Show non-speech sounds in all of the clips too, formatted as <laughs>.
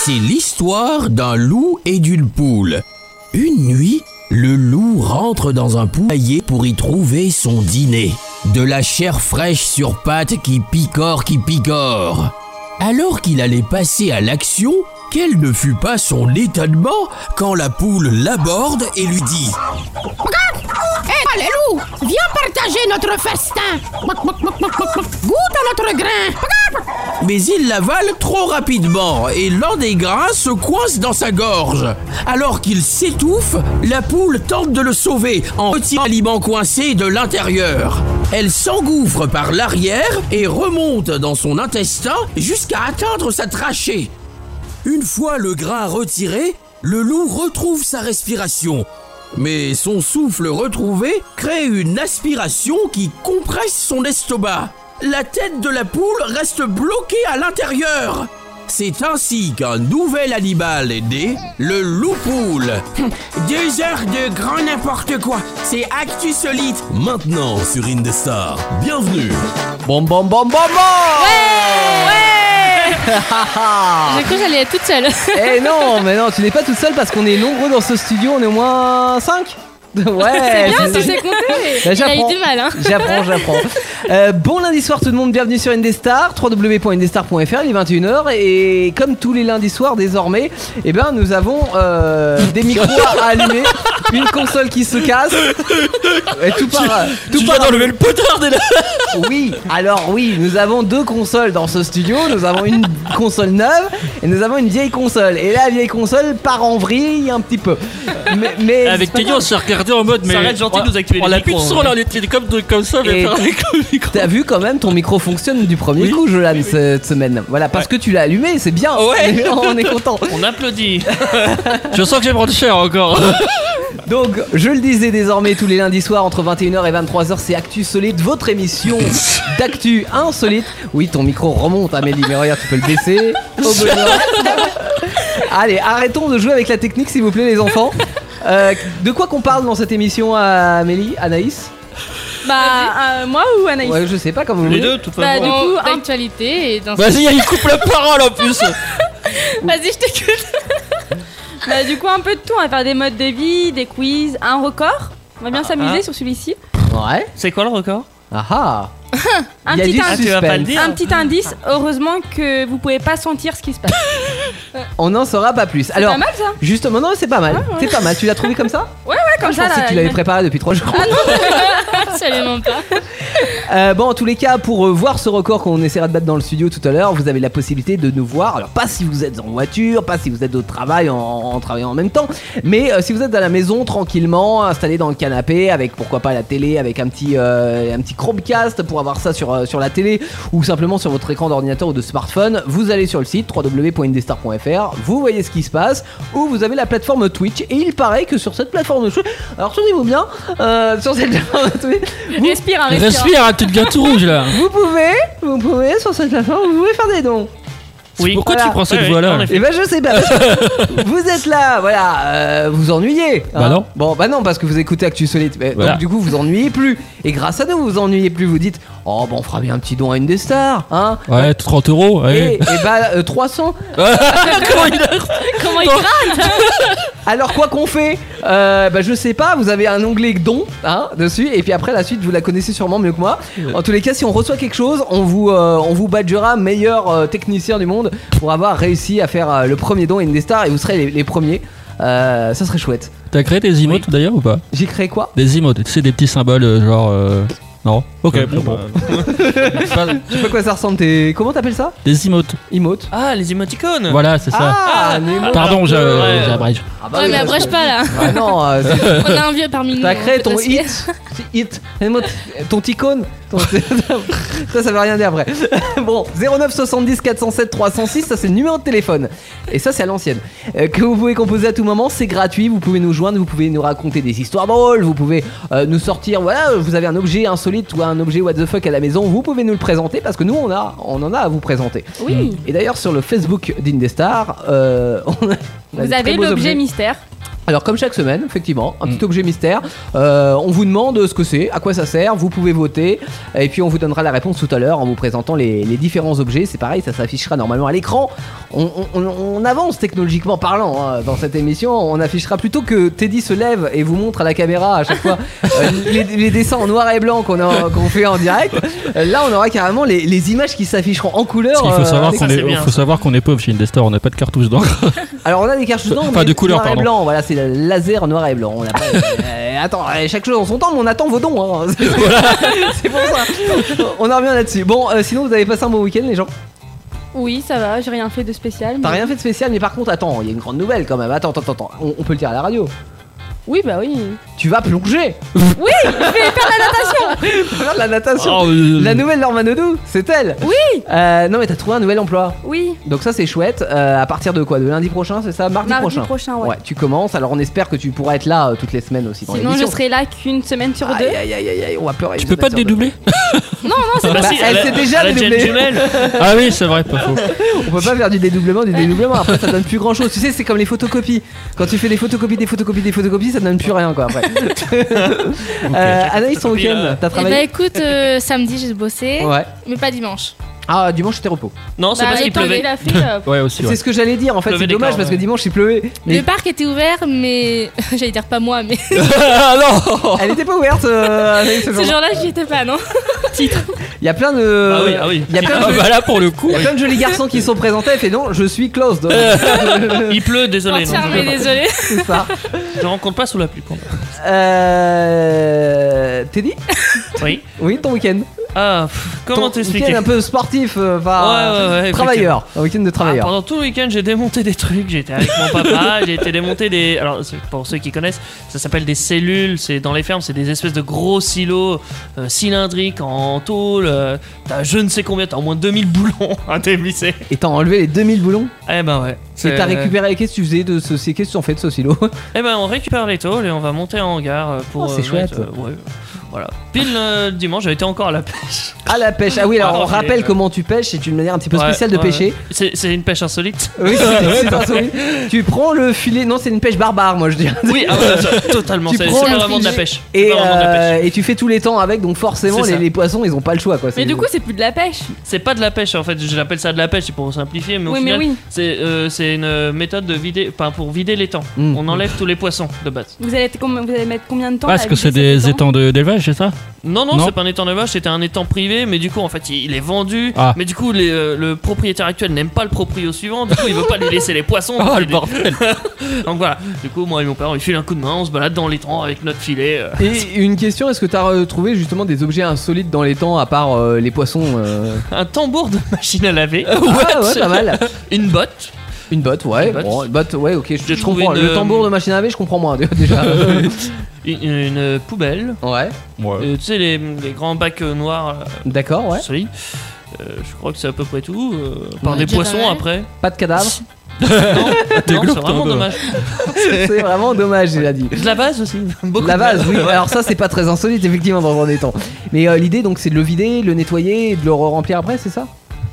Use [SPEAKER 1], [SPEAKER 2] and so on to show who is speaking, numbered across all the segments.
[SPEAKER 1] C'est l'histoire d'un loup et d'une poule. Une nuit, le loup rentre dans un poulailler pour y trouver son dîner. De la chair fraîche sur pattes qui picore, qui picore. Alors qu'il allait passer à l'action, quel ne fut pas son étonnement quand la poule l'aborde et lui dit
[SPEAKER 2] Hé, les loups, Eh, viens partager notre festin. Mouak, mouak, mouak, mouak, mouak, mouak. Goûte à notre grain.
[SPEAKER 1] Mais il l'avale trop rapidement et l'un des grains se coince dans sa gorge. Alors qu'il s'étouffe, la poule tente de le sauver en retirant l'aliment coincé de l'intérieur. Elle s'engouffre par l'arrière et remonte dans son intestin jusqu'à atteindre sa trachée. Une fois le grain retiré, le loup retrouve sa respiration. Mais son souffle retrouvé crée une aspiration qui compresse son estomac. La tête de la poule reste bloquée à l'intérieur. C'est ainsi qu'un nouvel animal est né, le loup-poule. <laughs> Deux heures de grand n'importe quoi, c'est Actu Solide. Maintenant sur Indestar, bienvenue.
[SPEAKER 3] Bon, bon, bon, bon, bon <laughs>
[SPEAKER 4] J'ai cru que j'allais être toute seule.
[SPEAKER 3] Eh non, mais non, tu n'es pas toute seule parce qu'on est nombreux dans ce studio, on est au moins
[SPEAKER 4] <laughs>
[SPEAKER 3] 5 Ouais,
[SPEAKER 4] Bien, tu
[SPEAKER 3] j'imagine.
[SPEAKER 4] sais compter.
[SPEAKER 3] Bah,
[SPEAKER 4] Il a
[SPEAKER 3] j'apprends.
[SPEAKER 4] eu du mal, hein.
[SPEAKER 3] J'apprends, j'apprends. Euh, bon lundi soir tout le monde, bienvenue sur Indestar, www.indestar.fr, il est 21h et comme tous les lundis soirs désormais, eh ben nous avons euh, des micros à
[SPEAKER 4] <laughs>
[SPEAKER 3] allumer, une console qui se casse, et tout par... tout
[SPEAKER 5] Tu
[SPEAKER 3] par-
[SPEAKER 5] viens d'enlever le potard de là
[SPEAKER 3] Oui, alors oui, nous avons deux consoles dans ce studio. Nous avons une console neuve et nous avons une vieille console. Et la vieille console part en vrille un petit peu. Mais, mais-
[SPEAKER 5] Avec Teddy, on s'est regardé en mode, mais.
[SPEAKER 6] Ça reste gentil de nous activer
[SPEAKER 5] On
[SPEAKER 6] les
[SPEAKER 5] l'a plus
[SPEAKER 6] micros,
[SPEAKER 5] de son,
[SPEAKER 6] hein.
[SPEAKER 5] là, on était comme, de- comme ça,
[SPEAKER 3] Et-
[SPEAKER 5] mais pas avec le micro.
[SPEAKER 3] T'as vu quand même ton micro fonctionne du premier coup, Jolan, cette semaine. Voilà, parce que tu l'as allumé, c'est bien.
[SPEAKER 5] Ouais.
[SPEAKER 3] <laughs> on est content.
[SPEAKER 6] On applaudit.
[SPEAKER 5] <laughs> Je sens que j'ai prendre cher encore.
[SPEAKER 3] Donc, je le disais désormais tous les lundis soirs entre 21h et 23h, c'est Actu Solide, votre émission d'actu insolite. Oui, ton micro remonte, Amélie, mais regarde, tu peux le baisser. Au bonheur. <laughs> Allez, arrêtons de jouer avec la technique, s'il vous plaît, les enfants. Euh, de quoi qu'on parle dans cette émission, Amélie, Anaïs
[SPEAKER 4] Bah, euh, moi ou Anaïs
[SPEAKER 3] Ouais, je sais pas comment vous
[SPEAKER 6] <laughs> Les
[SPEAKER 3] voulez.
[SPEAKER 6] deux, tout
[SPEAKER 4] Bah,
[SPEAKER 6] à
[SPEAKER 4] du
[SPEAKER 6] fait.
[SPEAKER 4] coup, d'actualité et d'un-
[SPEAKER 5] Vas-y, il coupe la parole en plus.
[SPEAKER 4] Vas-y, je t'écoute. <laughs> bah, du coup, un peu de tout. On va faire des modes de vie, des quiz, un record. On va
[SPEAKER 3] Ah,
[SPEAKER 4] bien s'amuser sur celui-ci.
[SPEAKER 3] Ouais.
[SPEAKER 6] C'est quoi le record
[SPEAKER 3] Ah ah.
[SPEAKER 4] Un
[SPEAKER 3] Il y a
[SPEAKER 4] petit,
[SPEAKER 3] du
[SPEAKER 4] indice-
[SPEAKER 6] Ah, tu vas pas le
[SPEAKER 3] suspense.
[SPEAKER 6] dire
[SPEAKER 4] un petit indice. Heureusement que vous pouvez pas sentir ce qui se passe.
[SPEAKER 3] On n'en saura pas plus.
[SPEAKER 4] C'est
[SPEAKER 3] Alors,
[SPEAKER 4] pas mal ça
[SPEAKER 3] justement, non, c'est pas mal. C'est pas mal. Tu l'as trouvé comme ça
[SPEAKER 4] Ouais, comme
[SPEAKER 3] Je
[SPEAKER 4] ça
[SPEAKER 3] pensais
[SPEAKER 4] là. Ah,
[SPEAKER 3] que tu l'avais préparé depuis trois jours.
[SPEAKER 4] Absolument pas.
[SPEAKER 3] Euh, bon, en tous les cas, pour euh, voir ce record qu'on essaiera de battre dans le studio tout à l'heure, vous avez la possibilité de nous voir. Alors, pas si vous êtes en voiture, pas si vous êtes au travail en, en travaillant en même temps, mais euh, si vous êtes à la maison tranquillement, installé dans le canapé, avec pourquoi pas la télé, avec un petit, euh, un petit Chromecast pour avoir ça sur, euh, sur la télé ou simplement sur votre écran d'ordinateur ou de smartphone, vous allez sur le site www.indestar.fr, vous voyez ce qui se passe, ou vous avez la plateforme Twitch. Et il paraît que sur cette plateforme Twitch, alors tenez-vous bien, euh, sur cette <laughs> plateforme Twitch, vous
[SPEAKER 4] Respire, hein, respire.
[SPEAKER 5] Respire, hein, tu deviens tout rouge là.
[SPEAKER 3] vous pouvez, vous pouvez sur cette plateforme, vous pouvez faire des dons.
[SPEAKER 6] Oui.
[SPEAKER 5] Pourquoi
[SPEAKER 3] Voilà.
[SPEAKER 5] tu prends cette
[SPEAKER 6] Ouais,
[SPEAKER 5] voix
[SPEAKER 6] ouais, en
[SPEAKER 5] là
[SPEAKER 6] effet.
[SPEAKER 3] Et ben je sais pas. parce que vous êtes là, voilà, euh, vous ennuyez.
[SPEAKER 5] Bah non.
[SPEAKER 3] Bon bah non parce que vous écoutez Actu Solide. Mais
[SPEAKER 5] Voilà.
[SPEAKER 3] Donc du coup vous ennuyez plus. Et grâce à nous vous ennuyez plus. Vous dites oh bah on fera bien un petit don à une des stars, hein.
[SPEAKER 5] Ouais, 30 euros,
[SPEAKER 3] Et, et bah euh, 300.
[SPEAKER 5] <laughs> Comment il a-
[SPEAKER 4] Comment il craque
[SPEAKER 3] Alors quoi qu'on fait Euh, Bah je sais pas. Vous avez un onglet don hein, dessus et puis après la suite vous la connaissez sûrement mieux que moi. En tous les cas si on reçoit quelque chose on vous euh, on vous badgera meilleur euh, technicien du monde pour avoir réussi à faire euh, le premier don à une des stars et vous serez les, les premiers. Euh, ça serait chouette.
[SPEAKER 5] T'as créé des emotes d'ailleurs ou pas
[SPEAKER 3] J'ai créé quoi
[SPEAKER 5] Des emotes, tu sais, des petits symboles euh, genre. euh, Non Ok, bon, bon.
[SPEAKER 3] Je sais pas quoi ça ressemble. T'es... Comment t'appelles ça
[SPEAKER 5] Des emotes,
[SPEAKER 3] Emote
[SPEAKER 6] Ah, les émoticônes
[SPEAKER 5] voilà, c'est ça.
[SPEAKER 3] Ah, un émote.
[SPEAKER 5] Pardon, je-
[SPEAKER 6] Ouais.
[SPEAKER 5] j'abrège.
[SPEAKER 3] Ah bah
[SPEAKER 4] Ouais,
[SPEAKER 3] oui,
[SPEAKER 4] mais
[SPEAKER 3] parce
[SPEAKER 4] abrège
[SPEAKER 3] que-
[SPEAKER 4] pas là.
[SPEAKER 3] Ah non, euh, c'est-
[SPEAKER 4] On a un vieux parmi nous.
[SPEAKER 3] t'as
[SPEAKER 4] on
[SPEAKER 3] créé
[SPEAKER 4] peut
[SPEAKER 3] ton
[SPEAKER 4] pas se fier.
[SPEAKER 3] hit. C'est hit. Un émote. Ton icône.
[SPEAKER 4] <laughs>
[SPEAKER 3] Ton- ça, ça veut rien dire après. <laughs> bon, 09 70 407 306, ça c'est le numéro de téléphone. Et ça, c'est à l'ancienne. Euh, que vous pouvez composer à tout moment, c'est gratuit. Vous pouvez nous joindre, vous pouvez nous raconter des histoires drôles, vous pouvez euh, nous sortir. Voilà, vous avez un objet insolite ou un objet what the fuck à la maison, vous pouvez nous le présenter parce que nous, on, a, on en a à vous présenter.
[SPEAKER 4] Oui.
[SPEAKER 3] Et d'ailleurs, sur le Facebook d'Indestar, euh, <laughs> on a- on a des
[SPEAKER 4] Vous
[SPEAKER 3] très
[SPEAKER 4] avez
[SPEAKER 3] beaux
[SPEAKER 4] l'objet
[SPEAKER 3] objets.
[SPEAKER 4] mystère.
[SPEAKER 3] Alors comme chaque semaine, effectivement, un petit
[SPEAKER 5] Mm.
[SPEAKER 3] objet mystère, euh, on vous demande ce que c'est, à quoi ça sert, vous pouvez voter, et puis on vous donnera la réponse tout à l'heure en vous présentant les, les différents objets, c'est pareil, ça s'affichera normalement à l'écran. On, on- on- on avance technologiquement parlant hein, dans cette émission, on affichera plutôt que Teddy se lève et vous montre à la caméra à chaque
[SPEAKER 5] <laughs>
[SPEAKER 3] fois euh, les, les dessins en noir et blanc qu'on a- qu'on fait en direct. Euh, Là on aura carrément les, les images qui s'afficheront en couleur.
[SPEAKER 5] Il
[SPEAKER 3] euh, à
[SPEAKER 5] faut savoir
[SPEAKER 3] l'écran.
[SPEAKER 5] qu'on
[SPEAKER 6] c'est
[SPEAKER 5] est,
[SPEAKER 6] bien,
[SPEAKER 5] faut
[SPEAKER 6] ça.
[SPEAKER 5] savoir qu'on est pauvre chez Indestar, on n'a pas de cartouche d'encre. <laughs>
[SPEAKER 3] Alors on a des cartouches dedans,
[SPEAKER 5] Enfin,
[SPEAKER 3] mais
[SPEAKER 5] de couleur,
[SPEAKER 3] noir et
[SPEAKER 5] pardon.
[SPEAKER 3] blanc. Voilà, c'est le laser noir et blanc. On n'a pas-
[SPEAKER 5] <laughs>
[SPEAKER 3] Euh, attends, euh, chaque chose en son temps, mais on attend vos dons. hein. <laughs> c'est pour ça. On en revient là-dessus. Bon, euh, sinon vous avez passé un bon week-end, les gens.
[SPEAKER 4] Oui, ça va, j'ai rien fait de spécial.
[SPEAKER 3] T'as
[SPEAKER 4] mais-
[SPEAKER 3] rien fait de spécial, mais par contre, attends, il y a une grande nouvelle quand même. Attends, attends, attends. On, on peut le dire à la radio.
[SPEAKER 4] Oui, bah
[SPEAKER 3] <laughs>
[SPEAKER 4] oui.
[SPEAKER 3] Tu vas plonger.
[SPEAKER 4] Oui, je vais faire la natation.
[SPEAKER 3] Regarde la
[SPEAKER 5] Oh,
[SPEAKER 3] natation.
[SPEAKER 5] euh,
[SPEAKER 3] La nouvelle Normanodou, c'est elle.
[SPEAKER 4] Oui.
[SPEAKER 3] Euh, non, mais t'as trouvé un nouvel emploi.
[SPEAKER 4] Oui,
[SPEAKER 3] Donc ça c'est chouette. Euh, à partir de quoi De lundi prochain, c'est ça Mardi,
[SPEAKER 4] mardi
[SPEAKER 3] prochain.
[SPEAKER 4] prochain, ouais.
[SPEAKER 3] tu commences. Alors on espère que tu pourras être là euh, toutes les semaines aussi. Dans
[SPEAKER 4] Sinon, je
[SPEAKER 3] l'émission.
[SPEAKER 4] serai là qu'une semaine sur deux.
[SPEAKER 3] Aïe, aïe, aïe, aïe, aïe, on va pleurer.
[SPEAKER 5] Tu
[SPEAKER 3] une
[SPEAKER 5] peux pas te
[SPEAKER 3] semaine sur
[SPEAKER 5] dédoubler
[SPEAKER 4] Non, non, c'est
[SPEAKER 6] Bah,
[SPEAKER 4] pas
[SPEAKER 3] Bah,
[SPEAKER 6] si,
[SPEAKER 3] elle s'est
[SPEAKER 6] a-
[SPEAKER 3] déjà
[SPEAKER 6] elle a
[SPEAKER 3] dédoublée.
[SPEAKER 6] une jumelle.
[SPEAKER 5] Ah oui, c'est vrai, pas faux.
[SPEAKER 3] deux. On peut pas faire du dédoublement, du dédoublement. Après, ça donne plus grand chose. Tu sais, c'est comme les photocopies. Quand tu fais des photocopies, des photocopies, des photocopies, ça donne plus rien, quoi. <laughs> Après. euh, Anaïs, ton week-end, t'as
[SPEAKER 7] Eh ben
[SPEAKER 3] travaillé
[SPEAKER 7] écoute, euh, samedi j'ai bossé,
[SPEAKER 3] Ouais.
[SPEAKER 7] mais pas dimanche.
[SPEAKER 3] Ah, dimanche, c'était repos.
[SPEAKER 6] Non, c'est
[SPEAKER 7] Bah,
[SPEAKER 6] parce qu'il
[SPEAKER 7] étant
[SPEAKER 6] pleuvait.
[SPEAKER 4] Il a
[SPEAKER 7] <laughs>
[SPEAKER 4] fait. euh,
[SPEAKER 5] Ouais, aussi.
[SPEAKER 3] C'est ce que j'allais dire. En fait,
[SPEAKER 6] Pleuvait
[SPEAKER 3] c'est
[SPEAKER 6] des
[SPEAKER 3] dommage
[SPEAKER 6] cordes,
[SPEAKER 3] parce que
[SPEAKER 6] ouais.
[SPEAKER 3] dimanche, il pleuvait.
[SPEAKER 7] Le
[SPEAKER 3] Mais
[SPEAKER 7] parc était ouvert,
[SPEAKER 4] <laughs>
[SPEAKER 7] mais j'allais dire pas moi, mais
[SPEAKER 5] ah non
[SPEAKER 3] elle était pas ouverte. euh, Anaïs, ce
[SPEAKER 7] ce
[SPEAKER 3] jour-là.
[SPEAKER 7] jour-là j'y étais pas, non
[SPEAKER 3] Il y a plein de.
[SPEAKER 6] Ah oui, ah oui.
[SPEAKER 3] Il y a plein
[SPEAKER 5] Ah
[SPEAKER 3] de.
[SPEAKER 5] bah là, pour le coup.
[SPEAKER 3] Il y a plein de jolis garçons qui sont présentés. Elle fait non, je suis <laughs> closed.
[SPEAKER 6] Il pleut, désolé.
[SPEAKER 7] Entière,
[SPEAKER 6] non,
[SPEAKER 7] mais
[SPEAKER 6] je peux
[SPEAKER 7] <laughs> désolé.
[SPEAKER 3] c'est ça.
[SPEAKER 6] pas. Je rencontre pas sous la pluie. pardon.
[SPEAKER 3] Euh... Teddy
[SPEAKER 6] Oui.
[SPEAKER 3] Oui, ton week-end.
[SPEAKER 6] Ah, pff, comment
[SPEAKER 3] Ton
[SPEAKER 6] t'expliquer
[SPEAKER 3] week-end un peu sportif, euh, enfin,
[SPEAKER 6] Ouais, ouais, ouais,
[SPEAKER 3] travailleur, un week-end de
[SPEAKER 6] Ah,
[SPEAKER 3] travailleur.
[SPEAKER 6] pendant tout le week-end, j'ai démonté des trucs. J'étais avec mon
[SPEAKER 3] <laughs>
[SPEAKER 6] papa, j'ai été démonter des. Alors, c'est- pour ceux qui connaissent, ça s'appelle des cellules. C'est dans les fermes, c'est des espèces de gros silos euh, cylindriques en tôle. euh, t'as je ne sais combien, t'as au moins 2000 <laughs> boulons à dévisser.
[SPEAKER 3] Et t'as enlevé les 2000 boulons
[SPEAKER 6] Eh ben ouais.
[SPEAKER 3] et t'as récupéré. Qu'est-ce que tu faisais de ce Qu'est-ce que tu en fais de ce silo <laughs>
[SPEAKER 6] Eh ben, on récupère les tôles et on va monter en hangar euh, pour.
[SPEAKER 3] Oh, c'est
[SPEAKER 6] euh, mettre,
[SPEAKER 3] chouette.
[SPEAKER 6] euh, ouais, euh, voilà. Pile euh, dimanche, j'ai été encore à la pêche.
[SPEAKER 3] À la pêche. Ah oui, alors on
[SPEAKER 6] Attends,
[SPEAKER 3] rappelle
[SPEAKER 6] j'ai-
[SPEAKER 3] comment tu pêches, c'est une manière un petit peu
[SPEAKER 6] euh, Ouais,
[SPEAKER 3] spéciale de
[SPEAKER 6] ouais,
[SPEAKER 3] pêcher. Euh,
[SPEAKER 6] ouais. C'est c'est une pêche insolite.
[SPEAKER 3] Oui,
[SPEAKER 6] <laughs>
[SPEAKER 3] c'est- c'est ça, oui. Tu prends le filet. Non, c'est une pêche barbare, moi je dis.
[SPEAKER 6] <laughs> Oui, ah ouais, ça, totalement.
[SPEAKER 3] Tu
[SPEAKER 6] C'est
[SPEAKER 3] prends
[SPEAKER 6] c'est
[SPEAKER 7] le
[SPEAKER 6] pas vraiment de la
[SPEAKER 7] frisbee
[SPEAKER 6] pêche.
[SPEAKER 3] <laughs>
[SPEAKER 6] C'est
[SPEAKER 3] Et,
[SPEAKER 6] pas vraiment de la pêche.
[SPEAKER 3] euh, et tu fais tous les temps avec, donc forcément
[SPEAKER 6] C'est
[SPEAKER 3] les,
[SPEAKER 6] ça.
[SPEAKER 3] les poissons ils ont pas le choix quoi.
[SPEAKER 4] Mais
[SPEAKER 3] C'est-
[SPEAKER 4] du coup, c'est plus de la pêche.
[SPEAKER 6] C'est pas de la pêche en fait, je l'appelle ça de la pêche, c'est pour simplifier, mais au
[SPEAKER 4] Oui, mais
[SPEAKER 6] final,
[SPEAKER 4] oui.
[SPEAKER 6] c'est euh, c'est une méthode de vider, enfin pour vider les temps.
[SPEAKER 3] Mm.
[SPEAKER 6] On enlève tous les poissons de base.
[SPEAKER 4] Vous allez, être com- vous allez mettre combien de temps
[SPEAKER 5] Ah,
[SPEAKER 4] à
[SPEAKER 5] est-ce que
[SPEAKER 4] vider
[SPEAKER 5] c'est
[SPEAKER 4] cet
[SPEAKER 5] des
[SPEAKER 4] étang
[SPEAKER 5] étangs de- d'élevage, c'est ça
[SPEAKER 6] Non, non,
[SPEAKER 5] Non.
[SPEAKER 6] c'est pas un étang de vache, c'était un étang privé, mais du coup en fait il, il est vendu.
[SPEAKER 5] Ah.
[SPEAKER 6] Mais du coup les, euh, le propriétaire actuel n'aime pas le proprio suivant, du coup il veut pas lui laisser les poissons. donc
[SPEAKER 5] <laughs> Oh, le
[SPEAKER 6] il-
[SPEAKER 5] bordel
[SPEAKER 6] <laughs> Donc voilà, du coup moi et mon père on lui file un coup de main, on se balade dans l'étang avec notre filet. euh.
[SPEAKER 3] Et une question, est-ce que t'as retrouvé justement des objets insolites dans les temps à part euh, les poissons
[SPEAKER 6] <laughs>
[SPEAKER 3] euh,
[SPEAKER 6] Un tambour de machine à
[SPEAKER 5] <laughs>
[SPEAKER 6] laver,
[SPEAKER 3] Ah ouais, pas mal.
[SPEAKER 6] une botte,
[SPEAKER 3] Une botte, ouais.
[SPEAKER 6] Une botte.
[SPEAKER 3] Bon, une botte, ouais, ok. Je,
[SPEAKER 6] J'ai
[SPEAKER 3] je
[SPEAKER 6] trouvé
[SPEAKER 3] comprends.
[SPEAKER 6] une,
[SPEAKER 3] Le tambour de machine à laver, je comprends moins <laughs> déjà.
[SPEAKER 5] Ah
[SPEAKER 6] <laughs> une, une, euh, poubelle,
[SPEAKER 3] ouais.
[SPEAKER 5] Ouais.
[SPEAKER 6] euh, tu sais les, les grands bacs euh, noirs. là,
[SPEAKER 3] D'accord, ouais.
[SPEAKER 6] Sorry. Euh, je crois que c'est à peu près tout. euh, par
[SPEAKER 7] Ouais,
[SPEAKER 6] des
[SPEAKER 7] déjà
[SPEAKER 6] poissons
[SPEAKER 7] pas mal.
[SPEAKER 6] après.
[SPEAKER 3] Pas de cadavre.
[SPEAKER 6] Non, non,
[SPEAKER 5] glauque,
[SPEAKER 6] c'est
[SPEAKER 5] toi, un
[SPEAKER 6] vraiment
[SPEAKER 5] peu.
[SPEAKER 6] dommage.
[SPEAKER 3] <laughs> c'est vraiment dommage, il a dit.
[SPEAKER 6] De la vase aussi. <laughs> Beaucoup
[SPEAKER 3] La
[SPEAKER 6] de
[SPEAKER 3] vase, oui. Alors ça, c'est pas très insolite, effectivement, dans un des temps. Mais euh, l'idée, donc, c'est de le vider, de le nettoyer et de le remplir après, c'est ça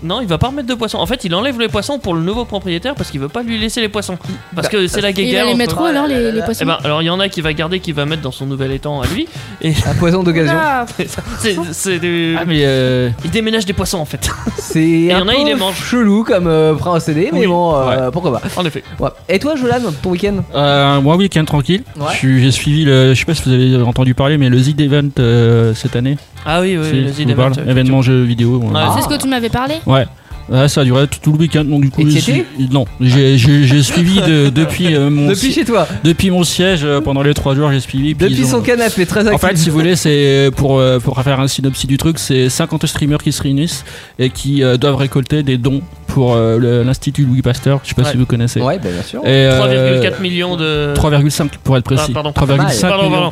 [SPEAKER 6] Non, il va pas remettre de poissons. En fait, il enlève les poissons pour le nouveau propriétaire parce qu'il veut pas lui laisser les poissons. Parce que c'est la
[SPEAKER 7] Il
[SPEAKER 6] guéguerre.
[SPEAKER 7] va les
[SPEAKER 6] entre-
[SPEAKER 7] mettre où alors les, les poissons
[SPEAKER 6] Eh ben, alors il y en a qui va garder, qui va mettre dans son nouvel étang à lui.
[SPEAKER 3] Un poison d'occasion.
[SPEAKER 4] Ah,
[SPEAKER 6] <laughs> C'est, c'est du-
[SPEAKER 5] Ah, mais euh,
[SPEAKER 6] Il déménage des poissons en fait.
[SPEAKER 3] C'est
[SPEAKER 6] y
[SPEAKER 3] un
[SPEAKER 6] en
[SPEAKER 3] peu
[SPEAKER 6] a, il les mange.
[SPEAKER 3] chelou comme euh, procédé, mais
[SPEAKER 6] Oui,
[SPEAKER 3] bon, euh, pourquoi pas.
[SPEAKER 6] En effet.
[SPEAKER 3] Ouais. Et toi, Jolan, ton week-end
[SPEAKER 5] Euh, moi, week-end tranquille.
[SPEAKER 3] Ouais.
[SPEAKER 5] Je suis- J'ai suivi le. Je sais pas si vous avez entendu parler, mais le Z Event euh, cette année.
[SPEAKER 6] Ah oui, oui,
[SPEAKER 5] si,
[SPEAKER 6] vas-y,
[SPEAKER 5] ça vous
[SPEAKER 6] démarre.
[SPEAKER 5] parle. événement jeux vidéo. ouais.
[SPEAKER 6] Ah.
[SPEAKER 4] oh.
[SPEAKER 7] C'est ce que tu m'avais parlé.
[SPEAKER 5] Ouais. Ouais, ça a duré tout, tout le week-end, donc du coup,
[SPEAKER 3] Et
[SPEAKER 5] je
[SPEAKER 3] t'y
[SPEAKER 5] suis- non, j'ai j'ai- j'ai suivi de-
[SPEAKER 3] <laughs>
[SPEAKER 5] depuis euh, mon
[SPEAKER 3] Depuis
[SPEAKER 5] si-
[SPEAKER 3] chez toi,
[SPEAKER 5] depuis mon siège euh, pendant les trois jours, j'ai suivi. puis
[SPEAKER 3] depuis
[SPEAKER 5] ils ont-
[SPEAKER 3] son canapé, très
[SPEAKER 5] En
[SPEAKER 3] actif.
[SPEAKER 5] fait, si vous voulez, c'est pour euh, pour faire un synopsis du truc, c'est 50 streamers qui se réunissent et qui euh, doivent récolter des dons pour euh, le- l'institut Louis Pasteur. Je sais pas
[SPEAKER 6] Ouais.
[SPEAKER 5] si vous connaissez.
[SPEAKER 3] ouais, bah, bien sûr.
[SPEAKER 5] Et, euh,
[SPEAKER 6] 3,4 millions de.
[SPEAKER 5] 3,5 pour être précis.
[SPEAKER 6] euh, Ah, pardon.
[SPEAKER 5] 3,5
[SPEAKER 6] Pardon, pardon.
[SPEAKER 5] millions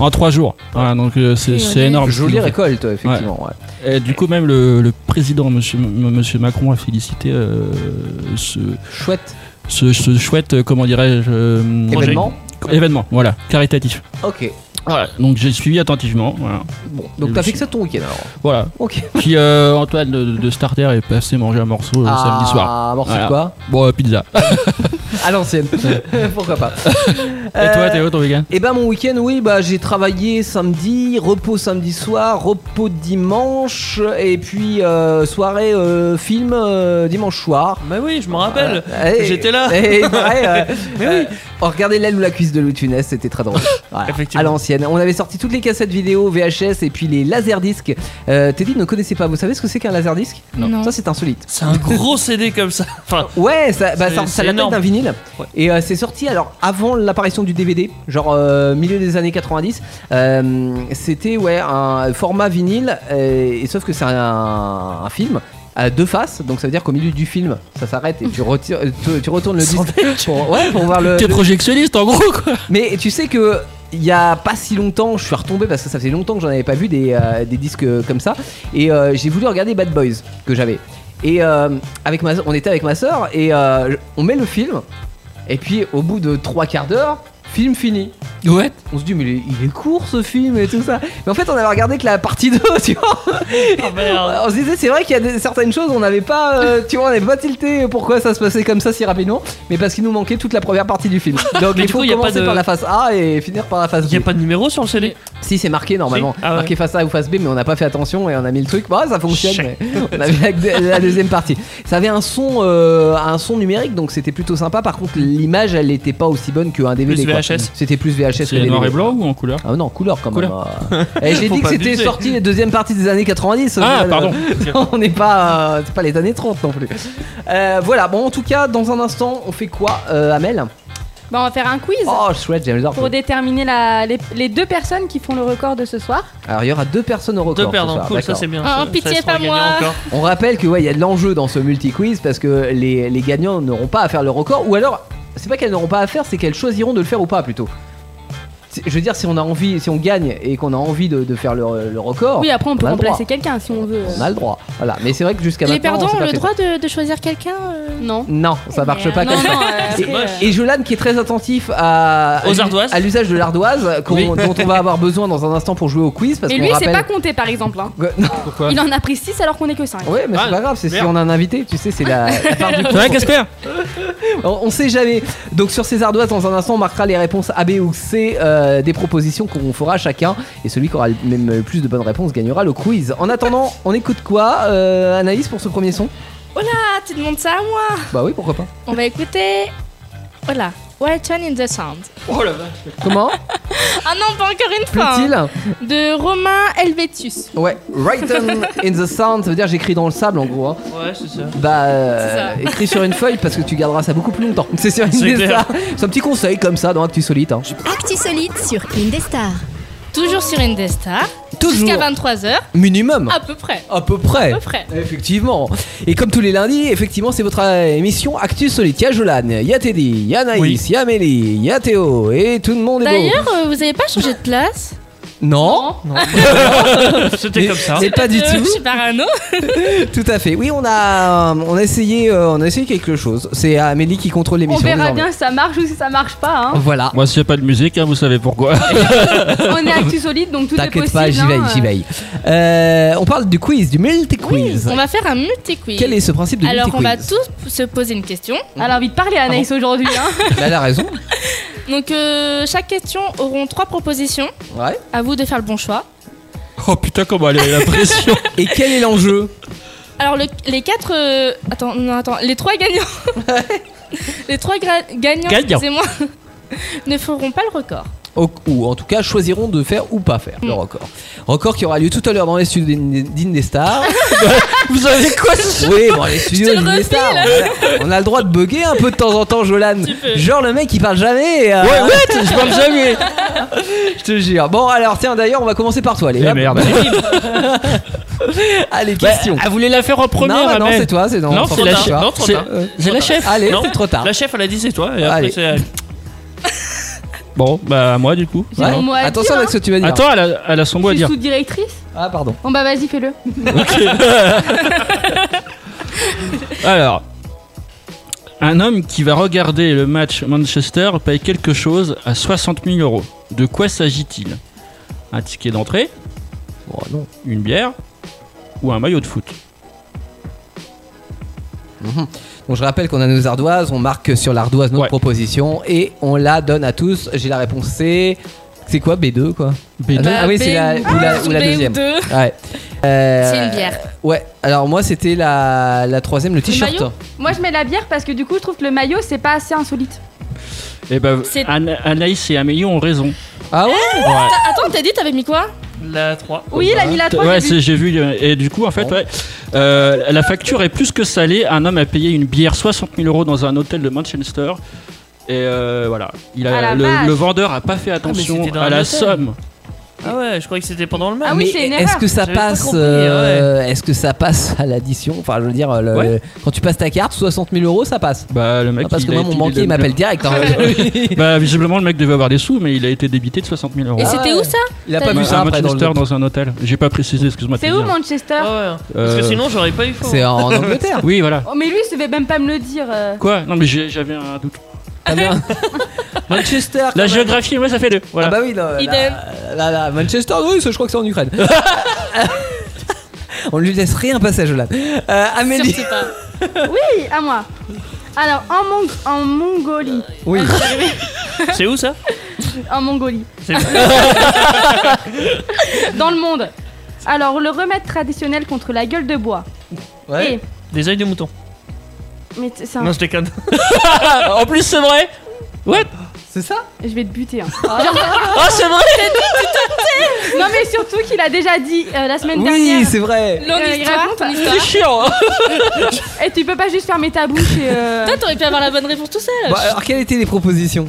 [SPEAKER 5] en 3 jours. Voilà, donc euh, c'est
[SPEAKER 7] Oui,
[SPEAKER 5] c'est
[SPEAKER 7] oui.
[SPEAKER 5] énorme. ce
[SPEAKER 3] Jolie
[SPEAKER 5] qu'ils ont fait.
[SPEAKER 3] récolte, effectivement. ouais.
[SPEAKER 5] Et Eh, du coup, même le, le président, monsieur, M- monsieur Macron, a félicité euh, ce,
[SPEAKER 3] Chouette
[SPEAKER 5] ce, ce chouette, euh, comment dirais-je, euh,
[SPEAKER 6] Projet.
[SPEAKER 3] événement.
[SPEAKER 5] événement, voilà, caritatif.
[SPEAKER 3] Ok.
[SPEAKER 5] Voilà, donc j'ai suivi attentivement. Voilà.
[SPEAKER 3] Bon, donc
[SPEAKER 5] Et
[SPEAKER 3] t'as
[SPEAKER 5] le
[SPEAKER 3] fixé ton week-end alors.
[SPEAKER 5] Voilà.
[SPEAKER 3] Ok.
[SPEAKER 5] Puis euh, Antoine de, de Starter est passé manger un morceau euh,
[SPEAKER 3] bah,
[SPEAKER 5] samedi soir.
[SPEAKER 3] Ah, morceau de
[SPEAKER 5] Voilà.
[SPEAKER 3] quoi <laughs>
[SPEAKER 5] Bon, euh, pizza.
[SPEAKER 3] À l'ancienne. Pourquoi pas.
[SPEAKER 5] <laughs> Et toi,
[SPEAKER 3] Euh,
[SPEAKER 5] Théo, ton week-end
[SPEAKER 3] Eh ben mon week-end, oui, bah j'ai travaillé samedi, repos samedi soir, repos dimanche, et puis euh, soirée euh, film euh, dimanche soir.
[SPEAKER 6] Bah oui, je me rappelle.
[SPEAKER 3] Eh,
[SPEAKER 6] J'étais là.
[SPEAKER 3] eh,
[SPEAKER 6] <laughs>
[SPEAKER 3] ouais, euh,
[SPEAKER 6] Mais
[SPEAKER 3] euh, oh, regardez l'aile ou la cuisse de Louis de Funès, c'était très
[SPEAKER 6] <laughs>
[SPEAKER 3] drôle. Voilà,
[SPEAKER 6] Effectivement.
[SPEAKER 3] à l'ancienne. On avait sorti toutes les cassettes vidéo, VHS et puis les laserdiscs. Euh, Teddy ne connaissait pas. Vous savez ce que c'est qu'un laserdisc
[SPEAKER 7] Non.
[SPEAKER 3] Ça, c'est insolite.
[SPEAKER 6] C'est un gros CD comme ça. Enfin,
[SPEAKER 3] Ouais, ça, bah,
[SPEAKER 6] C'est-
[SPEAKER 3] ça, ça
[SPEAKER 6] c'est
[SPEAKER 3] a la tête
[SPEAKER 6] énorme.
[SPEAKER 3] d'un vinyle.
[SPEAKER 6] Ouais.
[SPEAKER 3] Et euh, c'est sorti alors avant l'apparition du DVD, genre euh, milieu des années 90. Euh, C'était ouais un format vinyle, euh, et sauf que c'est un, un film à deux faces, donc ça veut dire qu'au milieu du film, ça s'arrête
[SPEAKER 6] <laughs>
[SPEAKER 3] et tu, retires, euh, tu, tu retournes le disque pour, ouais, pour voir le,
[SPEAKER 5] T'es projectionniste en gros quoi
[SPEAKER 3] mais tu sais que il y a pas si longtemps, je suis retombé parce que ça faisait longtemps que j'en avais pas vu des, euh, des disques euh, comme ça. Et euh, j'ai voulu regarder Bad Boys que j'avais. Et euh, avec ma, on était avec ma soeur et euh, je- on met le film. Et puis au bout de trois quarts d'heure, film fini.
[SPEAKER 5] Ouais.
[SPEAKER 3] On se dit mais il est, il est court ce film et tout ça. Mais en fait on avait regardé que la partie 2, <laughs> tu vois.
[SPEAKER 6] ah, merde.
[SPEAKER 3] On se disait c'est vrai qu'il y a des- certaines choses on n'avait pas, euh, tu vois, on n'avait pas tilté pourquoi ça se passait comme ça si rapidement. Mais parce qu'il nous manquait toute la première partie du
[SPEAKER 6] <laughs>
[SPEAKER 3] film. Donc
[SPEAKER 6] Mais
[SPEAKER 3] il
[SPEAKER 6] du
[SPEAKER 3] faut
[SPEAKER 6] coup, il y a pas
[SPEAKER 3] commencer
[SPEAKER 6] de-
[SPEAKER 3] par la face A et finir par la face
[SPEAKER 6] Il n'y
[SPEAKER 3] B.
[SPEAKER 6] a pas de numéro sur le CD
[SPEAKER 3] Si c'est marqué normalement,
[SPEAKER 6] Si Ah ouais.
[SPEAKER 3] marqué face A ou face B, mais on n'a pas fait attention et on a mis le truc. Bah ça fonctionne.
[SPEAKER 6] Chais.
[SPEAKER 3] mais on avait la, la deuxième partie. Ça avait un son, euh, un son numérique, donc c'était plutôt sympa. Par contre, l'image, elle n'était pas aussi bonne qu'un DVD.
[SPEAKER 6] Plus
[SPEAKER 3] quoi.
[SPEAKER 6] VHS.
[SPEAKER 3] C'était plus VHS. que
[SPEAKER 5] C'est
[SPEAKER 3] DVD.
[SPEAKER 5] noir et blanc ou en couleur
[SPEAKER 3] Ah non, couleur quand
[SPEAKER 5] Couleur.
[SPEAKER 3] même. Euh, Et j'ai
[SPEAKER 6] <laughs> Faut
[SPEAKER 3] dit que
[SPEAKER 6] pas
[SPEAKER 3] c'était
[SPEAKER 6] abuser.
[SPEAKER 3] sorti la deuxième partie des années 90.
[SPEAKER 5] Ah,
[SPEAKER 3] Euh,
[SPEAKER 5] pardon.
[SPEAKER 3] <laughs> on n'est pas, euh, c'est pas les années 30 non plus. Euh, voilà. Bon, en tout cas, dans un instant, on fait quoi, euh, Amel
[SPEAKER 4] Bah, on va faire un quiz
[SPEAKER 3] Oh, chouette, j'aime bien.
[SPEAKER 4] pour déterminer la- les, les deux personnes qui font le record de ce soir.
[SPEAKER 3] Alors, il y aura deux personnes au record.
[SPEAKER 6] Deux
[SPEAKER 3] ce
[SPEAKER 6] perdants,
[SPEAKER 3] soir,
[SPEAKER 6] cool, ça
[SPEAKER 3] d'accord.
[SPEAKER 6] c'est bien.
[SPEAKER 7] Ah,
[SPEAKER 6] Ça-
[SPEAKER 7] pitié,
[SPEAKER 6] ça se
[SPEAKER 7] pas
[SPEAKER 6] regagnera
[SPEAKER 7] moi.
[SPEAKER 4] <laughs>
[SPEAKER 6] encore.
[SPEAKER 3] On rappelle que ouais, il y a de l'enjeu dans ce multi-quiz parce que les, les gagnants n'auront pas à faire le record ou alors c'est pas qu'elles n'auront pas à faire, c'est qu'elles choisiront de le faire ou pas plutôt. C'est- Je veux dire, si on a envie, si on gagne et qu'on a envie de, de faire le, le record,
[SPEAKER 4] Oui, après on peut
[SPEAKER 3] On a le
[SPEAKER 4] remplacer quelqu'un si on veut.
[SPEAKER 3] on a le droit. Voilà, mais c'est vrai que jusqu'à
[SPEAKER 7] Les
[SPEAKER 3] maintenant, on
[SPEAKER 7] perdants
[SPEAKER 3] s'est
[SPEAKER 7] ont
[SPEAKER 3] pas
[SPEAKER 7] le
[SPEAKER 3] fait
[SPEAKER 7] droit de, de choisir quelqu'un euh, Non.
[SPEAKER 3] ça. Non, ça marche
[SPEAKER 7] Mais,
[SPEAKER 3] pas
[SPEAKER 7] euh,
[SPEAKER 3] comme
[SPEAKER 7] non,
[SPEAKER 3] ça.
[SPEAKER 7] non, euh,
[SPEAKER 3] Et-
[SPEAKER 7] après, euh,
[SPEAKER 3] Et Jolan qui est très attentif à,
[SPEAKER 6] Aux ardoises.
[SPEAKER 3] à l'usage de l'ardoise qu'on-
[SPEAKER 6] <laughs> Oui.
[SPEAKER 3] dont on va avoir besoin dans un instant pour jouer au quiz parce
[SPEAKER 4] Mais
[SPEAKER 3] qu'on
[SPEAKER 4] lui, c'est
[SPEAKER 3] rappelle.
[SPEAKER 4] pas compté par exemple. hein.
[SPEAKER 3] <laughs> Non,
[SPEAKER 5] Pourquoi
[SPEAKER 4] Il en a pris 6 alors qu'on est que 5.
[SPEAKER 3] ouais, mais c'est
[SPEAKER 6] Ah,
[SPEAKER 3] pas grave, c'est si
[SPEAKER 6] merde.
[SPEAKER 3] on a un invité, tu sais, c'est la, la
[SPEAKER 6] <laughs>
[SPEAKER 3] part du
[SPEAKER 5] C'est vrai, Casper
[SPEAKER 3] On, on sait jamais. Donc sur ces ardoises, dans un instant, on marquera les réponses A, B ou C euh, des propositions qu'on fera chacun. Et celui qui aura le- même le plus de bonnes réponses gagnera le quiz. En attendant, on écoute quoi, euh, Anaïs, pour ce premier son
[SPEAKER 7] Ah, tu demandes ça à moi
[SPEAKER 3] Bah oui, pourquoi pas.
[SPEAKER 7] On va écouter. Voilà. White One in the Sound.
[SPEAKER 3] Comment
[SPEAKER 7] Ah non, pas encore une fois hein.
[SPEAKER 3] Plaît-il
[SPEAKER 7] De Romain Helvetius.
[SPEAKER 3] Ouais. Written in the sound, ça veut dire j'écris dans le sable en gros. hein.
[SPEAKER 6] Ouais, c'est ça.
[SPEAKER 3] Bah, euh,
[SPEAKER 7] C'est
[SPEAKER 3] écris sur une feuille parce que tu garderas ça beaucoup plus longtemps. C'est sur une
[SPEAKER 6] C'est clair.
[SPEAKER 3] ça. C'est un petit conseil comme ça dans Actu Solite. hein.
[SPEAKER 8] Actu solide sur Indestar.
[SPEAKER 7] Toujours sur Indestar.
[SPEAKER 3] Toujours.
[SPEAKER 7] Jusqu'à 23h,
[SPEAKER 3] Minimum.
[SPEAKER 7] à peu près.
[SPEAKER 3] À peu près.
[SPEAKER 7] À peu près.
[SPEAKER 3] Effectivement. Et comme tous les lundis, effectivement, c'est votre euh, émission Actus Solide. Il y a Jolan, il y a Teddy, il y a Naïs, il
[SPEAKER 6] Oui.
[SPEAKER 3] y a Amélie, il y a Théo, et tout le monde est beau.
[SPEAKER 7] D'ailleurs, euh, vous avez pas changé de place
[SPEAKER 3] Oh, Non,
[SPEAKER 6] <laughs> C'était comme ça.
[SPEAKER 3] mais pas du
[SPEAKER 7] Euh,
[SPEAKER 3] tout.
[SPEAKER 7] Je suis parano.
[SPEAKER 3] Tout à fait. Oui, on a, euh, on a essayé, euh, on a essayé quelque chose. C'est Amélie qui contrôle
[SPEAKER 4] On
[SPEAKER 3] l'émission.
[SPEAKER 4] verra
[SPEAKER 3] désormais.
[SPEAKER 4] bien si ça marche ou si ça marche pas.
[SPEAKER 3] <laughs>
[SPEAKER 4] hein.
[SPEAKER 3] Voilà.
[SPEAKER 5] Moi, s'il n'y a pas de musique, hein, vous
[SPEAKER 3] <laughs>
[SPEAKER 5] savez pourquoi.
[SPEAKER 4] On est actu solide donc tout est possible.
[SPEAKER 3] T'inquiète pas, j'y vais,
[SPEAKER 4] hein.
[SPEAKER 3] j'y vais. Euh, on parle du quiz, du multi-quiz.
[SPEAKER 7] On va faire un multi-quiz.
[SPEAKER 3] Quel est ce principe de
[SPEAKER 7] Alors, on
[SPEAKER 3] multi-quiz
[SPEAKER 7] va tous se poser une question.
[SPEAKER 4] Elle a envie de parler Anaïs aujourd'hui. hein.
[SPEAKER 3] Bah, Elle a raison.
[SPEAKER 7] Donc, euh, chaque question auront trois propositions.
[SPEAKER 3] Ouais.
[SPEAKER 7] À vous de faire le bon choix.
[SPEAKER 5] oh putain, comment elle a la pression
[SPEAKER 3] <laughs> Et quel est l'enjeu
[SPEAKER 7] Alors le- les quatre, euh, attends, non, attends, les trois gagnants, <laughs> les trois gra- gagnants,
[SPEAKER 5] Gagnants.
[SPEAKER 7] excusez-moi, <laughs> ne feront pas le record.
[SPEAKER 3] Au- ou en tout cas choisiront de faire ou pas faire le
[SPEAKER 7] Mm.
[SPEAKER 3] record. Record qui aura lieu tout à l'heure dans les studios d'In- d'Indestar.
[SPEAKER 5] Vous savez quoi
[SPEAKER 3] <laughs> oui, bon, les studios
[SPEAKER 7] le
[SPEAKER 3] d'Indestar. On, a- on a le droit de bugger un peu de temps en temps, Jolan. Genre le mec il parle jamais. euh,
[SPEAKER 5] Ouais, ouais, je parle jamais
[SPEAKER 3] <laughs> Je te jure. Bon, alors tiens, d'ailleurs, on va commencer par toi. Allez,
[SPEAKER 5] Eh
[SPEAKER 3] hop.
[SPEAKER 5] merde
[SPEAKER 3] <laughs>
[SPEAKER 5] Bah,
[SPEAKER 3] Allez, question.
[SPEAKER 5] Elle voulait la faire en
[SPEAKER 3] non, bah, non, c'est toi, c'est non.
[SPEAKER 5] Non,
[SPEAKER 3] on s'en
[SPEAKER 5] c'est
[SPEAKER 3] fout,
[SPEAKER 5] la
[SPEAKER 3] tu
[SPEAKER 5] chi-
[SPEAKER 3] vois.
[SPEAKER 6] Non, trop
[SPEAKER 5] C'est-
[SPEAKER 6] tard.
[SPEAKER 3] Euh,
[SPEAKER 5] C'est la chef
[SPEAKER 3] Allez,
[SPEAKER 6] Non.
[SPEAKER 3] c'est trop tard.
[SPEAKER 6] La chef, elle a dit c'est toi.
[SPEAKER 3] Allez.
[SPEAKER 6] Et après, c'est elle.
[SPEAKER 5] Bon, bah à moi du coup.
[SPEAKER 4] J'ai mon mot à
[SPEAKER 3] Attention
[SPEAKER 4] dire,
[SPEAKER 3] avec
[SPEAKER 6] hein.
[SPEAKER 3] ce que tu vas dire.
[SPEAKER 5] Attends, elle a, elle a son mot à
[SPEAKER 4] Je suis
[SPEAKER 5] dire.
[SPEAKER 4] sous-directrice.
[SPEAKER 3] Ah, pardon.
[SPEAKER 4] Bon bah vas-y fais-le.
[SPEAKER 5] Alors, un homme qui va regarder le match Manchester paye quelque chose à 60 000 euros. De quoi s'agit-il Un ticket d'entrée
[SPEAKER 3] Oh, non.
[SPEAKER 5] Une bière Ou un maillot de foot
[SPEAKER 3] Donc je rappelle qu'on a nos ardoises, on marque sur l'ardoise notre
[SPEAKER 5] Ouais.
[SPEAKER 3] proposition et on la donne à tous. J'ai la réponse C. C'est quoi B2 quoi
[SPEAKER 5] B2.
[SPEAKER 3] Ah,
[SPEAKER 7] Bah,
[SPEAKER 3] non, ah oui, c'est la, ou la, ou la deuxième. Ouais. Euh,
[SPEAKER 7] C'est une bière.
[SPEAKER 3] Ouais, alors moi c'était la, la troisième, le t-shirt.
[SPEAKER 4] maillot Moi, je mets la bière parce que du coup, je trouve que le maillot, c'est pas assez insolite.
[SPEAKER 5] Eh ben,
[SPEAKER 7] C'est-
[SPEAKER 5] Ana- Anaïs et Amélie ont
[SPEAKER 4] <laughs>
[SPEAKER 5] raison.
[SPEAKER 3] Ah ouais
[SPEAKER 7] Attends, t'as dit, t'avais mis quoi
[SPEAKER 6] La 3.
[SPEAKER 4] Oui, il a mis la 3.
[SPEAKER 5] Ouais, c'est- j'ai vu. euh, Et du coup, en fait,
[SPEAKER 3] Bon.
[SPEAKER 5] ouais, euh, la facture est plus que salée. Un homme a payé une bière 60 000 euros dans un hôtel de Manchester. Et euh, voilà, il a,
[SPEAKER 4] Ah, la
[SPEAKER 5] le,
[SPEAKER 4] vache.
[SPEAKER 5] le vendeur a pas fait attention
[SPEAKER 6] Ah, c'était dans
[SPEAKER 5] à
[SPEAKER 6] un
[SPEAKER 5] la
[SPEAKER 6] hôtel.
[SPEAKER 5] somme.
[SPEAKER 6] Ah ouais, je croyais que c'était pendant le match.
[SPEAKER 4] Ah oui,
[SPEAKER 3] Mais
[SPEAKER 4] c'est une
[SPEAKER 3] est-ce
[SPEAKER 4] erreur.
[SPEAKER 3] que ça
[SPEAKER 6] J'avais pas
[SPEAKER 3] passe
[SPEAKER 6] compris,
[SPEAKER 3] euh, Est-ce que ça passe à l'addition Enfin, je veux dire, le-
[SPEAKER 5] Ouais.
[SPEAKER 3] quand tu passes ta carte, 60 000 euros, ça passe.
[SPEAKER 5] Bah, le mec,
[SPEAKER 3] Ah, parce
[SPEAKER 5] il
[SPEAKER 3] que
[SPEAKER 5] a
[SPEAKER 3] moi,
[SPEAKER 5] été-
[SPEAKER 3] mon
[SPEAKER 5] il
[SPEAKER 3] banquier
[SPEAKER 5] a-
[SPEAKER 3] il m'appelle direct.
[SPEAKER 5] <laughs>
[SPEAKER 3] hein. <laughs>
[SPEAKER 5] Bah, visiblement, le mec devait avoir des sous, mais il a été débité de 60 000 euros.
[SPEAKER 7] Et
[SPEAKER 3] Ah
[SPEAKER 7] c'était
[SPEAKER 3] ouais.
[SPEAKER 7] où ça
[SPEAKER 3] il a
[SPEAKER 7] T'as
[SPEAKER 3] pas
[SPEAKER 5] Ouais,
[SPEAKER 3] vu
[SPEAKER 5] à
[SPEAKER 3] ça après dans
[SPEAKER 5] Manchester
[SPEAKER 3] le
[SPEAKER 5] dans, un hôtel. J'ai pas précisé, excuse-moi. de
[SPEAKER 4] C'est
[SPEAKER 5] te
[SPEAKER 3] <laughs>
[SPEAKER 4] où
[SPEAKER 5] dire.
[SPEAKER 4] Manchester
[SPEAKER 6] Ah
[SPEAKER 7] Oh.
[SPEAKER 6] ouais. Parce que
[SPEAKER 5] Euh,
[SPEAKER 6] sinon j'aurais pas eu faux.
[SPEAKER 3] C'est en Angleterre.
[SPEAKER 5] Oui, voilà.
[SPEAKER 4] Oh, mais lui, il devait même pas me le dire. euh.
[SPEAKER 5] Quoi Non, mais j'ai- j'avais un doute.
[SPEAKER 3] Ah, merde.
[SPEAKER 4] Ah,
[SPEAKER 3] Manchester.
[SPEAKER 5] La
[SPEAKER 4] bah,
[SPEAKER 3] quand même.
[SPEAKER 5] géographie, ouais, ça fait deux. Voilà.
[SPEAKER 3] Ah bah oui, là,
[SPEAKER 7] Idem.
[SPEAKER 3] là, là, là, Manchester, oui, ça, je crois que c'est en Ukraine. On lui laisse rien passer, Jolan. Euh, Amélie.
[SPEAKER 7] Surtout pas.
[SPEAKER 4] <laughs> Oui, à moi. Alors, en, Mong- en Mongolie. euh,
[SPEAKER 3] Oui.
[SPEAKER 6] C'est où ça
[SPEAKER 4] En Mongolie.
[SPEAKER 6] C'est-
[SPEAKER 4] Dans le monde. Alors, le remède traditionnel contre la gueule de bois.
[SPEAKER 3] Ouais.
[SPEAKER 4] Et.
[SPEAKER 6] Des œils de mouton.
[SPEAKER 4] Mais t- c'est un-
[SPEAKER 6] Non, je déconne.
[SPEAKER 5] en plus, c'est vrai
[SPEAKER 3] C'est ça
[SPEAKER 4] Je vais te buter. hein.
[SPEAKER 6] Oh, c'est vrai
[SPEAKER 4] non, mais surtout qu'il a déjà dit euh, la semaine
[SPEAKER 3] Oui,
[SPEAKER 4] dernière.
[SPEAKER 3] c'est vrai.
[SPEAKER 7] Longue
[SPEAKER 4] Euh, il
[SPEAKER 7] histoire,
[SPEAKER 4] raconte.
[SPEAKER 7] ton histoire.
[SPEAKER 6] Chiant hein
[SPEAKER 4] Et Eh, tu peux pas juste fermer ta bouche et. <laughs> euh,
[SPEAKER 7] Toi, t'aurais pu avoir la bonne réponse tout seul.
[SPEAKER 3] Bon, Bah, alors, quelles étaient les propositions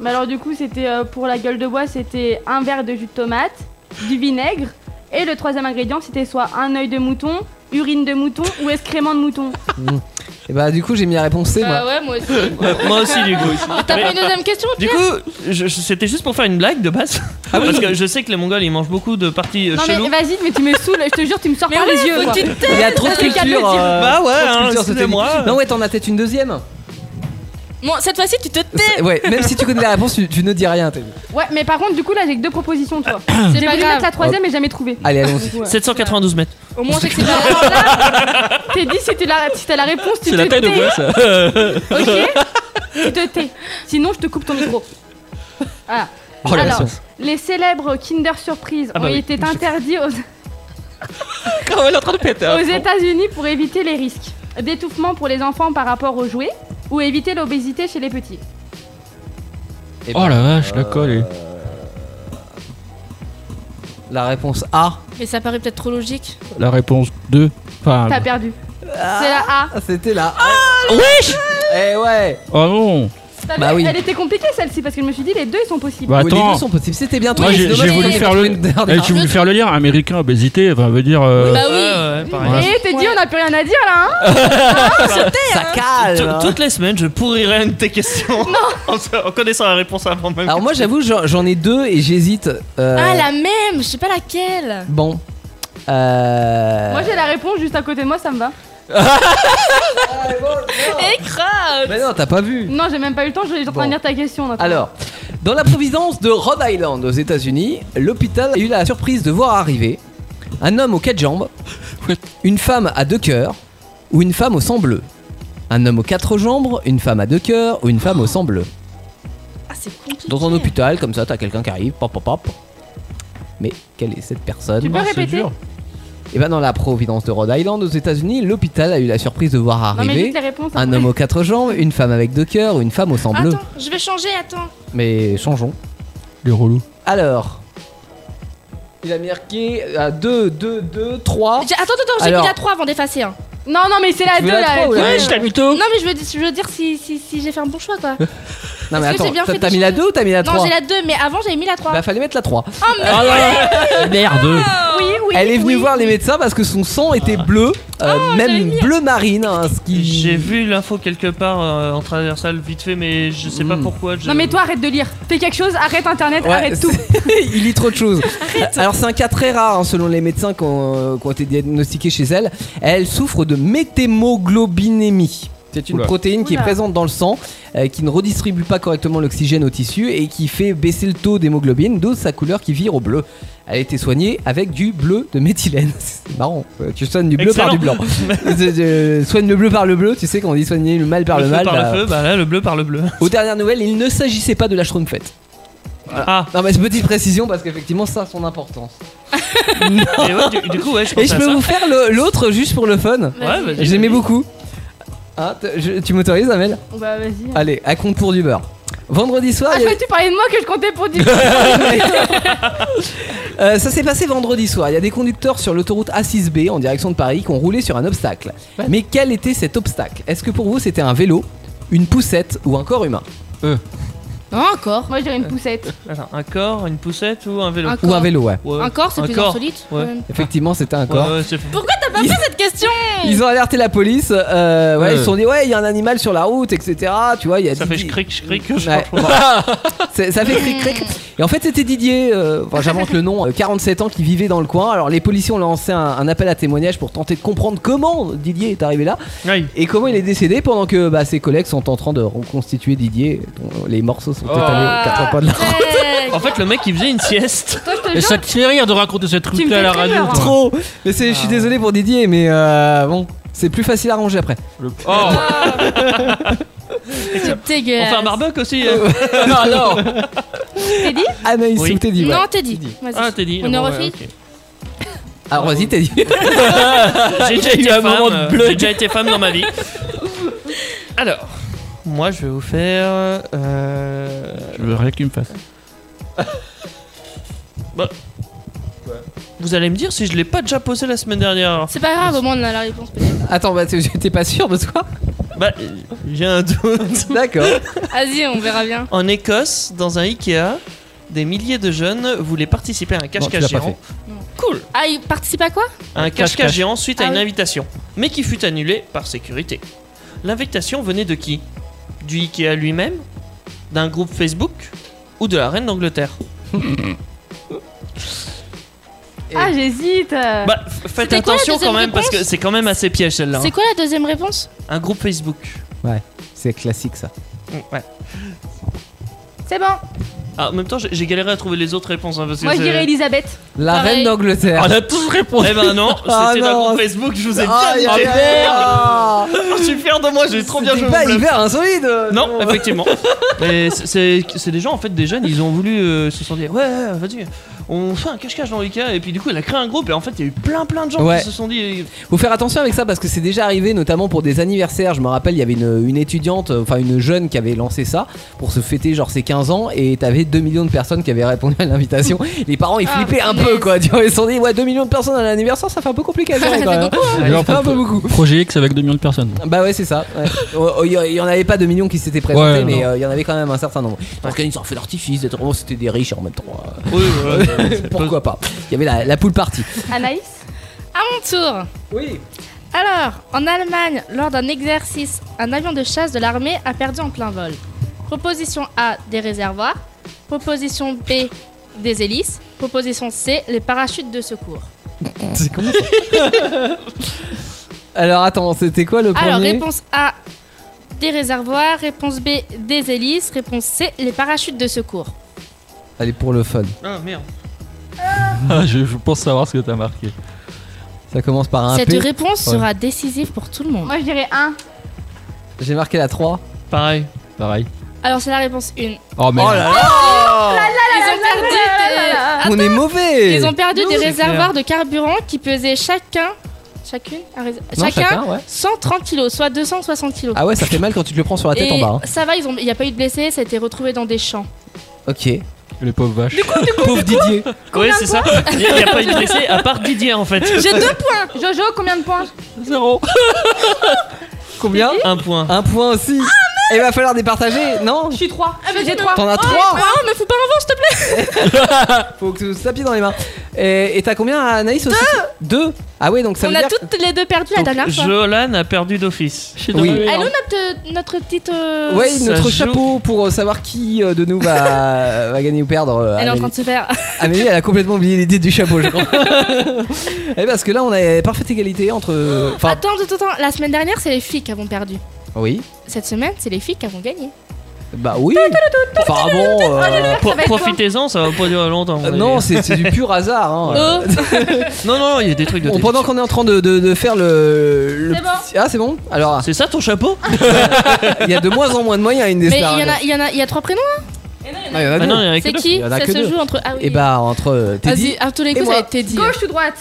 [SPEAKER 4] Mais alors du coup, c'était euh, pour la gueule de bois, c'était un verre de jus de tomate, du vinaigre, et le troisième ingrédient, c'était soit un œil de mouton, urine de mouton ou excrément de mouton.
[SPEAKER 3] Et bah, du coup, j'ai mis la réponse C, moi.
[SPEAKER 7] Bah ouais,
[SPEAKER 3] <laughs>
[SPEAKER 7] moi aussi.
[SPEAKER 6] Moi aussi, du coup.
[SPEAKER 4] Ah,
[SPEAKER 6] aussi.
[SPEAKER 7] T'as
[SPEAKER 6] Mais-
[SPEAKER 7] pas une deuxième question
[SPEAKER 6] Du coup, je- je- c'était juste pour faire une blague de base. Parce que je sais que les Mongols ils mangent beaucoup de parties euh,
[SPEAKER 4] non mais
[SPEAKER 6] cheloues.
[SPEAKER 4] vas-y, mais tu me saoules, je te jure, tu me sors
[SPEAKER 7] Mais
[SPEAKER 4] par
[SPEAKER 7] oui,
[SPEAKER 4] les yeux.
[SPEAKER 7] faut
[SPEAKER 4] quoi.
[SPEAKER 7] que tu te
[SPEAKER 3] Il y a
[SPEAKER 7] <laughs>
[SPEAKER 3] trop de
[SPEAKER 4] T'as qu'à le
[SPEAKER 3] culture.
[SPEAKER 4] dire.
[SPEAKER 3] euh,
[SPEAKER 6] Bah ouais,
[SPEAKER 3] trop de
[SPEAKER 6] hein,
[SPEAKER 3] culture, c'était-
[SPEAKER 6] excusez-moi.
[SPEAKER 3] Non, ouais, t'en as peut-être une deuxième.
[SPEAKER 7] Bon, cette fois-ci, tu te tais.
[SPEAKER 3] Ouais, même si tu connais la réponse, tu, tu ne dis rien. t'as vu.
[SPEAKER 4] Ouais, mais par contre, du coup, là, j'ai que deux propositions, toi.
[SPEAKER 7] <coughs> C'est
[SPEAKER 4] J'ai
[SPEAKER 7] pas
[SPEAKER 4] voulu
[SPEAKER 7] grave.
[SPEAKER 4] mettre la troisième
[SPEAKER 3] Ah.
[SPEAKER 4] et
[SPEAKER 3] <laughs>
[SPEAKER 4] jamais trouvé.
[SPEAKER 3] Allez, allons-y.
[SPEAKER 6] 792 mètres.
[SPEAKER 7] Au moins, c'est que c'est pas
[SPEAKER 4] T'es dit, si t'es la, si t'as la réponse,
[SPEAKER 5] C'est
[SPEAKER 4] tu te
[SPEAKER 5] la tête ou
[SPEAKER 4] tais.
[SPEAKER 5] quoi, ça
[SPEAKER 4] Ok Tu te tais. Sinon, je te coupe ton micro. Voilà.
[SPEAKER 3] Oh, la
[SPEAKER 4] Alors,
[SPEAKER 3] patience.
[SPEAKER 4] les célèbres Kinder Surprise
[SPEAKER 6] Ah bah
[SPEAKER 4] ont
[SPEAKER 6] oui.
[SPEAKER 4] été interdits aux,
[SPEAKER 6] <laughs> Quand elle est en train de péter.
[SPEAKER 4] aux États-Unis pour éviter les risques d'étouffement pour les enfants par rapport aux jouets ou éviter l'obésité chez les petits.
[SPEAKER 6] Ah
[SPEAKER 3] Eh ben,
[SPEAKER 5] Oh la vache, la colle est.
[SPEAKER 3] Euh, La réponse A.
[SPEAKER 7] Mais ça paraît peut-être trop logique.
[SPEAKER 5] La réponse 2. Enfin.
[SPEAKER 6] bah.
[SPEAKER 4] T'as perdu. C'est la A.
[SPEAKER 3] Ah, C'était la A. Eh ouais.
[SPEAKER 5] Oh non
[SPEAKER 4] T'as
[SPEAKER 3] Bah
[SPEAKER 4] vu,
[SPEAKER 3] oui.
[SPEAKER 4] Elle était compliquée celle-ci parce que je me suis dit les deux ils sont possibles.
[SPEAKER 5] Bah
[SPEAKER 3] Oui, les deux
[SPEAKER 5] attends
[SPEAKER 3] sont possibles. C'était bien.
[SPEAKER 5] Moi
[SPEAKER 3] trouvé,
[SPEAKER 5] j'ai
[SPEAKER 3] c'est dommage
[SPEAKER 5] j'ai voulu
[SPEAKER 3] qu'il y ait
[SPEAKER 5] faire le.
[SPEAKER 3] une dernière.
[SPEAKER 5] Eh, j'ai voulu faire le lien américain obésité, enfin veut dire. euh,
[SPEAKER 7] Bah oui.
[SPEAKER 6] Ouais, ouais, pareil.
[SPEAKER 4] Et t'es dit on a plus rien à dire là hein
[SPEAKER 3] Ça calme.
[SPEAKER 6] Tout-
[SPEAKER 3] hein.
[SPEAKER 6] Toutes les semaines, je pourrirais une de tes questions <laughs> en, se- en connaissant la réponse avant même.
[SPEAKER 3] Alors moi, j'avoue, j'en j'en ai deux et j'hésite. euh,
[SPEAKER 7] Ah, la même, je sais pas laquelle.
[SPEAKER 3] Bon. Euh...
[SPEAKER 4] Moi j'ai la réponse juste à côté de moi ça me va.
[SPEAKER 7] Eh, grave
[SPEAKER 3] Mais non, t'as pas vu.
[SPEAKER 4] Non j'ai même pas eu le temps, j'étais en train de
[SPEAKER 3] Bon.
[SPEAKER 4] lire ta question. maintenant.
[SPEAKER 3] Alors, dans la providence de Rhode Island aux États-Unis, l'hôpital a eu la surprise de voir arriver un homme aux quatre jambes, une femme à deux cœurs ou une femme au sang bleu. Un homme aux quatre jambes, une femme à deux cœurs ou une femme au sang bleu.
[SPEAKER 7] Ah, c'est compliqué.
[SPEAKER 3] Dans un hôpital, comme ça, t'as quelqu'un qui arrive, pop pop pop. Mais quelle est cette personne
[SPEAKER 4] tu peux
[SPEAKER 5] c'est
[SPEAKER 4] répéter
[SPEAKER 5] dur.
[SPEAKER 4] Non
[SPEAKER 3] Et bien, dans la providence de Rhode Island aux États-Unis, l'hôpital a eu la surprise de voir
[SPEAKER 4] mais
[SPEAKER 3] arriver
[SPEAKER 4] juste les réponses.
[SPEAKER 3] un
[SPEAKER 4] après.
[SPEAKER 3] homme aux quatre jambes, une femme avec deux cœurs ou une femme au sang bleu.
[SPEAKER 7] Attends, je vais changer, attends.
[SPEAKER 3] Mais changeons.
[SPEAKER 5] Les relous.
[SPEAKER 3] Alors. Il a marqué à 2, 2, 2, 3.
[SPEAKER 7] J'ai- Attends, attends, j'ai
[SPEAKER 3] Oh. Alors.
[SPEAKER 7] mis la 3 avant d'effacer. hein.
[SPEAKER 4] Non non mais c'est la
[SPEAKER 3] Tu
[SPEAKER 4] 2
[SPEAKER 3] veux la
[SPEAKER 4] là.
[SPEAKER 3] trois ou la
[SPEAKER 4] Ouais,
[SPEAKER 3] deux
[SPEAKER 4] je t'ai-
[SPEAKER 7] Non, mais je veux, di- je veux dire si, si, si j'ai fait un bon choix, quoi.
[SPEAKER 3] Non, mais
[SPEAKER 7] Est-ce que
[SPEAKER 3] attends,
[SPEAKER 7] j'ai bien
[SPEAKER 3] t'as
[SPEAKER 7] fait
[SPEAKER 3] t'as
[SPEAKER 7] de
[SPEAKER 3] mis la
[SPEAKER 7] changer
[SPEAKER 3] 2 ou t'as mis la 3
[SPEAKER 7] Non, j'ai la 2, mais avant, j'avais mis la 3.
[SPEAKER 3] Bah, fallait mettre la 3.
[SPEAKER 7] Ah
[SPEAKER 6] Ah
[SPEAKER 4] Ah,
[SPEAKER 5] Merde
[SPEAKER 4] Oui oui.
[SPEAKER 3] Elle est venue
[SPEAKER 4] oui.
[SPEAKER 3] voir les médecins parce que son sang
[SPEAKER 7] Ah.
[SPEAKER 3] était bleu, euh, même bleu marine. hein, ce qui...
[SPEAKER 6] J'ai vu l'info quelque part euh, en traversale vite fait, mais je sais pas
[SPEAKER 3] Mm.
[SPEAKER 6] pourquoi. je-
[SPEAKER 4] Non mais toi arrête de lire. Fais quelque chose, arrête internet,
[SPEAKER 3] Ouais,
[SPEAKER 4] arrête tout.
[SPEAKER 3] c'est- <laughs> il lit trop de choses. Alors c'est un cas très rare hein, selon les médecins qui ont, euh, qui ont été diagnostiqués chez elle. Elle souffre de métémoglobinémie.
[SPEAKER 9] C'est une
[SPEAKER 3] Une
[SPEAKER 5] Oula.
[SPEAKER 3] protéine qui est
[SPEAKER 4] Oula.
[SPEAKER 3] présente dans le sang, euh, qui ne redistribue pas correctement l'oxygène au tissu et qui fait baisser le taux d'hémoglobine, d'où sa couleur qui vire au bleu. Elle a été soignée avec du bleu de méthylène. <laughs> C'est marrant. Euh, Tu soignes du bleu par du
[SPEAKER 6] Excellent.
[SPEAKER 3] blanc. <laughs> Euh, euh, Soigne le bleu par le bleu. Tu sais, quand on dit soigner le mal par le,
[SPEAKER 6] feu
[SPEAKER 3] mal.
[SPEAKER 6] par
[SPEAKER 3] bah,
[SPEAKER 6] le feu, bah là, le bleu par le bleu.
[SPEAKER 3] Aux dernières nouvelles, il ne s'agissait pas de la Schtroumpfette.
[SPEAKER 6] Ah,
[SPEAKER 3] Non, mais c'est une petite précision parce qu'effectivement, ça a son importance.
[SPEAKER 6] Ah. et ouais, du, du coup, ouais, je
[SPEAKER 3] Et
[SPEAKER 6] pensais
[SPEAKER 3] je
[SPEAKER 6] à
[SPEAKER 3] peux
[SPEAKER 6] ça.
[SPEAKER 3] vous faire le- l'autre juste pour le fun.
[SPEAKER 6] Ouais, vas-y.
[SPEAKER 3] J'aimais beaucoup. Ah, t- je- tu m'autorises, Amel
[SPEAKER 4] Bah vas-y.
[SPEAKER 3] Allez, à compte pour du beurre. Vendredi soir,
[SPEAKER 4] Ah,
[SPEAKER 3] il y a-
[SPEAKER 4] tu parlais de moi que je comptais pour du
[SPEAKER 3] Euh, ça s'est passé vendredi soir. Il y a des conducteurs sur l'autoroute A6B en direction de Paris qui ont roulé sur un obstacle. Mais quel était cet obstacle Est-ce que pour vous c'était un vélo, une poussette ou un corps humain
[SPEAKER 7] Oh, Encore
[SPEAKER 4] Moi j'ai une poussette.
[SPEAKER 6] Attends, un corps, une poussette ou un vélo
[SPEAKER 7] Un
[SPEAKER 3] Ou un vélo, ouais.
[SPEAKER 6] Ouais.
[SPEAKER 7] Encore, c'est
[SPEAKER 6] Un
[SPEAKER 7] plus
[SPEAKER 6] corps.
[SPEAKER 7] insolite.
[SPEAKER 6] Ouais.
[SPEAKER 7] quand même.
[SPEAKER 3] Effectivement, c'était un
[SPEAKER 6] Ouais,
[SPEAKER 3] corps.
[SPEAKER 6] ouais, c'est-
[SPEAKER 7] T'as pas fait cette question
[SPEAKER 3] Ils ont alerté la police. euh, ouais,
[SPEAKER 5] Ouais.
[SPEAKER 3] Ils se sont dit ouais, il y a un animal sur la route, etc. Tu vois, il y a
[SPEAKER 6] Ça fait
[SPEAKER 3] Didi-
[SPEAKER 6] chcric, chcric. je
[SPEAKER 3] Ouais.
[SPEAKER 6] crois.
[SPEAKER 3] <laughs> C'est- ça fait cric cric. Et en fait, c'était Didier, euh, enfin, j'invente le nom, euh, 47 ans, qui vivait dans le coin. Alors, les policiers ont lancé un, un appel à témoignages pour tenter de comprendre comment Didier est arrivé là
[SPEAKER 6] Ouais.
[SPEAKER 3] et comment il est décédé pendant que bah, ses collègues sont en train de reconstituer Didier. dont les morceaux sont étalés
[SPEAKER 5] Oh.
[SPEAKER 3] aux quatre
[SPEAKER 5] <laughs>
[SPEAKER 3] coins de la
[SPEAKER 7] Ouais.
[SPEAKER 6] <laughs> En fait, le mec, il faisait une sieste.
[SPEAKER 4] Toi je te
[SPEAKER 5] Et
[SPEAKER 4] jure.
[SPEAKER 5] ça te fait rire de raconter ce
[SPEAKER 4] me
[SPEAKER 5] truc-là
[SPEAKER 4] fais
[SPEAKER 5] à la
[SPEAKER 4] très
[SPEAKER 5] radio.
[SPEAKER 4] peur, hein.
[SPEAKER 5] toi.
[SPEAKER 3] Trop Mais c'est- je suis désolé pour Didier, mais euh, bon, c'est plus facile à ranger après.
[SPEAKER 5] Le- Oh
[SPEAKER 7] C'est
[SPEAKER 6] On
[SPEAKER 7] dégueulasse.
[SPEAKER 6] fait un barbuck aussi. euh.
[SPEAKER 5] <laughs> non, non
[SPEAKER 3] Anaïs,
[SPEAKER 6] Oui.
[SPEAKER 3] ou t'es dit ouais.
[SPEAKER 7] Non, t'es dit. Vas-y.
[SPEAKER 6] Ah, t'es dit.
[SPEAKER 7] On
[SPEAKER 6] bon,
[SPEAKER 7] en
[SPEAKER 6] ouais,
[SPEAKER 7] refait
[SPEAKER 6] ok.
[SPEAKER 3] Ah, vas-y, t'es dit.
[SPEAKER 6] J'ai <laughs> déjà
[SPEAKER 5] Il y
[SPEAKER 6] été
[SPEAKER 5] a un
[SPEAKER 6] femme,
[SPEAKER 5] moment de
[SPEAKER 6] euh,
[SPEAKER 5] bleu.
[SPEAKER 6] J'ai déjà été femme dans ma vie. <laughs> Alors, moi, je vais vous faire. euh,
[SPEAKER 4] hein.
[SPEAKER 5] Je veux rien que tu me fasses.
[SPEAKER 6] Vous allez me dire si je l'ai pas déjà posé la semaine dernière. alors.
[SPEAKER 7] C'est pas grave, au moins on a la réponse peut-être.
[SPEAKER 3] <laughs> Attends, bah, t'es t'es pas sûr de toi
[SPEAKER 6] Bah, euh, j'ai un doute.
[SPEAKER 3] D'accord.
[SPEAKER 7] Vas-y, on verra bien.
[SPEAKER 6] En Écosse, dans un Ikea, des milliers de jeunes voulaient participer à un
[SPEAKER 3] l'as
[SPEAKER 6] cache-cache
[SPEAKER 3] pas
[SPEAKER 6] géant. Cool.
[SPEAKER 7] Ah, il participe à quoi
[SPEAKER 6] Un cache-cache
[SPEAKER 5] cache-cache.
[SPEAKER 6] géant suite à
[SPEAKER 7] Ah
[SPEAKER 6] une
[SPEAKER 7] oui.
[SPEAKER 6] invitation, mais qui fut annulée par sécurité. L'invitation venait de qui Du Ikea lui-même D'un groupe Facebook Ou de la reine d'Angleterre
[SPEAKER 4] Ah j'hésite.
[SPEAKER 6] Bah, f- faites
[SPEAKER 7] C'était quoi la
[SPEAKER 6] attention quand
[SPEAKER 7] deuxième
[SPEAKER 6] même, parce que
[SPEAKER 7] réponse
[SPEAKER 6] c'est quand même assez piège celle-là.
[SPEAKER 7] C'est
[SPEAKER 6] hein.
[SPEAKER 7] quoi la deuxième réponse
[SPEAKER 6] Un groupe Facebook.
[SPEAKER 3] C'est classique ça.
[SPEAKER 6] Mm, Ouais.
[SPEAKER 4] C'est bon.
[SPEAKER 6] Ah, en même temps, j'ai- j'ai galéré à trouver les autres réponses. hein, parce que
[SPEAKER 4] Moi je
[SPEAKER 6] c'est-
[SPEAKER 4] dirais Elisabeth.
[SPEAKER 3] La
[SPEAKER 7] Pareil.
[SPEAKER 3] reine d'Angleterre.
[SPEAKER 5] On a tous répondu.
[SPEAKER 6] Eh ben <laughs> non,
[SPEAKER 3] Ah
[SPEAKER 6] c'était un
[SPEAKER 3] non.
[SPEAKER 6] groupe Facebook, je vous ai
[SPEAKER 3] Ah,
[SPEAKER 6] bien
[SPEAKER 3] y a-
[SPEAKER 6] dit.
[SPEAKER 3] Ah,
[SPEAKER 6] Je suis fier de moi, j'ai trop bien
[SPEAKER 3] c'était
[SPEAKER 6] joué.
[SPEAKER 3] pas
[SPEAKER 6] mon bluff.
[SPEAKER 3] hyper insolide.
[SPEAKER 6] Non, effectivement. Mais c'est- c'est c'est des gens, en fait, des jeunes, ils ont voulu euh, se sont dit, ouais, ouais, vas-y, on fait un cache-cache dans l'IKEA. Et puis du coup, elle a créé un groupe, et en fait, il y a eu plein, plein de gens
[SPEAKER 3] Ouais.
[SPEAKER 6] qui se sont dit, euh,
[SPEAKER 3] <laughs> Faut faire attention avec ça parce que c'est déjà arrivé, notamment pour des anniversaires. Je me rappelle, il y avait une, une étudiante, euh, enfin une jeune qui avait lancé ça pour se fêter genre ses 15 ans et t'avais 2 millions de personnes qui avaient répondu à <laughs> l'invitation. Les parents ils
[SPEAKER 7] Ah,
[SPEAKER 3] flippaient un
[SPEAKER 7] punaise.
[SPEAKER 3] peu quoi. Tu vois, ils se sont dit, ouais, 2 millions de personnes à l'anniversaire, ça fait un peu compliqué à gérer, quand même. Ça fait un peu beaucoup. hein.
[SPEAKER 5] Projet X avec 2 millions de personnes.
[SPEAKER 3] Bah ouais, c'est ça. ouais. Oh, oh, Il y- il y en avait pas 2 millions qui s'étaient présentés,
[SPEAKER 5] Ouais,
[SPEAKER 3] mais
[SPEAKER 5] non.
[SPEAKER 3] euh, il y en avait quand même un certain nombre. Parce qu'ils ont fait d'artifice, d'être- oh, c'était des riches en même temps. euh,
[SPEAKER 6] oui, voilà, c'est pas-
[SPEAKER 3] <laughs> Pourquoi pas Il y avait la, la poule partie.
[SPEAKER 4] Anaïs.
[SPEAKER 7] À mon tour.
[SPEAKER 3] Oui.
[SPEAKER 7] Alors, en Allemagne, lors d'un exercice, un avion de chasse de l'armée a perdu en plein vol. Proposition A, des réservoirs. Proposition B, des hélices. Proposition C, les parachutes de secours.
[SPEAKER 3] C'est comment ça Alors attends, c'était quoi le premier
[SPEAKER 7] Alors, réponse A, des réservoirs. Réponse B, des hélices. Réponse C, les parachutes de secours.
[SPEAKER 3] Allez pour le fun.
[SPEAKER 6] Ah merde.
[SPEAKER 5] Ah, je, je pense savoir ce que t'as marqué.
[SPEAKER 3] Ça commence par un
[SPEAKER 7] Cette
[SPEAKER 3] P.
[SPEAKER 7] réponse
[SPEAKER 3] Ouais.
[SPEAKER 7] sera décisive pour tout le monde.
[SPEAKER 4] Moi je dirais 1.
[SPEAKER 3] J'ai marqué la 3.
[SPEAKER 6] Pareil.
[SPEAKER 5] Pareil.
[SPEAKER 7] Alors, c'est la réponse 1. Ils ont
[SPEAKER 5] Oh, mais.
[SPEAKER 7] perdu des-
[SPEAKER 3] On est mauvais.
[SPEAKER 7] Ah, Ils ont perdu
[SPEAKER 6] Nous,
[SPEAKER 7] des
[SPEAKER 6] c'est
[SPEAKER 7] réservoirs de carburant qui pesaient chacun, chacune, un rés-
[SPEAKER 3] Non,
[SPEAKER 7] chacun,
[SPEAKER 3] ouais.
[SPEAKER 7] 130 kilos, soit 260 kilos.
[SPEAKER 3] Ah ouais, ça fait mal quand tu te le prends sur la tête
[SPEAKER 7] Et
[SPEAKER 3] en bas. hein.
[SPEAKER 7] ça va, ils ont- il n'y a pas eu de blessés, ça a été retrouvé dans
[SPEAKER 3] <laughs>
[SPEAKER 7] des champs.
[SPEAKER 3] Ok.
[SPEAKER 5] Les pauvres vaches.
[SPEAKER 3] Pauvre Didier.
[SPEAKER 6] Oui, c'est ça. <laughs> Il n'y a pas eu de blessé, à part Didier, en fait.
[SPEAKER 7] J'ai deux points
[SPEAKER 4] Jojo combien de points
[SPEAKER 6] Zéro.
[SPEAKER 3] Combien
[SPEAKER 6] Un point.
[SPEAKER 3] Un point aussi.
[SPEAKER 7] Ah,
[SPEAKER 3] Il va falloir départager, non
[SPEAKER 4] Je suis 3. Ah, J'ai 3.
[SPEAKER 3] T'en as 3
[SPEAKER 7] Ah, mais faut pas un vent, s'il te plaît
[SPEAKER 3] <laughs> Faut que tu tapis dans les mains. Et et t'as combien Anaïs aussi Deux Ah ouais, donc ça
[SPEAKER 7] On
[SPEAKER 3] veut
[SPEAKER 7] a
[SPEAKER 3] dire.
[SPEAKER 7] toutes les deux perdu la
[SPEAKER 6] Donc,
[SPEAKER 7] dernière fois.
[SPEAKER 6] Jolan a perdu d'office.
[SPEAKER 3] Oui.
[SPEAKER 7] Allô, notre, notre petite... euh,
[SPEAKER 3] Ouais,
[SPEAKER 6] Ça
[SPEAKER 3] notre
[SPEAKER 6] joue.
[SPEAKER 3] chapeau pour euh, savoir qui euh, de nous va, <laughs> va gagner ou perdre. euh,
[SPEAKER 7] Elle est en
[SPEAKER 3] Amélie.
[SPEAKER 7] train de se faire...
[SPEAKER 3] Amélie, Ah, elle a complètement oublié l'idée du chapeau, je crois. <laughs> Et parce que là, on a parfaite égalité entre. Enfin,
[SPEAKER 7] Attends, attends, attends, la semaine dernière, c'est les filles qui avons perdu.
[SPEAKER 3] Ah. Oui.
[SPEAKER 7] Cette semaine, c'est les filles qui avont gagné.
[SPEAKER 3] Bah oui. Enfin bon. euh,
[SPEAKER 6] Pro-
[SPEAKER 7] va être
[SPEAKER 6] Profitez-en, ça va pas durer longtemps. à mon
[SPEAKER 3] euh,
[SPEAKER 6] avis.
[SPEAKER 3] non, c'est c'est du pur hasard. hein.
[SPEAKER 7] Oh,
[SPEAKER 3] <laughs>
[SPEAKER 6] non, non, il y a des trucs de
[SPEAKER 3] Bon, pendant qu'on est en train de, de- de faire le. le
[SPEAKER 4] C'est bon.
[SPEAKER 3] petit- Ah, c'est bon Alors,
[SPEAKER 6] C'est ça ton chapeau
[SPEAKER 3] il y a de moins en moins de moyens à une des
[SPEAKER 7] mais il y,
[SPEAKER 3] stars.
[SPEAKER 7] en a- il y en a, il y a trois prénoms. hein
[SPEAKER 3] Ah, il y en a
[SPEAKER 6] Ah
[SPEAKER 3] deux.
[SPEAKER 6] non, il y en a que
[SPEAKER 7] C'est
[SPEAKER 6] deux.
[SPEAKER 7] qui
[SPEAKER 3] Il y en a
[SPEAKER 7] Ça
[SPEAKER 3] que
[SPEAKER 7] se
[SPEAKER 3] deux.
[SPEAKER 7] joue entre. Ah oui.
[SPEAKER 3] Et bah, entre euh, Teddy,
[SPEAKER 7] Vas-y, à tous les
[SPEAKER 3] et
[SPEAKER 7] coups,
[SPEAKER 3] moi.
[SPEAKER 7] ça va être Teddy.
[SPEAKER 4] Gauche ou droite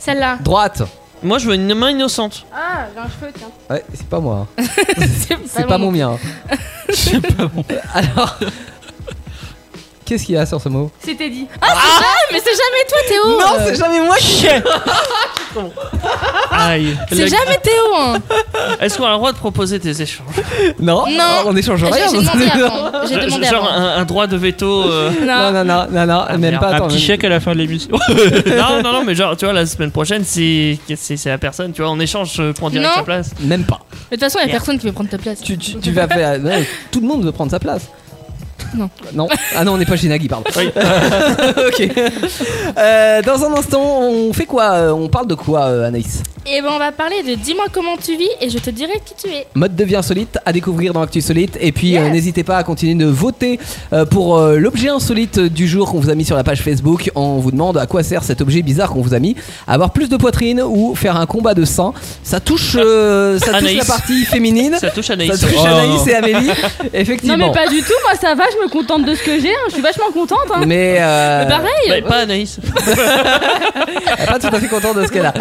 [SPEAKER 7] Celle-là.
[SPEAKER 3] droite.
[SPEAKER 6] Moi, je veux une main innocente.
[SPEAKER 4] Ah, j'ai un cheveu, tiens.
[SPEAKER 3] Ouais, c'est pas moi. hein.
[SPEAKER 7] C'est
[SPEAKER 3] <laughs> C'est pas mon mien. <laughs> C'est pas mon. Alors. Qu'est-ce qu'il y a sur ce mot Euh,
[SPEAKER 4] C'était dit.
[SPEAKER 7] Ah, Mais c'est jamais toi, Théo.
[SPEAKER 3] Non, c'est jamais moi qui.
[SPEAKER 6] Aïe.
[SPEAKER 7] Ah, C'est jamais Théo. hein.
[SPEAKER 6] Est-ce qu'on a le droit de proposer des échanges
[SPEAKER 3] Non, Oh,
[SPEAKER 7] Non.
[SPEAKER 3] on échange
[SPEAKER 7] J'ai
[SPEAKER 3] rien.
[SPEAKER 7] j'ai demandé avant. J'ai demandé
[SPEAKER 6] Genre
[SPEAKER 7] avant.
[SPEAKER 6] un, un droit de veto.
[SPEAKER 7] <laughs>
[SPEAKER 6] euh,
[SPEAKER 7] Non.
[SPEAKER 3] Non, non, non, non, non, même
[SPEAKER 6] merde.
[SPEAKER 3] pas.
[SPEAKER 5] Un
[SPEAKER 3] attends,
[SPEAKER 5] petit
[SPEAKER 3] même-
[SPEAKER 5] chèque à la fin de l'émission.
[SPEAKER 6] non, non, non, mais genre, tu vois, la semaine prochaine, si si c'est la personne, tu vois, en échange, je prends direct
[SPEAKER 7] Non.
[SPEAKER 6] sa place.
[SPEAKER 3] Même pas.
[SPEAKER 7] Mais de toute façon, il y a personne qui veut prendre ta place.
[SPEAKER 3] Tu, tu- tu vas faire. non, tout le monde veut prendre sa place.
[SPEAKER 7] Non.
[SPEAKER 3] Non. Ah non, on n'est pas chez Nagui, pardon.
[SPEAKER 6] Oui.
[SPEAKER 3] <laughs> ok. Euh, dans un instant, on fait quoi euh, On parle de quoi, euh, Anaïs
[SPEAKER 7] Et ben, on va parler de dis-moi comment tu vis et je te dirai qui tu es.
[SPEAKER 3] Mode de vie insolite à découvrir dans Actu Solite. Et puis, euh, n'hésitez pas à continuer de voter euh, pour euh, l'objet insolite du jour qu'on vous a mis sur la page Facebook. On vous demande à quoi sert cet objet bizarre qu'on vous a mis. Avoir plus de poitrine ou faire un combat de seins. Ça touche, euh, ça touche
[SPEAKER 6] Anaïs.
[SPEAKER 3] la partie féminine.
[SPEAKER 6] Ça touche Anaïs.
[SPEAKER 3] Ça touche
[SPEAKER 5] Oh,
[SPEAKER 3] Anaïs
[SPEAKER 5] non.
[SPEAKER 3] et Amélie. Effectivement.
[SPEAKER 4] Non, mais pas du tout, moi ça va, je me contente de ce que j'ai, hein, je suis vachement contente.
[SPEAKER 3] <laughs>
[SPEAKER 4] Hein.
[SPEAKER 3] Mais, euh,
[SPEAKER 7] Mais pareil.
[SPEAKER 6] Mais pas Anaïs.
[SPEAKER 3] Elle est pas tout à fait contente de ce qu'elle a.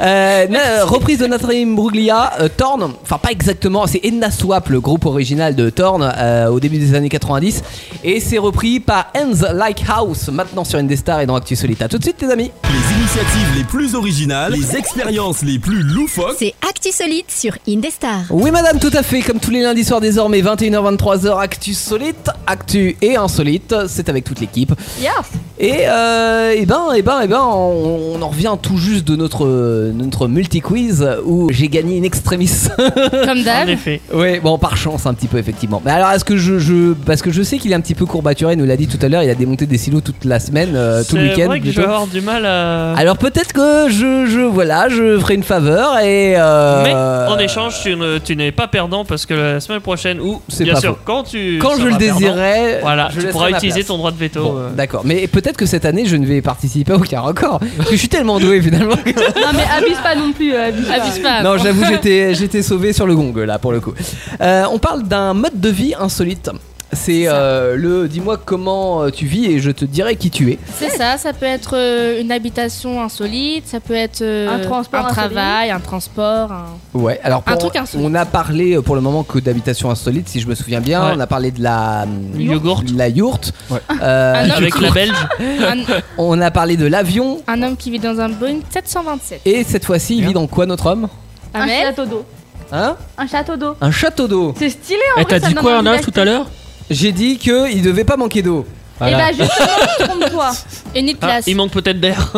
[SPEAKER 3] Euh, na- euh, reprise de Nathalie Bruglia, euh, Torn, enfin pas exactement, c'est Edna Swap, le groupe original de Torn euh, au début des années 90. Et c'est repris par Ends Like House, maintenant sur Indestar et dans Actu Solita. tout de suite, les amis.
[SPEAKER 9] Les initiatives les plus originales, les expériences les plus loufoques.
[SPEAKER 8] C'est ActuSolite sur Indestar.
[SPEAKER 3] Oui, madame, tout à fait, comme tous les lundis soirs désormais, 21h-23h, Actu Solite, Actu et Insolite, c'est avec toute l'équipe.
[SPEAKER 4] Yes.
[SPEAKER 3] Et, euh, eh ben, eh ben, eh ben, on, on en revient tout juste de notre, notre multi-quiz où j'ai gagné une extrémiste.
[SPEAKER 7] Comme
[SPEAKER 6] En
[SPEAKER 7] d'hab.
[SPEAKER 6] effet.
[SPEAKER 3] Oui, bon, par chance, un petit peu, effectivement. Mais alors, est-ce que je, je. Parce que je sais qu'il est un petit peu courbaturé, il nous l'a dit tout à l'heure, il a démonté des silos toute la semaine, euh, tout le
[SPEAKER 6] C'est
[SPEAKER 3] week-end.
[SPEAKER 6] vrai que je
[SPEAKER 3] plutôt.
[SPEAKER 6] vais avoir du mal à.
[SPEAKER 3] Alors, peut-être que je, je. Voilà, je ferai une faveur et. euh,
[SPEAKER 6] Mais en échange, tu ne- tu n'es pas perdant parce que la semaine prochaine, ou
[SPEAKER 3] C'est
[SPEAKER 6] bien
[SPEAKER 3] pas
[SPEAKER 6] sûr,
[SPEAKER 3] faux.
[SPEAKER 6] quand tu.
[SPEAKER 3] Quand je
[SPEAKER 6] seras
[SPEAKER 3] le
[SPEAKER 6] perdant,
[SPEAKER 3] désirais.
[SPEAKER 6] Voilà,
[SPEAKER 3] je
[SPEAKER 6] tu
[SPEAKER 3] laisserai
[SPEAKER 6] pourras
[SPEAKER 3] ma
[SPEAKER 6] utiliser
[SPEAKER 3] place.
[SPEAKER 6] ton droit de veto.
[SPEAKER 3] Bon,
[SPEAKER 6] euh.
[SPEAKER 3] D'accord, mais peut-être que cette année je ne vais participer à aucun record. Parce que je suis tellement doué finalement. que-
[SPEAKER 4] Non, mais abuse pas non plus, euh, abuse pas.
[SPEAKER 7] Abuse pas.
[SPEAKER 3] non,
[SPEAKER 7] <laughs>
[SPEAKER 3] j'avoue, j'étais, j'étais sauvé sur le gong là pour le coup. Euh, on parle d'un mode de vie insolite. C'est euh, le dis-moi comment euh, tu vis et je te dirai qui tu es.
[SPEAKER 7] C'est ça, ça peut être euh, une habitation insolite, ça peut être euh,
[SPEAKER 4] Un transport
[SPEAKER 7] un
[SPEAKER 4] insolite.
[SPEAKER 7] travail, un transport. un-
[SPEAKER 3] Ouais, alors pour-
[SPEAKER 7] Un truc insolite.
[SPEAKER 3] on a parlé euh, pour le moment que d'habitation insolite, si je me souviens bien.
[SPEAKER 6] Ouais.
[SPEAKER 3] On a parlé de la hum,
[SPEAKER 6] Yogourt.
[SPEAKER 3] la yourte.
[SPEAKER 5] Ouais.
[SPEAKER 3] Euh,
[SPEAKER 7] Un homme
[SPEAKER 6] Avec
[SPEAKER 7] qui-
[SPEAKER 6] la Belge.
[SPEAKER 7] un,
[SPEAKER 3] on a parlé de l'avion.
[SPEAKER 7] un homme qui vit dans un Boeing 727.
[SPEAKER 3] Et cette fois-ci, il vit dans quoi notre homme
[SPEAKER 4] Un
[SPEAKER 7] Amel
[SPEAKER 4] château d'eau.
[SPEAKER 3] Hein
[SPEAKER 4] Un château d'eau.
[SPEAKER 3] Un château d'eau.
[SPEAKER 4] C'est stylé en
[SPEAKER 5] Eh,
[SPEAKER 4] vrai.
[SPEAKER 5] T'as
[SPEAKER 4] ça
[SPEAKER 5] dit
[SPEAKER 4] donne
[SPEAKER 5] quoi,
[SPEAKER 4] envie
[SPEAKER 5] Anna,
[SPEAKER 4] d'acheter.
[SPEAKER 5] tout à l'heure
[SPEAKER 3] J'ai dit que il devait pas manquer d'eau.
[SPEAKER 5] Voilà.
[SPEAKER 4] Eh ben justement, trompe-toi.
[SPEAKER 7] et ni de
[SPEAKER 6] Ah,
[SPEAKER 7] place.
[SPEAKER 6] il manque peut-être d'air.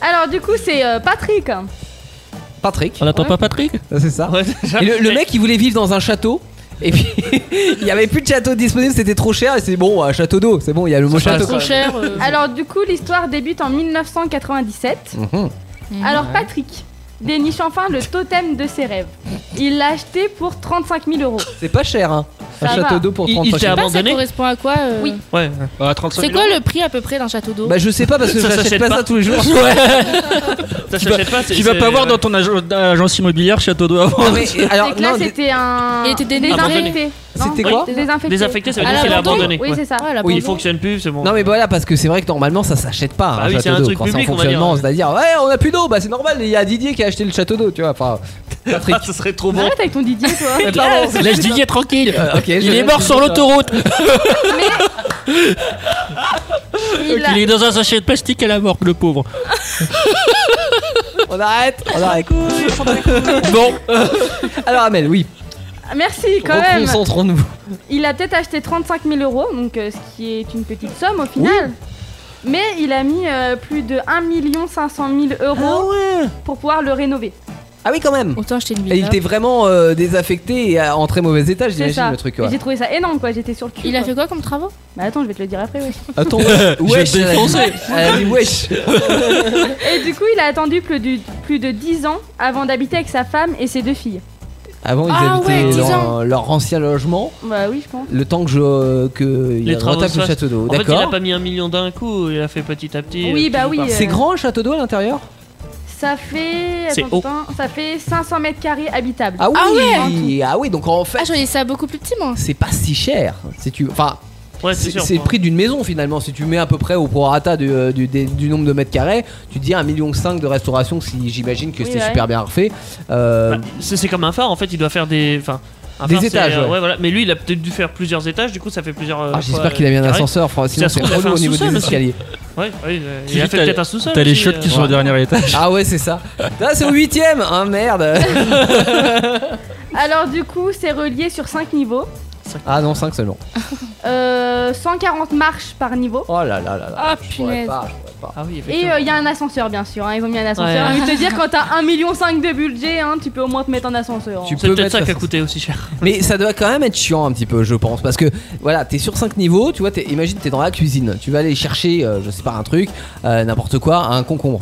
[SPEAKER 4] Alors du coup, c'est euh, Patrick.
[SPEAKER 3] Patrick,
[SPEAKER 5] On n'attend pas Patrick
[SPEAKER 3] c'est ça.
[SPEAKER 6] Ouais, déjà.
[SPEAKER 3] Et le, le mec, il voulait vivre dans un château. Et puis, <laughs> il y avait plus de château disponible, c'était trop cher. Et c'est bon, un château d'eau, c'est bon, il y a le mot
[SPEAKER 6] Ça
[SPEAKER 3] château.
[SPEAKER 7] Trop
[SPEAKER 6] passe.
[SPEAKER 7] cher. euh,
[SPEAKER 4] Alors du coup, l'histoire débute en 1997.
[SPEAKER 3] Mhm.
[SPEAKER 4] Alors Patrick déniche enfin le totem de ses rêves. Il l'a acheté pour 35 000 euros.
[SPEAKER 3] C'est pas cher, hein. Un
[SPEAKER 4] Ça
[SPEAKER 3] château
[SPEAKER 4] va.
[SPEAKER 3] d'eau pour
[SPEAKER 6] Il-
[SPEAKER 3] 35
[SPEAKER 6] il t'a
[SPEAKER 7] je sais pas, ça
[SPEAKER 6] abandonné
[SPEAKER 7] correspond à quoi euh,
[SPEAKER 4] Oui.
[SPEAKER 6] Ouais.
[SPEAKER 5] Bah, 35
[SPEAKER 7] C'est quoi le prix à peu près d'un château d'eau
[SPEAKER 3] Bah, je sais pas parce que
[SPEAKER 6] Ça
[SPEAKER 3] j'achète
[SPEAKER 6] s'achète
[SPEAKER 3] pas,
[SPEAKER 6] pas.
[SPEAKER 3] ça tous
[SPEAKER 6] <laughs>
[SPEAKER 3] les jours.
[SPEAKER 6] Ça
[SPEAKER 5] Tu vas-
[SPEAKER 6] s'achète pas. c'est-
[SPEAKER 5] Tu vas
[SPEAKER 6] c'est-
[SPEAKER 5] pas voir dans ton ag- agence immobilière Château d'eau avant.
[SPEAKER 3] Non, mais, alors,
[SPEAKER 4] C'est que là,
[SPEAKER 3] non,
[SPEAKER 4] c'était un.
[SPEAKER 7] Il était dé-
[SPEAKER 4] désinfecté.
[SPEAKER 3] C'était
[SPEAKER 4] Non,
[SPEAKER 3] quoi
[SPEAKER 4] Désinfecté.
[SPEAKER 6] Désinfecté, ça veut
[SPEAKER 4] À
[SPEAKER 6] dire qu'il a
[SPEAKER 4] l'abandon
[SPEAKER 6] abandonné.
[SPEAKER 4] Oui,
[SPEAKER 6] Ouais.
[SPEAKER 4] c'est ça.
[SPEAKER 7] Ah, la
[SPEAKER 3] Oui,
[SPEAKER 6] Il
[SPEAKER 7] bandeau.
[SPEAKER 6] fonctionne plus, c'est bon.
[SPEAKER 3] Non mais voilà parce que c'est vrai que normalement ça s'achète pas
[SPEAKER 6] Bah
[SPEAKER 3] un
[SPEAKER 6] oui, c'est
[SPEAKER 3] château
[SPEAKER 6] un
[SPEAKER 3] d'eau
[SPEAKER 6] truc
[SPEAKER 3] quand c'est en
[SPEAKER 6] public, on va dire.
[SPEAKER 3] fonctionnement c'est à dire ouais on a plus d'eau bah c'est normal il y a Didier qui a acheté le château d'eau tu vois enfin Patrick
[SPEAKER 6] <laughs> Ah, ça serait trop bon.
[SPEAKER 4] Arrête avec ton Didier,
[SPEAKER 3] <laughs>
[SPEAKER 4] toi.
[SPEAKER 3] Mais pardon, c'est-
[SPEAKER 5] <laughs>
[SPEAKER 6] <laughs>
[SPEAKER 5] Laisse Didier tranquille.
[SPEAKER 3] Euh, ok, je-
[SPEAKER 5] <laughs> Il est mort sur l'autoroute.
[SPEAKER 4] Il a-
[SPEAKER 5] Il est dans un sachet de plastique à la mort, le pauvre.
[SPEAKER 3] on arrête on arrête
[SPEAKER 5] Bon,
[SPEAKER 3] <laughs> alors Amel oui
[SPEAKER 4] Merci quand même.
[SPEAKER 3] reconcentrons-nous
[SPEAKER 4] Il a peut-être acheté 35 000 euros, donc euh, ce qui est une petite somme au final. Mais il a mis euh, plus de 1 500 000 euros pour pouvoir le rénover.
[SPEAKER 3] Ah oui, quand même.
[SPEAKER 7] Autant acheter une
[SPEAKER 3] Et il
[SPEAKER 7] villa.
[SPEAKER 3] était vraiment euh, désaffecté et euh, en très mauvais état,
[SPEAKER 4] C'est
[SPEAKER 3] j'imagine
[SPEAKER 4] ça.
[SPEAKER 3] le truc.
[SPEAKER 4] Et
[SPEAKER 3] Ouais.
[SPEAKER 4] <laughs> J'ai trouvé ça énorme quoi, j'étais sur le cul.
[SPEAKER 7] Il a
[SPEAKER 4] quoi.
[SPEAKER 7] fait quoi comme travaux
[SPEAKER 4] Bah attends, je vais te le dire après, ouais.
[SPEAKER 6] <laughs>
[SPEAKER 3] Attends,
[SPEAKER 5] Je vais
[SPEAKER 3] wesh,
[SPEAKER 5] te
[SPEAKER 3] elle a dit-
[SPEAKER 5] défoncer.
[SPEAKER 3] elle a dit wesh.
[SPEAKER 4] Et du coup, il a attendu plus de, plus de 10 ans avant d'habiter avec sa femme et ses deux filles.
[SPEAKER 3] Avant, ils
[SPEAKER 7] Ah ouais,
[SPEAKER 3] habitaient
[SPEAKER 7] dix
[SPEAKER 3] dans leur ancien logement.
[SPEAKER 4] Bah oui, je pense.
[SPEAKER 3] Le temps que je euh, que il
[SPEAKER 6] Les travaux
[SPEAKER 3] retape
[SPEAKER 6] se
[SPEAKER 3] le
[SPEAKER 6] fassent.
[SPEAKER 3] château d'eau,
[SPEAKER 6] En fait, il a
[SPEAKER 3] d'accord.
[SPEAKER 6] pas mis un million d'un coup, il a fait petit à petit.
[SPEAKER 4] Oui,
[SPEAKER 6] euh,
[SPEAKER 4] bah
[SPEAKER 6] petit
[SPEAKER 4] oui.
[SPEAKER 6] par-
[SPEAKER 4] euh,
[SPEAKER 3] C'est grand le château d'eau à l'intérieur
[SPEAKER 4] Ça fait.
[SPEAKER 6] C'est
[SPEAKER 4] attends,
[SPEAKER 6] haut.
[SPEAKER 4] attends, ça fait 500 mètres carrés habitables.
[SPEAKER 3] Ah oui,
[SPEAKER 7] Ah
[SPEAKER 3] ah oui, donc en
[SPEAKER 7] Ah,
[SPEAKER 3] fait,
[SPEAKER 7] je voyais ça beaucoup plus petit, moi.
[SPEAKER 3] c'est pas si cher. Si tu, enfin,
[SPEAKER 6] Ouais, c'est
[SPEAKER 3] c'est
[SPEAKER 6] sûr.
[SPEAKER 3] c'est le prix d'une maison finalement. Si tu mets à peu près au prorata du, euh, du, des- du nombre de mètres carrés, tu dis 1,5 million de restauration si j'imagine que
[SPEAKER 4] Oui,
[SPEAKER 3] c'était
[SPEAKER 4] ouais.
[SPEAKER 3] super bien refait. Euh,
[SPEAKER 6] Bah, c'est c'est comme un phare, en fait, il doit faire des. Enfin, un
[SPEAKER 3] Des
[SPEAKER 6] phare, c'est,
[SPEAKER 3] étages,
[SPEAKER 6] euh,
[SPEAKER 3] ouais.
[SPEAKER 6] voilà. Mais lui, il a peut-être dû faire plusieurs étages, du coup, ça fait plusieurs. euh,
[SPEAKER 3] ah,
[SPEAKER 6] fois,
[SPEAKER 3] J'espère qu'il a mis un
[SPEAKER 6] carrés.
[SPEAKER 3] ascenseur, enfin, sinon
[SPEAKER 6] Ça se
[SPEAKER 3] c'est
[SPEAKER 6] trouve, il a
[SPEAKER 3] trop
[SPEAKER 6] fait
[SPEAKER 3] lourd au
[SPEAKER 6] un
[SPEAKER 3] niveau
[SPEAKER 6] sous-sol
[SPEAKER 3] des
[SPEAKER 6] aussi.
[SPEAKER 3] escaliers.
[SPEAKER 6] Ouais, ouais, euh,
[SPEAKER 5] Tu
[SPEAKER 6] il a
[SPEAKER 5] dis,
[SPEAKER 6] fait
[SPEAKER 5] t'as-
[SPEAKER 6] peut-être un sous-sol.
[SPEAKER 5] T'as les
[SPEAKER 6] aussi,
[SPEAKER 5] chiottes
[SPEAKER 6] euh,
[SPEAKER 5] qui sont au
[SPEAKER 6] ouais.
[SPEAKER 5] dernier étage.
[SPEAKER 3] Ah ouais, c'est ça. Là, c'est au huitième. Ah
[SPEAKER 6] <laughs>
[SPEAKER 3] merde.
[SPEAKER 4] Alors du coup, c'est relié sur 5 niveaux.
[SPEAKER 3] Ah non, 5 seulement.
[SPEAKER 4] Euh, 140 marches par niveau.
[SPEAKER 3] Oh là là là là.
[SPEAKER 7] Ah,
[SPEAKER 3] Je pourrais
[SPEAKER 7] punaise.
[SPEAKER 3] pas, je pourrais pas.
[SPEAKER 6] Ah oui,
[SPEAKER 4] Et il
[SPEAKER 6] effectivement.
[SPEAKER 4] y a un ascenseur, bien sûr. hein, Ils ont mis un ascenseur.
[SPEAKER 6] Ouais.
[SPEAKER 4] J'ai envie de te dire, quand t'as 1,5 million de budget, hein, tu peux au moins te mettre en ascenseur. hein.
[SPEAKER 3] Tu
[SPEAKER 6] C'est
[SPEAKER 3] peux
[SPEAKER 6] peut-être
[SPEAKER 3] mettre
[SPEAKER 6] ça qui a
[SPEAKER 3] ça-
[SPEAKER 6] coûté aussi cher.
[SPEAKER 3] Mais ça doit quand même être chiant un petit peu, je pense, parce que voilà, t'es sur 5 niveaux, tu vois, t'es- imagine t'es dans la cuisine, tu vas aller chercher, euh, je sais pas, un truc, euh, n'importe quoi, un concombre.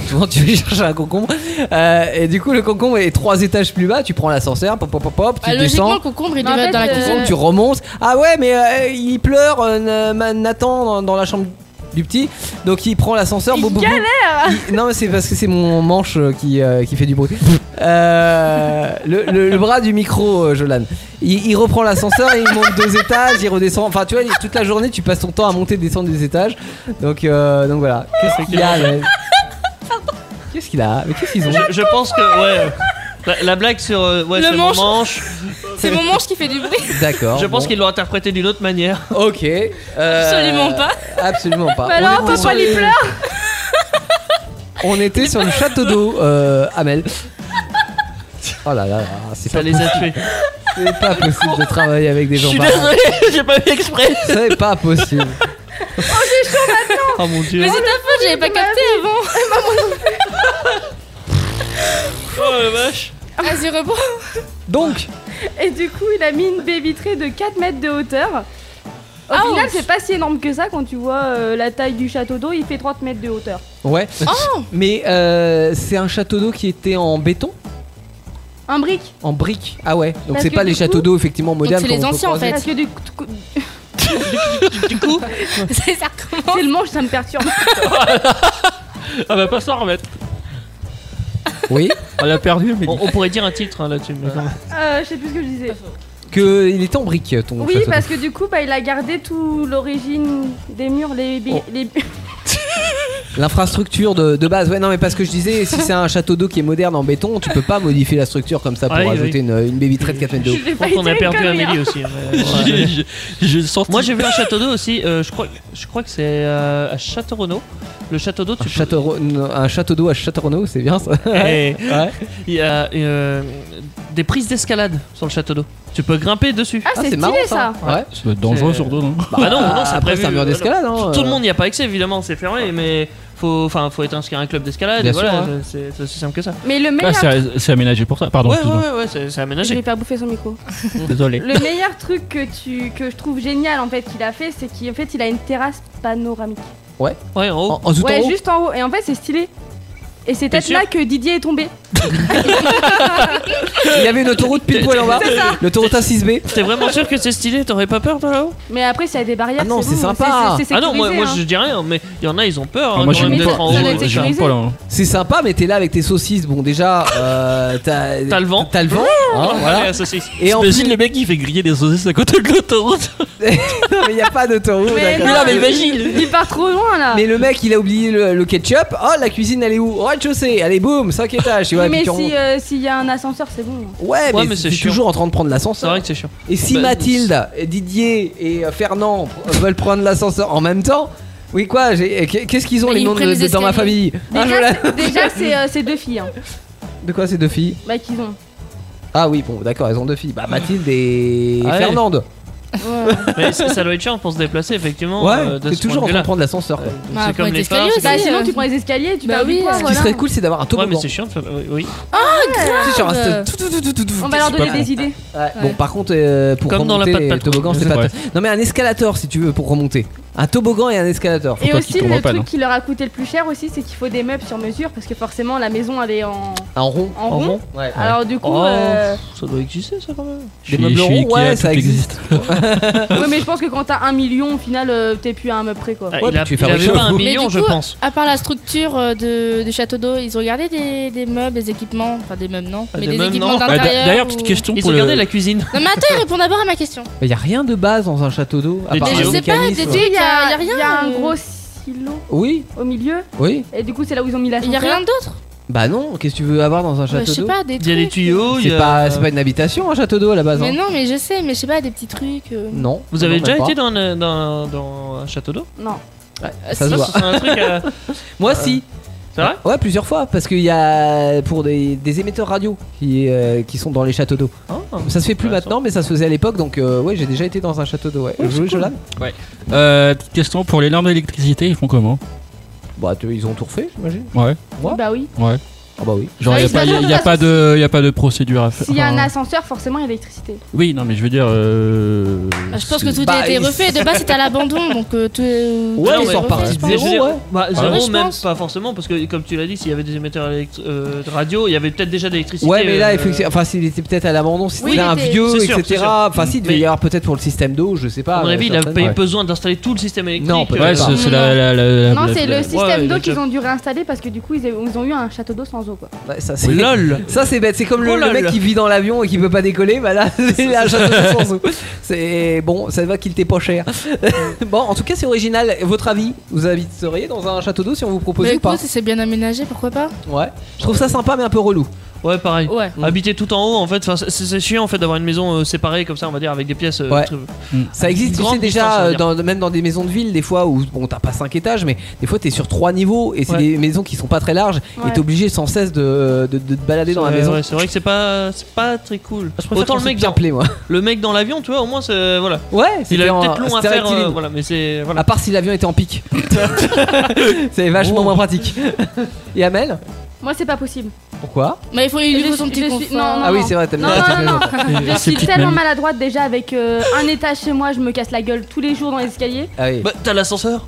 [SPEAKER 3] <laughs> Souvent tu vas chercher un concombre, euh, et du coup le concombre est 3 étages plus bas, tu prends l'ascenseur, pop pop pop pop, tu
[SPEAKER 7] Bah, logiquement,
[SPEAKER 3] descends.
[SPEAKER 7] le concombre, il
[SPEAKER 4] Mais en
[SPEAKER 7] devait être
[SPEAKER 4] fait,
[SPEAKER 7] dans la
[SPEAKER 4] euh,
[SPEAKER 7] cuisine.
[SPEAKER 3] concombre, tu remontes. Ah ouais, mais euh, il pleure, euh, Na- Nathan, dans, dans la chambre du petit. Donc il prend l'ascenseur.
[SPEAKER 4] Il
[SPEAKER 3] boum, boum, boum. Il- Non, mais c'est parce que c'est mon manche euh, qui, euh, qui fait du bruit. Euh, le, le- le bras du micro, euh, Jolan. Il, il reprend l'ascenseur, il monte deux étages, il redescend. Enfin, tu vois, il- toute la journée, tu passes ton temps à monter et descendre des étages. Donc, euh, donc voilà.
[SPEAKER 6] Ah,
[SPEAKER 3] Qu'est-ce qu'il a là Qu'est-ce qu'il a Mais qu'est-ce qu'ils ont
[SPEAKER 6] Je, je pense que. Ouais. La, la blague sur. euh, ouais,
[SPEAKER 7] Le
[SPEAKER 6] c'est
[SPEAKER 7] manche.
[SPEAKER 6] mon manche.
[SPEAKER 7] <laughs> C'est mon manche qui fait du bruit.
[SPEAKER 3] D'accord.
[SPEAKER 6] Je pense
[SPEAKER 3] bon.
[SPEAKER 6] qu'ils l'ont interprété d'une autre manière.
[SPEAKER 3] Ok. euh,
[SPEAKER 7] Absolument pas.
[SPEAKER 3] Absolument pas.
[SPEAKER 4] <laughs> Bah
[SPEAKER 3] On
[SPEAKER 4] non,
[SPEAKER 3] était
[SPEAKER 4] pourquoi
[SPEAKER 3] sur
[SPEAKER 4] il
[SPEAKER 3] les- <laughs> On était sur le château d'eau, euh, Amel. Oh là là, là, c'est
[SPEAKER 6] Ça
[SPEAKER 3] pas,
[SPEAKER 6] les a tués.
[SPEAKER 3] c'est pas possible de travailler avec des
[SPEAKER 6] Je
[SPEAKER 3] gens
[SPEAKER 6] suis
[SPEAKER 3] pareils.
[SPEAKER 6] désolé, <laughs> j'ai pas fait exprès.
[SPEAKER 3] C'est pas
[SPEAKER 6] <laughs>
[SPEAKER 3] possible.
[SPEAKER 6] Oh mon dieu.
[SPEAKER 7] Mais c'est ta faute, j'avais pas capté avant.
[SPEAKER 6] Oh la vache.
[SPEAKER 7] Vas-y, reprends.
[SPEAKER 3] Donc,
[SPEAKER 4] Et du coup, il a mis une baie vitrée de 4 mètres de hauteur. Au
[SPEAKER 7] Ah,
[SPEAKER 4] final,
[SPEAKER 7] ouf.
[SPEAKER 4] c'est pas si énorme que ça quand tu vois euh, la taille du château d'eau. Il fait 30 mètres de hauteur.
[SPEAKER 3] ouais.
[SPEAKER 7] Oh
[SPEAKER 3] Mais euh, c'est un château d'eau qui était en béton,
[SPEAKER 4] Un brique.
[SPEAKER 3] en brique. Ah ouais. Donc
[SPEAKER 4] Parce
[SPEAKER 3] c'est
[SPEAKER 4] que
[SPEAKER 3] pas
[SPEAKER 4] du
[SPEAKER 3] les
[SPEAKER 4] coup-
[SPEAKER 3] châteaux d'eau effectivement modernes.
[SPEAKER 7] c'est les
[SPEAKER 3] qu'on peut
[SPEAKER 7] anciens, en
[SPEAKER 3] croiser.
[SPEAKER 7] fait.
[SPEAKER 4] Parce que du coup,
[SPEAKER 7] C'est <laughs> ça recommence.
[SPEAKER 4] c'est le manche, ça me perturbe.
[SPEAKER 6] Ah, bah,
[SPEAKER 5] On va pas s'en remettre.
[SPEAKER 3] Oui.
[SPEAKER 5] On l'a perdu, mais.
[SPEAKER 6] On, on pourrait dire un titre hein, là-dessus. mais quand même.
[SPEAKER 4] Euh, je sais plus ce que je disais.
[SPEAKER 3] Que il était en brique ton
[SPEAKER 4] Oui,
[SPEAKER 3] château d'eau.
[SPEAKER 4] parce que du coup, bah, il a gardé tout l'origine des murs, les, bi- <laughs>
[SPEAKER 3] Oh.
[SPEAKER 4] les-
[SPEAKER 3] L'infrastructure de, de base. Ouais, non, mais parce que je disais, si c'est un château d'eau qui est moderne en béton, tu peux pas modifier la structure comme ça pour
[SPEAKER 6] Ouais,
[SPEAKER 3] ajouter
[SPEAKER 6] oui.
[SPEAKER 3] Une, une baie vitrée de 4 mètres de haut.
[SPEAKER 4] Je vais
[SPEAKER 6] Je
[SPEAKER 4] pas
[SPEAKER 6] pense qu'on
[SPEAKER 4] dire
[SPEAKER 6] a
[SPEAKER 4] une
[SPEAKER 6] perdu
[SPEAKER 4] connerie,
[SPEAKER 6] Amélie aussi. hein, mais, ouais. <laughs>
[SPEAKER 5] J'ai- j'ai- J'ai sorti.
[SPEAKER 6] Moi j'ai vu un château d'eau aussi, euh, je, crois, je crois que c'est euh, à château renaud Le Ah, château d'eau,
[SPEAKER 3] Un
[SPEAKER 6] tu peux-
[SPEAKER 3] château, un château d'eau à Châteauneuf, c'est bien ça. Ah,
[SPEAKER 6] Eh,
[SPEAKER 4] Ah,
[SPEAKER 3] Ouais.
[SPEAKER 6] Il y a euh, des prises d'escalade sur le château d'eau. Tu peux grimper dessus.
[SPEAKER 4] Ah, c'est
[SPEAKER 3] c'est
[SPEAKER 4] stylé
[SPEAKER 3] marrant,
[SPEAKER 4] ça.
[SPEAKER 3] Ouais.
[SPEAKER 5] Ça doit être dangereux
[SPEAKER 6] C'est-
[SPEAKER 5] sur dos, non
[SPEAKER 6] Bah non, non, c'est
[SPEAKER 3] après
[SPEAKER 6] prévu.
[SPEAKER 3] c'est un mur d'escalade. hein.
[SPEAKER 6] Tout le monde n'y a pas accès évidemment, c'est fermé, mais faut, enfin, faut être inscrit à un club d'escalade.
[SPEAKER 3] Bien
[SPEAKER 6] et
[SPEAKER 3] sûr,
[SPEAKER 6] Voilà,
[SPEAKER 3] ouais.
[SPEAKER 6] c'est c'est aussi simple que ça.
[SPEAKER 4] Mais le
[SPEAKER 5] Ah,
[SPEAKER 4] meilleur.
[SPEAKER 5] c'est c'est aménagé pour ça. Pardon,
[SPEAKER 6] ouais, ouais,
[SPEAKER 5] excuse-moi.
[SPEAKER 6] ouais, ouais, c'est c'est
[SPEAKER 4] je vais
[SPEAKER 6] aménagé.
[SPEAKER 4] faire bouffer son micro.
[SPEAKER 5] Désolé.
[SPEAKER 4] Le meilleur truc que tu que je trouve génial en fait qu'il a fait, c'est qu'en fait il a une terrasse panoramique.
[SPEAKER 6] Ouais, en haut.
[SPEAKER 3] En, en tout
[SPEAKER 4] ouais,
[SPEAKER 3] en haut.
[SPEAKER 4] juste en haut. Et en fait c'est stylé. Et c'est peut-être
[SPEAKER 6] sûr
[SPEAKER 4] là que Didier est tombé.
[SPEAKER 3] il y avait une autoroute pile poil en bas. L'autoroute A6B.
[SPEAKER 6] T'es vraiment sûr que c'est stylé T'aurais pas peur toi là-haut
[SPEAKER 4] Mais après ça a des barrières.
[SPEAKER 3] Ah non, c'est
[SPEAKER 4] bon,
[SPEAKER 3] sympa.
[SPEAKER 4] c'est- c'est
[SPEAKER 6] Ah non, moi,
[SPEAKER 4] sécurisé, hein.
[SPEAKER 6] moi je dis rien, mais il y en a, ils ont peur.
[SPEAKER 3] Ah,
[SPEAKER 6] hein,
[SPEAKER 5] moi,
[SPEAKER 6] quand
[SPEAKER 5] je
[SPEAKER 6] même,
[SPEAKER 5] monte
[SPEAKER 4] mais
[SPEAKER 6] d'être
[SPEAKER 4] ça-
[SPEAKER 6] en
[SPEAKER 5] pas.
[SPEAKER 4] ça
[SPEAKER 6] haut,
[SPEAKER 4] doit être
[SPEAKER 5] Je-
[SPEAKER 6] euh,
[SPEAKER 5] je monte
[SPEAKER 4] sécurisé.
[SPEAKER 5] pas là.
[SPEAKER 3] C'est sympa, mais t'es là avec tes saucisses. Bon, déjà, euh, t'as
[SPEAKER 6] T'as le vent.
[SPEAKER 3] T'as le vent. hein,
[SPEAKER 6] Allez,
[SPEAKER 3] voilà.
[SPEAKER 6] la saucisse.
[SPEAKER 3] Et en
[SPEAKER 5] Imagine le mec qui fait griller des saucisses à côté de l'autoroute.
[SPEAKER 3] non, mais y a pas d'autoroute.
[SPEAKER 4] Mais
[SPEAKER 3] d'accord.
[SPEAKER 4] non,
[SPEAKER 3] mais,
[SPEAKER 4] mais- Il part trop loin là.
[SPEAKER 3] le mec, il a oublié le, le ketchup. Oh, la cuisine, elle est où Au rez-de-chaussée. Allez, boum, 5 étages. Tu vois,
[SPEAKER 4] Oui,
[SPEAKER 3] et
[SPEAKER 4] mais
[SPEAKER 3] puis tu
[SPEAKER 4] si
[SPEAKER 3] remontes.
[SPEAKER 4] euh, s'il y a un ascenseur, c'est bon.
[SPEAKER 3] Ouais, mais,
[SPEAKER 6] mais
[SPEAKER 3] c'est
[SPEAKER 6] c'est chiant.
[SPEAKER 3] toujours en train de prendre
[SPEAKER 6] C'est
[SPEAKER 3] l'ascenseur.
[SPEAKER 6] vrai que c'est chiant.
[SPEAKER 3] Et si
[SPEAKER 6] Bah,
[SPEAKER 3] Mathilde, et Didier et euh, Fernand veulent prendre l'ascenseur en même temps, oui quoi, j'ai- qu'est-ce qu'ils ont
[SPEAKER 7] Mais
[SPEAKER 3] les
[SPEAKER 7] ils
[SPEAKER 3] noms de,
[SPEAKER 7] prennent les
[SPEAKER 3] de- dans ma famille Ah, je
[SPEAKER 4] Déjà,
[SPEAKER 3] la-
[SPEAKER 4] c'est- déjà, c'est euh, c'est deux filles. hein.
[SPEAKER 3] De quoi ces deux filles
[SPEAKER 4] Bah qu'ils ont.
[SPEAKER 3] Ah oui, bon, d'accord, elles ont deux filles. Bah Mathilde et
[SPEAKER 6] Ah ouais.
[SPEAKER 3] Fernande.
[SPEAKER 6] Mais ça ça doit être chiant pour se déplacer, effectivement. euh,
[SPEAKER 3] Ouais,
[SPEAKER 6] de
[SPEAKER 3] t'es
[SPEAKER 6] ce
[SPEAKER 3] toujours en train
[SPEAKER 6] point de vue-là.
[SPEAKER 3] de prendre l'ascenseur.
[SPEAKER 6] Euh,
[SPEAKER 3] Quoi.
[SPEAKER 7] Bah,
[SPEAKER 6] c'est
[SPEAKER 7] faut
[SPEAKER 6] comme
[SPEAKER 7] être
[SPEAKER 6] les
[SPEAKER 7] escalier
[SPEAKER 6] phares,
[SPEAKER 7] aussi.
[SPEAKER 4] Bah,
[SPEAKER 7] Oui,
[SPEAKER 4] sinon,
[SPEAKER 7] euh.
[SPEAKER 4] tu prends les escaliers, tu
[SPEAKER 7] Bah
[SPEAKER 4] perds du
[SPEAKER 7] oui, ce
[SPEAKER 4] poids,
[SPEAKER 7] qui
[SPEAKER 3] Ce qui
[SPEAKER 4] voilà.
[SPEAKER 3] serait cool, c'est Ah, d'avoir un
[SPEAKER 6] Ouais, mais
[SPEAKER 3] toboggan.
[SPEAKER 6] c'est chiant. de faire- oui, Ah, Oui.
[SPEAKER 3] Tu sais, genre, reste tout, tout, tout, tout, tout, tout.
[SPEAKER 4] On va leur
[SPEAKER 3] Ouais.
[SPEAKER 4] donner des idées.
[SPEAKER 3] Bon, par contre, euh, pour
[SPEAKER 6] Comme dans la
[SPEAKER 3] remonter,
[SPEAKER 6] patte patrouille.
[SPEAKER 3] toboggan, c'est
[SPEAKER 5] C'est
[SPEAKER 3] pas
[SPEAKER 5] vrai.
[SPEAKER 3] top. Non, mais un escalator, si tu veux, pour remonter. Un toboggan et un escalator.
[SPEAKER 4] Et
[SPEAKER 5] toi
[SPEAKER 4] aussi,
[SPEAKER 5] qu'il tombe en
[SPEAKER 4] le
[SPEAKER 5] panne,
[SPEAKER 4] truc
[SPEAKER 5] hein.
[SPEAKER 4] qui leur a coûté le plus cher aussi, c'est qu'il faut des meubles sur mesure parce que forcément la maison elle est en.
[SPEAKER 3] Un rond.
[SPEAKER 4] En rond
[SPEAKER 3] Ouais.
[SPEAKER 4] Alors du coup,
[SPEAKER 6] Oh,
[SPEAKER 4] euh,
[SPEAKER 6] ça doit exister, ça quand même.
[SPEAKER 5] Je suis-
[SPEAKER 3] meubles
[SPEAKER 5] je suis
[SPEAKER 3] ronds, ouais,
[SPEAKER 5] Ikea,
[SPEAKER 3] ça
[SPEAKER 5] tout
[SPEAKER 3] existe.
[SPEAKER 4] ouais, mais je pense que quand t'as un million, au final, euh, t'es plus à un meuble près quoi.
[SPEAKER 6] Ah,
[SPEAKER 3] Ouais,
[SPEAKER 6] il a,
[SPEAKER 3] tu
[SPEAKER 6] il
[SPEAKER 3] fais
[SPEAKER 6] avait
[SPEAKER 3] fabriquer
[SPEAKER 6] pas
[SPEAKER 3] un
[SPEAKER 6] un
[SPEAKER 3] fou.
[SPEAKER 6] million,
[SPEAKER 7] Mais du
[SPEAKER 6] je
[SPEAKER 7] coup-
[SPEAKER 6] pense.
[SPEAKER 7] À part la structure euh, de, du château d'eau, ils ont gardé des, des meubles, des équipements, enfin des meubles non,
[SPEAKER 6] Ah,
[SPEAKER 7] mais
[SPEAKER 6] des
[SPEAKER 7] des,
[SPEAKER 6] meubles,
[SPEAKER 7] équipements
[SPEAKER 6] non.
[SPEAKER 5] Bah, d'a-
[SPEAKER 7] d'intérieur.
[SPEAKER 5] D'ailleurs,
[SPEAKER 7] ou-
[SPEAKER 5] petite question
[SPEAKER 6] Ils
[SPEAKER 5] pour
[SPEAKER 6] ont
[SPEAKER 5] le.
[SPEAKER 6] gardé la cuisine.
[SPEAKER 7] Non mais attends, il répond d'abord à ma question.
[SPEAKER 3] Mais y a rien de base dans un château d'eau. à
[SPEAKER 6] Des
[SPEAKER 3] part
[SPEAKER 6] tuyaux.
[SPEAKER 3] un
[SPEAKER 6] Je sais
[SPEAKER 7] pas,
[SPEAKER 3] mécanisme.
[SPEAKER 7] des tuyaux.
[SPEAKER 4] Il y a,
[SPEAKER 7] y a rien,
[SPEAKER 4] il y a un
[SPEAKER 7] euh.
[SPEAKER 4] gros silo
[SPEAKER 3] Oui,
[SPEAKER 4] au milieu
[SPEAKER 3] oui.
[SPEAKER 4] et du coup, c'est là où ils ont mis la
[SPEAKER 7] Il y a rien d'autre.
[SPEAKER 3] Bah non, qu'est-ce que tu veux avoir dans un
[SPEAKER 7] Bah, je
[SPEAKER 3] château
[SPEAKER 7] sais
[SPEAKER 3] d'eau
[SPEAKER 7] pas, des
[SPEAKER 6] Il y a des
[SPEAKER 7] trucs.
[SPEAKER 6] tuyaux. il Oh, y
[SPEAKER 3] C'est
[SPEAKER 6] a-
[SPEAKER 3] pas, c'est pas une habitation, un château d'eau à la base.
[SPEAKER 7] Mais
[SPEAKER 3] hein.
[SPEAKER 7] non, mais je sais, mais je sais pas, des petits trucs. euh.
[SPEAKER 3] Non.
[SPEAKER 6] Vous
[SPEAKER 3] non,
[SPEAKER 6] avez
[SPEAKER 3] même
[SPEAKER 6] déjà
[SPEAKER 3] pas.
[SPEAKER 6] été dans, un- dans, dans un château d'eau
[SPEAKER 4] Non.
[SPEAKER 3] Ça se voit.
[SPEAKER 6] ce serait un truc
[SPEAKER 3] <laughs>
[SPEAKER 6] à-
[SPEAKER 3] Moi, si.
[SPEAKER 6] C'est vrai
[SPEAKER 3] Ouais, plusieurs fois, parce qu'il y a pour des, des émetteurs radio qui, euh, qui sont dans les châteaux d'eau.
[SPEAKER 6] Ah,
[SPEAKER 3] Ça se fait plus
[SPEAKER 6] Intéressant.
[SPEAKER 3] maintenant, mais ça se faisait à l'époque, donc euh, ouais, j'ai déjà été dans un château d'eau. Ouais.
[SPEAKER 6] Ah,
[SPEAKER 3] Jouer, Jolan
[SPEAKER 5] Euh, petite question pour les normes d'électricité, ils font comment
[SPEAKER 3] Bah, tu- ils ont tout refait, j'imagine.
[SPEAKER 5] Ouais,
[SPEAKER 3] Quoi
[SPEAKER 4] Bah oui.
[SPEAKER 5] ouais.
[SPEAKER 3] Ah bah oui.
[SPEAKER 5] Genre,
[SPEAKER 4] Ah,
[SPEAKER 5] il
[SPEAKER 4] ils se
[SPEAKER 5] n'y a,
[SPEAKER 4] basent
[SPEAKER 5] pas de- y a pas de procédure à faire.
[SPEAKER 4] S'il y a un
[SPEAKER 5] Enfin,
[SPEAKER 4] ascenseur, forcément, il y a l'électricité.
[SPEAKER 5] Oui, non, mais je veux dire. euh,
[SPEAKER 7] Bah, je pense que tout
[SPEAKER 3] Bah,
[SPEAKER 7] a été
[SPEAKER 3] il-
[SPEAKER 7] refait. De base, c'était à l'abandon, donc euh, tout. euh,
[SPEAKER 6] Ouais,
[SPEAKER 7] tout
[SPEAKER 3] ils
[SPEAKER 7] est
[SPEAKER 6] mais-
[SPEAKER 3] sont
[SPEAKER 7] refait,
[SPEAKER 3] repartis
[SPEAKER 7] je
[SPEAKER 3] de
[SPEAKER 7] pense.
[SPEAKER 6] Mais
[SPEAKER 3] zéro,
[SPEAKER 6] je veux dire-
[SPEAKER 3] ouais.
[SPEAKER 6] Bah,
[SPEAKER 7] Ouais,
[SPEAKER 6] zéro,
[SPEAKER 7] je
[SPEAKER 6] même
[SPEAKER 7] pense.
[SPEAKER 6] pas forcément, parce que comme tu l'as dit, s'il y avait des émetteurs élect- euh, de radio, il y avait peut-être déjà de l'électricité.
[SPEAKER 3] Ouais, mais là,
[SPEAKER 6] euh,
[SPEAKER 3] effectivement, enfin, s'il était peut-être à l'abandon, si
[SPEAKER 4] Oui,
[SPEAKER 3] c'était
[SPEAKER 4] il
[SPEAKER 3] un
[SPEAKER 4] était-
[SPEAKER 3] vieux,
[SPEAKER 6] C'est sûr, c'est
[SPEAKER 3] etc.
[SPEAKER 6] sûr.
[SPEAKER 3] Enfin, si, il devait
[SPEAKER 6] Mais-
[SPEAKER 3] y avoir peut-être pour le système d'eau, je sais pas.
[SPEAKER 6] À mon
[SPEAKER 3] euh,
[SPEAKER 6] avis, il a pas eu
[SPEAKER 3] certainement.
[SPEAKER 6] besoin d'installer tout le système électrique.
[SPEAKER 3] Non, peut-être
[SPEAKER 6] euh,
[SPEAKER 5] Ouais, c'est c'est la, la, la- la-
[SPEAKER 4] non,
[SPEAKER 5] la-
[SPEAKER 4] c'est
[SPEAKER 5] la-
[SPEAKER 4] le système
[SPEAKER 6] ouais,
[SPEAKER 4] d'eau
[SPEAKER 6] le
[SPEAKER 4] qu'ils
[SPEAKER 6] job.
[SPEAKER 4] ont dû réinstaller parce que du coup, ils, a- ils ont eu un château d'eau sans eau quoi.
[SPEAKER 3] Ouais, ça, c'est...
[SPEAKER 6] LOL
[SPEAKER 3] Ça c'est bête, c'est comme le,
[SPEAKER 6] Oh là
[SPEAKER 3] le mec
[SPEAKER 6] là.
[SPEAKER 3] qui vit dans l'avion et qui peut pas décoller, bah là <laughs> il a un château d'eau sans eau. C'est bon, ça va qu'il t'est pas cher. <laughs> bon, en tout cas c'est original. Votre avis Vous habiteriez dans un château d'eau si on vous
[SPEAKER 7] Mais
[SPEAKER 4] Bah,
[SPEAKER 3] proposait ou pas
[SPEAKER 7] écoute, si c'est bien aménagé, pourquoi pas
[SPEAKER 3] Ouais. Je trouve ça sympa mais un peu relou.
[SPEAKER 6] Ouais, pareil.
[SPEAKER 7] Ouais.
[SPEAKER 6] Mm. Habiter tout en haut, en fait, enfin, c'est- c'est chiant en fait d'avoir une maison euh, séparée comme ça, on va dire, avec des pièces. euh,
[SPEAKER 3] Ouais.
[SPEAKER 6] trucs-
[SPEAKER 3] Ça existe tu
[SPEAKER 6] grande
[SPEAKER 3] sais,
[SPEAKER 6] distance, on
[SPEAKER 3] déjà
[SPEAKER 6] va
[SPEAKER 3] euh,
[SPEAKER 6] dire.
[SPEAKER 3] dans- même dans des maisons de ville des fois où bon t'as pas 5 étages mais des fois t'es sur 3 niveaux et c'est
[SPEAKER 6] Ouais.
[SPEAKER 3] des maisons qui sont pas très larges et
[SPEAKER 4] Ouais.
[SPEAKER 3] t'es obligé sans cesse de, de- de te balader dans la
[SPEAKER 6] Ouais,
[SPEAKER 3] maison. Ah,
[SPEAKER 6] ouais, c'est vrai que c'est pas, c'est pas très cool.
[SPEAKER 3] Je préfère
[SPEAKER 6] Autant
[SPEAKER 3] qu'on
[SPEAKER 6] le
[SPEAKER 3] se
[SPEAKER 6] mec,
[SPEAKER 3] bien
[SPEAKER 6] dans,
[SPEAKER 3] plaît moi.
[SPEAKER 6] le mec dans l'avion, tu vois, au moins, c'est voilà.
[SPEAKER 3] <laughs> Ouais,
[SPEAKER 6] Il
[SPEAKER 3] c'était
[SPEAKER 6] a
[SPEAKER 3] en- Ah.
[SPEAKER 6] peut-être long à
[SPEAKER 3] c'était
[SPEAKER 6] faire, euh,
[SPEAKER 3] rectiligne.
[SPEAKER 6] voilà, mais c'est voilà.
[SPEAKER 3] À part si l'avion était en
[SPEAKER 6] <laughs>
[SPEAKER 3] pic. c'est vachement
[SPEAKER 6] Oh.
[SPEAKER 3] moins
[SPEAKER 6] <laughs>
[SPEAKER 3] pratique. Et Amel
[SPEAKER 4] Moi, c'est pas possible.
[SPEAKER 3] Pourquoi
[SPEAKER 7] Mais il faut il lui
[SPEAKER 4] Je
[SPEAKER 7] faut son
[SPEAKER 4] suis-
[SPEAKER 7] petit
[SPEAKER 4] je
[SPEAKER 7] confort.
[SPEAKER 4] suis- non, non.
[SPEAKER 3] Ah oui, c'est vrai, t'as
[SPEAKER 4] Non,
[SPEAKER 3] mis la
[SPEAKER 4] non,
[SPEAKER 3] petite
[SPEAKER 4] non, non. Je suis
[SPEAKER 5] petites
[SPEAKER 4] tellement
[SPEAKER 5] mamies.
[SPEAKER 4] maladroite déjà avec euh, un étage chez moi, je me casse la gueule tous les jours dans les escaliers.
[SPEAKER 3] Ah oui.
[SPEAKER 6] Bah, t'as l'ascenseur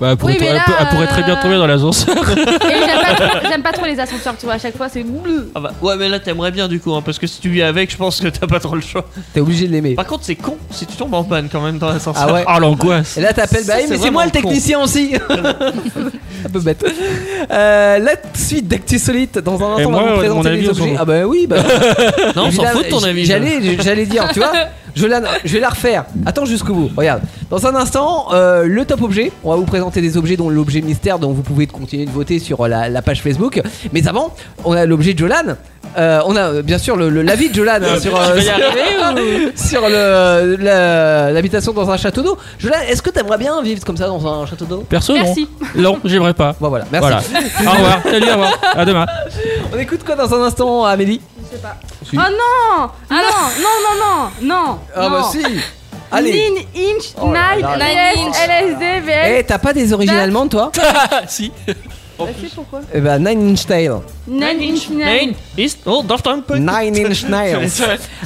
[SPEAKER 5] Bah, elle pourrait
[SPEAKER 4] Oui, mais
[SPEAKER 5] tr-
[SPEAKER 4] là,
[SPEAKER 5] elle pour- elle pourrait très bien
[SPEAKER 4] euh,
[SPEAKER 5] tomber dans l'ascenseur. <laughs>
[SPEAKER 4] Et j'aime pas, j'aime pas trop les ascenseurs, tu vois, à chaque fois c'est bleu.
[SPEAKER 6] Ah bah, ouais, mais là t'aimerais bien du coup, hein, parce que si tu vis avec, je pense que t'as pas trop le choix.
[SPEAKER 3] T'es obligé de l'aimer.
[SPEAKER 6] Par contre, c'est con si tu tombes en panne quand même dans l'ascenseur.
[SPEAKER 3] Ah ouais.
[SPEAKER 5] Ah, l'angoisse.
[SPEAKER 3] Et là t'appelles,
[SPEAKER 6] Ça,
[SPEAKER 3] bah oui,
[SPEAKER 6] c'est
[SPEAKER 3] mais c'est moi le
[SPEAKER 6] vraiment con.
[SPEAKER 3] technicien
[SPEAKER 5] <laughs>
[SPEAKER 3] aussi Un peu bête. Euh, la suite d'Actu Solite, dans un
[SPEAKER 5] Et
[SPEAKER 3] instant, on
[SPEAKER 5] moi,
[SPEAKER 3] va vous
[SPEAKER 5] mon
[SPEAKER 3] présenter
[SPEAKER 5] avis,
[SPEAKER 3] les
[SPEAKER 5] on s'en
[SPEAKER 3] objets.
[SPEAKER 5] fout.
[SPEAKER 3] Ah bah oui,
[SPEAKER 5] <laughs>
[SPEAKER 3] bah.
[SPEAKER 6] Non, on s'en
[SPEAKER 3] évidemment,
[SPEAKER 6] fout de ton avis.
[SPEAKER 3] J'allais, j'allais dire, tu vois. Je, la, je vais la refaire. Attends jusqu'au bout. Regarde. Dans un instant, euh, le top objet. On va vous présenter des objets dont l'objet mystère dont vous pouvez continuer de voter sur euh, la, la page Facebook. Mais avant, on a l'objet de Jolan. Euh, on a euh, bien sûr le- le- l'avis de Jolan hein, sur, euh,
[SPEAKER 6] tu vas y
[SPEAKER 3] sur- <laughs> sur le- la- l'habitation dans un château d'eau. Jolan, est-ce que t'aimerais bien vivre comme ça dans un château d'eau
[SPEAKER 5] Perso, non.
[SPEAKER 4] Merci.
[SPEAKER 5] Non, j'aimerais pas.
[SPEAKER 3] Bon voilà, merci.
[SPEAKER 5] Voilà. au revoir. Salut, au revoir. À demain.
[SPEAKER 3] On écoute quoi dans un instant, Amélie
[SPEAKER 4] Je sais pas.
[SPEAKER 3] Si.
[SPEAKER 4] Oh non Ah non Non, non, non Non
[SPEAKER 3] Ah bah
[SPEAKER 4] non.
[SPEAKER 3] si Allez
[SPEAKER 4] Lean, Inch,
[SPEAKER 3] Oh là
[SPEAKER 4] Night,
[SPEAKER 3] là
[SPEAKER 7] là.
[SPEAKER 4] Nine,
[SPEAKER 7] Inch.
[SPEAKER 4] LSD,
[SPEAKER 3] Eh,
[SPEAKER 4] VS.
[SPEAKER 3] t'as pas des origines
[SPEAKER 4] Bah-
[SPEAKER 3] allemandes toi
[SPEAKER 6] Ah si
[SPEAKER 4] pourquoi
[SPEAKER 3] Eh bah Nine Inch Nails.
[SPEAKER 4] Nine Inch Nails.
[SPEAKER 6] Nine is. Oh, Daft Punk <laughs>
[SPEAKER 3] Nine Inch Nails.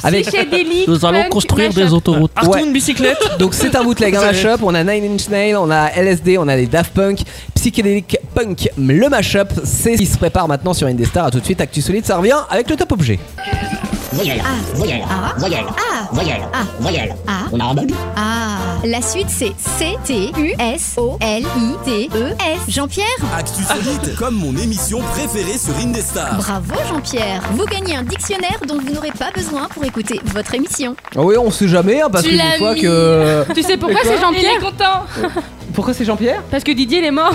[SPEAKER 3] Avec,
[SPEAKER 4] Psychédélique,
[SPEAKER 5] Nous allons
[SPEAKER 4] punk,
[SPEAKER 5] construire
[SPEAKER 4] machin.
[SPEAKER 5] des autoroutes.
[SPEAKER 6] Arthur,
[SPEAKER 3] Ouais. <laughs>
[SPEAKER 6] une bicyclette
[SPEAKER 3] donc c'est un bootleg, un mashup. On a Nine Inch Nails, on a LSD, on a les Daft Punk, Psychedelic Punk, le mashup. C'est ce qui se prépare maintenant sur Indestar. A tout de suite, Actu Solide, ça revient avec le top objet.
[SPEAKER 10] Voyelle, voyelle, voyelle, voyelle, voyelle.
[SPEAKER 8] Ah.
[SPEAKER 10] On a un bug
[SPEAKER 8] Ah La suite c'est C-T-U-S-O-L-I-T-E-S. E Jean-Pierre
[SPEAKER 9] Actu solide, comme mon émission préférée sur Indestar.
[SPEAKER 8] Bravo Jean-Pierre Vous gagnez un dictionnaire dont vous n'aurez pas besoin pour écouter votre émission.
[SPEAKER 3] Ah oui, on sait jamais, hein, parce
[SPEAKER 7] Tu
[SPEAKER 3] que
[SPEAKER 7] l'as
[SPEAKER 3] des fois
[SPEAKER 7] mis.
[SPEAKER 3] que.
[SPEAKER 4] Tu sais pourquoi c'est Jean-Pierre
[SPEAKER 7] content.
[SPEAKER 3] Pourquoi c'est Jean-Pierre
[SPEAKER 4] Parce que Didier il est mort.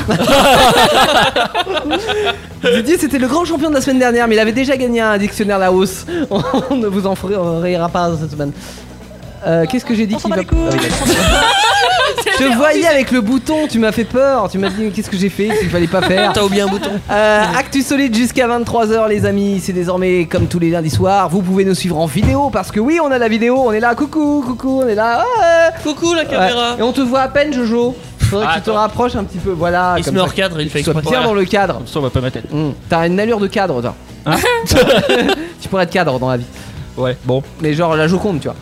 [SPEAKER 3] Didier, c'était le grand champion de la semaine dernière, mais il avait déjà gagné un dictionnaire la hausse. <laughs> On ne vous en fera- on rira pas cette semaine. Euh, Qu'est-ce que j'ai dit qu'il va- Ah oui, d'accord.
[SPEAKER 6] <laughs>
[SPEAKER 3] Je voyais avec le bouton, tu m'as fait peur. Tu m'as dit, mais qu'est-ce que j'ai fait qu'il fallait pas faire
[SPEAKER 6] T'as oublié un bouton.
[SPEAKER 3] Euh, Actu solide jusqu'à 23h, les amis. C'est désormais comme tous les lundis soirs. Vous pouvez nous suivre en vidéo parce que, oui, on a la vidéo. On est là. Coucou, coucou, on est là. Ouais.
[SPEAKER 6] Coucou la
[SPEAKER 3] Ouais. Ah,
[SPEAKER 6] caméra. Ah,
[SPEAKER 3] Et on te voit à peine, Jojo. Faudrait que tu te
[SPEAKER 6] Attends.
[SPEAKER 3] rapproches un petit peu. Voilà.
[SPEAKER 6] Il se
[SPEAKER 3] comme
[SPEAKER 6] met
[SPEAKER 3] ça
[SPEAKER 6] hors cadre, il
[SPEAKER 3] que
[SPEAKER 6] fait
[SPEAKER 3] tu sois
[SPEAKER 6] exprès.
[SPEAKER 3] bien dans le cadre.
[SPEAKER 5] Comme ça, on voit pas ma tête.
[SPEAKER 3] Mm. T'as une allure de cadre, toi.
[SPEAKER 6] Hein
[SPEAKER 3] <laughs> tu pourrais être cadre dans la vie.
[SPEAKER 5] Ouais, bon.
[SPEAKER 3] Mais genre la Joconde, tu vois.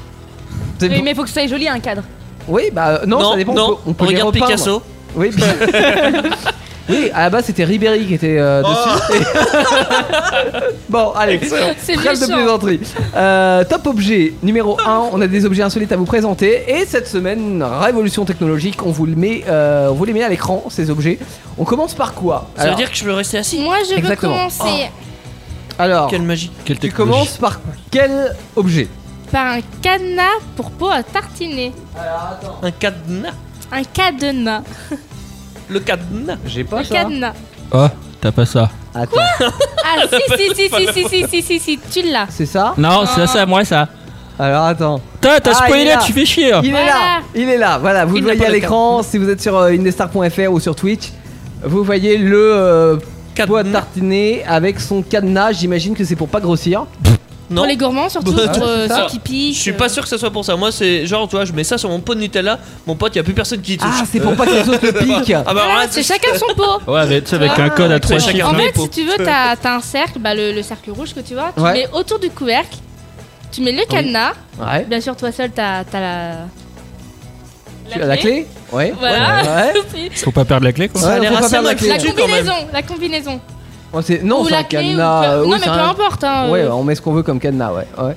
[SPEAKER 3] C'est
[SPEAKER 4] Oui,
[SPEAKER 3] beau-
[SPEAKER 4] mais faut que ce soit joli un cadre.
[SPEAKER 3] Oui, bah euh, non, ça dépend. on peut, on peut les
[SPEAKER 6] regarde
[SPEAKER 3] repeindre.
[SPEAKER 6] Picasso.
[SPEAKER 3] Oui, bien- <laughs> oui, à la base c'était Ribéry qui était
[SPEAKER 6] Oh.
[SPEAKER 3] euh, dessus. <laughs> bon, allez,
[SPEAKER 7] C'est
[SPEAKER 3] trêve de
[SPEAKER 7] méchant.
[SPEAKER 3] plaisanterie. Euh, top objet numéro 1, on a des objets insolites à vous présenter. Et cette semaine, révolution technologique, on vous, le met, euh, on vous les met à l'écran, ces objets. On commence par quoi
[SPEAKER 6] Ça veut
[SPEAKER 3] Alors-
[SPEAKER 6] dire que je peux rester assis.
[SPEAKER 7] Moi, je veux
[SPEAKER 3] Exactement.
[SPEAKER 7] commencer
[SPEAKER 3] alors
[SPEAKER 6] Quelle magie.
[SPEAKER 5] Quelle
[SPEAKER 3] tu
[SPEAKER 5] technologie
[SPEAKER 3] commences par quel objet
[SPEAKER 7] par un cadenas pour peau à tartiner.
[SPEAKER 6] Un cadenas.
[SPEAKER 7] Un cadenas.
[SPEAKER 6] Le cadenas.
[SPEAKER 3] J'ai pas
[SPEAKER 7] Un
[SPEAKER 4] <laughs>
[SPEAKER 7] cadenas.
[SPEAKER 5] Ah, t'as pas ça.
[SPEAKER 3] Attends,
[SPEAKER 7] Ah, si, si, si, si, si, si, si, si, si, tu l'as.
[SPEAKER 3] c'est ça
[SPEAKER 5] Non, c'est ça, moi ça.
[SPEAKER 3] Alors attends.
[SPEAKER 5] T'as, t'as
[SPEAKER 3] Ah, il est
[SPEAKER 5] spoilé,
[SPEAKER 3] là.
[SPEAKER 5] tu fais chier. hein.
[SPEAKER 3] Il est
[SPEAKER 7] Voilà.
[SPEAKER 3] là, il est là, voilà, vous
[SPEAKER 6] Il
[SPEAKER 3] le
[SPEAKER 6] n'a
[SPEAKER 3] voyez
[SPEAKER 6] pas
[SPEAKER 3] à
[SPEAKER 6] le
[SPEAKER 3] l'écran, si vous êtes sur euh, indestar.fr ou sur Twitch, vous voyez le euh, poids
[SPEAKER 6] Cadenas.
[SPEAKER 3] tartiné avec son cadenas, j'imagine que c'est pour pas grossir.
[SPEAKER 6] Non.
[SPEAKER 7] Pour les gourmands, surtout,
[SPEAKER 6] Bah,
[SPEAKER 7] pour euh,
[SPEAKER 3] c'est ça.
[SPEAKER 7] ceux qui piquent.
[SPEAKER 6] Je suis pas sûr que ça soit pour ça. Moi, c'est genre, tu vois, je mets ça sur mon pot de Nutella. Mon pote, y a plus personne qui y touche.
[SPEAKER 3] Ah, c'est pour pas que les autres <laughs> le piquent
[SPEAKER 6] Ah bah,
[SPEAKER 7] Voilà,
[SPEAKER 6] arrête.
[SPEAKER 7] c'est chacun son
[SPEAKER 4] <laughs>
[SPEAKER 7] pot.
[SPEAKER 5] Ouais, mais tu sais, avec un code à
[SPEAKER 6] avec
[SPEAKER 5] 3
[SPEAKER 6] ça,
[SPEAKER 5] chiffres.
[SPEAKER 6] chacun.
[SPEAKER 7] En
[SPEAKER 6] Non, mais
[SPEAKER 7] fait,
[SPEAKER 6] pour-
[SPEAKER 7] si tu veux, t'as t'as un cercle, bah, le, le cercle rouge que tu vois, tu
[SPEAKER 3] Ouais.
[SPEAKER 7] mets autour du couvercle, tu mets le cadenas.
[SPEAKER 3] Ouais.
[SPEAKER 7] Bien sûr, toi seul, t'as t'as la.
[SPEAKER 3] Tu as la clé Ouais.
[SPEAKER 7] Voilà. <laughs>
[SPEAKER 3] Ouais.
[SPEAKER 5] Faut pas perdre la clé, quoi.
[SPEAKER 6] Ça a
[SPEAKER 3] Ouais,
[SPEAKER 6] l'air
[SPEAKER 3] faut pas
[SPEAKER 6] assez
[SPEAKER 3] perdre la
[SPEAKER 6] mal
[SPEAKER 3] clé.
[SPEAKER 7] La
[SPEAKER 6] foutu quand même.
[SPEAKER 7] combinaison, la combinaison.
[SPEAKER 3] Oh, c'est- non,
[SPEAKER 7] ou
[SPEAKER 3] c'est
[SPEAKER 7] la
[SPEAKER 3] un
[SPEAKER 7] clé, ou
[SPEAKER 3] cadenas.
[SPEAKER 7] peu-
[SPEAKER 3] euh, oui,
[SPEAKER 7] Non, mais
[SPEAKER 3] c'est
[SPEAKER 7] peu
[SPEAKER 3] un-
[SPEAKER 7] importe. hein,
[SPEAKER 3] Ouais,
[SPEAKER 7] euh,
[SPEAKER 3] on met ce qu'on veut comme cadenas, ouais. ouais.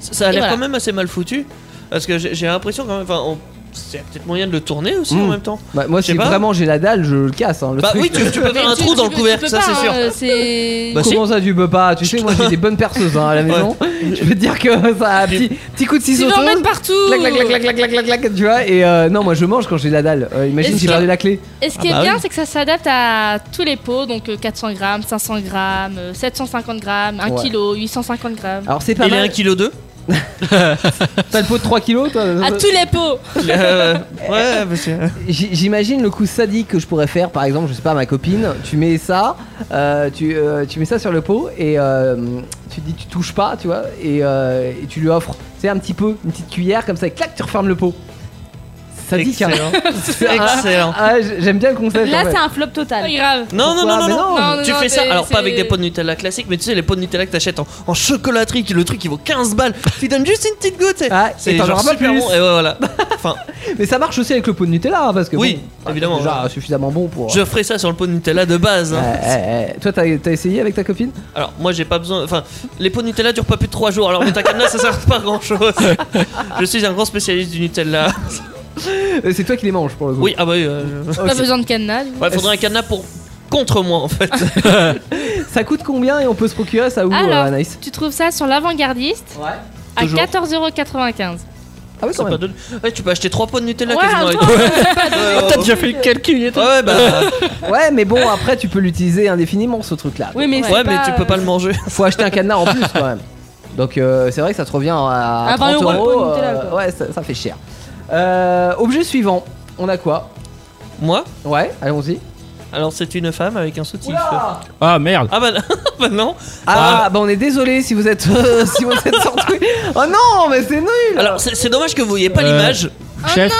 [SPEAKER 6] Ça a
[SPEAKER 7] Et
[SPEAKER 6] l'air
[SPEAKER 7] voilà.
[SPEAKER 6] quand même assez mal foutu. Parce que j'ai j'ai l'impression quand même. Enfin, on- c'est peut-être moyen de le tourner aussi
[SPEAKER 3] Mm.
[SPEAKER 6] en même temps.
[SPEAKER 3] Bah, moi,
[SPEAKER 6] Je sais
[SPEAKER 3] si
[SPEAKER 6] pas.
[SPEAKER 3] vraiment j'ai la dalle, je le casse. hein, le
[SPEAKER 6] Bah
[SPEAKER 3] truc.
[SPEAKER 6] oui, tu, tu peux
[SPEAKER 7] mais
[SPEAKER 6] faire un
[SPEAKER 7] tu-
[SPEAKER 6] trou
[SPEAKER 7] tu
[SPEAKER 6] dans le
[SPEAKER 7] peux-
[SPEAKER 6] couvercle,
[SPEAKER 7] tu
[SPEAKER 6] ça
[SPEAKER 7] peux
[SPEAKER 6] c'est
[SPEAKER 7] pas,
[SPEAKER 6] sûr.
[SPEAKER 7] euh,
[SPEAKER 3] <laughs>
[SPEAKER 7] C'est.
[SPEAKER 6] Bah, si.
[SPEAKER 3] Comment ça, tu peux pas Tu sais, moi j'ai des bonnes perceuses hein, à la maison. Je vais te dire que ça a un petit, petit coup de
[SPEAKER 7] Tu
[SPEAKER 3] ciseau.
[SPEAKER 7] vas en mettre partout.
[SPEAKER 3] Clac, clac, clac, clac, clac, clac, clac, clac, tu vois. Et euh, non, moi je mange quand j'ai la dalle. Euh, imagine,
[SPEAKER 7] Est-ce
[SPEAKER 3] j'ai
[SPEAKER 7] que-
[SPEAKER 3] perdu la clé.
[SPEAKER 7] Et ce qui
[SPEAKER 6] Ah bah
[SPEAKER 7] est bien,
[SPEAKER 6] oui.
[SPEAKER 7] c'est que ça s'adapte à tous les pots, donc euh, 400 grammes, 500 grammes, euh, 750 grammes, 1
[SPEAKER 3] Ouais. Ah,
[SPEAKER 7] kilo, 850 grammes.
[SPEAKER 3] Alors c'est pas
[SPEAKER 6] Il est 1
[SPEAKER 3] mal. <laughs>
[SPEAKER 6] kg 2
[SPEAKER 3] T'as le pot de 3 kilos, toi
[SPEAKER 6] Ah,
[SPEAKER 3] euh,
[SPEAKER 7] À tous les pots
[SPEAKER 6] Euh, Ouais, monsieur.
[SPEAKER 3] J- J'imagine le coup sadique que je pourrais faire, par exemple, je sais pas, à ma copine. Tu mets ça, euh, tu, euh, tu mets ça sur le pot et euh, tu dis tu touches pas, tu vois, et, euh, et tu lui offres, tu sais, un petit peu, une petite cuillère comme ça, et clac, tu refermes le pot. Sadique, hein.
[SPEAKER 6] Excellent.
[SPEAKER 3] <laughs> C'est- ah,
[SPEAKER 6] Excellent.
[SPEAKER 3] ah, j- J'aime bien le concept. en
[SPEAKER 4] Là,
[SPEAKER 3] fait.
[SPEAKER 4] c'est un flop
[SPEAKER 7] Pas
[SPEAKER 4] total.
[SPEAKER 7] grave
[SPEAKER 6] Non, non,
[SPEAKER 3] Pourquoi
[SPEAKER 6] non, non,
[SPEAKER 3] Mais
[SPEAKER 6] non.
[SPEAKER 7] non. Non,
[SPEAKER 6] Tu
[SPEAKER 7] non,
[SPEAKER 6] fais ça,
[SPEAKER 7] non, c'est-
[SPEAKER 6] alors pas avec
[SPEAKER 7] c'est-
[SPEAKER 6] des pots de Nutella classiques, mais tu sais, les pots de Nutella que t'achètes en, en chocolaterie, qui, le truc qui vaut 15 balles, tu donnes juste une petite goutte. c'est-
[SPEAKER 3] Ah, et
[SPEAKER 6] c'est
[SPEAKER 3] t'en
[SPEAKER 6] genre
[SPEAKER 3] auras pas
[SPEAKER 6] super
[SPEAKER 3] plus.
[SPEAKER 6] bon. Et ouais, voilà. Enfin,
[SPEAKER 3] Mais ça marche aussi avec le pot de Nutella, hein, parce que
[SPEAKER 6] Oui,
[SPEAKER 3] bon, bah,
[SPEAKER 6] évidemment. hein.
[SPEAKER 3] c'est déjà suffisamment bon pour. euh,
[SPEAKER 6] je ferai ça sur le pot de Nutella de base. hein.
[SPEAKER 3] Ouais, ouais, ouais. eh. Toi, t'as t'as essayé avec ta copine
[SPEAKER 6] Alors, moi, j'ai pas besoin. Enfin, les pots de Nutella durent pas plus de 3 jours, alors le tacana, ça sert pas à grand chose. Je suis un grand spécialiste du Nutella.
[SPEAKER 3] Euh, C'est toi qui les manges pour le coup.
[SPEAKER 6] Oui, ah bah oui. euh,
[SPEAKER 3] Ok.
[SPEAKER 7] Pas besoin de cadenas. du coup.
[SPEAKER 6] Ouais, faudrait un cadenas pour. Contre moi en fait.
[SPEAKER 3] Ça coûte combien et on peut se procurer ça où,
[SPEAKER 7] Alors,
[SPEAKER 3] euh, Anaïs
[SPEAKER 7] tu trouves ça sur l'avant-gardiste
[SPEAKER 3] Ouais.
[SPEAKER 7] à
[SPEAKER 6] Toujours.
[SPEAKER 7] 14,95€.
[SPEAKER 3] Ah oui,
[SPEAKER 6] C'est
[SPEAKER 3] quand
[SPEAKER 6] pas
[SPEAKER 3] même.
[SPEAKER 6] donné. Ouais, tu peux acheter 3 pots de Nutella
[SPEAKER 7] Ouais,
[SPEAKER 6] quasiment
[SPEAKER 7] un
[SPEAKER 6] avec-
[SPEAKER 7] pot.
[SPEAKER 6] Ouais, ouais, ouais.
[SPEAKER 5] Oh, déjà fait le calcul et
[SPEAKER 6] Ouais, bah.
[SPEAKER 3] <laughs> Ouais, mais bon, après, tu peux l'utiliser indéfiniment ce truc-là.
[SPEAKER 4] Oui, mais
[SPEAKER 7] Ouais. euh,
[SPEAKER 4] c'est
[SPEAKER 6] Ouais, mais
[SPEAKER 4] pas,
[SPEAKER 6] tu peux pas le manger.
[SPEAKER 3] Faut acheter un cadenas en plus quand même. Donc, euh, c'est vrai que ça te revient à
[SPEAKER 4] À
[SPEAKER 3] 30
[SPEAKER 4] 20 euros, le pot de
[SPEAKER 3] euh,
[SPEAKER 4] Nutella, quoi.
[SPEAKER 3] ouais, ça, ça fait cher. Euh, objet suivant. On a quoi
[SPEAKER 6] Moi
[SPEAKER 3] Ouais, allons-y.
[SPEAKER 6] Alors c'est une femme avec un soutif.
[SPEAKER 3] Oula
[SPEAKER 5] Ah merde.
[SPEAKER 6] Ah bah, bah non. <laughs>
[SPEAKER 3] ah, bah on est désolé si vous êtes <laughs> euh, si vous êtes sans truc. Oh non, mais c'est nul.
[SPEAKER 6] Alors c'est c'est dommage que vous voyez pas
[SPEAKER 5] Euh,
[SPEAKER 6] l'image.
[SPEAKER 5] Chef.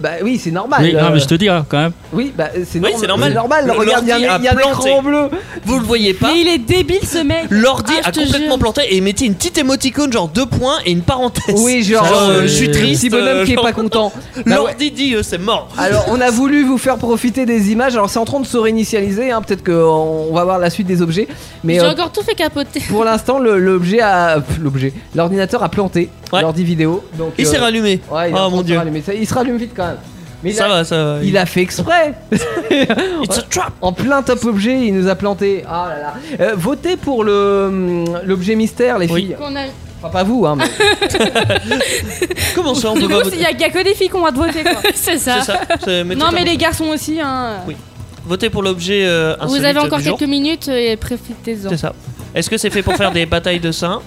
[SPEAKER 3] Bah oui, c'est normal.
[SPEAKER 5] Oui, non,
[SPEAKER 3] euh,
[SPEAKER 5] mais je te dis, hein, quand même.
[SPEAKER 3] Oui, bah c'est
[SPEAKER 6] Oui, c'est normal.
[SPEAKER 3] C'est normal.
[SPEAKER 6] Le-
[SPEAKER 3] Regarde, il y a,
[SPEAKER 6] l'ordi
[SPEAKER 3] il y a
[SPEAKER 6] a
[SPEAKER 3] un écran
[SPEAKER 6] planté.
[SPEAKER 3] bleu.
[SPEAKER 6] Vous le voyez pas.
[SPEAKER 4] Mais il est débile ce mec.
[SPEAKER 6] L'ordi
[SPEAKER 7] Ah, je
[SPEAKER 6] a
[SPEAKER 7] te
[SPEAKER 6] complètement
[SPEAKER 7] jure.
[SPEAKER 6] planté et il mettait une petite émoticône genre deux points et une parenthèse.
[SPEAKER 3] Oui, genre,
[SPEAKER 6] euh,
[SPEAKER 3] euh,
[SPEAKER 6] je suis
[SPEAKER 3] le
[SPEAKER 6] triste.
[SPEAKER 3] Petit bonhomme
[SPEAKER 6] euh,
[SPEAKER 3] qui est
[SPEAKER 6] <laughs> genre,
[SPEAKER 3] pas content. Bah ouais.
[SPEAKER 6] L'ordi dit euh, c'est mort.
[SPEAKER 3] Alors, on a voulu vous faire profiter des images. Alors, c'est en train de se réinitialiser. hein. Peut-être qu'on va voir la suite des objets. Mais
[SPEAKER 7] J'ai
[SPEAKER 3] euh,
[SPEAKER 7] encore tout fait capoter.
[SPEAKER 3] pour l'instant, le- l'objet a. pff, L'objet. L'ordinateur a planté.
[SPEAKER 6] Ouais.
[SPEAKER 3] L'ordi vidéo. Donc,
[SPEAKER 6] Il
[SPEAKER 3] euh,
[SPEAKER 6] s'est rallumé.
[SPEAKER 3] ouais, il est en
[SPEAKER 6] oh
[SPEAKER 3] train
[SPEAKER 6] mon
[SPEAKER 3] de se
[SPEAKER 6] dieu.
[SPEAKER 3] rallumer. Ça- Il se rallume vite quand même. Mais il,
[SPEAKER 6] Ça
[SPEAKER 3] a,
[SPEAKER 6] va, ça va.
[SPEAKER 3] il a fait exprès.
[SPEAKER 6] It's a trap.
[SPEAKER 3] En plein top objet, il nous a planté. Ah là là. Euh, votez pour le hum, l'objet mystère, les
[SPEAKER 6] Oui.
[SPEAKER 3] filles.
[SPEAKER 7] Qu'on a-
[SPEAKER 3] Enfin, pas vous,
[SPEAKER 6] <laughs>
[SPEAKER 3] hein. mais-
[SPEAKER 6] Comment ça on
[SPEAKER 4] Du
[SPEAKER 6] peut pas
[SPEAKER 4] coup, il
[SPEAKER 6] voter
[SPEAKER 4] y a, y a que des filles qui ont hâte de voter. Quoi.
[SPEAKER 7] <laughs> C'est ça.
[SPEAKER 6] C'est ça.
[SPEAKER 4] <laughs>
[SPEAKER 6] c'est- mettez
[SPEAKER 4] non,
[SPEAKER 6] ça.
[SPEAKER 4] mais les garçons aussi. Hein.
[SPEAKER 6] Oui. Votez pour l'objet. euh,
[SPEAKER 7] Vous
[SPEAKER 6] insolite
[SPEAKER 7] avez
[SPEAKER 6] du
[SPEAKER 7] encore
[SPEAKER 6] jour.
[SPEAKER 7] quelques minutes euh, et profitez-en.
[SPEAKER 6] C'est ça. Est-ce que c'est fait pour faire des batailles de seins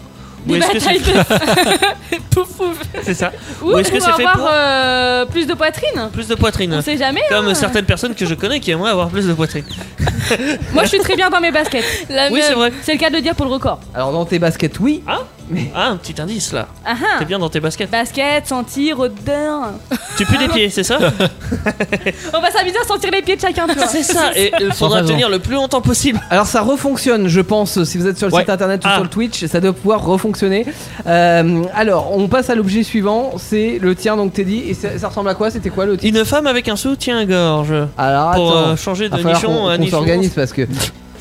[SPEAKER 6] Ou
[SPEAKER 4] Des
[SPEAKER 6] est-ce que
[SPEAKER 4] batailles
[SPEAKER 6] c'est-
[SPEAKER 4] de... <laughs> pouf pouf.
[SPEAKER 6] <laughs> C'est ça.
[SPEAKER 4] Ou
[SPEAKER 6] Ou est-ce que
[SPEAKER 4] pour
[SPEAKER 6] c'est fait
[SPEAKER 4] avoir
[SPEAKER 6] pour
[SPEAKER 4] euh, plus de poitrine
[SPEAKER 6] plus de poitrine
[SPEAKER 4] On sait jamais.
[SPEAKER 6] Comme
[SPEAKER 4] hein.
[SPEAKER 6] certaines personnes que je connais qui aimeraient avoir plus de poitrine.
[SPEAKER 4] Moi, je suis très bien dans mes baskets.
[SPEAKER 6] Oui, c'est vrai.
[SPEAKER 4] C'est le cas de le dire pour le record.
[SPEAKER 3] Alors dans tes baskets, oui.
[SPEAKER 6] Ah Ah, un petit indice là.
[SPEAKER 4] Ah ah.
[SPEAKER 6] T'es bien dans tes baskets.
[SPEAKER 4] Basket, sentir, odeur.
[SPEAKER 6] Tu pues des pieds, c'est
[SPEAKER 4] <laughs>
[SPEAKER 6] ça
[SPEAKER 4] On va s'amuser à sentir les pieds de
[SPEAKER 6] <laughs>
[SPEAKER 4] chacun, tu vois.
[SPEAKER 6] C'est ça. Et il
[SPEAKER 3] Sans
[SPEAKER 6] faudra
[SPEAKER 3] raison.
[SPEAKER 6] tenir le plus longtemps possible.
[SPEAKER 3] Alors ça refonctionne, je pense, si vous êtes sur le
[SPEAKER 6] Ouais.
[SPEAKER 3] site internet ou
[SPEAKER 6] Ah.
[SPEAKER 3] sur le Twitch, ça doit pouvoir refonctionner. Euh, alors, on passe à l'objet suivant, c'est le tien, donc Teddy. Et ça, ça ressemble à quoi C'était quoi le tien
[SPEAKER 6] Une femme avec un soutien-gorge.
[SPEAKER 3] Alors attends,
[SPEAKER 6] Pour euh, changer de
[SPEAKER 3] va falloir
[SPEAKER 6] nichon
[SPEAKER 3] qu'on-
[SPEAKER 6] à
[SPEAKER 3] qu'on
[SPEAKER 6] nichon.
[SPEAKER 3] s'organise parce que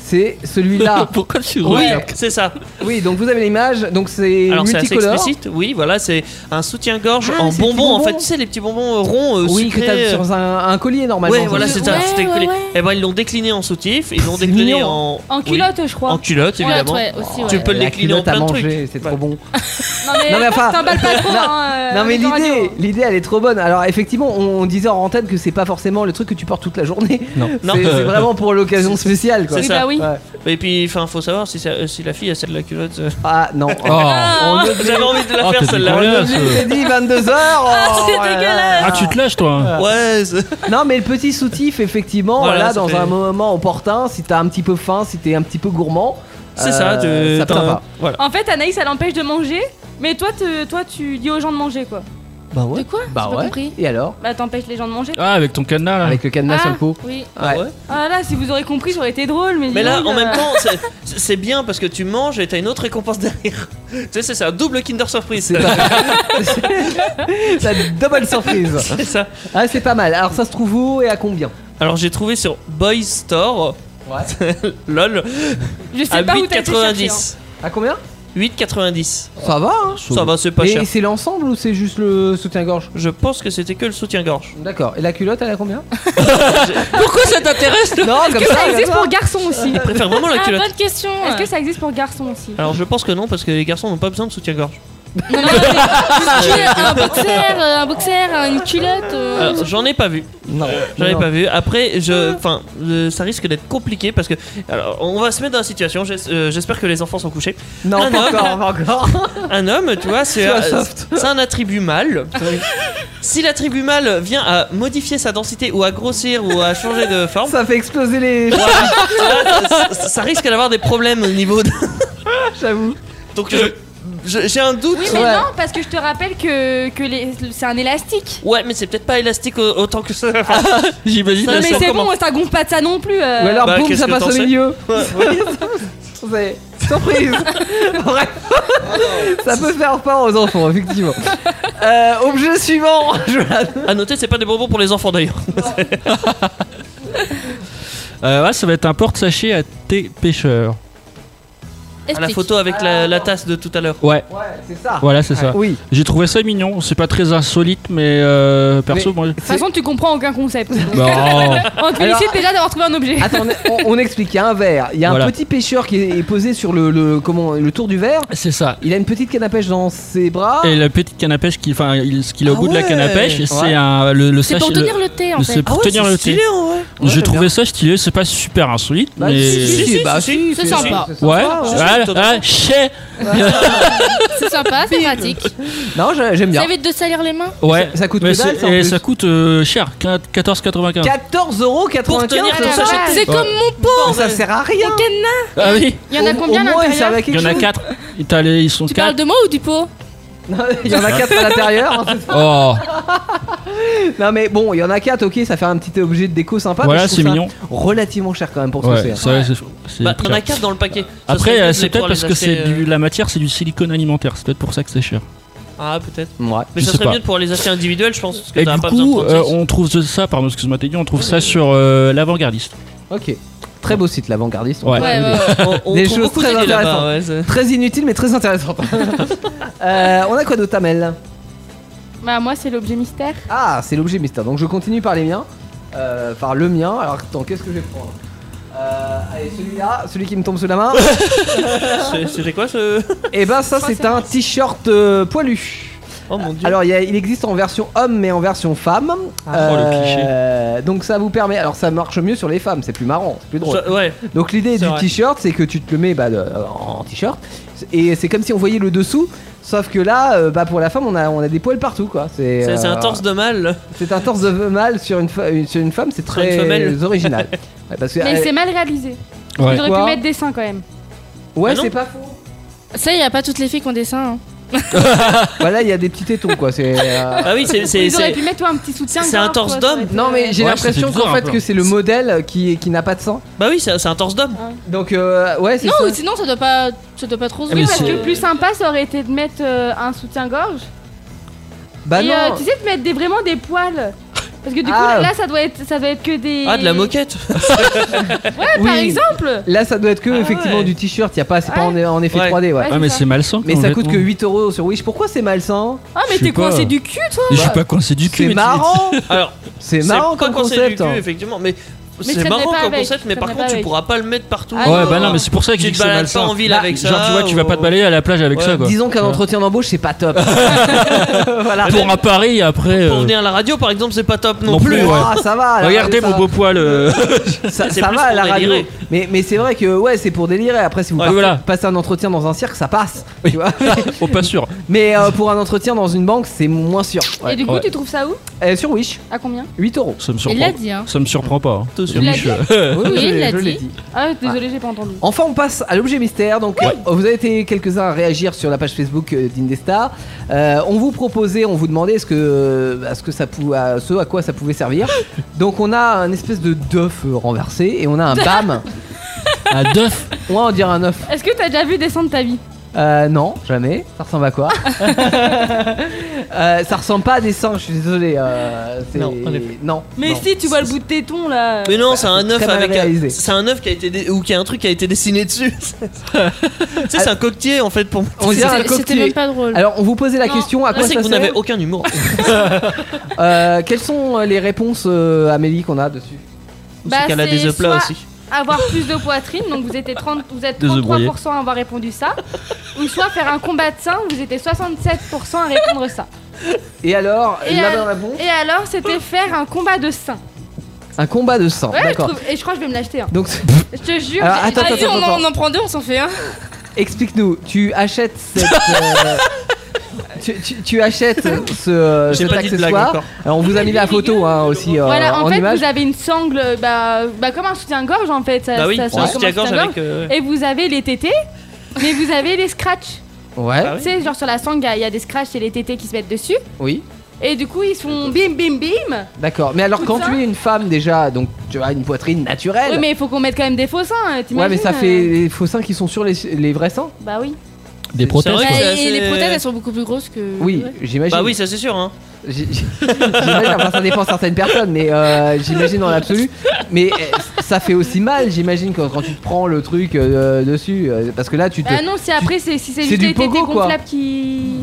[SPEAKER 3] c'est <laughs>
[SPEAKER 6] <laughs>
[SPEAKER 3] celui-là.
[SPEAKER 5] Pourquoi tu
[SPEAKER 6] Oui,
[SPEAKER 3] Ouais.
[SPEAKER 6] c'est ça.
[SPEAKER 3] oui, donc vous avez l'image, donc c'est
[SPEAKER 6] Alors c'est assez
[SPEAKER 3] multicolore.
[SPEAKER 6] explicite. Oui, voilà, c'est un soutien-gorge
[SPEAKER 3] Ah,
[SPEAKER 6] en
[SPEAKER 3] c'est des petits
[SPEAKER 6] bonbon en fait.
[SPEAKER 3] bonbons.
[SPEAKER 6] Tu sais, les petits bonbons euh, ronds, euh,
[SPEAKER 3] oui, que
[SPEAKER 6] sucrés,
[SPEAKER 3] t'as
[SPEAKER 6] euh,
[SPEAKER 3] sur un, un collier normalement.
[SPEAKER 6] Ouais, voilà,
[SPEAKER 3] ça.
[SPEAKER 6] c'est ça.
[SPEAKER 4] Ouais,
[SPEAKER 6] c'était
[SPEAKER 4] ouais,
[SPEAKER 6] collé.
[SPEAKER 4] ouais.
[SPEAKER 6] Eh ben, ils l'ont décliné en soutif, ils l'ont
[SPEAKER 3] C'est
[SPEAKER 6] décliné
[SPEAKER 3] mignon.
[SPEAKER 6] en.
[SPEAKER 4] En
[SPEAKER 6] oui,
[SPEAKER 4] culotte, je crois.
[SPEAKER 6] En culotte,
[SPEAKER 7] Culotte,
[SPEAKER 6] évidemment.
[SPEAKER 7] ouais, aussi, ouais.
[SPEAKER 6] Tu peux le
[SPEAKER 3] La
[SPEAKER 6] décliner en
[SPEAKER 3] culotte à
[SPEAKER 6] plein de
[SPEAKER 3] manger,
[SPEAKER 6] trucs.
[SPEAKER 3] c'est
[SPEAKER 6] Ouais.
[SPEAKER 3] trop bon.
[SPEAKER 4] Non, mais,
[SPEAKER 3] Non, mais enfin-
[SPEAKER 4] t'emballes pas
[SPEAKER 6] <laughs>
[SPEAKER 4] trop. hein, euh,
[SPEAKER 3] Non mais
[SPEAKER 4] les gens
[SPEAKER 3] l'idée,
[SPEAKER 4] radio.
[SPEAKER 3] l'idée elle est trop bonne. Alors effectivement, on, on disait en antenne que c'est pas forcément le truc que tu portes toute la journée.
[SPEAKER 5] Non.
[SPEAKER 3] c'est,
[SPEAKER 6] <laughs> Non.
[SPEAKER 3] c'est vraiment pour l'occasion spéciale quoi.
[SPEAKER 6] C'est
[SPEAKER 4] Oui,
[SPEAKER 6] ça.
[SPEAKER 4] bah oui.
[SPEAKER 3] Ouais.
[SPEAKER 6] Et puis, enfin, faut savoir si, ça- euh, si la fille a celle de la culotte.
[SPEAKER 3] <laughs>
[SPEAKER 6] euh,
[SPEAKER 3] Ah non.
[SPEAKER 5] <laughs> Ah,
[SPEAKER 6] J'avais envie de la
[SPEAKER 5] Oh,
[SPEAKER 6] faire
[SPEAKER 5] t'es
[SPEAKER 6] celle-là.
[SPEAKER 5] dégueulasse. euh. <laughs> Ah,
[SPEAKER 3] J'ai dit Oh, 22 h
[SPEAKER 4] Ah, c'est
[SPEAKER 6] Ah,
[SPEAKER 4] dégueulasse.
[SPEAKER 5] tu te lâches toi hein.
[SPEAKER 6] Ouais, c'est-
[SPEAKER 3] Non mais le petit soutif effectivement
[SPEAKER 6] Voilà,
[SPEAKER 3] là
[SPEAKER 6] ça
[SPEAKER 3] dans
[SPEAKER 6] fait-
[SPEAKER 3] un moment opportun si t'as un petit peu faim si t'es un petit peu gourmand
[SPEAKER 6] c'est ça.
[SPEAKER 3] euh,
[SPEAKER 6] tu-
[SPEAKER 3] ça te
[SPEAKER 6] t'en-
[SPEAKER 3] va.
[SPEAKER 6] Voilà.
[SPEAKER 4] En fait, Anaïs, elle empêche de manger, mais toi, te- toi tu dis aux gens de manger, quoi.
[SPEAKER 3] Bah ouais.
[SPEAKER 7] De quoi
[SPEAKER 3] Bah
[SPEAKER 7] J'ai pas
[SPEAKER 3] ouais.
[SPEAKER 7] compris.
[SPEAKER 3] Et alors
[SPEAKER 4] Bah, t'empêches les gens de manger.
[SPEAKER 5] Ah, avec ton cadenas là.
[SPEAKER 3] avec le cadenas sur le
[SPEAKER 4] <laughs>
[SPEAKER 3] pot.
[SPEAKER 7] Oui.
[SPEAKER 6] Ah ouais.
[SPEAKER 4] Ah là, si vous aurez compris, ça aurait été drôle, mais. dis
[SPEAKER 6] Mais là,
[SPEAKER 4] donc,
[SPEAKER 6] en même
[SPEAKER 4] euh,
[SPEAKER 6] temps, c'est- c'est c'est bien parce que tu manges et t'as une autre récompense <laughs> derrière. tu sais, c'est ça, double Kinder Surprise.
[SPEAKER 3] C'est pas... c'est double surprise.
[SPEAKER 6] <laughs> C'est ça.
[SPEAKER 3] Ah c'est pas mal. Alors ça se trouve où et à combien
[SPEAKER 6] Alors, j'ai trouvé sur Boy Store,
[SPEAKER 3] Ouais.
[SPEAKER 6] <laughs> lol,
[SPEAKER 4] Je sais
[SPEAKER 6] à
[SPEAKER 4] pas où t'as été chercher, hein.
[SPEAKER 6] 8,90.
[SPEAKER 3] À combien
[SPEAKER 6] 8,90.
[SPEAKER 3] Ça va. Hein
[SPEAKER 6] Ça va, c'est pas cher.
[SPEAKER 3] Et c'est l'ensemble ou c'est juste le soutien-gorge
[SPEAKER 6] Je pense que c'était que le soutien-gorge.
[SPEAKER 3] D'accord. Et la culotte, elle a combien
[SPEAKER 6] Pourquoi ça t'intéresse
[SPEAKER 3] Non, comme
[SPEAKER 4] hein. Est-ce que ça
[SPEAKER 3] comme
[SPEAKER 4] existe pour garçons aussi
[SPEAKER 6] Je préfère vraiment la
[SPEAKER 7] Ah,
[SPEAKER 4] bah.
[SPEAKER 6] culotte.
[SPEAKER 7] bonne question.
[SPEAKER 4] Est-ce que ça existe pour garçons aussi
[SPEAKER 6] Alors je pense que non parce que les garçons n'ont pas besoin de soutien-gorge.
[SPEAKER 7] Non, mais attendez, un boxer, euh, un boxer, une culotte. euh,
[SPEAKER 4] Ah,
[SPEAKER 6] Alors, J'en ai pas vu.
[SPEAKER 3] Non,
[SPEAKER 6] J'en ai
[SPEAKER 3] non.
[SPEAKER 6] pas vu. Après, je, enfin, euh, ça risque d'être compliqué parce que, alors, on va se mettre dans la situation. J'es- euh, J'espère que les enfants sont couchés.
[SPEAKER 3] Non,
[SPEAKER 6] Ah,
[SPEAKER 3] pas
[SPEAKER 6] non.
[SPEAKER 3] encore, pas encore.
[SPEAKER 6] Un homme, tu
[SPEAKER 3] <laughs>
[SPEAKER 6] vois, c'est
[SPEAKER 3] Sois
[SPEAKER 6] euh,
[SPEAKER 3] soft.
[SPEAKER 6] c'est un attribut mâle. Si l'attribut mâle vient à modifier sa densité ou à grossir ou à changer de forme,
[SPEAKER 3] Ça fait exploser les.
[SPEAKER 6] ça, ça risque d'avoir des problèmes au niveau. De...
[SPEAKER 3] J'avoue.
[SPEAKER 6] Donc
[SPEAKER 5] euh,
[SPEAKER 6] je- je- j'ai un doute.
[SPEAKER 4] Oui, mais
[SPEAKER 3] Ouais.
[SPEAKER 4] non, parce que je te rappelle que, que les- c'est un élastique.
[SPEAKER 6] Ouais, mais c'est peut-être pas élastique au- autant que
[SPEAKER 5] <laughs>
[SPEAKER 6] ça.
[SPEAKER 5] Ah, J'imagine.
[SPEAKER 4] Non,
[SPEAKER 6] la
[SPEAKER 4] mais
[SPEAKER 6] sœur,
[SPEAKER 4] c'est
[SPEAKER 6] comment
[SPEAKER 4] bon, ça gonfle pas de ça non plus. euh.
[SPEAKER 3] Ou alors,
[SPEAKER 6] bah,
[SPEAKER 3] boum,
[SPEAKER 6] qu'est-ce
[SPEAKER 3] ça
[SPEAKER 6] que
[SPEAKER 3] passe
[SPEAKER 6] t'en
[SPEAKER 3] au
[SPEAKER 6] sais
[SPEAKER 3] milieu. <laughs> C'est. Surprise Bref. Ça peut faire peur aux enfants, effectivement. Euh, objet suivant, <laughs> Jolan.
[SPEAKER 6] À noter, c'est pas des bonbons pour les enfants d'ailleurs.
[SPEAKER 5] Euh, ouais, ça va être un porte-sachet à thé pêcheur.
[SPEAKER 6] À la
[SPEAKER 7] explique.
[SPEAKER 6] photo avec la, la tasse de tout à l'heure.
[SPEAKER 5] Ouais,
[SPEAKER 3] Ouais, c'est ça.
[SPEAKER 5] voilà, c'est ça.
[SPEAKER 3] Ah, Oui.
[SPEAKER 5] J'ai trouvé ça mignon. C'est pas très insolite, mais euh, perso,
[SPEAKER 3] <laughs>
[SPEAKER 5] moi. Bah,
[SPEAKER 4] De toute façon, tu comprends aucun <laughs> concept. Donc,
[SPEAKER 5] Bon.
[SPEAKER 4] On te félicite déjà d'avoir trouvé un objet.
[SPEAKER 3] Attendez, on, on explique. Il y a un verre. Il y a un
[SPEAKER 5] Voilà.
[SPEAKER 3] petit pêcheur qui est posé sur le, le- comment, le tour du verre.
[SPEAKER 5] <laughs> c'est ça.
[SPEAKER 3] Il a une petite canne à pêche dans ses bras.
[SPEAKER 5] Et la petite canne à pêche, qui, enfin, il- ce qu'il a au
[SPEAKER 6] Ah
[SPEAKER 5] bout de la canne à
[SPEAKER 6] ouais.
[SPEAKER 5] pêche, c'est
[SPEAKER 3] Ouais.
[SPEAKER 5] un le, le
[SPEAKER 7] C'est
[SPEAKER 5] sachet-
[SPEAKER 7] pour
[SPEAKER 5] le-
[SPEAKER 7] tenir le thé en
[SPEAKER 5] le-
[SPEAKER 7] fait.
[SPEAKER 5] c'est
[SPEAKER 3] Ah
[SPEAKER 5] pour tenir le thé.
[SPEAKER 6] en vrai.
[SPEAKER 3] Ouais,
[SPEAKER 5] J'ai
[SPEAKER 3] j'aime
[SPEAKER 5] trouvé
[SPEAKER 3] bien.
[SPEAKER 5] ça stylé. C'est pas super insolite,
[SPEAKER 3] Bah,
[SPEAKER 5] mais
[SPEAKER 3] si, si,
[SPEAKER 6] Si,
[SPEAKER 3] si,
[SPEAKER 6] si,
[SPEAKER 3] bah,
[SPEAKER 6] si,
[SPEAKER 3] si,
[SPEAKER 7] c'est
[SPEAKER 3] si,
[SPEAKER 7] sympa.
[SPEAKER 3] c'est
[SPEAKER 5] ouais,
[SPEAKER 3] sympa, ouais.
[SPEAKER 6] ouais.
[SPEAKER 5] ouais,
[SPEAKER 6] Surtout-
[SPEAKER 5] ouais, chais.
[SPEAKER 7] C'est sympa, c'est pratique.
[SPEAKER 3] Non, j'ai- j'aime
[SPEAKER 7] Ça
[SPEAKER 3] bien.
[SPEAKER 7] évite de salir les mains.
[SPEAKER 5] Ouais.
[SPEAKER 3] Ça- ça coûte
[SPEAKER 5] Mais
[SPEAKER 3] que dalle,
[SPEAKER 5] c'est-
[SPEAKER 3] ça, en
[SPEAKER 5] et
[SPEAKER 3] plus.
[SPEAKER 5] ça coûte euh, cher, 14,95.
[SPEAKER 3] 14,95€
[SPEAKER 6] Pour tenir ton
[SPEAKER 7] Ouais.
[SPEAKER 6] sachet de
[SPEAKER 7] C'est
[SPEAKER 6] thé.
[SPEAKER 7] comme mon pot.
[SPEAKER 3] Non, ça sert à rien.
[SPEAKER 5] Ah oui,
[SPEAKER 7] Il y en a
[SPEAKER 3] Au-
[SPEAKER 7] combien
[SPEAKER 3] au moins,
[SPEAKER 7] à
[SPEAKER 3] il
[SPEAKER 7] l'intérieur
[SPEAKER 3] servait à quelque
[SPEAKER 5] il y en a
[SPEAKER 3] chose.
[SPEAKER 5] 4. Ils sont
[SPEAKER 7] Tu parles
[SPEAKER 5] 4.
[SPEAKER 7] de moi ou du pot
[SPEAKER 3] Non, il y en a 4 à
[SPEAKER 7] <laughs>
[SPEAKER 3] l'intérieur.
[SPEAKER 5] Oh,
[SPEAKER 3] Non, mais bon, il y en a 4, ok, ça fait un petit objet de déco sympa.
[SPEAKER 5] Voilà,
[SPEAKER 3] mais je trouve
[SPEAKER 5] c'est
[SPEAKER 3] ça
[SPEAKER 5] mignon.
[SPEAKER 3] Relativement cher quand même pour ce que
[SPEAKER 5] ouais,
[SPEAKER 3] c'est. hein.
[SPEAKER 5] ça, c'est- c'est
[SPEAKER 6] Bah,
[SPEAKER 5] très
[SPEAKER 6] on a
[SPEAKER 5] cher.
[SPEAKER 6] 4 dans le paquet. Ça
[SPEAKER 5] Après,
[SPEAKER 6] serait
[SPEAKER 5] euh,
[SPEAKER 6] mieux de
[SPEAKER 5] c'est
[SPEAKER 6] les
[SPEAKER 5] peut-être
[SPEAKER 6] pouvoir
[SPEAKER 5] parce
[SPEAKER 6] les
[SPEAKER 5] que c'est
[SPEAKER 6] acheter,
[SPEAKER 5] du- la matière, c'est du silicone alimentaire. C'est peut-être pour ça que c'est cher.
[SPEAKER 6] euh, Ah, peut-être.
[SPEAKER 3] Ouais.
[SPEAKER 6] Mais
[SPEAKER 5] Je
[SPEAKER 6] ça
[SPEAKER 5] sais
[SPEAKER 6] serait
[SPEAKER 5] pas.
[SPEAKER 6] mieux de pouvoir les acheter individuels, je pense. Parce que
[SPEAKER 5] Et
[SPEAKER 6] t'as
[SPEAKER 5] du
[SPEAKER 6] pas besoin de
[SPEAKER 5] coup,
[SPEAKER 6] prendre
[SPEAKER 5] euh,
[SPEAKER 6] six.
[SPEAKER 5] on trouve ça, pardon, excuse-moi, Teddy, on trouve ça sur euh, l'avant-gardiste.
[SPEAKER 3] Ok. Très beau site, l'avant-gardiste. on
[SPEAKER 5] Ouais.
[SPEAKER 3] peut
[SPEAKER 7] Ouais,
[SPEAKER 3] le
[SPEAKER 7] ouais,
[SPEAKER 3] dire.
[SPEAKER 7] ouais.
[SPEAKER 6] on,
[SPEAKER 5] <laughs>
[SPEAKER 6] on
[SPEAKER 3] Des
[SPEAKER 6] trouve
[SPEAKER 3] choses
[SPEAKER 6] beaucoup
[SPEAKER 3] très
[SPEAKER 6] d'idées là-bas,
[SPEAKER 3] intéressantes.
[SPEAKER 6] ouais, c'est-
[SPEAKER 3] Très inutile, mais très intéressant. <laughs> Euh, on a quoi d'autre, Amel
[SPEAKER 4] Bah, moi, c'est l'objet mystère.
[SPEAKER 3] Ah, c'est l'objet mystère. Donc je continue par les miens. Euh, par le mien. Alors attends, qu'est-ce que je vais prendre Euh, Allez, celui-là, celui qui me tombe sous la main.
[SPEAKER 6] <laughs> C'est- C'était quoi ce.
[SPEAKER 3] Et ben ça,
[SPEAKER 4] crois que
[SPEAKER 3] c'est
[SPEAKER 4] c'est
[SPEAKER 3] un t-shirt euh, poilu.
[SPEAKER 6] Oh mon dieu.
[SPEAKER 3] Alors, il, y a- il existe en version homme, mais en version femme. Euh,
[SPEAKER 6] Oh, le
[SPEAKER 3] donc, ça vous permet. Alors, ça marche mieux sur les femmes, c'est plus marrant, c'est plus drôle.
[SPEAKER 6] Ça- ouais.
[SPEAKER 3] Donc, l'idée
[SPEAKER 6] C'est
[SPEAKER 3] du
[SPEAKER 6] vrai.
[SPEAKER 3] t-shirt, c'est que tu te le mets bah, de- en t-shirt, et c'est comme si on voyait le dessous, sauf que là, euh, bah, pour la femme, on a, on a des poils partout, quoi. C'est
[SPEAKER 6] C'est c'est un
[SPEAKER 3] euh,
[SPEAKER 6] torse de
[SPEAKER 5] <laughs>
[SPEAKER 6] mâle.
[SPEAKER 3] C'est un torse de mâle sur une, fe- une- sur une femme, c'est
[SPEAKER 6] une
[SPEAKER 3] très
[SPEAKER 6] femelle.
[SPEAKER 3] original. Ouais, parce que,
[SPEAKER 4] Mais
[SPEAKER 3] euh,
[SPEAKER 4] c'est mal réalisé.
[SPEAKER 3] Ouais.
[SPEAKER 4] Ils auraient pu
[SPEAKER 3] Quoi
[SPEAKER 4] mettre des seins quand même.
[SPEAKER 3] ouais,
[SPEAKER 6] Ah non.
[SPEAKER 3] c'est pas faux.
[SPEAKER 7] Ça, il n'y a pas toutes les filles qui ont des seins. hein.
[SPEAKER 3] voilà, il y a des petits tétons, quoi. C'est.
[SPEAKER 6] <laughs>
[SPEAKER 3] euh,
[SPEAKER 6] Ah oui, c'est- c'est
[SPEAKER 4] Ils auraient
[SPEAKER 6] c'est-
[SPEAKER 4] pu mettre toi, un petit soutien.
[SPEAKER 6] c'est un torse d'homme.
[SPEAKER 3] Non mais j'ai
[SPEAKER 5] Ouais,
[SPEAKER 3] l'impression
[SPEAKER 5] c'était bizarre,
[SPEAKER 3] qu'en
[SPEAKER 5] un
[SPEAKER 3] fait
[SPEAKER 5] peu.
[SPEAKER 3] que c'est le modèle qui, qui n'a pas de sang.
[SPEAKER 6] Bah oui, c'est c'est un torse d'homme.
[SPEAKER 3] Donc euh, ouais c'est
[SPEAKER 7] Non,
[SPEAKER 3] ça.
[SPEAKER 7] ou sinon, ça doit pas, ça doit pas trop se
[SPEAKER 5] Mais
[SPEAKER 7] voir.
[SPEAKER 4] Parce
[SPEAKER 5] c'est-
[SPEAKER 4] que le plus sympa, ça aurait été de mettre euh, un soutien-gorge.
[SPEAKER 3] Bah
[SPEAKER 4] et
[SPEAKER 3] non.
[SPEAKER 4] euh, tu sais, de mettre des, vraiment des poils. Parce que du coup,
[SPEAKER 3] Ah.
[SPEAKER 4] là, ça doit, être, ça doit être que des.
[SPEAKER 6] Ah, de la moquette.
[SPEAKER 4] Ouais,
[SPEAKER 3] Oui.
[SPEAKER 4] par exemple
[SPEAKER 3] Là ça doit être que
[SPEAKER 6] Ah
[SPEAKER 3] effectivement
[SPEAKER 6] ouais.
[SPEAKER 3] du t-shirt, y a pas c'est pas en, en effet
[SPEAKER 6] Ouais.
[SPEAKER 3] 3D ouais.
[SPEAKER 4] Ouais,
[SPEAKER 5] Ah, mais
[SPEAKER 4] c'est ça.
[SPEAKER 5] c'est malsain.
[SPEAKER 3] Mais ça
[SPEAKER 5] complètement.
[SPEAKER 3] coûte que 8 euros sur Wish. Pourquoi c'est malsain
[SPEAKER 4] Ah, mais
[SPEAKER 5] Je sais
[SPEAKER 4] t'es coincé
[SPEAKER 5] pas.
[SPEAKER 4] du cul, toi
[SPEAKER 5] Je suis pas coincé du cul, mais
[SPEAKER 3] C'est
[SPEAKER 5] tu-
[SPEAKER 3] marrant.
[SPEAKER 6] Alors,
[SPEAKER 3] C'est marrant
[SPEAKER 6] pas
[SPEAKER 3] comme
[SPEAKER 6] coincé
[SPEAKER 3] concept.
[SPEAKER 6] du cul,
[SPEAKER 3] hein.
[SPEAKER 6] effectivement. Mais,
[SPEAKER 4] traîne
[SPEAKER 6] c'est
[SPEAKER 4] pas
[SPEAKER 6] marrant comme
[SPEAKER 4] avec,
[SPEAKER 6] concept, mais
[SPEAKER 4] traîne
[SPEAKER 6] par
[SPEAKER 4] pas
[SPEAKER 6] contre, tu
[SPEAKER 4] avec.
[SPEAKER 6] pourras pas le mettre partout.
[SPEAKER 4] Ah
[SPEAKER 5] Ouais,
[SPEAKER 4] non.
[SPEAKER 5] bah non, mais c'est pour ça que je
[SPEAKER 6] tu
[SPEAKER 5] dis que
[SPEAKER 6] te
[SPEAKER 5] c'est
[SPEAKER 6] balades
[SPEAKER 5] malsain.
[SPEAKER 6] pas en ville
[SPEAKER 5] Bah,
[SPEAKER 6] avec ça.
[SPEAKER 5] Genre, tu vois, tu vas pas te
[SPEAKER 6] balayer
[SPEAKER 5] balayer à la plage avec
[SPEAKER 6] Ouais,
[SPEAKER 5] ça, quoi.
[SPEAKER 3] Disons qu'un entretien d'embauche c'est pas top. <laughs> voilà.
[SPEAKER 5] Pour un pari, après.
[SPEAKER 6] Pour
[SPEAKER 5] euh,
[SPEAKER 6] venir à la radio, par exemple, c'est pas top non,
[SPEAKER 5] Non
[SPEAKER 6] plus.
[SPEAKER 5] plus, ouais.
[SPEAKER 3] Ah, ça va. là,
[SPEAKER 5] Regardez
[SPEAKER 3] ça
[SPEAKER 5] mon
[SPEAKER 3] va.
[SPEAKER 5] beau poil. euh,
[SPEAKER 3] Ça,
[SPEAKER 6] C'est
[SPEAKER 3] ça
[SPEAKER 6] plus
[SPEAKER 3] va à la
[SPEAKER 6] pour
[SPEAKER 3] radio.
[SPEAKER 6] délirer.
[SPEAKER 3] Mais, mais c'est vrai que ouais c'est pour délirer. Après si vous
[SPEAKER 5] Ouais,
[SPEAKER 3] partez-
[SPEAKER 5] voilà.
[SPEAKER 3] passez un entretien dans un cirque ça passe. Tu vois
[SPEAKER 5] <laughs> Oh, pas sûr.
[SPEAKER 3] mais euh, pour un entretien dans une banque c'est moins sûr.
[SPEAKER 4] Et du coup,
[SPEAKER 5] ouais.
[SPEAKER 4] tu trouves ça où
[SPEAKER 3] Euh, sur Wish
[SPEAKER 4] À combien
[SPEAKER 3] 8 euros.
[SPEAKER 5] Ça me
[SPEAKER 7] Il l'a
[SPEAKER 5] surprend.
[SPEAKER 7] dit, hein.
[SPEAKER 5] Ça me surprend pas. hein.
[SPEAKER 6] Tout
[SPEAKER 5] Je
[SPEAKER 6] sur-
[SPEAKER 5] me
[SPEAKER 7] l'a
[SPEAKER 5] suis-
[SPEAKER 3] Oui,
[SPEAKER 7] Oui,
[SPEAKER 3] je
[SPEAKER 7] il
[SPEAKER 3] l'ai-
[SPEAKER 7] l'a
[SPEAKER 3] je
[SPEAKER 7] dit.
[SPEAKER 3] l'ai dit.
[SPEAKER 4] Ah, désolé, j'ai pas entendu.
[SPEAKER 3] Enfin, on passe à l'objet mystère. Donc, euh, vous avez été quelques-uns à réagir sur la page Facebook euh, d'Indestar. Euh, on vous proposait, on vous demandait ce que, euh, à ce que ça pou- à ce à quoi ça pouvait servir. Donc, on a un espèce de d'œuf euh, renversé et on a un bam.
[SPEAKER 5] Un d'œuf
[SPEAKER 3] Ouais, on dirait un œuf.
[SPEAKER 4] Est-ce que t'as déjà vu descendre ta vie
[SPEAKER 3] Euh, non, jamais. Ça ressemble à quoi Euh, Ça ressemble pas à des seins. Je suis désolé. euh, c'est-
[SPEAKER 6] Non, en effet.
[SPEAKER 3] non.
[SPEAKER 4] Mais
[SPEAKER 3] non.
[SPEAKER 4] si, tu vois le bout de téton là.
[SPEAKER 6] Mais non, c'est un
[SPEAKER 3] c'est
[SPEAKER 6] œuf
[SPEAKER 3] très mal
[SPEAKER 6] avec un...
[SPEAKER 3] réalisé.
[SPEAKER 6] C'est un œuf qui a été dé- ou qui a un truc qui a été dessiné dessus. tu sais, c'est un coquetier en fait pour moi.
[SPEAKER 3] On dirait un
[SPEAKER 7] C'était c'était même
[SPEAKER 3] coquetier.
[SPEAKER 7] pas drôle.
[SPEAKER 3] Alors, on vous posait la
[SPEAKER 4] Non.
[SPEAKER 3] question à
[SPEAKER 6] Ah,
[SPEAKER 3] quoi
[SPEAKER 6] c'est
[SPEAKER 3] ça
[SPEAKER 6] que vous n'avez
[SPEAKER 3] sert
[SPEAKER 6] aucun humour.
[SPEAKER 3] Euh, Quelles sont euh, les réponses, euh, Amélie, qu'on a dessus
[SPEAKER 4] Bah,
[SPEAKER 6] c'est qu'elle a des
[SPEAKER 4] c'est
[SPEAKER 6] œufs plats
[SPEAKER 4] soit-
[SPEAKER 6] aussi.
[SPEAKER 4] Avoir plus de poitrine, donc vous, étiez 30, vous êtes
[SPEAKER 5] Des œufs brouillés.
[SPEAKER 4] 33% à avoir répondu ça. Ou soit faire un combat de seins, vous étiez 67% à répondre ça.
[SPEAKER 3] Et alors,
[SPEAKER 4] Et
[SPEAKER 3] la
[SPEAKER 4] al-
[SPEAKER 3] bonne réponse
[SPEAKER 4] Et alors, c'était faire un combat de seins.
[SPEAKER 3] Un combat de sang,
[SPEAKER 4] Ouais, je
[SPEAKER 3] d'accord.
[SPEAKER 4] trouve- et je crois que je vais me l'acheter. hein.
[SPEAKER 3] Donc, <laughs>
[SPEAKER 4] Je te jure.
[SPEAKER 3] Alors,
[SPEAKER 4] j'ai-
[SPEAKER 3] attends,
[SPEAKER 4] Ah,
[SPEAKER 7] Vas-y,
[SPEAKER 3] attends,
[SPEAKER 7] on, en-
[SPEAKER 3] attends.
[SPEAKER 7] on en prend deux, on s'en fait un.
[SPEAKER 3] explique-nous, tu achètes cette. euh, Tu, tu- tu achètes ce, euh,
[SPEAKER 6] J'ai
[SPEAKER 3] cet
[SPEAKER 6] pas dit de blague
[SPEAKER 3] accessoire.
[SPEAKER 6] encore.
[SPEAKER 3] Alors on vous a mis la photo hein, aussi euh,
[SPEAKER 4] Voilà, en,
[SPEAKER 3] en
[SPEAKER 4] fait,
[SPEAKER 3] image.
[SPEAKER 4] vous avez une sangle, bah, bah, comme un soutien-gorge en fait. Ça,
[SPEAKER 6] Bah oui,
[SPEAKER 4] ça
[SPEAKER 6] c'est
[SPEAKER 4] sort
[SPEAKER 6] un
[SPEAKER 4] comme un
[SPEAKER 6] soutien-gorge
[SPEAKER 4] soutien-gorge.
[SPEAKER 6] avec. euh,
[SPEAKER 4] Et vous avez les tétés, mais vous avez les scratchs.
[SPEAKER 3] Ouais,
[SPEAKER 6] Ah
[SPEAKER 4] Tu sais, genre sur la sangle, il y a- il y a des scratchs et les tétés qui se mettent dessus.
[SPEAKER 3] oui,
[SPEAKER 4] Et du coup, ils font bim bim bim.
[SPEAKER 3] d'accord. Mais alors
[SPEAKER 4] Tout
[SPEAKER 3] quand
[SPEAKER 4] ça
[SPEAKER 3] tu es une femme déjà, donc tu as une poitrine naturelle.
[SPEAKER 4] Oui, mais il faut qu'on mette quand même des faux seins, hein, t'imagines
[SPEAKER 3] ouais, mais ça
[SPEAKER 4] euh,
[SPEAKER 3] fait les faux seins qui sont sur les, les vrais seins.
[SPEAKER 4] Bah oui.
[SPEAKER 5] Des prothèses,
[SPEAKER 6] vrai
[SPEAKER 5] quoi.
[SPEAKER 6] que-
[SPEAKER 7] Bah,
[SPEAKER 6] c'est
[SPEAKER 7] et
[SPEAKER 6] assez-
[SPEAKER 7] les prothèses, elles sont beaucoup plus grosses que.
[SPEAKER 3] Oui,
[SPEAKER 7] Ouais.
[SPEAKER 3] j'imagine.
[SPEAKER 6] Bah oui, ça c'est sûr. Hein.
[SPEAKER 3] J'ai- j'ai- J'imagine, enfin ça dépend certaines personnes, mais euh, j'imagine dans l'absolu. Mais euh, ça fait aussi mal, j'imagine, quand, quand tu te prends le truc euh, dessus. euh, parce que là, tu te.
[SPEAKER 4] Bah non, si après, c'est si c'est
[SPEAKER 3] C'est
[SPEAKER 4] juste
[SPEAKER 3] du
[SPEAKER 4] les tétés
[SPEAKER 3] pogo, quoi.
[SPEAKER 4] gonflables qui.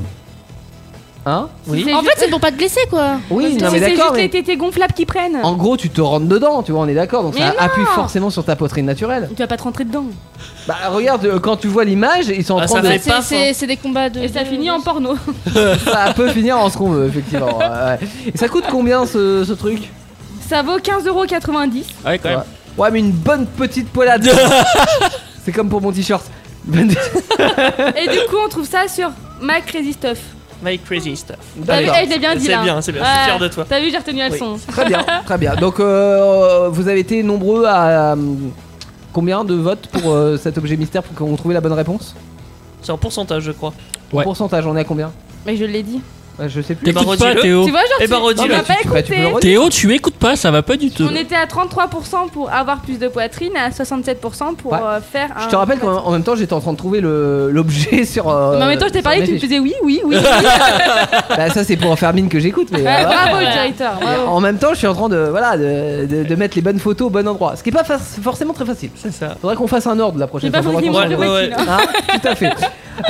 [SPEAKER 3] Hein
[SPEAKER 6] Oui.
[SPEAKER 4] C'est
[SPEAKER 7] En
[SPEAKER 4] juste-
[SPEAKER 7] fait, c'est pour pas te blesser, quoi.
[SPEAKER 3] Oui, non,
[SPEAKER 4] si
[SPEAKER 3] mais
[SPEAKER 4] c'est
[SPEAKER 3] d'accord.
[SPEAKER 4] juste
[SPEAKER 3] mais
[SPEAKER 4] les tétés gonflables qui prennent.
[SPEAKER 3] En gros, tu te rentres dedans, tu vois, on est d'accord. Donc
[SPEAKER 4] Mais
[SPEAKER 3] ça
[SPEAKER 4] non
[SPEAKER 3] appuie forcément sur ta poitrine naturelle.
[SPEAKER 4] Tu vas pas te rentrer dedans.
[SPEAKER 3] Bah regarde, euh, quand tu vois l'image, ils sont en
[SPEAKER 6] Ah,
[SPEAKER 3] train
[SPEAKER 6] ça
[SPEAKER 3] de.
[SPEAKER 6] fait-
[SPEAKER 7] Bah,
[SPEAKER 6] Mais
[SPEAKER 7] c'est-
[SPEAKER 6] paf, hein.
[SPEAKER 7] C'est c'est des combats de.
[SPEAKER 4] Et ça
[SPEAKER 7] de-
[SPEAKER 4] finit en porno. <laughs>
[SPEAKER 3] Ça peut finir en ce qu'on veut, effectivement. ouais, ouais. Et ça coûte combien ce, ce truc
[SPEAKER 4] Ça vaut 15,90€.
[SPEAKER 5] Ouais, quand même.
[SPEAKER 3] Ouais, mais une bonne petite
[SPEAKER 4] <laughs>
[SPEAKER 3] poilade. C'est comme pour mon t-shirt.
[SPEAKER 4] Et du coup, on trouve ça sur Mac Crazy Stuff.
[SPEAKER 6] My crazy stuff.
[SPEAKER 4] T'as vu
[SPEAKER 3] D'accord.
[SPEAKER 4] Eh, je l'ai bien dit
[SPEAKER 6] C'est
[SPEAKER 4] là.
[SPEAKER 6] bien, c'est bien, je suis
[SPEAKER 4] Ouais.
[SPEAKER 6] fier de toi.
[SPEAKER 4] T'as vu, j'ai retenu la
[SPEAKER 3] Oui.
[SPEAKER 4] leçon.
[SPEAKER 3] Très bien, très bien. Donc euh, vous avez été nombreux à euh, combien de votes pour euh, cet objet mystère pour qu'on trouve la bonne réponse
[SPEAKER 6] C'est en pourcentage, je crois.
[SPEAKER 5] Ouais.
[SPEAKER 3] En Pourcentage, on est à combien
[SPEAKER 4] Mais je l'ai dit.
[SPEAKER 3] Ouais, Je sais plus.
[SPEAKER 6] T'es
[SPEAKER 5] T'écoutes
[SPEAKER 6] pas
[SPEAKER 5] pas,
[SPEAKER 6] redis-le.
[SPEAKER 5] Théo.
[SPEAKER 4] Tu vois, genre,
[SPEAKER 6] Eh ben,
[SPEAKER 4] tu-
[SPEAKER 6] redis-le.
[SPEAKER 4] on
[SPEAKER 3] Bah,
[SPEAKER 4] m'a pas
[SPEAKER 3] tu- bah, tu peux le
[SPEAKER 4] écouté.
[SPEAKER 3] redire.
[SPEAKER 5] Théo, tu écoutes pas, ça va pas du tout.
[SPEAKER 4] On était à 33% pour avoir plus de poitrine et à 67% pour
[SPEAKER 3] Ouais.
[SPEAKER 4] euh, faire un.
[SPEAKER 3] Je te rappelle qu'en en même temps j'étais en train de trouver le- l'objet sur. euh,
[SPEAKER 4] Mais en même temps, je t'ai
[SPEAKER 3] sur
[SPEAKER 4] parlé,
[SPEAKER 3] ma
[SPEAKER 4] tu me
[SPEAKER 3] fiche.
[SPEAKER 4] faisais oui, oui, oui. oui.
[SPEAKER 3] Bah, ça c'est pour en faire mine que j'écoute, mais. euh,
[SPEAKER 4] Ouais,
[SPEAKER 3] voilà.
[SPEAKER 4] bravo, le directeur.
[SPEAKER 3] Mais
[SPEAKER 4] bravo.
[SPEAKER 3] en même temps, je suis en train de voilà de, de- de mettre les bonnes photos au bon endroit, ce qui est pas fa- forcément très facile.
[SPEAKER 6] C'est ça.
[SPEAKER 3] Faudrait qu'on fasse un ordre la
[SPEAKER 4] J'ai
[SPEAKER 3] prochaine
[SPEAKER 4] pas
[SPEAKER 3] fois. faudra
[SPEAKER 4] forcément
[SPEAKER 3] qu'on
[SPEAKER 6] Ouais, ouais,
[SPEAKER 4] de voiture.
[SPEAKER 3] Hein, tout à fait.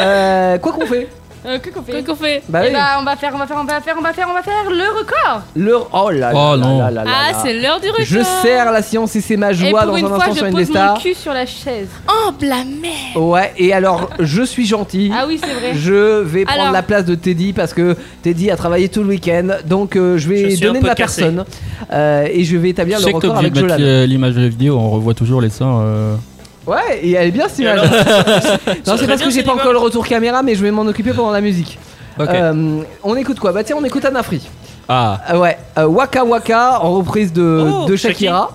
[SPEAKER 3] Euh, quoi qu'on fait,
[SPEAKER 4] Euh, que qu'on fait
[SPEAKER 7] Qu'est-ce qu'on fait
[SPEAKER 3] Bah
[SPEAKER 4] Eh
[SPEAKER 3] oui.
[SPEAKER 4] bah, on va faire, on va faire, on va faire, on va faire, on va faire le record.
[SPEAKER 3] Le... Oh là là
[SPEAKER 5] Oh
[SPEAKER 3] là
[SPEAKER 5] non.
[SPEAKER 3] là là là
[SPEAKER 7] Ah,
[SPEAKER 3] là.
[SPEAKER 7] c'est l'heure du record
[SPEAKER 3] Je serre la science et c'est ma
[SPEAKER 4] Et
[SPEAKER 3] joie
[SPEAKER 4] pour
[SPEAKER 3] dans
[SPEAKER 4] une
[SPEAKER 3] un
[SPEAKER 4] fois,
[SPEAKER 3] instant
[SPEAKER 4] je
[SPEAKER 3] sur
[SPEAKER 4] pose mon
[SPEAKER 3] Indestar.
[SPEAKER 4] cul sur la chaise.
[SPEAKER 7] Oh, blâmer
[SPEAKER 3] Ouais, et alors, je suis gentil.
[SPEAKER 4] Ah oui, c'est vrai.
[SPEAKER 3] Je vais prendre
[SPEAKER 7] Alors.
[SPEAKER 3] la place de Teddy parce que Teddy a travaillé tout le week-end, donc euh, je
[SPEAKER 6] Je
[SPEAKER 3] vais
[SPEAKER 6] suis un
[SPEAKER 3] donner de
[SPEAKER 6] peu
[SPEAKER 3] ma
[SPEAKER 6] cassé.
[SPEAKER 3] personne euh, et je vais établir le
[SPEAKER 5] Je sais que t'es
[SPEAKER 3] record
[SPEAKER 5] obligé
[SPEAKER 3] avec
[SPEAKER 5] de
[SPEAKER 3] Jolan.
[SPEAKER 5] mettre euh, l'image de la vidéo, on revoit toujours les seins. euh.
[SPEAKER 3] Ouais, et elle est bien cette image. non, c'est
[SPEAKER 6] serait
[SPEAKER 3] parce
[SPEAKER 6] bien
[SPEAKER 3] que j'ai
[SPEAKER 6] si
[SPEAKER 3] pas
[SPEAKER 6] les
[SPEAKER 3] encore le retour caméra, mais je vais m'en occuper pendant la musique.
[SPEAKER 5] Ok.
[SPEAKER 3] Euh, on écoute quoi Bah tiens, on écoute Anafri.
[SPEAKER 5] Ah,
[SPEAKER 3] Ah ouais, euh, Waka Waka en reprise de,
[SPEAKER 6] Oh,
[SPEAKER 3] de Shakira.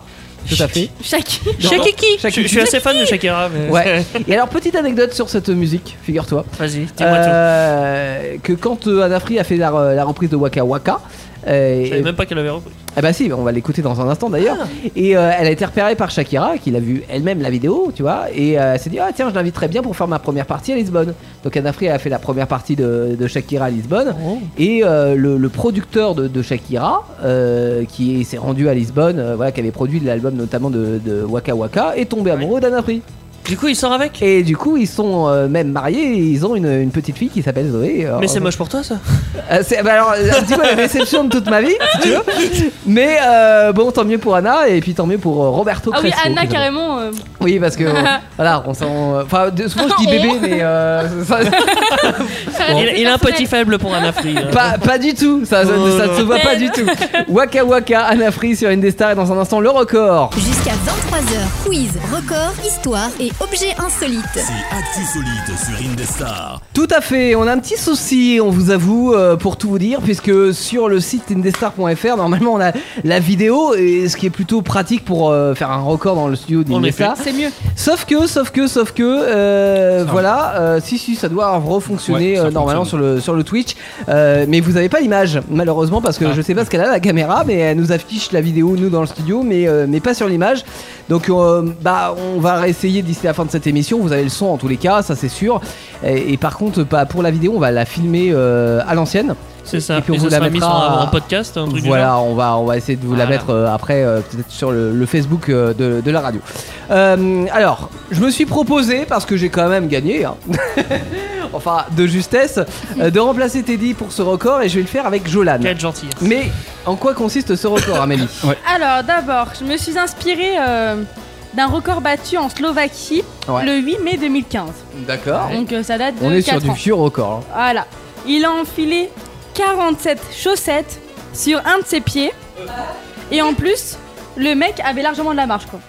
[SPEAKER 3] Tout à fait.
[SPEAKER 7] Chaque...
[SPEAKER 6] Shakiki Je
[SPEAKER 3] Shakiki.
[SPEAKER 6] je suis assez fan de Shakira, mais.
[SPEAKER 3] <laughs> Ouais. Et alors, petite anecdote sur cette musique, figure-toi.
[SPEAKER 6] <laughs> Vas-y, dis-moi tout.
[SPEAKER 3] Euh, que quand euh, Anafri a fait la, re- la reprise de Waka Waka, euh,
[SPEAKER 6] Je savais même pas qu'elle avait repris.
[SPEAKER 3] Ah bah si, on va l'écouter dans un instant d'ailleurs.
[SPEAKER 6] Ah.
[SPEAKER 3] Et euh, elle a été repérée par Shakira, qui l'a vu elle-même la vidéo, tu vois, et euh, elle s'est dit ah tiens je l'invite très bien pour faire ma première partie à Lisbonne. Donc Anafri a fait la première partie de, de Shakira à Lisbonne,
[SPEAKER 6] Oh.
[SPEAKER 3] et euh, le, le producteur de, de Shakira, euh, qui est- s'est rendu à Lisbonne, euh, voilà, qui avait produit l'album notamment de, de Waka Waka, est
[SPEAKER 6] Ah
[SPEAKER 3] tombé amoureux d'Anafri.
[SPEAKER 6] Du coup, il sort avec
[SPEAKER 3] Et du coup ils sont euh, même mariés, et ils ont une, une petite fille qui s'appelle Zoé. euh,
[SPEAKER 6] Mais c'est
[SPEAKER 3] en-
[SPEAKER 6] moche pour toi, ça
[SPEAKER 3] euh, c'est- bah alors, un petit peu la déception de toute ma vie, si tu veux. Mais euh, bon, tant mieux pour Anna et puis tant mieux pour euh, Roberto
[SPEAKER 4] Ah oui,
[SPEAKER 3] Crespo,
[SPEAKER 4] Anna
[SPEAKER 3] qui-
[SPEAKER 4] carrément. euh,
[SPEAKER 3] Oui, parce que euh,
[SPEAKER 4] <laughs>
[SPEAKER 3] voilà, on s'en. Enfin, de- souvent je dis bébé, mais euh, ça-
[SPEAKER 6] il, il a un petit faible pour Anna Free.
[SPEAKER 3] <laughs>
[SPEAKER 6] hein.
[SPEAKER 3] pas, pas du tout. Ça, ça,
[SPEAKER 6] Oh.
[SPEAKER 3] ça ne se voit pas du tout. Waka Waka, Anna Free sur Indestar et dans un instant le record.
[SPEAKER 8] Jusqu'à 23h, quiz, record, histoire et objets insolites.
[SPEAKER 9] C'est Actu Solide sur Indestar.
[SPEAKER 3] Tout à fait, on a un petit souci, on vous avoue, euh, pour tout vous dire, puisque sur le site indestar.fr, normalement on a la vidéo, et ce qui est plutôt pratique pour euh, faire un record dans le studio
[SPEAKER 6] En
[SPEAKER 3] d'Indestar.
[SPEAKER 7] C'est mieux.
[SPEAKER 3] Sauf que, sauf que, sauf que, euh,
[SPEAKER 5] Ça.
[SPEAKER 3] voilà, euh, si, si, ça doit refonctionner
[SPEAKER 5] Ouais, ça
[SPEAKER 3] euh, normalement sur
[SPEAKER 5] fonctionne.
[SPEAKER 3] le, sur le Twitch, Euh, mais vous avez pas l'image, malheureusement, parce que
[SPEAKER 5] Ah.
[SPEAKER 3] je sais pas ce qu'elle a la caméra, mais elle nous affiche la vidéo, nous, dans le studio, mais, euh, mais pas sur l'image. Donc, euh, bah, on va essayer d'ici la fin de cette émission, vous avez le son en tous les cas, ça c'est sûr. Et, et par contre, pas pour la vidéo, on va la filmer euh, à l'ancienne.
[SPEAKER 6] C'est ça.
[SPEAKER 3] Et puis on vous
[SPEAKER 6] ça
[SPEAKER 3] la
[SPEAKER 6] sera mis sur
[SPEAKER 3] mettra-
[SPEAKER 6] un, un podcast, un truc du genre.
[SPEAKER 3] Voilà, on va, on va essayer de vous la
[SPEAKER 6] Voilà.
[SPEAKER 3] mettre euh, après, euh, peut-être sur le, le Facebook euh, de, de la radio. Euh, alors, je me suis proposé, parce que j'ai quand même gagné, hein, <laughs> enfin de justesse, euh, de remplacer Teddy pour ce record et je vais le faire avec Jolan.
[SPEAKER 6] Quelle gentille.
[SPEAKER 3] Mais en quoi consiste ce record,
[SPEAKER 6] <laughs>
[SPEAKER 3] Amélie
[SPEAKER 4] Alors d'abord, je me suis inspirée euh, d'un record battu en Slovaquie
[SPEAKER 3] Ouais.
[SPEAKER 4] le 8 mai 2015.
[SPEAKER 3] D'accord.
[SPEAKER 4] Donc euh, ça date de
[SPEAKER 3] On est
[SPEAKER 4] 4
[SPEAKER 3] sur du
[SPEAKER 4] ans.
[SPEAKER 3] vieux record. hein.
[SPEAKER 4] Voilà. Il a enfilé 47 chaussettes sur un de ses pieds. Et en plus, le mec avait largement de la marge quoi.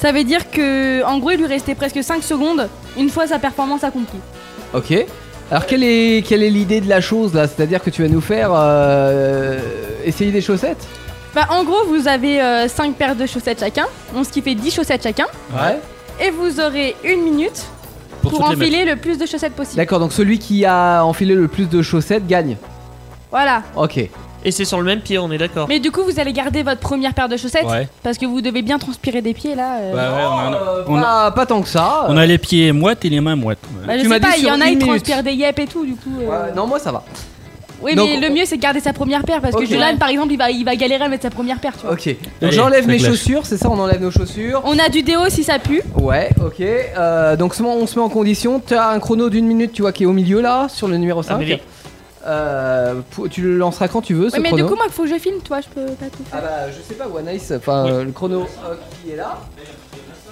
[SPEAKER 4] Ça veut dire que en gros, il lui restait presque 5 secondes une fois sa performance accomplie.
[SPEAKER 3] Ok. Alors, quelle est, quelle est l'idée de la chose là C'est-à-dire que tu vas nous faire euh, essayer des chaussettes
[SPEAKER 4] Bah en gros, vous avez 5 paires de chaussettes chacun, donc ce qui fait 10 chaussettes chacun
[SPEAKER 3] Ouais.
[SPEAKER 4] et vous aurez une minute
[SPEAKER 5] pour,
[SPEAKER 4] pour,
[SPEAKER 5] toutes les mettre.
[SPEAKER 4] enfiler le plus de chaussettes possible.
[SPEAKER 3] D'accord, donc celui qui a enfilé le plus de chaussettes gagne.
[SPEAKER 4] Voilà.
[SPEAKER 3] Ok.
[SPEAKER 6] Et c'est sur le même pied, on est d'accord.
[SPEAKER 4] Mais du coup, vous allez garder votre première paire de chaussettes
[SPEAKER 5] Ouais.
[SPEAKER 4] parce que vous devez bien transpirer des pieds là. euh.
[SPEAKER 5] Ouais, ouais, on a,
[SPEAKER 3] Euh,
[SPEAKER 5] Ah on a-
[SPEAKER 3] pas, pas tant que ça.
[SPEAKER 5] on a les pieds moites et les mains moites. ouais.
[SPEAKER 4] Bah,
[SPEAKER 3] Tu
[SPEAKER 4] je
[SPEAKER 3] m'as
[SPEAKER 4] sais
[SPEAKER 3] dit
[SPEAKER 4] pas, il y
[SPEAKER 3] sur
[SPEAKER 4] en
[SPEAKER 3] une
[SPEAKER 4] a qui
[SPEAKER 3] minute.
[SPEAKER 4] transpirent des yeux et tout du coup. euh.
[SPEAKER 3] Ouais, non, moi ça va.
[SPEAKER 4] Oui,
[SPEAKER 3] Donc,
[SPEAKER 4] mais le
[SPEAKER 3] on-
[SPEAKER 4] mieux c'est de garder sa première paire parce
[SPEAKER 3] Ok.
[SPEAKER 4] que Jolan par exemple, il va, il va galérer à mettre sa première paire, tu vois.
[SPEAKER 3] Ok. Donc
[SPEAKER 5] Allez,
[SPEAKER 3] j'enlève
[SPEAKER 5] ça
[SPEAKER 3] mes
[SPEAKER 5] clash.
[SPEAKER 3] chaussures, c'est ça, on enlève nos chaussures.
[SPEAKER 4] On a du déo si ça pue.
[SPEAKER 3] Ouais, ok. Euh, donc ce moment, on se met en condition. Tu as un chrono d'une minute, tu vois, qui est au milieu là, sur le numéro 5.
[SPEAKER 6] Amélie.
[SPEAKER 3] Euh, pou- tu le lanceras quand tu veux, ce
[SPEAKER 4] Ouais, mais
[SPEAKER 3] chrono.
[SPEAKER 4] du coup, moi, il faut que je filme, toi, je peux pas tout
[SPEAKER 3] Ah
[SPEAKER 4] faire.
[SPEAKER 3] bah, je sais pas, One Ice, enfin, euh, le chrono euh, qui est là.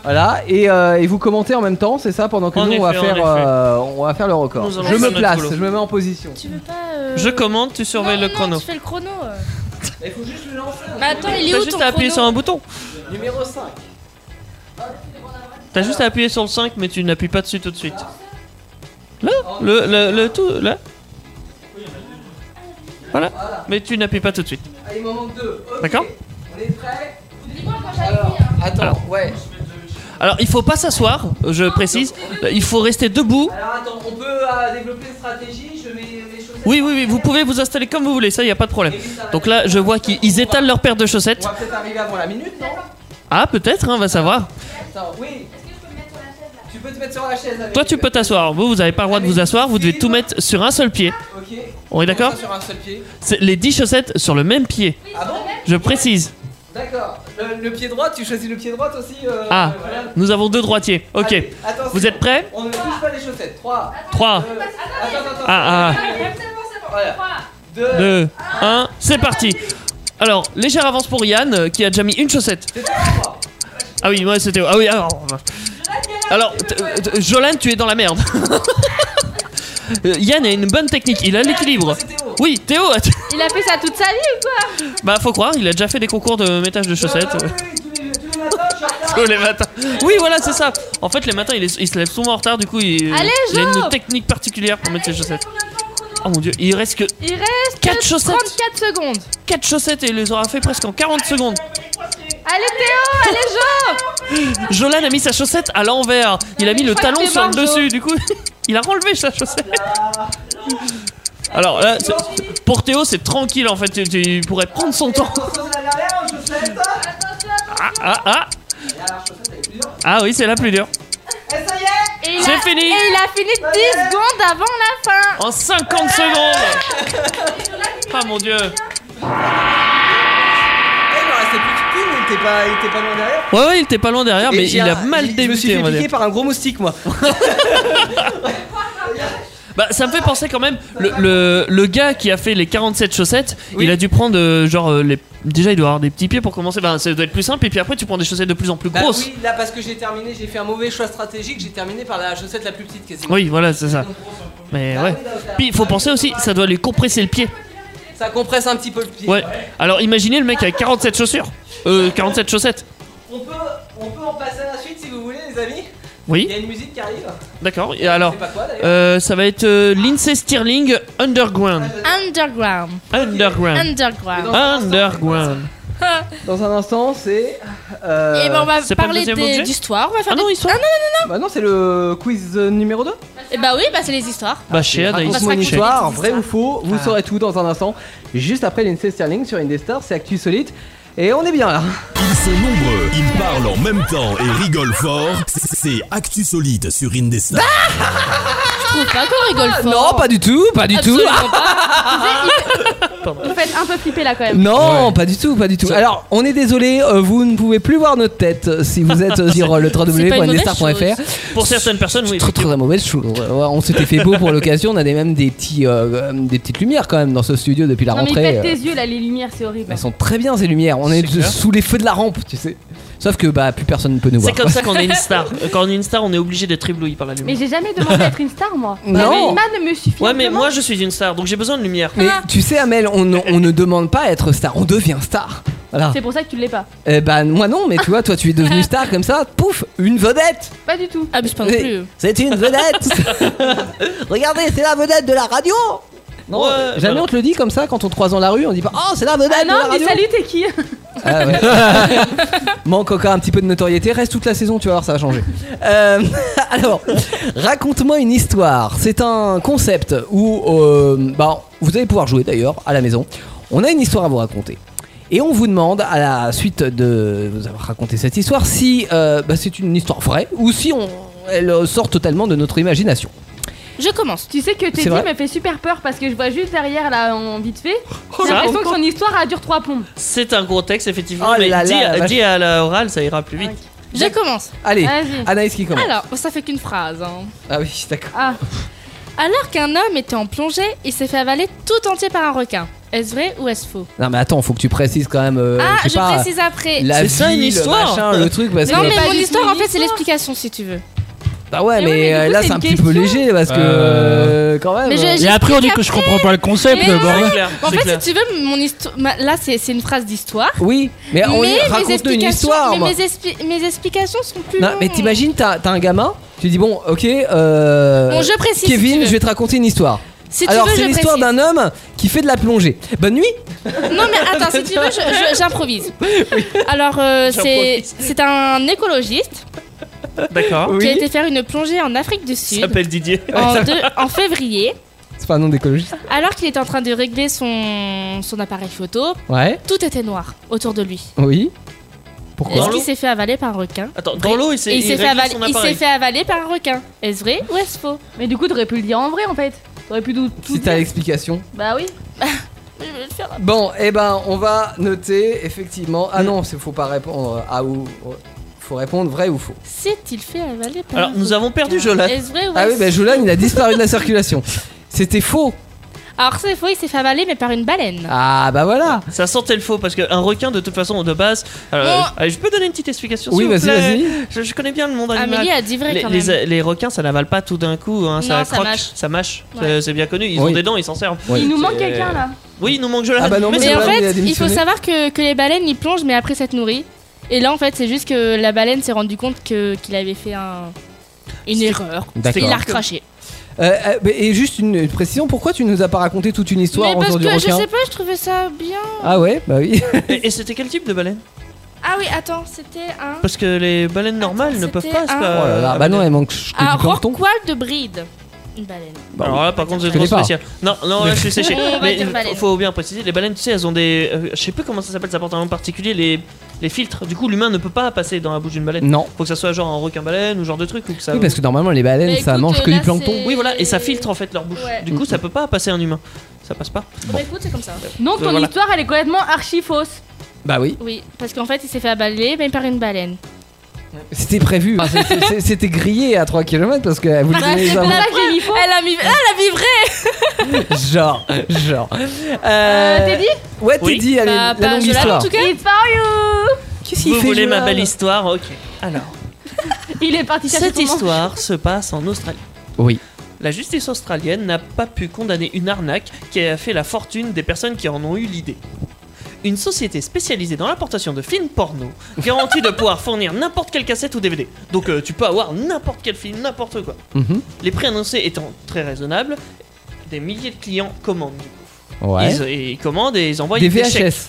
[SPEAKER 3] Voilà, et, euh, et vous commentez en même temps, c'est ça, pendant que
[SPEAKER 6] En
[SPEAKER 3] nous, on, va
[SPEAKER 6] effet, en
[SPEAKER 3] faire,
[SPEAKER 6] effet.
[SPEAKER 3] euh, on va faire le record.
[SPEAKER 6] Nous allons
[SPEAKER 3] Je
[SPEAKER 6] faire
[SPEAKER 3] me
[SPEAKER 6] notre
[SPEAKER 3] place,
[SPEAKER 6] boulot.
[SPEAKER 3] je me mets en position.
[SPEAKER 7] Tu veux pas. euh,
[SPEAKER 6] Je commande, tu
[SPEAKER 7] Non,
[SPEAKER 6] surveilles
[SPEAKER 7] non,
[SPEAKER 6] le chrono.
[SPEAKER 7] Non, tu fais le chrono. euh.
[SPEAKER 3] Il faut juste le lancer.
[SPEAKER 4] Bah,
[SPEAKER 7] Mais attends, il est
[SPEAKER 6] T'as
[SPEAKER 7] où
[SPEAKER 6] juste
[SPEAKER 7] ton
[SPEAKER 6] à appuyer sur
[SPEAKER 7] chrono
[SPEAKER 6] un bouton.
[SPEAKER 3] Numéro 5.
[SPEAKER 6] T'as juste à appuyer sur le 5, mais tu n'appuies pas dessus tout de suite. Là Le, le, le tout, là Voilà. Mais tu n'appuies pas tout de suite.
[SPEAKER 3] Allez, il m'en manque deux. Ok.
[SPEAKER 6] D'accord.
[SPEAKER 3] On est prêts Alors, attends,
[SPEAKER 6] Alors.
[SPEAKER 3] ouais.
[SPEAKER 6] Alors, il faut pas s'asseoir, je précise. Il faut rester debout.
[SPEAKER 3] Alors attends, on peut euh, développer une stratégie, je mets mes chaussettes.
[SPEAKER 6] Oui, oui, oui, vous pouvez vous installer comme vous voulez, ça, il a pas de problème. Donc là, je vois qu'ils ils étalent leur paire de chaussettes.
[SPEAKER 3] On va peut-être arriver avant la minute, non
[SPEAKER 6] Ah, peut-être, hein, on va savoir.
[SPEAKER 3] Attends, oui. Est-ce que je peux me mettre sur la chaise là Tu peux te mettre sur la chaise avec
[SPEAKER 6] Toi, tu peux t'asseoir. Vous, vous avez pas le droit de vous asseoir, vous devez tout mettre sur un seul pied.
[SPEAKER 3] Ok.
[SPEAKER 6] On est d'accord
[SPEAKER 3] Sur un seul pied.
[SPEAKER 6] C'est les 10 chaussettes sur le même pied.
[SPEAKER 3] Ah bon
[SPEAKER 6] Je précise.
[SPEAKER 3] D'accord. Le, le pied droit, tu choisis le pied droit aussi euh,
[SPEAKER 6] Ah,
[SPEAKER 3] voilà.
[SPEAKER 6] nous avons deux droitiers. Ok.
[SPEAKER 3] Allez, attention.
[SPEAKER 6] Vous êtes prêts
[SPEAKER 3] On ne touche pas les chaussettes. 3.
[SPEAKER 6] 3,
[SPEAKER 3] Attends, attends.
[SPEAKER 6] Ah, ah.
[SPEAKER 3] Voilà. 2.
[SPEAKER 6] 2, 1, c'est parti. Alors, légère avance pour Yann euh, qui a déjà mis une chaussette. Ah oui, ouais, c'était. Ah oui, alors. Alors, t- t- Jolane, tu es dans la merde. <laughs> Euh, Yann a une bonne technique, il a l'équilibre. Oui, Théo, a-
[SPEAKER 7] Il a fait ça toute sa vie ou quoi
[SPEAKER 6] bah faut croire, il a déjà fait des concours de métage de chaussettes. <laughs> Tous les matins. Oui, voilà, c'est ça. En fait, les matins, il, est- il se lève souvent en retard, du coup, il,
[SPEAKER 7] Allez,
[SPEAKER 6] il a
[SPEAKER 7] Jo
[SPEAKER 6] une technique particulière pour mettre ses chaussettes. Oh mon dieu, il reste que
[SPEAKER 7] Il reste
[SPEAKER 6] Quatre chaussettes.
[SPEAKER 7] 34 secondes.
[SPEAKER 6] 4 chaussettes et il les aura fait presque en 40 secondes.
[SPEAKER 7] Allez Théo, allez Jo
[SPEAKER 6] Jolan a mis sa chaussette à l'envers. Il a mis le
[SPEAKER 7] crois que
[SPEAKER 6] talon
[SPEAKER 7] t'es
[SPEAKER 6] sur le
[SPEAKER 7] mort, Jo.
[SPEAKER 6] dessus, du coup, <laughs> il a enlevé sa chaussette. Alors là, Euh, c'est- pour Théo, c'est tranquille en fait. Tu- tu- Il pourrait prendre son temps. Ah, ah, ah. Ah oui, c'est la plus dure.
[SPEAKER 7] Et il
[SPEAKER 6] C'est
[SPEAKER 7] a-
[SPEAKER 6] fini.
[SPEAKER 7] Et il a fini 10 secondes avant la fin
[SPEAKER 6] En 50 secondes Ah mon dieu
[SPEAKER 3] Eh, il en restait plus qu'une, il était pas, il était pas loin derrière.
[SPEAKER 6] Ouais, ouais, il était pas loin derrière,
[SPEAKER 3] Et
[SPEAKER 6] Ah, mais
[SPEAKER 3] j'ai
[SPEAKER 6] il a
[SPEAKER 3] un-
[SPEAKER 6] mal
[SPEAKER 3] je-
[SPEAKER 6] débuté,
[SPEAKER 3] Je me suis
[SPEAKER 6] on
[SPEAKER 3] fait
[SPEAKER 6] va dire.
[SPEAKER 3] piquer par un gros moustique, moi.
[SPEAKER 6] Bah, ça me fait penser quand même, le, le, le gars qui a fait les 47 chaussettes, il a dû prendre, euh, genre, euh, les... déjà, il doit avoir des petits pieds pour commencer, bah, ça doit être plus simple, et puis après, tu prends des chaussettes de plus en plus
[SPEAKER 3] Bah
[SPEAKER 6] grosses.
[SPEAKER 3] oui, là parce que j'ai terminé, j'ai fait un mauvais choix stratégique, j'ai terminé par la chaussette la plus petite quasiment. Ah
[SPEAKER 6] Oui, voilà, c'est ça.
[SPEAKER 3] Bah
[SPEAKER 6] Mais ouais. Puis, il faut penser aussi, ça doit lui compresser le pied.
[SPEAKER 3] Ça compresse un petit peu le pied.
[SPEAKER 6] Ouais. Alors, imaginez le mec avec 47 chaussures. Euh, 47 chaussettes.
[SPEAKER 3] On peut, on peut en passer à la suite si vous voulez, les amis. Il y
[SPEAKER 6] Oui,
[SPEAKER 3] a une musique qui arrive.
[SPEAKER 6] d'accord. Et alors,
[SPEAKER 3] C'est pas quoi d'ailleurs.
[SPEAKER 6] euh, ça va être euh, Lindsay Stirling Underground.
[SPEAKER 7] Underground,
[SPEAKER 3] Ah.
[SPEAKER 6] Underground.
[SPEAKER 7] underground.
[SPEAKER 6] ah. Underground.
[SPEAKER 3] Dans un instant, c'est. euh,
[SPEAKER 7] Et ben on va
[SPEAKER 6] c'est pas le
[SPEAKER 7] parler
[SPEAKER 6] deuxième
[SPEAKER 7] des-
[SPEAKER 6] objet
[SPEAKER 7] d'histoire, on va faire
[SPEAKER 6] Ah non, ils sont.
[SPEAKER 3] Bah non, c'est le quiz euh, numéro 2.
[SPEAKER 7] Et bah oui, bah c'est les histoires.
[SPEAKER 6] Bah, chez Adaïs.
[SPEAKER 7] Raconte-moi
[SPEAKER 3] Raconte-moi une
[SPEAKER 7] une
[SPEAKER 3] histoire, Ah.
[SPEAKER 7] chez-
[SPEAKER 3] vrai ou faux, vous saurez tout dans un instant. Juste après Lindsay Sterling sur Indestar, c'est Actu Solite. Et on est bien là.
[SPEAKER 9] Ils sont nombreux, ils parlent en même temps et rigolent fort. C'est Actu Solide sur Indestar.
[SPEAKER 7] Je trouve pas qu'on rigole fort.
[SPEAKER 3] du tout, Ah, pas du
[SPEAKER 7] Absolument pas. Vous faites un peu flipper là quand même.
[SPEAKER 3] Ah, Non, pas du tout, pas du tout. Alors, on est désolé, euh, vous ne pouvez plus voir notre tête euh, si vous êtes euh, sur euh, le
[SPEAKER 7] mauvaise
[SPEAKER 3] www.indestar.fr.
[SPEAKER 6] Pour certaines personnes, oui.
[SPEAKER 3] Très très mauvaise chose. Ouais, on s'était fait beau pour l'occasion, on a des- même des, petits, euh, euh, des petites lumières quand même dans ce studio depuis la
[SPEAKER 4] Non, mais il
[SPEAKER 3] rentrée.
[SPEAKER 4] pète
[SPEAKER 3] euh.
[SPEAKER 4] tes yeux là, les lumières, c'est horrible.
[SPEAKER 3] Elles sont très bien ces lumières, on est,
[SPEAKER 6] C'est
[SPEAKER 3] de-
[SPEAKER 6] clair.
[SPEAKER 3] sous les feux de la rampe, tu sais. Sauf que bah plus personne ne peut nous
[SPEAKER 6] C'est
[SPEAKER 3] voir.
[SPEAKER 6] comme ça
[SPEAKER 3] <laughs>
[SPEAKER 6] qu'on est une star. Euh, Quand on est une star, on est obligé d'être ébloui par la
[SPEAKER 4] Mais
[SPEAKER 6] lumière.
[SPEAKER 4] j'ai jamais demandé à être une star, moi.
[SPEAKER 3] Non.
[SPEAKER 4] Ma vie humaine me suffit.
[SPEAKER 6] Ouais, mais
[SPEAKER 4] amplement.
[SPEAKER 6] moi je suis une star, donc j'ai besoin de lumière.
[SPEAKER 3] Mais tu sais, Amel, on, ne- on ne demande pas à être star, on devient star. Voilà.
[SPEAKER 4] C'est pour ça que tu l'es pas.
[SPEAKER 3] Eh ben moi non, mais tu vois, toi tu es devenu star comme ça, pouf, une vedette.
[SPEAKER 4] Pas du tout.
[SPEAKER 7] Ah mais je pense plus.
[SPEAKER 3] C'est une vedette. Regardez, c'est la vedette de la radio. Non, euh,
[SPEAKER 6] Ouais,
[SPEAKER 3] jamais
[SPEAKER 6] voilà.
[SPEAKER 3] on te le dit comme ça quand on te croise dans la rue, on dit pas oh c'est la vedette
[SPEAKER 4] Ah
[SPEAKER 3] de la
[SPEAKER 4] non, mais
[SPEAKER 3] radio.
[SPEAKER 4] salut, t'es qui
[SPEAKER 3] Ah ouais. Manque encore un petit peu de notoriété, reste toute la saison, tu vas voir, ça va changer. Euh, <laughs> alors, raconte-moi une histoire. C'est un concept où, euh, bah, vous allez pouvoir jouer d'ailleurs à la maison. On a une histoire à vous raconter. Et on vous demande, à la suite de vous avoir raconté cette histoire, si euh, bah, c'est une histoire vraie ou si on, elle euh, sort totalement de notre imagination.
[SPEAKER 7] Je commence.
[SPEAKER 4] Tu sais que
[SPEAKER 3] C'est
[SPEAKER 4] Teddy
[SPEAKER 3] vrai
[SPEAKER 4] me fait super peur parce que je vois juste derrière là en vite fait. J'ai
[SPEAKER 6] ça
[SPEAKER 4] l'impression que son histoire a dur trois pompes.
[SPEAKER 6] C'est un gros texte, effectivement.
[SPEAKER 3] Oh
[SPEAKER 6] mais
[SPEAKER 3] là là,
[SPEAKER 6] dis,
[SPEAKER 3] la vache.
[SPEAKER 6] dis à la orale, ça ira plus vite.
[SPEAKER 7] Je commence.
[SPEAKER 3] Allez,
[SPEAKER 4] Vas-y.
[SPEAKER 3] Anaïs qui commence.
[SPEAKER 7] Alors, ça fait qu'une phrase. hein.
[SPEAKER 3] Ah oui, d'accord.
[SPEAKER 4] Ah,
[SPEAKER 7] Alors qu'un homme était en plongée, il s'est fait avaler tout entier par un requin. Est-ce vrai ou est-ce faux
[SPEAKER 3] Non mais attends, faut que tu précises quand même. euh,
[SPEAKER 7] Ah,
[SPEAKER 3] je
[SPEAKER 7] je
[SPEAKER 3] sais pas,
[SPEAKER 7] précise après.
[SPEAKER 3] La
[SPEAKER 6] C'est ça,
[SPEAKER 3] vie,
[SPEAKER 6] une
[SPEAKER 3] le
[SPEAKER 6] histoire.
[SPEAKER 3] machin, le truc, parce
[SPEAKER 7] Non
[SPEAKER 3] que.
[SPEAKER 7] mais
[SPEAKER 4] pas
[SPEAKER 7] mon
[SPEAKER 4] du tout
[SPEAKER 7] histoire en
[SPEAKER 4] une
[SPEAKER 7] fait c'est
[SPEAKER 4] histoire.
[SPEAKER 7] l'explication si tu veux.
[SPEAKER 3] Bah ouais,
[SPEAKER 4] Mais oui,
[SPEAKER 3] mais,
[SPEAKER 4] mais du
[SPEAKER 3] euh,
[SPEAKER 4] coup,
[SPEAKER 3] là
[SPEAKER 4] c'est
[SPEAKER 3] c'est un
[SPEAKER 4] une
[SPEAKER 3] petit peu
[SPEAKER 4] question.
[SPEAKER 3] léger parce que
[SPEAKER 5] Euh,
[SPEAKER 3] euh, quand même.
[SPEAKER 7] Mais je-
[SPEAKER 3] euh,
[SPEAKER 5] Et après, on dit que je
[SPEAKER 7] J'explique
[SPEAKER 5] comprends pas le concept,
[SPEAKER 7] Mais
[SPEAKER 5] bordel.
[SPEAKER 6] C'est clair.
[SPEAKER 7] Ah En
[SPEAKER 6] c'est
[SPEAKER 7] fait
[SPEAKER 6] clair.
[SPEAKER 7] si tu veux mon histoire là c'est c'est une phrase d'histoire.
[SPEAKER 3] Oui, mais on
[SPEAKER 7] mais mes
[SPEAKER 3] raconte une
[SPEAKER 7] explications-
[SPEAKER 3] histoire.
[SPEAKER 7] mais
[SPEAKER 3] moi.
[SPEAKER 7] mes, expli- mes explications sont plus
[SPEAKER 3] Non,
[SPEAKER 7] longues.
[SPEAKER 3] mais t'imagines, t'as t'as un gamin, tu dis bon, ok, euh,
[SPEAKER 7] Bon, je précise, si tu
[SPEAKER 3] Kevin,
[SPEAKER 7] veux.
[SPEAKER 3] je vais te raconter une histoire.
[SPEAKER 7] Si tu
[SPEAKER 3] Alors
[SPEAKER 7] veux,
[SPEAKER 3] c'est
[SPEAKER 7] je
[SPEAKER 3] l'histoire
[SPEAKER 7] précise.
[SPEAKER 3] d'un homme qui fait de la plongée. Bonne nuit.
[SPEAKER 7] Non mais attends, si tu veux, je- je- j'improvise. Alors euh, c'est
[SPEAKER 6] J'improvise.
[SPEAKER 7] c'est un écologiste
[SPEAKER 6] D'accord.
[SPEAKER 7] qui a été faire une plongée en Afrique du
[SPEAKER 6] Il
[SPEAKER 7] Sud
[SPEAKER 6] s'appelle Didier. <laughs>
[SPEAKER 7] en, deux- en février,
[SPEAKER 3] C'est pas un nom d'écologiste.
[SPEAKER 7] alors qu'il était en train de régler son son appareil photo.
[SPEAKER 3] Ouais.
[SPEAKER 7] Tout était noir autour de lui.
[SPEAKER 3] Oui.
[SPEAKER 7] Est-ce
[SPEAKER 3] Pourquoi
[SPEAKER 7] qu'il s'est fait avaler par un requin
[SPEAKER 6] Attends, dans l'eau, il s'est
[SPEAKER 7] Et il s'est
[SPEAKER 6] il
[SPEAKER 7] fait,
[SPEAKER 6] réglait
[SPEAKER 7] avaler,
[SPEAKER 6] son
[SPEAKER 7] il s'est
[SPEAKER 6] appareil.
[SPEAKER 7] fait avaler par un requin. Est-ce vrai ou est-ce faux
[SPEAKER 4] mais du coup, t'aurais pu le dire en vrai en fait. T'aurais pu tout tout
[SPEAKER 3] Si t'as
[SPEAKER 4] dire.
[SPEAKER 3] l'explication.
[SPEAKER 4] Bah oui.
[SPEAKER 7] Euh,
[SPEAKER 6] faire la-
[SPEAKER 3] Bon, eh ben, on va noter effectivement. Ah non, c'est faut pas répondre à ou. oh, Faut répondre vrai ou faux.
[SPEAKER 7] S'est-il fait avaler par
[SPEAKER 6] Alors,
[SPEAKER 7] un
[SPEAKER 6] nous
[SPEAKER 7] coquin
[SPEAKER 6] avons perdu Jolan.
[SPEAKER 7] Est-ce vrai ou
[SPEAKER 3] Ah oui,
[SPEAKER 7] est-ce
[SPEAKER 3] ben Jolan, il a disparu de la circulation. C'était faux.
[SPEAKER 7] Alors, c'est faux, il s'est fait avaler, mais par une baleine.
[SPEAKER 3] Ah bah voilà.
[SPEAKER 6] Ça sentait le faux parce qu'un requin, de toute façon, de base.
[SPEAKER 7] Oh.
[SPEAKER 6] alors, allez, je peux donner une petite explication
[SPEAKER 3] Oui,
[SPEAKER 6] s'il vous
[SPEAKER 3] vas-y,
[SPEAKER 6] plaît
[SPEAKER 3] vas-y.
[SPEAKER 6] Je, je connais bien le monde animal.
[SPEAKER 7] Amélie a dit vrai
[SPEAKER 6] les,
[SPEAKER 7] quand
[SPEAKER 6] les-
[SPEAKER 7] même.
[SPEAKER 6] les requins, ça n'avale pas tout d'un coup. hein, ça
[SPEAKER 7] Non, ça
[SPEAKER 6] croque,
[SPEAKER 7] mâche.
[SPEAKER 6] ça mâche.
[SPEAKER 7] Ouais.
[SPEAKER 6] C'est- C'est bien connu. Ils
[SPEAKER 3] Oui.
[SPEAKER 6] ont des dents, ils s'en servent.
[SPEAKER 3] Ouais.
[SPEAKER 4] Il nous manque
[SPEAKER 6] C'est-
[SPEAKER 4] quelqu'un là.
[SPEAKER 6] Oui, il nous manque Jolan.
[SPEAKER 3] Ah bah non,
[SPEAKER 6] mais
[SPEAKER 3] mais
[SPEAKER 6] c'est
[SPEAKER 7] Mais en
[SPEAKER 3] vrai, il a
[SPEAKER 7] fait, il faut
[SPEAKER 3] démissionné.
[SPEAKER 7] savoir que, que les baleines ils plongent, mais après s'être nourris. Et là, en fait, c'est juste que la baleine s'est rendue compte que qu'il avait fait un, une
[SPEAKER 6] C'est-
[SPEAKER 7] erreur.
[SPEAKER 3] D'accord.
[SPEAKER 7] Il l'a recraché.
[SPEAKER 3] Euh, euh, mais- et juste une une précision, pourquoi tu nous as pas raconté toute une histoire
[SPEAKER 7] Mais
[SPEAKER 3] en
[SPEAKER 7] parce
[SPEAKER 3] autour
[SPEAKER 7] que
[SPEAKER 3] du
[SPEAKER 7] je
[SPEAKER 3] requin
[SPEAKER 7] sais pas, je trouvais ça bien.
[SPEAKER 3] Ah ouais, bah oui.
[SPEAKER 6] Et, et c'était quel type de baleine
[SPEAKER 7] Ah oui, attends, c'était un.
[SPEAKER 6] Parce que les baleines normales ne
[SPEAKER 7] c'était
[SPEAKER 6] peuvent pas. c'est
[SPEAKER 7] un-
[SPEAKER 6] pas-
[SPEAKER 3] Oh là là, bah non, elle manque que
[SPEAKER 7] Un
[SPEAKER 3] du plancton.
[SPEAKER 7] rorqual de bride. Une baleine.
[SPEAKER 6] Alors là, par contre, c'est
[SPEAKER 3] Je connais
[SPEAKER 6] trop
[SPEAKER 3] pas.
[SPEAKER 6] spécial. Non, non, là, je suis
[SPEAKER 7] <laughs>
[SPEAKER 6] séché.
[SPEAKER 7] On va
[SPEAKER 6] Mais
[SPEAKER 7] dire
[SPEAKER 6] faut-
[SPEAKER 7] baleine.
[SPEAKER 6] faut bien préciser, les baleines, tu sais, elles ont des. euh, je sais plus comment ça s'appelle, ça porte un nom particulier, les, les filtres. Du coup, l'humain ne peut pas passer dans la bouche d'une baleine.
[SPEAKER 3] Non.
[SPEAKER 6] Faut que ça soit genre un requin-baleine ou genre de truc. Ou que ça...
[SPEAKER 3] Oui, parce que normalement les baleines
[SPEAKER 7] Bah,
[SPEAKER 3] ça
[SPEAKER 7] écoute,
[SPEAKER 3] mange que
[SPEAKER 7] là,
[SPEAKER 3] du plancton.
[SPEAKER 7] c'est-
[SPEAKER 6] Oui, voilà, et ça filtre en fait leur bouche.
[SPEAKER 7] Ouais.
[SPEAKER 6] Du coup, ça peut pas passer un humain. Ça passe pas.
[SPEAKER 7] Bah écoute, c'est comme ça.
[SPEAKER 4] Donc ton
[SPEAKER 6] Voilà.
[SPEAKER 4] histoire elle est complètement archi fausse.
[SPEAKER 3] Bah oui,
[SPEAKER 7] Oui, parce qu'en fait, il s'est fait avaler, mais par une baleine.
[SPEAKER 3] c'était prévu. hein, c'est- c'est- C'était grillé à 3 km parce qu'elle
[SPEAKER 7] Bah,
[SPEAKER 3] voulait donner les
[SPEAKER 4] C'est pour
[SPEAKER 3] infos.
[SPEAKER 4] ça que j'ai mis faux.
[SPEAKER 7] Oh. Elle a mis, elle a mis vrai.
[SPEAKER 3] Genre, genre.
[SPEAKER 4] Euh,
[SPEAKER 3] Euh,
[SPEAKER 4] t'es dit
[SPEAKER 3] Ouais, t'es
[SPEAKER 6] Oui.
[SPEAKER 3] dit, allez, la
[SPEAKER 7] Bah, pas
[SPEAKER 3] longue
[SPEAKER 7] Jolan, en
[SPEAKER 3] histoire.
[SPEAKER 7] tout cas.
[SPEAKER 4] It's for you
[SPEAKER 3] Qu'est-ce qu'il
[SPEAKER 6] Vous
[SPEAKER 3] fait,
[SPEAKER 6] voulez ma
[SPEAKER 3] Jolan
[SPEAKER 6] belle histoire Ok. Alors,
[SPEAKER 4] Il est parti chercher
[SPEAKER 6] cette
[SPEAKER 4] tout le monde.
[SPEAKER 6] histoire se passe en Australie.
[SPEAKER 3] Oui.
[SPEAKER 6] La justice australienne n'a pas pu condamner une arnaque qui a fait la fortune des personnes qui en ont eu l'idée. Une société spécialisée dans l'importation de films porno garantit de pouvoir <laughs> fournir n'importe quelle cassette ou DVD. Donc euh, tu peux avoir n'importe quel film, n'importe quoi.
[SPEAKER 3] Mhm.
[SPEAKER 6] Les prix annoncés étant très raisonnables, des milliers de clients commandent. du coup.
[SPEAKER 3] Ouais.
[SPEAKER 6] Ils, ils commandent et ils envoient
[SPEAKER 3] Des
[SPEAKER 6] chèques.
[SPEAKER 3] VHS.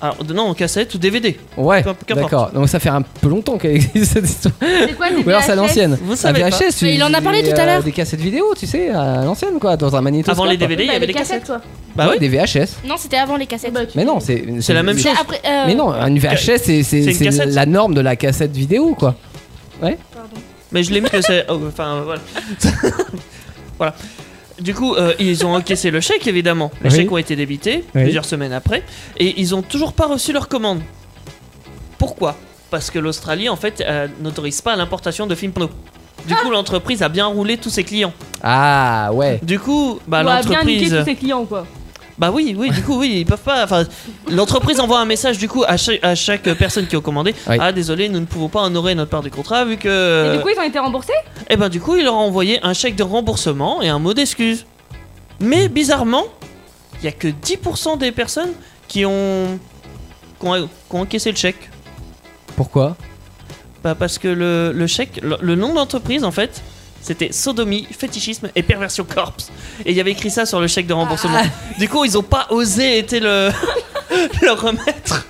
[SPEAKER 6] Alors non, en cassette ou DVD.
[SPEAKER 3] Ouais,
[SPEAKER 6] Qu'importe.
[SPEAKER 3] d'accord. Donc ça fait un peu longtemps qu'elle existe cette histoire.
[SPEAKER 4] C'est quoi des
[SPEAKER 3] Ou alors c'est à
[SPEAKER 4] VHS?
[SPEAKER 3] l'ancienne.
[SPEAKER 6] Vous savez
[SPEAKER 3] La
[SPEAKER 6] pas.
[SPEAKER 3] VHS, tu-
[SPEAKER 7] Mais il en a parlé
[SPEAKER 3] des,
[SPEAKER 7] tout à
[SPEAKER 3] euh,
[SPEAKER 7] l'heure.
[SPEAKER 3] Des cassettes vidéo, tu sais, à l'ancienne quoi, dans un magnétoscope.
[SPEAKER 6] Avant les DVD, il y
[SPEAKER 4] Bah,
[SPEAKER 6] avait
[SPEAKER 4] les
[SPEAKER 6] les cassettes.
[SPEAKER 4] cassettes toi.
[SPEAKER 6] Bah oui.
[SPEAKER 3] Des VHS.
[SPEAKER 7] Non, c'était avant les cassettes.
[SPEAKER 4] Bah, tu-
[SPEAKER 3] Mais non, c'est
[SPEAKER 6] C'est la même
[SPEAKER 7] C'est
[SPEAKER 6] chose.
[SPEAKER 7] après. euh,
[SPEAKER 3] Mais non, une VHS c'est- c'est
[SPEAKER 6] une
[SPEAKER 3] c'est
[SPEAKER 6] cassette.
[SPEAKER 3] la norme de la cassette vidéo quoi.
[SPEAKER 6] Mais je l'ai mis que c'est. oh, Enfin,
[SPEAKER 3] <laughs>
[SPEAKER 6] voilà. voilà. Du coup, euh, ils ont encaissé le chèque, évidemment. Les
[SPEAKER 3] Oui.
[SPEAKER 6] chèques ont été débités
[SPEAKER 3] Oui.
[SPEAKER 6] plusieurs semaines après. Et ils ont toujours pas reçu leur commande. Pourquoi Parce que l'Australie, en fait, euh, n'autorise pas l'importation de films porno. Du coup, l'entreprise a bien roulé tous ses clients.
[SPEAKER 3] Ah ouais.
[SPEAKER 6] Du coup, bah,
[SPEAKER 4] On a bien niqué
[SPEAKER 6] l'entreprise.
[SPEAKER 4] tous ses clients quoi.
[SPEAKER 6] Bah oui, oui, du coup, oui, ils peuvent pas. Enfin, l'entreprise envoie un message du coup à chaque, à chaque personne qui a commandé.
[SPEAKER 3] Oui.
[SPEAKER 6] Ah désolé, nous ne pouvons pas honorer notre part du contrat vu que.
[SPEAKER 4] Et du coup ils ont été remboursés
[SPEAKER 6] Et ben du coup, il leur a envoyé un chèque de remboursement et un mot d'excuse. Mais bizarrement, il y a que 10% des personnes qui ont... qui ont qui ont encaissé le chèque. <laughs>
[SPEAKER 3] Pourquoi
[SPEAKER 6] Bah, parce que le, le chèque, le, le nom de l'entreprise en fait, c'était sodomie, fétichisme et perversion corps. Et il y avait écrit ça sur le chèque de remboursement. Du coup, ils ont pas osé été le <laughs> le remettre.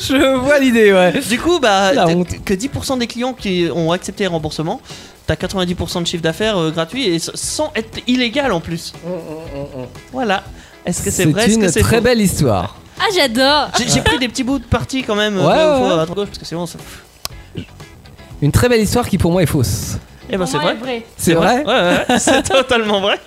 [SPEAKER 3] Je vois l'idée, ouais.
[SPEAKER 6] Du coup, bah
[SPEAKER 3] <laughs> La
[SPEAKER 6] t'as-
[SPEAKER 3] honte.
[SPEAKER 6] que 10% des clients qui ont accepté le remboursement, t'as 90% de chiffre d'affaires euh, gratuit et s- sans être illégal en plus.
[SPEAKER 4] Hum,
[SPEAKER 6] Voilà. Est-ce que c'est vrai Est-ce
[SPEAKER 3] une
[SPEAKER 6] que c'est
[SPEAKER 3] très
[SPEAKER 6] faux
[SPEAKER 3] belle histoire.
[SPEAKER 7] Ah, j'adore.
[SPEAKER 6] J'ai j'ai pris des petits bouts de partie quand même. euh,
[SPEAKER 3] Ouais,
[SPEAKER 6] de-
[SPEAKER 3] ouais,
[SPEAKER 6] faut-
[SPEAKER 3] ouais.
[SPEAKER 6] à droite, parce que c'est bon. ça-
[SPEAKER 3] Une très belle histoire qui pour moi est fausse.
[SPEAKER 6] Eh ben
[SPEAKER 4] Pour
[SPEAKER 6] c'est vrai.
[SPEAKER 4] moi, elle est vraie.
[SPEAKER 3] C'est vrai,
[SPEAKER 6] Ouais, ouais, <laughs> ouais, c'est totalement vrai.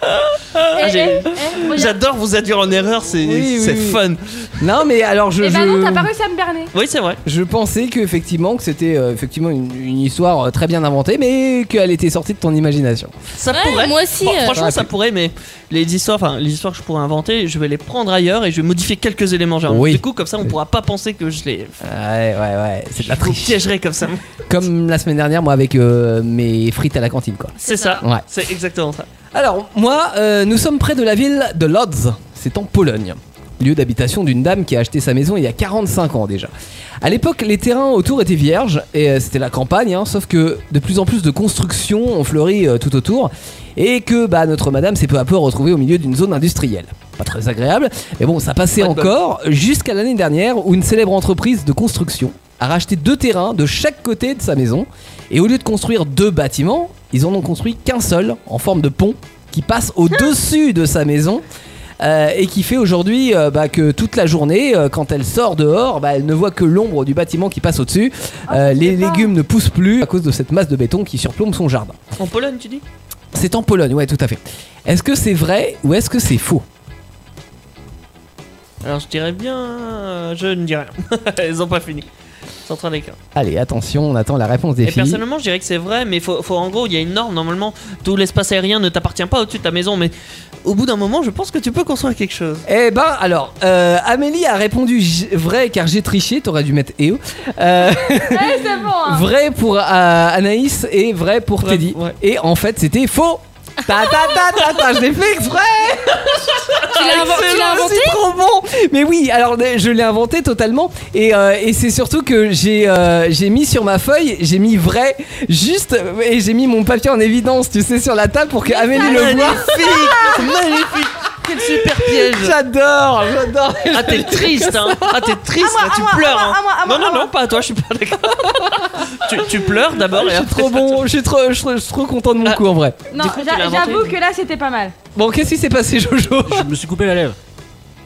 [SPEAKER 7] Ah,
[SPEAKER 4] Eh,
[SPEAKER 6] j'ai-
[SPEAKER 4] eh, eh, regarde.
[SPEAKER 6] J'adore vous induire en erreur, c'est
[SPEAKER 3] Oui, oui,
[SPEAKER 6] c'est
[SPEAKER 3] oui.
[SPEAKER 6] fun.
[SPEAKER 3] Non mais alors je
[SPEAKER 4] Eh ben non,
[SPEAKER 3] je-
[SPEAKER 4] t'as pas réussi à me berner.
[SPEAKER 6] Oui, c'est vrai.
[SPEAKER 3] je pensais que effectivement que c'était euh, effectivement une, une histoire euh, très bien inventée mais qu'elle était sortie de ton imagination.
[SPEAKER 6] Ça
[SPEAKER 7] Ouais,
[SPEAKER 6] pourrait.
[SPEAKER 7] moi aussi,
[SPEAKER 6] Fran-
[SPEAKER 7] euh.
[SPEAKER 6] franchement,
[SPEAKER 3] Ouais,
[SPEAKER 6] ça
[SPEAKER 3] puis-
[SPEAKER 6] pourrait, mais les histoires, enfin, les histoires que je pourrais inventer, je vais les prendre ailleurs et je vais modifier quelques éléments. Genre,
[SPEAKER 3] Oui.
[SPEAKER 6] du coup, comme ça, on pourra pas penser que je les.
[SPEAKER 3] Ouais ouais ouais, c'est de la
[SPEAKER 6] Je vous
[SPEAKER 3] triche.
[SPEAKER 6] piégerai comme ça.
[SPEAKER 3] Comme la semaine dernière moi avec euh, mes frites à la cantine quoi.
[SPEAKER 6] C'est ça.
[SPEAKER 3] Ouais.
[SPEAKER 6] C'est exactement ça.
[SPEAKER 3] Alors, moi, euh, nous sommes près de la ville de Lodz, c'est en Pologne. Lieu d'habitation d'une dame qui a acheté sa maison il y a 45 ans déjà. À l'époque, les terrains autour étaient vierges et euh, c'était la campagne, hein, sauf que de plus en plus de constructions ont fleuri euh, tout autour et que bah, notre madame s'est peu à peu retrouvée au milieu d'une zone industrielle. Pas très agréable, mais bon, ça passait
[SPEAKER 6] Pas de bol.
[SPEAKER 3] encore jusqu'à l'année dernière où une célèbre entreprise de construction a racheté deux terrains de chaque côté de sa maison et au lieu de construire deux bâtiments, ils en ont construit qu'un seul en forme de pont qui passe au-dessus de sa maison euh, et qui fait aujourd'hui euh, bah, que toute la journée, euh, quand elle sort dehors, bah, elle ne voit que l'ombre du bâtiment qui passe au-dessus. Euh, les légumes ne poussent plus à cause de cette masse de béton qui surplombe son jardin.
[SPEAKER 6] En Pologne, tu dis
[SPEAKER 3] C'est en Pologne, ouais, tout à fait. Est-ce que c'est vrai ou est-ce que c'est faux
[SPEAKER 6] Alors je dirais bien. euh, Je ne dis rien. <laughs> Ils ont pas fini. Ils sont en train d'écrire.
[SPEAKER 11] Allez, attention, on attend la réponse des
[SPEAKER 6] Et
[SPEAKER 11] filles.
[SPEAKER 6] personnellement, je dirais que c'est vrai, mais faut, faut- en gros, il y a une norme. Normalement, tout l'espace aérien ne t'appartient pas au-dessus de ta maison, mais au bout d'un moment, je pense que tu peux construire quelque chose.
[SPEAKER 3] Eh ben alors, euh, Amélie a répondu j- vrai car j'ai triché, t'aurais dû mettre EO.
[SPEAKER 10] <laughs>
[SPEAKER 3] Euh,
[SPEAKER 4] c'est bon. hein.
[SPEAKER 3] vrai pour euh, Anaïs et vrai pour Teddy. Et en fait c'était faux. Ta ta ta ta ta, je l'ai fait exprès
[SPEAKER 10] Tu l'as invo- tu
[SPEAKER 3] Excellent,
[SPEAKER 10] l'as inventé
[SPEAKER 3] C'est trop bon Mais oui, alors je l'ai inventé totalement et, euh, et c'est surtout que j'ai euh, j'ai mis sur ma feuille, j'ai mis vrai juste et j'ai mis mon papier en évidence, tu sais, sur la table pour que Amélie le voie.
[SPEAKER 6] Magnifique Magnifique Quel super piège
[SPEAKER 3] <laughs> J'adore, j'adore.
[SPEAKER 6] Ah t'es triste, hein Ah t'es triste,
[SPEAKER 10] À moi,
[SPEAKER 6] là, tu
[SPEAKER 10] à moi,
[SPEAKER 6] pleures.
[SPEAKER 10] à moi,
[SPEAKER 6] hein.
[SPEAKER 10] à moi, à moi,
[SPEAKER 6] non,
[SPEAKER 10] à
[SPEAKER 6] non, non, pas à toi, je suis pas d'accord. tu, tu pleures d'abord et
[SPEAKER 3] Ah, Je suis
[SPEAKER 6] après-
[SPEAKER 3] trop bon, je suis trop, je suis- je suis trop content de mon coup en vrai.
[SPEAKER 4] Non,
[SPEAKER 6] Du coup, tu
[SPEAKER 4] j'a-
[SPEAKER 6] l'as inventé.
[SPEAKER 4] j'avoue que là c'était pas mal.
[SPEAKER 3] Bon, qu'est-ce qui s'est passé, Jojo
[SPEAKER 5] Je me suis coupé la lèvre.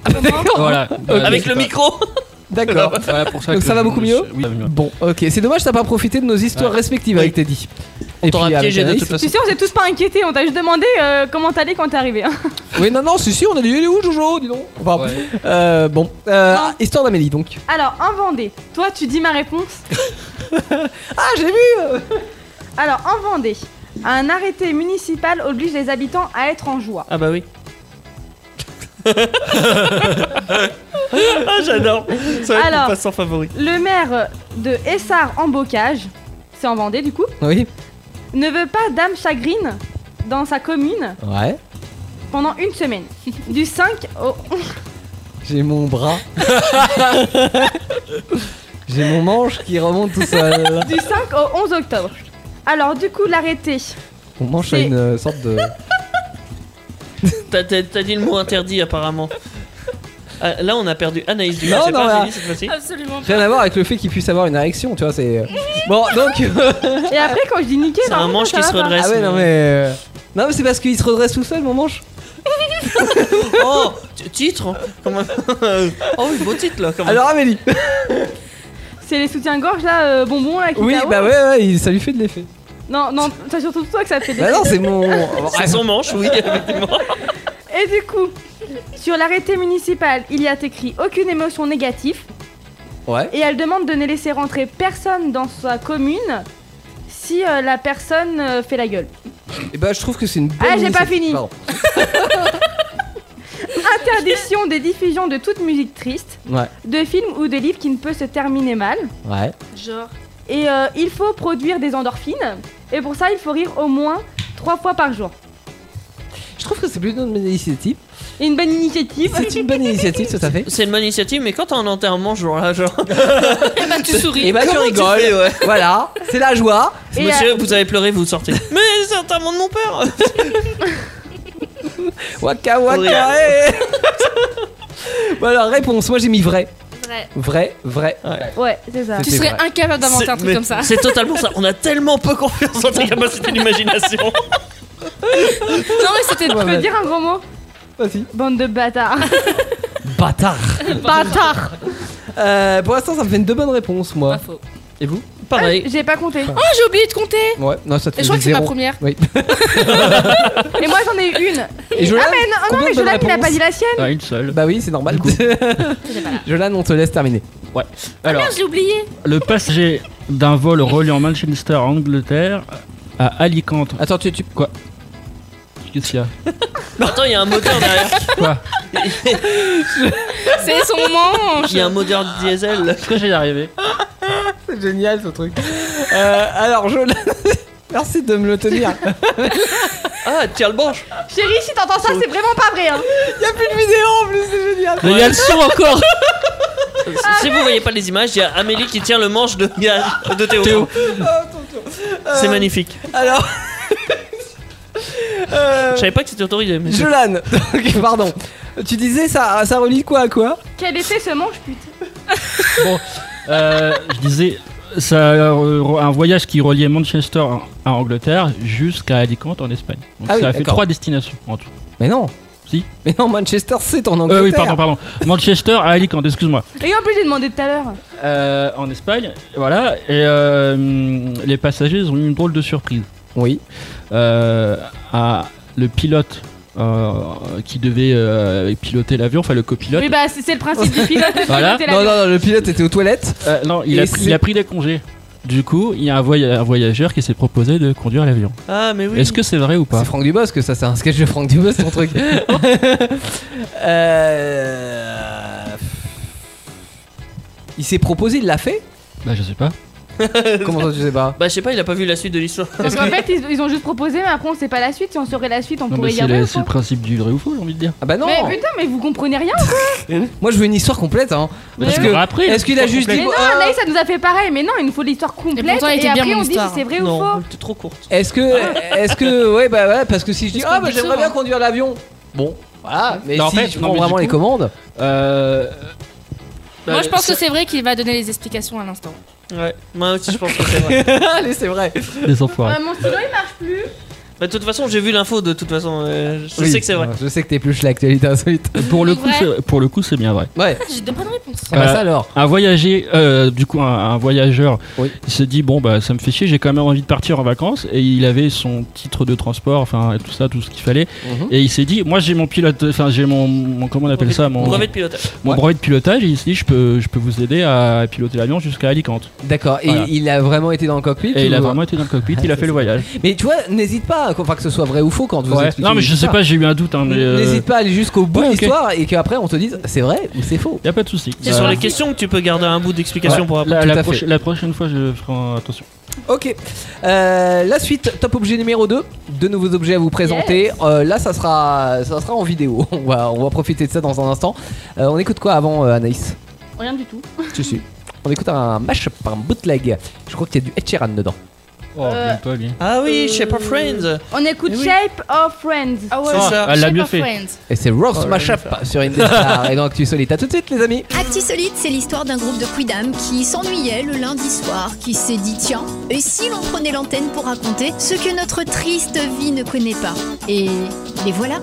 [SPEAKER 5] Euh,
[SPEAKER 3] D'accord.
[SPEAKER 5] <laughs> Voilà.
[SPEAKER 6] Avec le micro
[SPEAKER 3] D'accord.
[SPEAKER 5] Voilà pour Bah, ça
[SPEAKER 3] Donc
[SPEAKER 5] que
[SPEAKER 3] ça va
[SPEAKER 5] je-
[SPEAKER 3] beaucoup mieux
[SPEAKER 5] Oui, ça va mieux.
[SPEAKER 3] Bon, ok. C'est dommage, t'as pas profité de nos histoires respectives avec Teddy. Et
[SPEAKER 6] t'aura
[SPEAKER 3] puis avec
[SPEAKER 6] piégé de
[SPEAKER 3] Anaïs.
[SPEAKER 6] toute façon.
[SPEAKER 4] Tu sais, on s'est tous pas inquiétés, on t'a juste demandé euh, comment t'allais quand t'es arrivé. hein.
[SPEAKER 3] Oui, non, non, si, si, on a dit, il est où, Jojo Dis donc. Enfin, euh, bon, Euh, histoire d'Amélie, donc.
[SPEAKER 4] Alors, en Vendée, toi tu dis ma réponse.
[SPEAKER 3] Ah, j'ai vu
[SPEAKER 4] Alors, en Vendée, un arrêté municipal oblige les habitants à être en joie.
[SPEAKER 6] Ah bah oui. ah j'adore Ça va être
[SPEAKER 4] Alors.
[SPEAKER 6] mon passant favori.
[SPEAKER 4] Le maire de Essard en Bocage, c'est en Vendée du coup,
[SPEAKER 3] Oui.
[SPEAKER 4] ne veut pas Dame Chagrine dans sa commune
[SPEAKER 3] Ouais.
[SPEAKER 4] pendant
[SPEAKER 3] <laughs>
[SPEAKER 4] une semaine. Du 5 au
[SPEAKER 3] J'ai mon bras. j'ai mon manche qui remonte tout seul.
[SPEAKER 4] du 5 au 11 octobre. Alors du coup l'arrêté.
[SPEAKER 3] Mon manche a
[SPEAKER 4] C'est-
[SPEAKER 3] une euh, sorte de.
[SPEAKER 6] T'as- T'as t'as dit le mot interdit apparemment. Ah, là on a perdu Anaïs du coup,
[SPEAKER 3] Non,
[SPEAKER 6] c'est
[SPEAKER 3] non,
[SPEAKER 6] pas
[SPEAKER 3] là.
[SPEAKER 6] Amélie, cette fois-ci.
[SPEAKER 7] Absolument
[SPEAKER 3] Rien à voir avec le fait qu'il puisse avoir une érection, tu vois, c'est. euh. Bon, donc. euh,
[SPEAKER 4] Et après quand je dis niquer,
[SPEAKER 6] C'est
[SPEAKER 4] par
[SPEAKER 6] un
[SPEAKER 4] contre,
[SPEAKER 6] manche
[SPEAKER 4] ça
[SPEAKER 6] qui
[SPEAKER 4] va
[SPEAKER 6] se
[SPEAKER 4] pas.
[SPEAKER 6] redresse.
[SPEAKER 3] Ah ouais, non,
[SPEAKER 6] mais-
[SPEAKER 3] mais. Non, mais c'est parce qu'il se redresse tout seul, mon manche.
[SPEAKER 6] Oh t- Titre hein. Comment- Oh oui, beau titre là quand même.
[SPEAKER 3] Alors, Amélie.
[SPEAKER 4] C'est les soutiens-gorge là, euh, bonbons là
[SPEAKER 3] <laughs>
[SPEAKER 4] qui
[SPEAKER 3] Oui,
[SPEAKER 4] t'a-
[SPEAKER 3] bah ouais, ouais, il- ça lui fait de l'effet.
[SPEAKER 4] Non, non, c'est surtout toi que ça te fait des
[SPEAKER 3] Bah non, c'est <laughs> mon.
[SPEAKER 6] C'est son manche, oui, effectivement.
[SPEAKER 4] Et du coup, sur l'arrêté municipal, il y a écrit aucune émotion négative
[SPEAKER 3] Ouais.
[SPEAKER 4] et elle demande de ne laisser rentrer personne dans sa commune si euh, la personne euh, fait la gueule.
[SPEAKER 3] Et bah je trouve que c'est une bonne.
[SPEAKER 4] Ah, j'ai pas
[SPEAKER 3] initiative.
[SPEAKER 4] fini.
[SPEAKER 3] Pardon.
[SPEAKER 4] Interdiction des diffusions de toute musique triste,
[SPEAKER 3] Ouais.
[SPEAKER 4] de films ou de livres qui ne peut se terminer mal.
[SPEAKER 3] Ouais.
[SPEAKER 7] Genre.
[SPEAKER 4] Et euh, il faut produire des endorphines et pour ça, il faut rire au moins trois fois par jour.
[SPEAKER 3] Je trouve que c'est plutôt une bonne initiative.
[SPEAKER 4] Et une bonne initiative.
[SPEAKER 3] C'est une bonne initiative, tout à fait.
[SPEAKER 6] C'est une bonne initiative, mais quand t'as un enterrement, genre là, genre.
[SPEAKER 7] Bah tu souris.
[SPEAKER 3] Et bah tu
[SPEAKER 6] Comment tu
[SPEAKER 3] rigoles.
[SPEAKER 6] fais, ouais.
[SPEAKER 3] <laughs> Voilà, c'est la joie.
[SPEAKER 4] Et,
[SPEAKER 6] Monsieur,
[SPEAKER 4] euh,
[SPEAKER 6] vous avez pleuré, vous sortez. mais c'est l'enterrement de mon père
[SPEAKER 3] Waka waka.
[SPEAKER 6] Horrible.
[SPEAKER 3] hey. <laughs> Bon alors réponse, moi j'ai mis vrai,
[SPEAKER 7] Vrai.
[SPEAKER 3] vrai, vrai.
[SPEAKER 4] euh, Ouais, c'est ça.
[SPEAKER 3] C'est-
[SPEAKER 7] Tu
[SPEAKER 3] C'était
[SPEAKER 7] serais
[SPEAKER 3] vrai.
[SPEAKER 7] incapable d'inventer
[SPEAKER 6] C'est-
[SPEAKER 7] un truc
[SPEAKER 6] mais <laughs>
[SPEAKER 7] comme ça.
[SPEAKER 6] C'est totalement ça. On a <laughs> tellement peu confiance en tes capacités d'imagination.
[SPEAKER 7] Non mais c'était
[SPEAKER 4] Je peux dire un gros mot
[SPEAKER 3] Vas-y.
[SPEAKER 4] Bande de bâtards.
[SPEAKER 3] Ah, Bâtard.
[SPEAKER 4] bâtards.
[SPEAKER 3] Euh, pour l'instant ça me fait une deux bonnes réponses moi.
[SPEAKER 7] pas faux.
[SPEAKER 3] Et vous
[SPEAKER 6] Pareil.
[SPEAKER 4] <laughs> J'ai pas compté.
[SPEAKER 3] Ah.
[SPEAKER 7] Oh j'ai oublié de compter.
[SPEAKER 3] Ouais. Non ça te fait
[SPEAKER 7] Et je crois que c'est ma
[SPEAKER 3] zéro.
[SPEAKER 7] première.
[SPEAKER 3] Oui.
[SPEAKER 4] Et moi, j'en ai eu une.
[SPEAKER 3] Et Jolan,
[SPEAKER 4] Ah, mais non, non,
[SPEAKER 3] combien
[SPEAKER 4] mais
[SPEAKER 3] de bonnes
[SPEAKER 4] Jolan, il a pas
[SPEAKER 3] réponses
[SPEAKER 4] dit la sienne.
[SPEAKER 5] Ah, une seule.
[SPEAKER 3] Bah oui c'est normal. <laughs> Jolan on te laisse terminer. Ah,
[SPEAKER 5] Alors,
[SPEAKER 7] J'ai oublié.
[SPEAKER 5] le passager d'un vol reliant Manchester à Angleterre à Alicante.
[SPEAKER 3] Attends tu, tu... quoi
[SPEAKER 5] Qu'est-ce qu'il y a
[SPEAKER 6] Attends, il y a un moteur derrière.
[SPEAKER 5] Quoi
[SPEAKER 7] C'est son manche.
[SPEAKER 6] Il y a un moteur diesel.
[SPEAKER 5] Est-ce que j'ai arrivé
[SPEAKER 3] C'est génial ce truc. Euh, alors Jolan, <laughs> merci de me le tenir. <laughs>
[SPEAKER 6] Ah, tire le branche.
[SPEAKER 4] Chérie, si t'entends ça, c'est vraiment pas vrai. Hein.
[SPEAKER 3] Y'a plus de vidéo en plus c'est génial.
[SPEAKER 5] Il y a le son <laughs> encore
[SPEAKER 6] Si vous voyez pas les images, il y a Amélie qui tient le manche de, de Théo.
[SPEAKER 3] Ah,
[SPEAKER 6] C'est magnifique.
[SPEAKER 3] Alors. <laughs> Euh,
[SPEAKER 6] Je savais pas que c'était autorisé.
[SPEAKER 3] <laughs>
[SPEAKER 6] Mais...
[SPEAKER 3] Jolan, donc, pardon. Tu disais ça, ça relie quoi à quoi
[SPEAKER 4] Quel effet se mange, putain
[SPEAKER 5] Euh, Je disais, ça, euh, un voyage qui reliait Manchester à Angleterre jusqu'à Alicante en Espagne. Donc,
[SPEAKER 3] Ah oui,
[SPEAKER 5] ça a fait
[SPEAKER 3] d'accord.
[SPEAKER 5] trois destinations en tout.
[SPEAKER 3] Mais non.
[SPEAKER 5] Si.
[SPEAKER 3] Mais non, Manchester c'est en
[SPEAKER 5] Euh,
[SPEAKER 3] Angleterre.
[SPEAKER 5] oui, pardon, pardon. Manchester à Alicante, excuse-moi.
[SPEAKER 4] Et en plus, j'ai demandé tout à l'heure.
[SPEAKER 5] Euh, en Espagne, voilà, et euh, hum, les passagers ils ont eu une drôle de surprise.
[SPEAKER 3] Oui.
[SPEAKER 5] Euh, à- le pilote euh, qui devait euh, piloter l'avion, enfin le copilote.
[SPEAKER 4] Oui, bah c'est c'est le principe du
[SPEAKER 3] <laughs>
[SPEAKER 4] pilote. de
[SPEAKER 5] Voilà.
[SPEAKER 4] piloter l'avion.
[SPEAKER 5] le pilote était aux toilettes. non, il
[SPEAKER 3] Et
[SPEAKER 5] a, pris,
[SPEAKER 3] c'est-
[SPEAKER 5] il a pris des congés. Du coup, il y a un, voya- un voyageur qui s'est proposé de conduire l'avion.
[SPEAKER 3] Ah, mais oui.
[SPEAKER 5] Est-ce que c'est vrai ou pas
[SPEAKER 3] C'est Franck Dubosc que ça, c'est un sketch de Franck Dubosc ton
[SPEAKER 5] <laughs>
[SPEAKER 3] truc. Euh, Il s'est proposé, il l'a fait
[SPEAKER 5] Bah je sais pas.
[SPEAKER 3] Comment ça tu sais pas
[SPEAKER 6] Bah, je sais pas, il a pas vu la suite de l'histoire.
[SPEAKER 4] Donc en fait, ils, ils ont juste proposé, mais après on sait pas la suite. Si on saurait la suite, on pourrait y
[SPEAKER 5] c'est
[SPEAKER 4] aller. hein.
[SPEAKER 5] le,
[SPEAKER 4] ou
[SPEAKER 5] c'est le
[SPEAKER 4] pas
[SPEAKER 5] principe du vrai ou faux, j'ai envie de dire.
[SPEAKER 3] Ah bah non
[SPEAKER 4] Mais putain, mais vous comprenez rien ou quoi
[SPEAKER 3] Moi je veux une histoire complète hein.
[SPEAKER 5] Mais
[SPEAKER 3] Parce
[SPEAKER 5] oui.
[SPEAKER 3] que
[SPEAKER 5] Alors après,
[SPEAKER 3] est-ce qu'il a juste
[SPEAKER 4] Mais
[SPEAKER 3] dit
[SPEAKER 4] non,
[SPEAKER 3] euh,
[SPEAKER 4] Anaïs, ça nous a fait pareil. Mais non, il nous faut l'histoire complète. Et,
[SPEAKER 7] pourtant, elle était
[SPEAKER 4] après,
[SPEAKER 7] bien, mon
[SPEAKER 4] on dit si
[SPEAKER 7] histoire.
[SPEAKER 4] c'est vrai
[SPEAKER 6] Non,
[SPEAKER 4] ou faux.
[SPEAKER 6] T'es trop courte.
[SPEAKER 3] est-ce que est-ce que ouais bah ouais parce que si je dis
[SPEAKER 6] Parce
[SPEAKER 3] ah
[SPEAKER 6] qu'on
[SPEAKER 3] bah
[SPEAKER 6] dit
[SPEAKER 3] j'aimerais
[SPEAKER 6] souvent.
[SPEAKER 3] bien conduire l'avion. Bon, voilà, mais
[SPEAKER 5] Non, en
[SPEAKER 3] si
[SPEAKER 5] fait,
[SPEAKER 3] je
[SPEAKER 5] non,
[SPEAKER 3] prends
[SPEAKER 5] mais
[SPEAKER 3] vraiment
[SPEAKER 5] du
[SPEAKER 3] les
[SPEAKER 5] coup- <laughs>
[SPEAKER 3] commandes.
[SPEAKER 5] Euh,
[SPEAKER 7] Moi, je pense
[SPEAKER 6] ça-
[SPEAKER 7] que c'est vrai qu'il va donner les explications à l'instant.
[SPEAKER 6] Bah, Ouais, moi aussi, je pense que c'est
[SPEAKER 5] <laughs>
[SPEAKER 6] vrai.
[SPEAKER 3] Allez, c'est vrai.
[SPEAKER 5] Les enfoirés.
[SPEAKER 4] Euh, mon stylo il marche plus.
[SPEAKER 6] Bah, de toute façon, j'ai vu l'info, de toute façon. euh, je
[SPEAKER 3] Oui,
[SPEAKER 6] sais que c'est vrai.
[SPEAKER 3] Je sais que t'épluches l'actualité insolite.
[SPEAKER 5] Pour le
[SPEAKER 7] C'est
[SPEAKER 5] coup,
[SPEAKER 7] vrai
[SPEAKER 5] c'est- pour le coup, c'est bien vrai.
[SPEAKER 3] Ouais.
[SPEAKER 7] Je donne pas de réponse.
[SPEAKER 3] Ah bah
[SPEAKER 5] Euh,
[SPEAKER 3] ça alors.
[SPEAKER 5] Un voyager, euh, du coup, un, un voyageur,
[SPEAKER 3] Oui.
[SPEAKER 5] il se dit bon bah ça me fait chier, j'ai quand même envie de partir en vacances et il avait son titre de transport, enfin tout ça, tout ce qu'il fallait
[SPEAKER 3] Mhm.
[SPEAKER 5] et il s'est dit moi j'ai mon pilote, enfin j'ai mon, mon- comment on appelle ça, mon
[SPEAKER 6] Brevet de pilotage.
[SPEAKER 5] mon
[SPEAKER 3] Ouais.
[SPEAKER 5] brevet de pilotage. Et il s'est dit je peux je peux vous aider à piloter l'avion jusqu'à Alicante.
[SPEAKER 3] D'accord, et
[SPEAKER 5] Voilà.
[SPEAKER 3] il a vraiment été dans le cockpit
[SPEAKER 5] Et il a
[SPEAKER 3] ou-
[SPEAKER 5] vraiment été dans le cockpit, il a fait le voyage.
[SPEAKER 3] Mais tu vois, n'hésite pas, enfin que ce soit vrai ou faux quand vous
[SPEAKER 5] Ouais.
[SPEAKER 3] expliquez
[SPEAKER 5] Non mais je sais
[SPEAKER 3] l'histoire.
[SPEAKER 5] pas, j'ai eu un doute. Hein, mais, euh,
[SPEAKER 3] N'hésite pas à aller jusqu'au bout
[SPEAKER 5] ouais,
[SPEAKER 3] de
[SPEAKER 5] ok.
[SPEAKER 3] l'histoire et qu'après on te dise c'est vrai ou c'est faux.
[SPEAKER 5] y a pas de souci.
[SPEAKER 6] C'est sur les questions que tu peux garder un bout d'explication
[SPEAKER 5] Ouais.
[SPEAKER 6] pour après.
[SPEAKER 5] la,
[SPEAKER 3] Tout
[SPEAKER 5] la
[SPEAKER 3] à
[SPEAKER 5] proche-
[SPEAKER 3] fait.
[SPEAKER 5] la prochaine fois, je ferai attention.
[SPEAKER 3] Ok. Euh, la suite, top objet numéro 2. Deux nouveaux objets à vous présenter. Euh, là, ça sera, ça sera en vidéo. <laughs> On va, on va profiter de ça dans un instant. Euh, on écoute quoi avant, euh, Anaïs
[SPEAKER 4] Rien du tout.
[SPEAKER 3] Si, si. On écoute un mashup, un bootleg. Je crois qu'il y a du Ed Sheeran dedans.
[SPEAKER 5] Oh,
[SPEAKER 4] Euh,
[SPEAKER 5] bien, toi, bien.
[SPEAKER 6] Ah oui, Shape of Friends.
[SPEAKER 4] On écoute
[SPEAKER 6] Eh oui.
[SPEAKER 4] Shape of Friends.
[SPEAKER 7] Ah ouais,
[SPEAKER 6] C'est
[SPEAKER 7] ouais.
[SPEAKER 6] ça.
[SPEAKER 5] Elle l'a
[SPEAKER 7] Shape
[SPEAKER 5] bien
[SPEAKER 7] of
[SPEAKER 5] fait. <laughs>
[SPEAKER 7] Friends.
[SPEAKER 3] Et c'est Ross
[SPEAKER 6] Oh,
[SPEAKER 3] Mashup sur Indestar et donc tu solides. À tout de suite, les amis.
[SPEAKER 8] Actu Solide, c'est l'histoire d'un groupe de quidam qui s'ennuyait le lundi soir, qui s'est dit tiens, et si l'on prenait l'antenne pour raconter ce que notre triste vie ne connaît pas Et les voilà.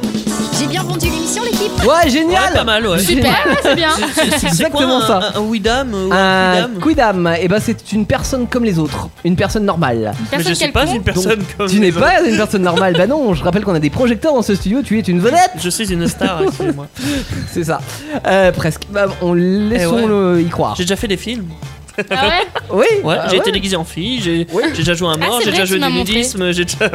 [SPEAKER 8] J'ai bien vendu l'émission, l'équipe
[SPEAKER 3] Ouais, génial
[SPEAKER 6] Ouais, pas mal, ouais.
[SPEAKER 7] Super, ouais, c'est bien.
[SPEAKER 6] C'est
[SPEAKER 3] exactement
[SPEAKER 6] quoi,
[SPEAKER 3] ça. Euh,
[SPEAKER 6] Un, un Widam ou un
[SPEAKER 3] Un
[SPEAKER 6] Widam
[SPEAKER 3] quidam, et ben c'est une personne comme les autres, une personne normale.
[SPEAKER 6] Mais je
[SPEAKER 7] Personne
[SPEAKER 6] suis pas
[SPEAKER 7] quelconque.
[SPEAKER 6] une personne comme.
[SPEAKER 3] Tu
[SPEAKER 6] les
[SPEAKER 3] n'es
[SPEAKER 6] autres.
[SPEAKER 3] pas une personne normale, bah non, je rappelle qu'on a des projecteurs dans ce studio, tu es une vedette
[SPEAKER 6] Je suis une star, excusez-moi.
[SPEAKER 3] C'est ça, Euh, presque. Bah, on laissons-le y croire.
[SPEAKER 6] Eh J'ai déjà fait des films.
[SPEAKER 4] Ah ouais
[SPEAKER 3] Oui
[SPEAKER 6] Ouais,
[SPEAKER 3] bah
[SPEAKER 6] j'ai
[SPEAKER 3] ouais.
[SPEAKER 6] été déguisé en fille, j'ai
[SPEAKER 3] Oui.
[SPEAKER 6] j'ai déjà joué à un
[SPEAKER 7] Ah,
[SPEAKER 6] mort, j'ai
[SPEAKER 7] c'est vrai,
[SPEAKER 6] déjà joué
[SPEAKER 7] tu m'as
[SPEAKER 6] du
[SPEAKER 7] montré.
[SPEAKER 6] nudisme, j'ai déjà.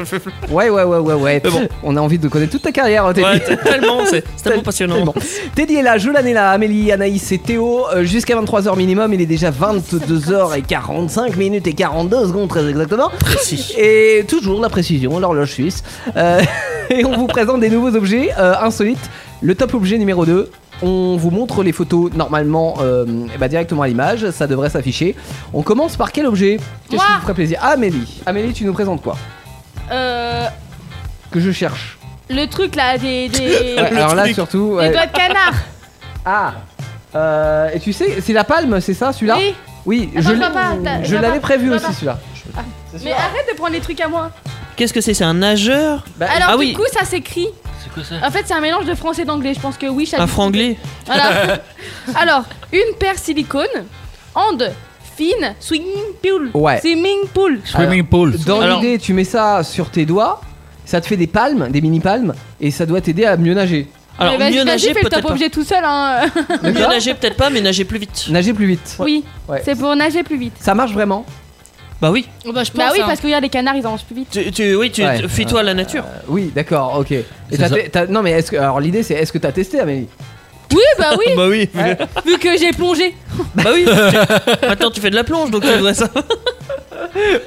[SPEAKER 3] Ouais, ouais, ouais, ouais, ouais.
[SPEAKER 6] Mais bon.
[SPEAKER 3] On a envie de connaître toute ta carrière, hein, Teddy.
[SPEAKER 6] Ouais, c'est tellement, c'est c'est tellement passionnant.
[SPEAKER 3] Tellement. Teddy est là, Jolan est là, Amélie, Anaïs et Théo, euh, jusqu'à 23h minimum, il est déjà 22h45 minutes et 42 secondes très exactement. Et toujours la précision, l'horloge suisse. Euh, <laughs> et on vous présente des nouveaux objets euh, insolites. Le top objet numéro 2. On vous montre les photos normalement euh, eh ben, directement à l'image, ça devrait s'afficher. On commence par quel objet Qu'est-ce qui
[SPEAKER 4] Moi.
[SPEAKER 3] vous ferait plaisir Amélie, Amélie, tu nous présentes quoi
[SPEAKER 4] Euh,
[SPEAKER 3] Que je cherche.
[SPEAKER 4] le truc là des des,
[SPEAKER 3] Ouais, alors là
[SPEAKER 6] truc.
[SPEAKER 3] surtout.
[SPEAKER 4] des
[SPEAKER 3] ouais.
[SPEAKER 4] doigts de
[SPEAKER 6] <laughs>
[SPEAKER 4] canard.
[SPEAKER 3] Ah Euh, Et tu sais, c'est la palme, c'est ça celui-là
[SPEAKER 4] Oui.
[SPEAKER 3] Oui,
[SPEAKER 4] Attends,
[SPEAKER 3] je,
[SPEAKER 4] je
[SPEAKER 3] l'ai-
[SPEAKER 4] vois pas, t'as- je
[SPEAKER 3] je
[SPEAKER 4] vois
[SPEAKER 3] l'avais
[SPEAKER 4] pas, je
[SPEAKER 3] prévu
[SPEAKER 4] vois
[SPEAKER 3] aussi
[SPEAKER 4] pas.
[SPEAKER 3] celui-là.
[SPEAKER 4] Mais arrête de prendre les trucs à moi.
[SPEAKER 6] Qu'est-ce que c'est C'est un nageur
[SPEAKER 3] Bah,
[SPEAKER 4] Alors
[SPEAKER 6] ah
[SPEAKER 4] du
[SPEAKER 6] oui.
[SPEAKER 4] coup, ça s'écrit.
[SPEAKER 5] C'est quoi ça
[SPEAKER 4] En fait, c'est un mélange de français et d'anglais. Je pense que oui, ça.
[SPEAKER 6] Un franglais <laughs>
[SPEAKER 4] Voilà. Alors, une paire silicone, and fine swimming pool.
[SPEAKER 3] Ouais.
[SPEAKER 4] Swimming pool.
[SPEAKER 5] Swimming pool.
[SPEAKER 3] Dans
[SPEAKER 6] Alors-
[SPEAKER 3] l'idée, tu mets ça sur tes doigts, ça te fait des palmes, des mini-palmes, et ça doit t'aider à mieux
[SPEAKER 4] <laughs>
[SPEAKER 3] nager.
[SPEAKER 6] Alors,
[SPEAKER 4] Mais vas-y,
[SPEAKER 6] mieux
[SPEAKER 4] vas-y,
[SPEAKER 6] nager
[SPEAKER 4] fais le
[SPEAKER 6] peut-être
[SPEAKER 4] top
[SPEAKER 6] pas.
[SPEAKER 4] objet tout seul. Hein.
[SPEAKER 6] Mieux
[SPEAKER 3] D'accord
[SPEAKER 6] nager peut-être pas, mais nager plus vite.
[SPEAKER 3] Nager plus vite.
[SPEAKER 4] Oui.
[SPEAKER 3] Ouais.
[SPEAKER 4] C'est pour nager plus vite.
[SPEAKER 3] Ça marche vraiment
[SPEAKER 6] Bah oui.
[SPEAKER 7] Oh, bah, je pense,
[SPEAKER 4] Bah oui,
[SPEAKER 7] hein.
[SPEAKER 4] parce que regarde, les canards, ils en mangent plus vite.
[SPEAKER 6] Tu, tu- oui, tu,
[SPEAKER 3] Ouais.
[SPEAKER 6] tu- fuis-toi à la nature.
[SPEAKER 3] Euh, Oui, d'accord, ok. Et
[SPEAKER 5] C'est
[SPEAKER 3] t'as
[SPEAKER 5] ça.
[SPEAKER 3] te- t'as- non, mais est-ce que. Alors l'idée, c'est est-ce que t'as testé, Amélie
[SPEAKER 4] Oui, bah oui.
[SPEAKER 6] Bah oui.
[SPEAKER 4] <laughs> vu que j'ai plongé.
[SPEAKER 6] bah oui. Tu- Maintenant, tu fais de la plonge, donc tu devrais ça.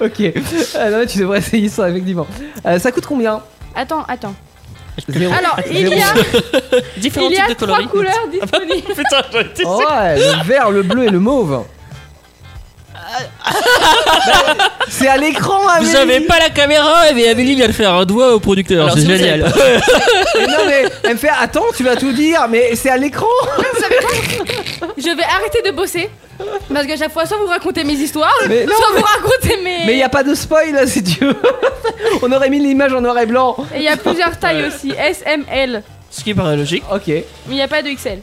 [SPEAKER 3] Ok. Euh, non, mais tu devrais essayer ça, effectivement. Euh, ça coûte combien
[SPEAKER 4] Attends, attends.
[SPEAKER 3] Zéro.
[SPEAKER 4] <laughs> Alors, il
[SPEAKER 3] Zéro.
[SPEAKER 4] y a,
[SPEAKER 6] Différents
[SPEAKER 4] il y
[SPEAKER 6] types
[SPEAKER 4] a
[SPEAKER 6] de
[SPEAKER 4] trois
[SPEAKER 6] coloris.
[SPEAKER 3] Ah
[SPEAKER 4] couleurs
[SPEAKER 3] bah.
[SPEAKER 4] disponibles.
[SPEAKER 6] <laughs> Putain, j'aurais
[SPEAKER 5] <laughs>
[SPEAKER 6] été
[SPEAKER 3] Oh ouais, le vert, le bleu et le mauve. Bah, c'est à l'écran, Amélie.
[SPEAKER 5] Vous avez pas la caméra, mais Amélie vient de faire un doigt au producteur,
[SPEAKER 6] Alors,
[SPEAKER 5] c'est
[SPEAKER 6] si vous
[SPEAKER 5] génial.
[SPEAKER 6] avez
[SPEAKER 3] Mais non mais elle me fait attends, tu vas tout dire, mais c'est à l'écran.
[SPEAKER 4] Je vais arrêter de bosser. Parce que chaque fois, soit vous racontez mes histoires,
[SPEAKER 3] <laughs> Mais non,
[SPEAKER 4] soit
[SPEAKER 3] mais-
[SPEAKER 4] vous racontez mes.
[SPEAKER 3] Mais il y a pas de spoil là, si tu veux. On aurait mis l'image en noir et blanc.
[SPEAKER 4] Et il y a plusieurs tailles aussi. S, M, L.
[SPEAKER 6] Ce qui paraît logique.
[SPEAKER 3] Ok,
[SPEAKER 4] Mais il n'y a pas de XL.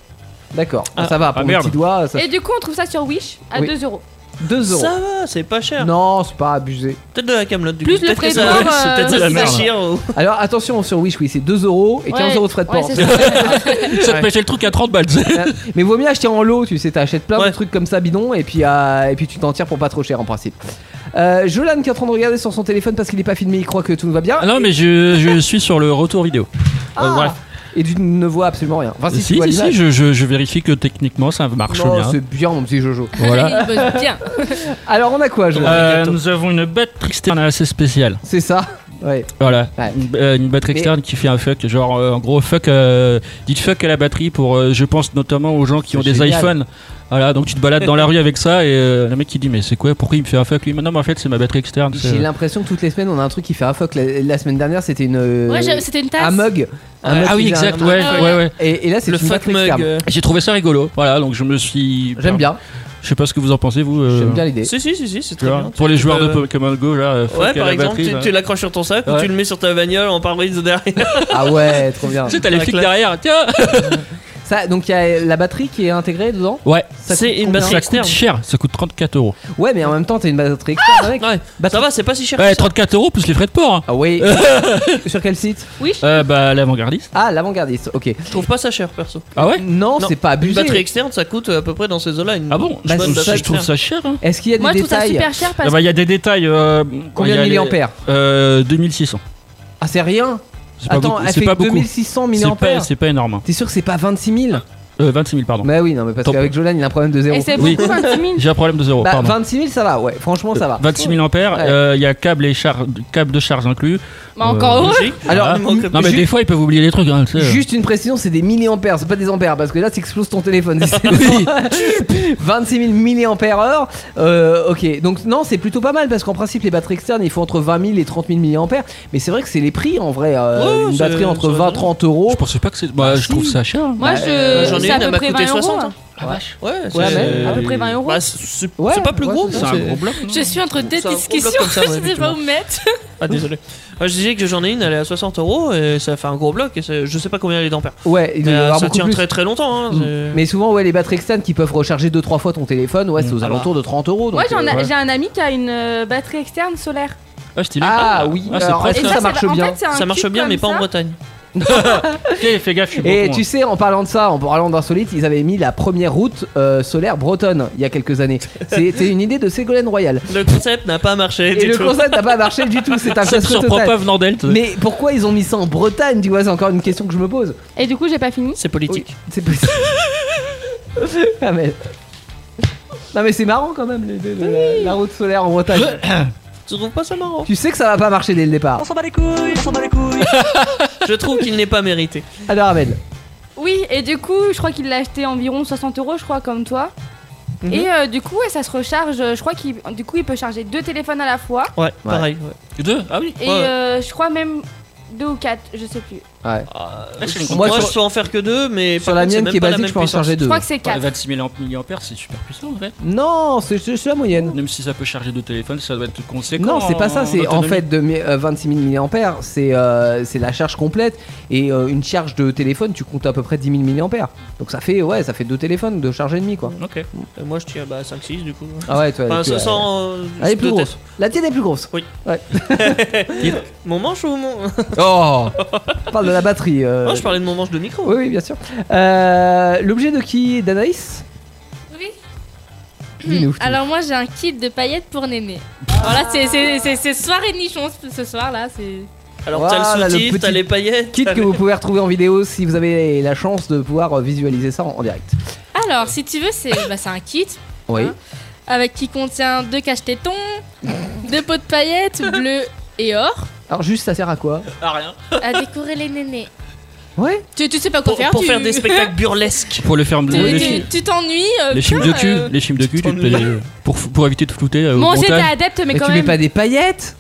[SPEAKER 3] d'accord. Bon,
[SPEAKER 6] Ah,
[SPEAKER 3] ça va
[SPEAKER 5] ah,
[SPEAKER 3] pour mes
[SPEAKER 5] merde.
[SPEAKER 3] petits doigts. ça-
[SPEAKER 4] Et du coup, on trouve ça sur Wish à
[SPEAKER 3] Oui.
[SPEAKER 4] 2 euros.
[SPEAKER 3] 2 euros.
[SPEAKER 6] Ça va, c'est pas cher.
[SPEAKER 3] Non, c'est pas abusé.
[SPEAKER 6] Peut-être de la camelote du
[SPEAKER 3] Plus
[SPEAKER 6] coup.
[SPEAKER 3] le
[SPEAKER 6] Peut-être que
[SPEAKER 3] frais
[SPEAKER 6] ça,
[SPEAKER 3] de port,
[SPEAKER 6] c'est
[SPEAKER 3] euh,
[SPEAKER 6] peut-être ça
[SPEAKER 3] c'est
[SPEAKER 6] la
[SPEAKER 3] la
[SPEAKER 6] merde.
[SPEAKER 3] merde.
[SPEAKER 6] Chire, ou-
[SPEAKER 3] Alors attention sur Wish, oui, c'est 2 euros et 15
[SPEAKER 6] Ouais.
[SPEAKER 3] euros de frais de
[SPEAKER 6] Ouais,
[SPEAKER 3] port.
[SPEAKER 6] c'est ça.
[SPEAKER 5] Ça te pêchait le truc à 30 balles.
[SPEAKER 3] Mais vaut mieux acheter en lot, tu sais, t'achètes plein de trucs comme ça bidon et puis, euh, et puis tu t'en tires pour pas trop cher en principe. Euh, Jolan qui est en train de regarder sur son téléphone parce qu'il est pas filmé, il croit que tout va bien.
[SPEAKER 5] Ah non, mais je, je suis sur le retour vidéo.
[SPEAKER 3] Ah. Et tu ne vois absolument rien. Enfin, si,
[SPEAKER 5] si,
[SPEAKER 3] tu
[SPEAKER 5] si,
[SPEAKER 3] vois
[SPEAKER 5] si,
[SPEAKER 3] l'image.
[SPEAKER 5] je, je- je vérifie que techniquement ça marche
[SPEAKER 3] Non,
[SPEAKER 5] bien.
[SPEAKER 3] c'est bien, mon petit Jojo.
[SPEAKER 5] Voilà.
[SPEAKER 7] bien.
[SPEAKER 6] Euh,
[SPEAKER 3] Alors on a quoi, Jolan
[SPEAKER 5] Euh, nous avons une bête externe assez spéciale.
[SPEAKER 3] C'est ça Ouais.
[SPEAKER 5] Voilà, une, euh, une batterie
[SPEAKER 3] Mais-
[SPEAKER 5] externe qui fait un fuck, genre euh, en gros fuck, euh, dites fuck à la batterie pour, euh, je pense notamment aux gens qui
[SPEAKER 3] C'est
[SPEAKER 5] ont des
[SPEAKER 3] génial.
[SPEAKER 5] iPhones. Voilà, donc tu te balades dans la rue avec ça et euh, le mec qui dit mais c'est quoi, pourquoi il me fait un fuck lui Non mais en fait c'est ma batterie externe. c'est-
[SPEAKER 3] J'ai l'impression que toutes les semaines on a un truc qui fait un fuck. La, la semaine dernière c'était une. euh,
[SPEAKER 7] Ouais, j'ai- c'était une tasse.
[SPEAKER 3] Un mug. Un
[SPEAKER 5] Ouais.
[SPEAKER 3] mug
[SPEAKER 5] Ah oui,
[SPEAKER 3] qui faisait
[SPEAKER 5] exact,
[SPEAKER 3] un-
[SPEAKER 5] ouais, ouais, ouais.
[SPEAKER 3] Et, et là c'est
[SPEAKER 6] Le
[SPEAKER 3] une
[SPEAKER 6] fuck
[SPEAKER 3] batterie
[SPEAKER 6] mug.
[SPEAKER 3] externe.
[SPEAKER 6] euh,
[SPEAKER 5] J'ai trouvé ça rigolo, voilà donc je me suis.
[SPEAKER 3] J'aime bien.
[SPEAKER 5] Je sais pas ce que vous en pensez vous. euh,
[SPEAKER 3] J'aime bien
[SPEAKER 5] <laughs>
[SPEAKER 3] l'idée.
[SPEAKER 6] Si, si, si, si, c'est
[SPEAKER 5] tu
[SPEAKER 6] très
[SPEAKER 5] vois,
[SPEAKER 6] bien.
[SPEAKER 5] pour les
[SPEAKER 6] Tu
[SPEAKER 5] joueurs de
[SPEAKER 6] peux-
[SPEAKER 5] Pokémon Go là, euh, fuck
[SPEAKER 6] Ouais,
[SPEAKER 5] à
[SPEAKER 6] par
[SPEAKER 5] la
[SPEAKER 6] exemple,
[SPEAKER 5] batterie,
[SPEAKER 6] tu,
[SPEAKER 5] là.
[SPEAKER 6] tu l'accroches sur ton sac ou
[SPEAKER 5] Ouais.
[SPEAKER 6] tu le mets sur ta bagnole en pare-brise de derrière.
[SPEAKER 3] Ah ouais, trop bien.
[SPEAKER 5] Tu sais, t'as les
[SPEAKER 6] La
[SPEAKER 5] flics
[SPEAKER 6] classe.
[SPEAKER 5] derrière, tiens
[SPEAKER 3] Ça, donc il y a la batterie qui est intégrée dedans.
[SPEAKER 5] Ouais,
[SPEAKER 3] Ça coûte
[SPEAKER 6] C'est une
[SPEAKER 3] combien
[SPEAKER 6] batterie
[SPEAKER 5] ça coûte
[SPEAKER 6] externe.
[SPEAKER 5] cher, ça coûte 34 euros.
[SPEAKER 3] Ouais, mais en même temps t'as une batterie externe avec.
[SPEAKER 6] Ouais, ça va, c'est pas si cher.
[SPEAKER 5] Ouais,
[SPEAKER 6] que ça.
[SPEAKER 5] 34 euros plus les frais de port. hein.
[SPEAKER 3] Ah oui. Sur quel site
[SPEAKER 5] Euh, bah l'avant-gardiste.
[SPEAKER 3] Ah, l'avant-gardiste. Ok.
[SPEAKER 6] Je trouve pas ça cher perso.
[SPEAKER 5] Ah ouais
[SPEAKER 3] Non,
[SPEAKER 6] Non,
[SPEAKER 3] c'est pas
[SPEAKER 6] Une
[SPEAKER 3] abusé.
[SPEAKER 6] batterie externe, ça coûte à peu près dans ces eaux-là. une
[SPEAKER 5] Ah bon
[SPEAKER 6] bonne
[SPEAKER 3] Bah,
[SPEAKER 5] je,
[SPEAKER 6] batterie
[SPEAKER 5] je trouve
[SPEAKER 6] externe.
[SPEAKER 5] ça cher. Hein.
[SPEAKER 3] Est-ce qu'il y a des
[SPEAKER 4] Moi, je trouve ça
[SPEAKER 3] détails
[SPEAKER 4] super cher
[SPEAKER 5] Ah bah,
[SPEAKER 4] parce
[SPEAKER 5] Il
[SPEAKER 4] que.
[SPEAKER 5] y a des détails. euh,
[SPEAKER 3] Combien
[SPEAKER 5] il y a
[SPEAKER 3] de
[SPEAKER 5] les-
[SPEAKER 3] milliampères
[SPEAKER 5] euh, 2600.
[SPEAKER 3] Ah, c'est rien.
[SPEAKER 5] C'est pas
[SPEAKER 3] Attends,
[SPEAKER 5] beaucoup.
[SPEAKER 3] elle
[SPEAKER 5] C'est
[SPEAKER 3] fait
[SPEAKER 5] pas beaucoup.
[SPEAKER 3] 2600
[SPEAKER 5] C'est pas,
[SPEAKER 3] milliampères.
[SPEAKER 5] c'est pas énorme. hein.
[SPEAKER 3] T'es sûr que c'est pas 26 000
[SPEAKER 5] Euh, 26 000, pardon.
[SPEAKER 3] Bah oui, non, mais parce
[SPEAKER 5] Tant
[SPEAKER 3] qu'avec Jolan il a un problème de zéro.
[SPEAKER 4] Et c'est
[SPEAKER 5] Oui.
[SPEAKER 4] beaucoup, 26
[SPEAKER 3] <laughs>
[SPEAKER 4] 000.
[SPEAKER 5] J'ai un problème de zéro.
[SPEAKER 3] Bah,
[SPEAKER 5] pardon.
[SPEAKER 3] 26 000 ça va, ouais. Franchement ça va.
[SPEAKER 5] 26 000 ampères, euh,
[SPEAKER 3] Ouais.
[SPEAKER 5] il y a câble et char... câble de charge inclus.
[SPEAKER 4] Bah, encore heureux.
[SPEAKER 6] Logique.
[SPEAKER 3] Alors,
[SPEAKER 5] Voilà.
[SPEAKER 6] il manque-
[SPEAKER 5] non mais
[SPEAKER 3] ju-
[SPEAKER 5] des fois ils peuvent oublier les trucs. Hein, tu sais.
[SPEAKER 3] Juste une précision, c'est des milliampères, c'est pas des ampères, parce que là, t'exploses ton téléphone. <laughs>
[SPEAKER 6] <laughs>
[SPEAKER 3] 26 000 milliampères heure. Euh, ok, donc non, c'est plutôt pas mal, parce qu'en principe, les batteries externes, il faut entre 20 000 et 30 000 milliampères. Mais c'est vrai que c'est les prix, en vrai. euh,
[SPEAKER 6] Ouais,
[SPEAKER 3] une
[SPEAKER 6] c'est-
[SPEAKER 3] batterie entre
[SPEAKER 6] ça va
[SPEAKER 3] 20 30 euros.
[SPEAKER 5] Je pensais pas que c'est. Bah,
[SPEAKER 3] Ah,
[SPEAKER 5] je
[SPEAKER 3] si.
[SPEAKER 5] trouve ça cher.
[SPEAKER 4] Moi,
[SPEAKER 3] euh,
[SPEAKER 4] je.
[SPEAKER 6] j'en ai
[SPEAKER 4] C'est à
[SPEAKER 6] une, elle
[SPEAKER 4] peu
[SPEAKER 6] m'a
[SPEAKER 4] près
[SPEAKER 6] coûté
[SPEAKER 4] 20 euros.
[SPEAKER 6] 60,
[SPEAKER 4] hein.
[SPEAKER 6] Ouais,
[SPEAKER 3] Ouais, mais-
[SPEAKER 4] À peu près 20 euros.
[SPEAKER 6] Bah, c'est c'est
[SPEAKER 3] Ouais,
[SPEAKER 6] pas plus
[SPEAKER 3] ouais,
[SPEAKER 6] gros.
[SPEAKER 3] c'est
[SPEAKER 5] C'est
[SPEAKER 6] non,
[SPEAKER 5] un
[SPEAKER 6] c'est-
[SPEAKER 5] gros bloc. non
[SPEAKER 7] Je suis entre deux
[SPEAKER 6] C'est un gros bloc
[SPEAKER 7] discussions,
[SPEAKER 6] comme ça, ouais,
[SPEAKER 7] je sais pas où me mettre.
[SPEAKER 6] Ah, désolé. Ah, je disais que j'en ai une, elle est à 60 euros et ça fait un gros bloc. Et c'est- je sais pas combien elle est d'ampères.
[SPEAKER 3] Ouais, il doit y
[SPEAKER 6] Mais, euh,
[SPEAKER 3] avoir
[SPEAKER 6] ça
[SPEAKER 3] beaucoup
[SPEAKER 6] tient
[SPEAKER 3] plus. Mm.
[SPEAKER 6] très très longtemps. hein, c'est-
[SPEAKER 3] Mais souvent, ouais, les batteries externes qui peuvent recharger 2-3 fois ton téléphone, ouais, c'est aux
[SPEAKER 6] Ah bah.
[SPEAKER 3] alentours de 30 euros. donc,
[SPEAKER 4] Moi, j'en
[SPEAKER 3] euh,
[SPEAKER 4] ai-
[SPEAKER 3] ouais.
[SPEAKER 4] j'ai un ami qui a une euh, batterie externe solaire.
[SPEAKER 5] Ah, stylé.
[SPEAKER 3] Ah oui,
[SPEAKER 5] Ah, c'est
[SPEAKER 3] alors
[SPEAKER 5] presque
[SPEAKER 3] est-ce que ça
[SPEAKER 4] c'est-
[SPEAKER 3] marche
[SPEAKER 4] en
[SPEAKER 3] bien
[SPEAKER 4] fait, c'est un
[SPEAKER 6] Ça marche
[SPEAKER 4] kit
[SPEAKER 6] bien, mais
[SPEAKER 4] comme
[SPEAKER 6] pas en
[SPEAKER 4] ça.
[SPEAKER 6] Bretagne.
[SPEAKER 5] Ok, fais gaffe, je suis
[SPEAKER 3] Et
[SPEAKER 5] bon,
[SPEAKER 3] tu
[SPEAKER 5] hein.
[SPEAKER 3] sais, en parlant de ça, en parlant d'insolite, ils avaient mis la première route euh, solaire bretonne il y a quelques
[SPEAKER 6] <laughs>
[SPEAKER 3] années. C'était une idée de Ségolène Royal.
[SPEAKER 6] Le concept n'a pas marché.
[SPEAKER 3] Et
[SPEAKER 6] du
[SPEAKER 3] le
[SPEAKER 6] tout.
[SPEAKER 3] concept n'a pas marché du tout, c'est un
[SPEAKER 5] Ça me
[SPEAKER 3] fiasco
[SPEAKER 5] surprend
[SPEAKER 3] total.
[SPEAKER 5] pas venant d'elle. tu sais.
[SPEAKER 3] Mais pourquoi ils ont mis ça en Bretagne, tu vois, c'est encore une question que je me pose.
[SPEAKER 4] Et du coup, j'ai pas fini.
[SPEAKER 6] C'est politique.
[SPEAKER 3] C'est possible. ah, mais... Non mais c'est marrant quand même, l'idée de la, la route solaire en Bretagne.
[SPEAKER 6] Je trouve pas ça marrant.
[SPEAKER 3] tu sais que ça va pas marcher dès le départ.
[SPEAKER 6] <laughs> Je trouve qu'il n'est pas mérité.
[SPEAKER 3] Alors Ahmed,
[SPEAKER 4] Oui, et du coup, je crois qu'il l'a acheté environ 60 euros, je crois, comme toi.
[SPEAKER 6] Mhm.
[SPEAKER 4] Et euh, du coup, ouais, ça se recharge. euh, Je crois qu'il, du coup, il peut charger deux téléphones à la fois.
[SPEAKER 6] Ouais, pareil. ouais.
[SPEAKER 5] Deux Ah oui.
[SPEAKER 4] Et
[SPEAKER 6] Ouais, ouais.
[SPEAKER 4] euh, je crois même deux ou quatre, je sais plus.
[SPEAKER 6] Moi,
[SPEAKER 3] Moi, sur-
[SPEAKER 6] Ah, je peux en faire que deux, mais
[SPEAKER 3] sur
[SPEAKER 6] par
[SPEAKER 3] la
[SPEAKER 6] contre, c'est
[SPEAKER 3] mienne
[SPEAKER 6] même
[SPEAKER 3] qui est
[SPEAKER 6] pas la
[SPEAKER 3] basique,
[SPEAKER 6] même
[SPEAKER 3] je peux en
[SPEAKER 6] puissance.
[SPEAKER 3] charger
[SPEAKER 4] Je
[SPEAKER 3] deux.
[SPEAKER 4] crois que c'est
[SPEAKER 5] Ouais,
[SPEAKER 4] quatre.
[SPEAKER 5] 26 000 milliampères, c'est super puissant en fait.
[SPEAKER 3] Non, c'est c'est la moyenne.
[SPEAKER 5] Même si ça peut charger deux téléphones, ça doit être conséquent.
[SPEAKER 3] Oh. Non, c'est pas ça, c'est en
[SPEAKER 5] autonomie.
[SPEAKER 3] fait de, mi- euh, 26 000 mAh, c'est euh, c'est la charge complète et euh, une charge de téléphone, tu comptes à peu près 10 000 mAh. Donc ça fait ouais, ça fait deux téléphones, deux charges et demie quoi.
[SPEAKER 5] Ok.
[SPEAKER 6] Et Moi, je tiens bah, 5-6 du coup.
[SPEAKER 3] Ah ouais, toi.
[SPEAKER 6] Enfin,
[SPEAKER 3] tu- euh,
[SPEAKER 6] 100. euh,
[SPEAKER 3] elle est plus Euh,
[SPEAKER 6] de
[SPEAKER 3] grosse.
[SPEAKER 6] tête.
[SPEAKER 3] La tienne est plus grosse.
[SPEAKER 6] Oui.
[SPEAKER 3] Ouais.
[SPEAKER 6] Mon manche ou mon. <laughs>
[SPEAKER 3] Oh On parle de la batterie. euh,
[SPEAKER 6] Non, Oh, je parlais de mon manche de micro.
[SPEAKER 3] Oui, oui, bien sûr. Euh, L'objet de qui D'Anaïs
[SPEAKER 7] Oui.
[SPEAKER 3] Dis-nous.
[SPEAKER 7] Alors moi j'ai un kit de paillettes pour Néné. Voilà, c'est- c'est c'est- c'est soirée nichon ce- ce soir là. c'est-
[SPEAKER 6] Alors, t'as
[SPEAKER 3] Voilà,
[SPEAKER 6] le
[SPEAKER 3] le
[SPEAKER 6] soutif,
[SPEAKER 3] petit
[SPEAKER 6] t'as les paillettes.
[SPEAKER 3] Kit
[SPEAKER 6] t'as
[SPEAKER 3] que
[SPEAKER 6] les-
[SPEAKER 3] vous pouvez retrouver en vidéo si vous avez la chance de pouvoir euh, visualiser ça en, en direct. Hein
[SPEAKER 7] Alors si tu veux c'est bah, c'est un kit
[SPEAKER 3] Oui.
[SPEAKER 7] avec qui contient deux cache-tétons, deux pots de paillettes bleu et or
[SPEAKER 3] Alors juste, ça sert à quoi
[SPEAKER 6] Ah, rien.
[SPEAKER 7] à décorer les nénés.
[SPEAKER 3] Ouais.
[SPEAKER 7] Tu, tu sais pas quoi
[SPEAKER 6] Pour,
[SPEAKER 7] faire
[SPEAKER 6] pour
[SPEAKER 7] tu- <laughs>
[SPEAKER 6] faire des spectacles burlesques.
[SPEAKER 5] Pour le faire
[SPEAKER 7] tu-
[SPEAKER 5] les,
[SPEAKER 7] tu-
[SPEAKER 5] films,
[SPEAKER 7] Tu t'ennuies. euh,
[SPEAKER 5] les films de
[SPEAKER 7] putain,
[SPEAKER 5] cul,
[SPEAKER 7] euh,
[SPEAKER 5] les films de cul, tu te
[SPEAKER 6] t'ennuies.
[SPEAKER 5] les- pour, pour éviter de flouter euh, au
[SPEAKER 4] Bon, c'était
[SPEAKER 5] montage.
[SPEAKER 4] adepte, mais
[SPEAKER 3] Mais
[SPEAKER 4] quand
[SPEAKER 3] tu mets
[SPEAKER 4] même.
[SPEAKER 3] pas des paillettes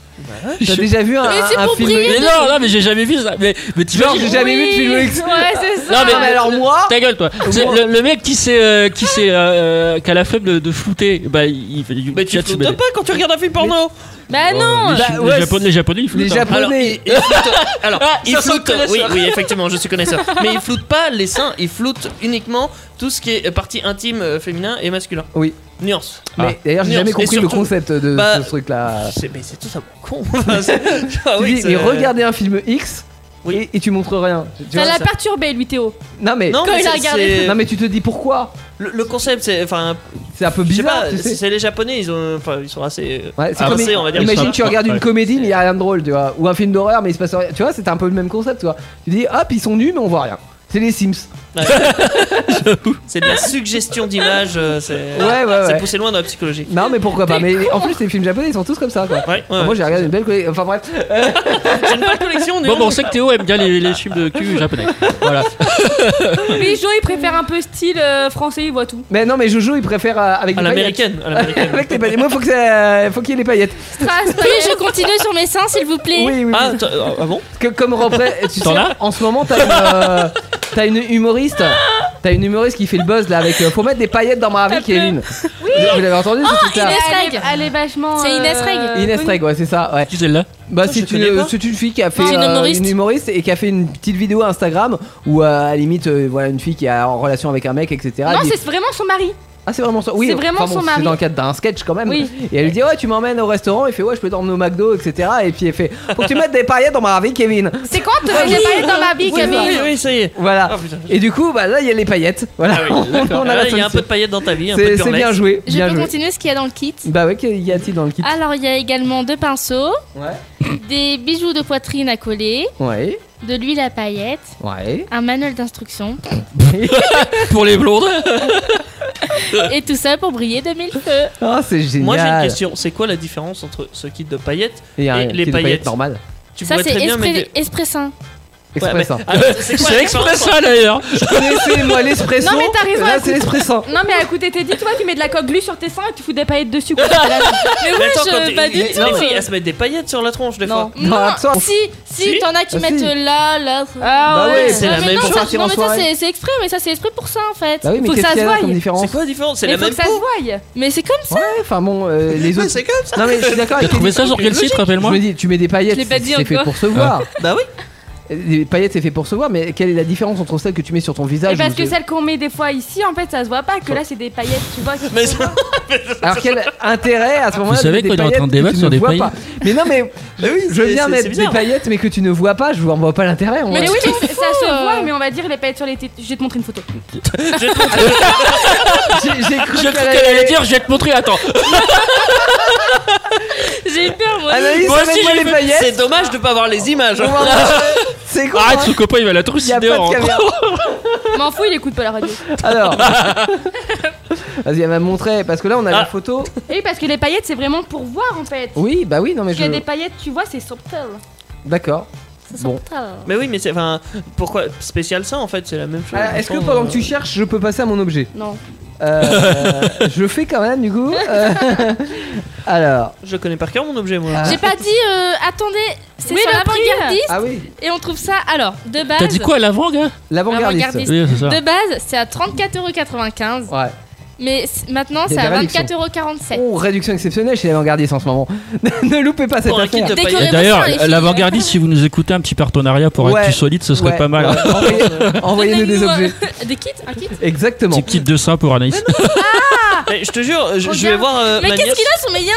[SPEAKER 3] T'as déjà vu un,
[SPEAKER 7] Mais c'est
[SPEAKER 3] un
[SPEAKER 7] pour
[SPEAKER 3] film
[SPEAKER 7] briller.
[SPEAKER 5] Mais non, non, mais j'ai jamais vu ça. Mais, mais
[SPEAKER 3] Genre,
[SPEAKER 5] t'imagines
[SPEAKER 3] j'ai jamais vu de film
[SPEAKER 4] Oui,
[SPEAKER 3] exprès.
[SPEAKER 4] Ouais, c'est ça.
[SPEAKER 5] Non, mais-
[SPEAKER 3] Ah, mais alors moi
[SPEAKER 5] Ta gueule, toi. C'est
[SPEAKER 3] Moi-
[SPEAKER 5] Le, le mec qui sait, euh, qui sait, euh, euh, qu'à la faible de flouter, bah il. il- il-
[SPEAKER 6] Mais tu
[SPEAKER 5] il-
[SPEAKER 6] flottes pas quand tu regardes un film porno.
[SPEAKER 7] Bah non
[SPEAKER 5] les, les Japonais, les Japonais, ils floutent, hein.
[SPEAKER 6] Alors, ils- ils floutent- euh, alors,
[SPEAKER 5] Ah,
[SPEAKER 6] ils
[SPEAKER 5] ça sent le
[SPEAKER 6] floutent. Oui,
[SPEAKER 5] connaisseur.
[SPEAKER 6] oui, effectivement, je suis connaisseur. Mais ils floutent pas les seins, ils floutent uniquement tout ce qui est partie intime euh, féminin et masculin.
[SPEAKER 3] Oui.
[SPEAKER 6] Nuance.
[SPEAKER 3] Mais d'ailleurs, j'ai
[SPEAKER 6] Nuance.
[SPEAKER 3] jamais
[SPEAKER 6] Et
[SPEAKER 3] compris le
[SPEAKER 6] surtout-
[SPEAKER 3] concept de
[SPEAKER 6] Bah,
[SPEAKER 3] ce truc-là.
[SPEAKER 6] C'est mais c'est tout ça con. Enfin, c'est- <laughs> ah
[SPEAKER 3] Tu
[SPEAKER 6] oui,
[SPEAKER 3] dis,
[SPEAKER 6] c'est-
[SPEAKER 3] mais regardez un film X et, et tu montres rien. Tu- tu
[SPEAKER 7] Ça
[SPEAKER 3] vois,
[SPEAKER 7] l'a perturbé, lui, Théo.
[SPEAKER 3] Non mais
[SPEAKER 6] Non,
[SPEAKER 7] Quand
[SPEAKER 6] mais
[SPEAKER 7] il a
[SPEAKER 6] c'est-
[SPEAKER 7] regardé.
[SPEAKER 6] c'est-
[SPEAKER 3] Non, mais tu te dis pourquoi
[SPEAKER 6] Le, le concept, c'est enfin.
[SPEAKER 3] C'est un peu bizarre, tu sais.
[SPEAKER 6] C'est les Japonais, ils ont, enfin, ils sont assez. euh,
[SPEAKER 3] Ouais, c'est
[SPEAKER 6] avancés,
[SPEAKER 3] comme-
[SPEAKER 6] on va dire.
[SPEAKER 3] Imagine tu regardes une
[SPEAKER 6] Ouais.
[SPEAKER 3] comédie mais il y a rien de drôle, tu vois, ou un film d'horreur mais il se passe rien. Tu vois, c'est un peu le même concept, tu vois. Tu dis hop, ils sont nus mais on voit rien. C'est les Sims.
[SPEAKER 6] C'est de la suggestion d'image. euh, C'est
[SPEAKER 3] Ouais, ouais, ouais.
[SPEAKER 6] c'est poussé loin dans la psychologie.
[SPEAKER 3] Non mais pourquoi pas Mais en plus les films japonais ils sont tous comme ça quoi. Enfin, moi j'ai regardé une belle collé- enfin bref.
[SPEAKER 6] C'est une belle collection.
[SPEAKER 5] Bon, bon, on sait que Théo aime bien les, les films de cul japonais. Voilà.
[SPEAKER 4] Mais Joe, il préfère un peu style euh, français, il voit tout.
[SPEAKER 3] Mais non mais Jojo il préfère euh, avec
[SPEAKER 6] À
[SPEAKER 3] des paillettes.
[SPEAKER 6] l'américaine, à
[SPEAKER 3] <laughs>
[SPEAKER 6] l'américaine.
[SPEAKER 3] avec les paillettes. Moi faut que ça- faut qu'il y ait les paillettes.
[SPEAKER 7] Puis-je continuer sur mes seins, s'il vous plaît
[SPEAKER 3] Oui oui.
[SPEAKER 6] Ah, t- euh, ah bon
[SPEAKER 3] Que- comme repré- tu sais,
[SPEAKER 6] T'en as
[SPEAKER 3] en ce moment t'as une, euh, t'as une humoriste, t'as une humoriste qui fait le buzz là avec euh, faut mettre des paillettes dans ma vie Kevin. Oui. Vous l'avez entendu ce truc là.
[SPEAKER 4] Elle est, elle est vachement.
[SPEAKER 7] C'est Inès
[SPEAKER 4] euh,
[SPEAKER 7] Reg.
[SPEAKER 3] Inès
[SPEAKER 4] connue.
[SPEAKER 3] Reg, ouais, c'est ça. Ouais.
[SPEAKER 5] Qui c'est là
[SPEAKER 3] Bah,
[SPEAKER 6] Putain,
[SPEAKER 3] c'est
[SPEAKER 6] je connais
[SPEAKER 3] une,
[SPEAKER 6] pas.
[SPEAKER 3] c'est une fille qui a fait
[SPEAKER 7] C'est une
[SPEAKER 3] euh,
[SPEAKER 7] humoriste.
[SPEAKER 3] humoriste et qui a fait une petite vidéo Instagram où, euh, à la limite, euh, voilà, une fille qui est en relation avec un mec, etc.
[SPEAKER 4] Non,
[SPEAKER 3] Elle dit-
[SPEAKER 4] c'est vraiment son mari.
[SPEAKER 3] ah, c'est vraiment ça. Oui,
[SPEAKER 4] c'est vraiment
[SPEAKER 3] enfin bon,
[SPEAKER 4] son mari.
[SPEAKER 3] C'est dans le cadre d'un sketch quand même.
[SPEAKER 4] Oui.
[SPEAKER 3] Et elle lui dit Ouais, tu m'emmènes au restaurant. Il fait Ouais, je peux t'emmener au McDo, etc. Et puis elle fait Faut que tu mettes des paillettes dans ma vie, Kevin.
[SPEAKER 7] C'est quand euh, j'ai parlé dans ma vie,
[SPEAKER 6] Oui, oui,
[SPEAKER 7] Camille
[SPEAKER 6] oui, ça y est.
[SPEAKER 3] Voilà.
[SPEAKER 6] Ah, putain.
[SPEAKER 3] et du coup, bah là, il y a les paillettes. Voilà. <laughs> On
[SPEAKER 6] D'accord.
[SPEAKER 3] a la
[SPEAKER 6] Ah, Il y a un
[SPEAKER 3] solution.
[SPEAKER 6] peu de paillettes dans ta vie, un peu de
[SPEAKER 3] C'est c'est
[SPEAKER 6] burlex.
[SPEAKER 3] bien joué.
[SPEAKER 7] Je
[SPEAKER 3] bien
[SPEAKER 7] peux
[SPEAKER 3] joué.
[SPEAKER 7] continuer Ah. ce qu'il y a dans le kit.
[SPEAKER 3] Bah, ouais, qu'y y a-t-il dans le kit
[SPEAKER 7] Alors, il y a également deux pinceaux,
[SPEAKER 3] Ouais.
[SPEAKER 7] des bijoux de poitrine à coller,
[SPEAKER 3] Ouais.
[SPEAKER 7] de l'huile à paillettes,
[SPEAKER 3] Ouais.
[SPEAKER 7] un manuel d'instruction,
[SPEAKER 5] Pour les blondes.
[SPEAKER 3] <laughs>
[SPEAKER 7] et tout ça pour briller de mille feux.
[SPEAKER 3] Ah, c'est génial.
[SPEAKER 6] Moi j'ai une question, c'est quoi la différence entre ce kit de paillettes
[SPEAKER 3] Il y a un
[SPEAKER 6] et
[SPEAKER 3] kit
[SPEAKER 6] les
[SPEAKER 3] de
[SPEAKER 6] paillettes
[SPEAKER 3] normales.
[SPEAKER 6] Tu
[SPEAKER 7] Ça,
[SPEAKER 6] pourrais
[SPEAKER 7] c'est
[SPEAKER 6] très bien
[SPEAKER 7] esprit,
[SPEAKER 6] mettre des-
[SPEAKER 7] esprit sain.
[SPEAKER 6] Ouais, bah, mais-
[SPEAKER 3] Express. hein.
[SPEAKER 6] Alors,
[SPEAKER 3] <laughs>
[SPEAKER 6] c'est quoi la
[SPEAKER 5] C'est exprès
[SPEAKER 6] différence
[SPEAKER 5] ça d'ailleurs.
[SPEAKER 3] Ah, Laissez-moi l'espresso.
[SPEAKER 4] Non, mais t'as raison,
[SPEAKER 3] Là,
[SPEAKER 4] écoute.
[SPEAKER 3] c'est l'espresso.
[SPEAKER 4] Non, mais à côté, t'es dit, toi, tu mets de la coque glue sur tes seins et tu fous des paillettes dessus.
[SPEAKER 6] <laughs>
[SPEAKER 4] quoi.
[SPEAKER 6] Bah
[SPEAKER 4] mais
[SPEAKER 6] Mais attends, quand
[SPEAKER 7] je-
[SPEAKER 6] t'es-
[SPEAKER 7] pas du
[SPEAKER 6] les
[SPEAKER 7] tout.
[SPEAKER 6] les filles elles se mettent des paillettes sur la tronche des fois.
[SPEAKER 4] Non.
[SPEAKER 3] Non, attends.
[SPEAKER 7] si, si,
[SPEAKER 6] Si
[SPEAKER 7] t'en as qui
[SPEAKER 3] Ah,
[SPEAKER 7] mettent
[SPEAKER 3] si.
[SPEAKER 7] là, là.
[SPEAKER 4] Ah
[SPEAKER 3] Bah
[SPEAKER 4] ouais.
[SPEAKER 3] ouais, c'est
[SPEAKER 6] la
[SPEAKER 7] mais
[SPEAKER 6] même
[SPEAKER 7] non,
[SPEAKER 3] pour
[SPEAKER 7] ça-
[SPEAKER 3] sortir
[SPEAKER 7] non,
[SPEAKER 3] en
[SPEAKER 7] mais ça
[SPEAKER 3] soirée.
[SPEAKER 7] c'est c'est exprès, mais ça c'est exprès pour ça en fait.
[SPEAKER 3] Bah oui, mais
[SPEAKER 4] Faut que
[SPEAKER 3] qu'est-ce
[SPEAKER 4] ça
[SPEAKER 3] qu'il y
[SPEAKER 4] se
[SPEAKER 3] a là
[SPEAKER 4] voie.
[SPEAKER 3] comme
[SPEAKER 6] C'est
[SPEAKER 3] différence
[SPEAKER 6] quoi la différence C'est
[SPEAKER 4] Mais
[SPEAKER 6] la
[SPEAKER 4] faut
[SPEAKER 6] même
[SPEAKER 4] que ça se
[SPEAKER 6] peau. Ah,
[SPEAKER 4] voie.
[SPEAKER 7] Mais c'est comme ça.
[SPEAKER 3] Ouais, enfin bon, euh, les autres. <laughs>
[SPEAKER 6] C'est comme ça.
[SPEAKER 3] Non mais je suis d'accord.
[SPEAKER 5] T'as
[SPEAKER 3] avec
[SPEAKER 5] trouvé
[SPEAKER 3] Kevin.
[SPEAKER 5] ça sur quel site,
[SPEAKER 3] Je
[SPEAKER 5] rappelle-moi
[SPEAKER 3] me dis, tu mets des paillettes,
[SPEAKER 7] Je l'ai pas dit
[SPEAKER 3] c'est fait
[SPEAKER 7] encore.
[SPEAKER 3] pour se voir.
[SPEAKER 6] Bah oui.
[SPEAKER 3] Les paillettes, c'est fait pour se voir, mais quelle est la différence entre celle que tu mets sur ton
[SPEAKER 4] Et
[SPEAKER 3] visage
[SPEAKER 4] Eh ben, parce
[SPEAKER 3] ou-
[SPEAKER 4] que celle qu'on met des fois ici, en fait, ça se voit pas. Que là, c'est des paillettes, tu vois. qui
[SPEAKER 6] Bah. Mais
[SPEAKER 4] se
[SPEAKER 6] c'est-
[SPEAKER 4] voient.
[SPEAKER 3] Alors quel intérêt à ce moment-là
[SPEAKER 5] savez
[SPEAKER 3] de mettre
[SPEAKER 5] qu'on
[SPEAKER 3] des
[SPEAKER 5] est en train
[SPEAKER 3] paillettes
[SPEAKER 5] de débattre
[SPEAKER 3] que tu
[SPEAKER 5] sur
[SPEAKER 3] ne
[SPEAKER 5] des
[SPEAKER 3] vois
[SPEAKER 5] paillettes
[SPEAKER 3] pas Mais non
[SPEAKER 6] <laughs>
[SPEAKER 3] mais je
[SPEAKER 6] Bah c'est-
[SPEAKER 3] viens mettre
[SPEAKER 6] c'est- c'est
[SPEAKER 3] des
[SPEAKER 6] bizarre.
[SPEAKER 3] paillettes, mais que tu ne vois pas, je vous en vois pas l'intérêt. on-
[SPEAKER 4] Mais oui, mais
[SPEAKER 7] t'es
[SPEAKER 4] ça
[SPEAKER 7] fou,
[SPEAKER 4] se voit,
[SPEAKER 7] euh.
[SPEAKER 4] mais on va dire les paillettes sur les têtes. Je vais te montrer une photo.
[SPEAKER 3] J'ai j'ai cru
[SPEAKER 5] Je
[SPEAKER 3] ah, qu'elle
[SPEAKER 5] crois qu'elle allait dire, je vais te
[SPEAKER 3] <laughs>
[SPEAKER 5] montrer. Attends,
[SPEAKER 7] J'ai eu peur moi.
[SPEAKER 3] Anaïs,
[SPEAKER 5] Moi aussi,
[SPEAKER 3] amène-moi
[SPEAKER 5] j'ai
[SPEAKER 3] les
[SPEAKER 5] fait-
[SPEAKER 6] C'est
[SPEAKER 3] paillettes.
[SPEAKER 6] dommage de pas avoir les images. hein.
[SPEAKER 3] On va en parler. C'est quoi
[SPEAKER 5] arrête, son copain il va la
[SPEAKER 3] Il y a
[SPEAKER 5] trucider
[SPEAKER 3] pas
[SPEAKER 5] en
[SPEAKER 3] de caméra.
[SPEAKER 4] M'en fous, il écoute pas la radio.
[SPEAKER 3] Alors. Vas-y, elle m'a montré parce que là on a la
[SPEAKER 6] Ah.
[SPEAKER 3] photo.
[SPEAKER 4] Oui, parce que les paillettes, c'est vraiment pour voir, en fait.
[SPEAKER 3] Oui, bah oui, non mais
[SPEAKER 4] Parce qu'il y a
[SPEAKER 3] je.
[SPEAKER 4] des paillettes, tu vois, c'est subtil.
[SPEAKER 3] D'accord. Bon.
[SPEAKER 6] Mais oui, mais c'est enfin pourquoi spécial ça euh, en fait, c'est la même chose.
[SPEAKER 3] Alors, Ah, Est-ce que pendant que tu cherches, je peux passer à mon objet
[SPEAKER 4] Non.
[SPEAKER 3] Euh, Je le fais quand même du
[SPEAKER 4] <laughs>
[SPEAKER 3] coup. Euh, Alors.
[SPEAKER 6] euh, je connais par cœur mon objet moi.
[SPEAKER 7] J'ai pas dit euh, attendez, c'est
[SPEAKER 4] Oui,
[SPEAKER 7] sur
[SPEAKER 4] le prix.
[SPEAKER 7] l'avant-gardiste
[SPEAKER 3] Ah oui,
[SPEAKER 7] et on trouve ça alors de base.
[SPEAKER 5] T'as dit quoi à l'avant, gars
[SPEAKER 3] l'avant-gardiste.
[SPEAKER 7] L'avant-gardiste.
[SPEAKER 5] Oui, c'est ça.
[SPEAKER 7] De base, c'est à 34,95€,
[SPEAKER 3] Ouais.
[SPEAKER 7] mais c- maintenant
[SPEAKER 3] Il y a
[SPEAKER 7] c'est à
[SPEAKER 3] des réductions.
[SPEAKER 7] 24,47€.
[SPEAKER 3] Oh, réduction exceptionnelle chez l'avant-gardiste en ce moment. <laughs> ne loupez pas cette
[SPEAKER 6] Pour un kit
[SPEAKER 3] affaire.
[SPEAKER 6] de
[SPEAKER 7] Décoré-
[SPEAKER 6] paillettes.
[SPEAKER 5] Et D'ailleurs, l'avant-gardiste, si vous nous écoutez un petit partenariat pour
[SPEAKER 3] Ouais.
[SPEAKER 5] Actu Solide, ce serait
[SPEAKER 3] Ouais,
[SPEAKER 5] pas mal.
[SPEAKER 3] ouais. Envoyez- Envoyez-nous des
[SPEAKER 7] Donnez-nous,
[SPEAKER 3] objets.
[SPEAKER 7] euh, <laughs> des kits,
[SPEAKER 6] <laughs>
[SPEAKER 7] un kit.
[SPEAKER 3] Exactement.
[SPEAKER 5] Petit kit de ça pour Anaïs.
[SPEAKER 6] Mais je te jure, je, je vais
[SPEAKER 7] Ah. Regarde.
[SPEAKER 6] voir euh,
[SPEAKER 7] Mais
[SPEAKER 6] ma
[SPEAKER 7] qu'est-ce
[SPEAKER 6] nièce.
[SPEAKER 7] qu'il a sur mes yens,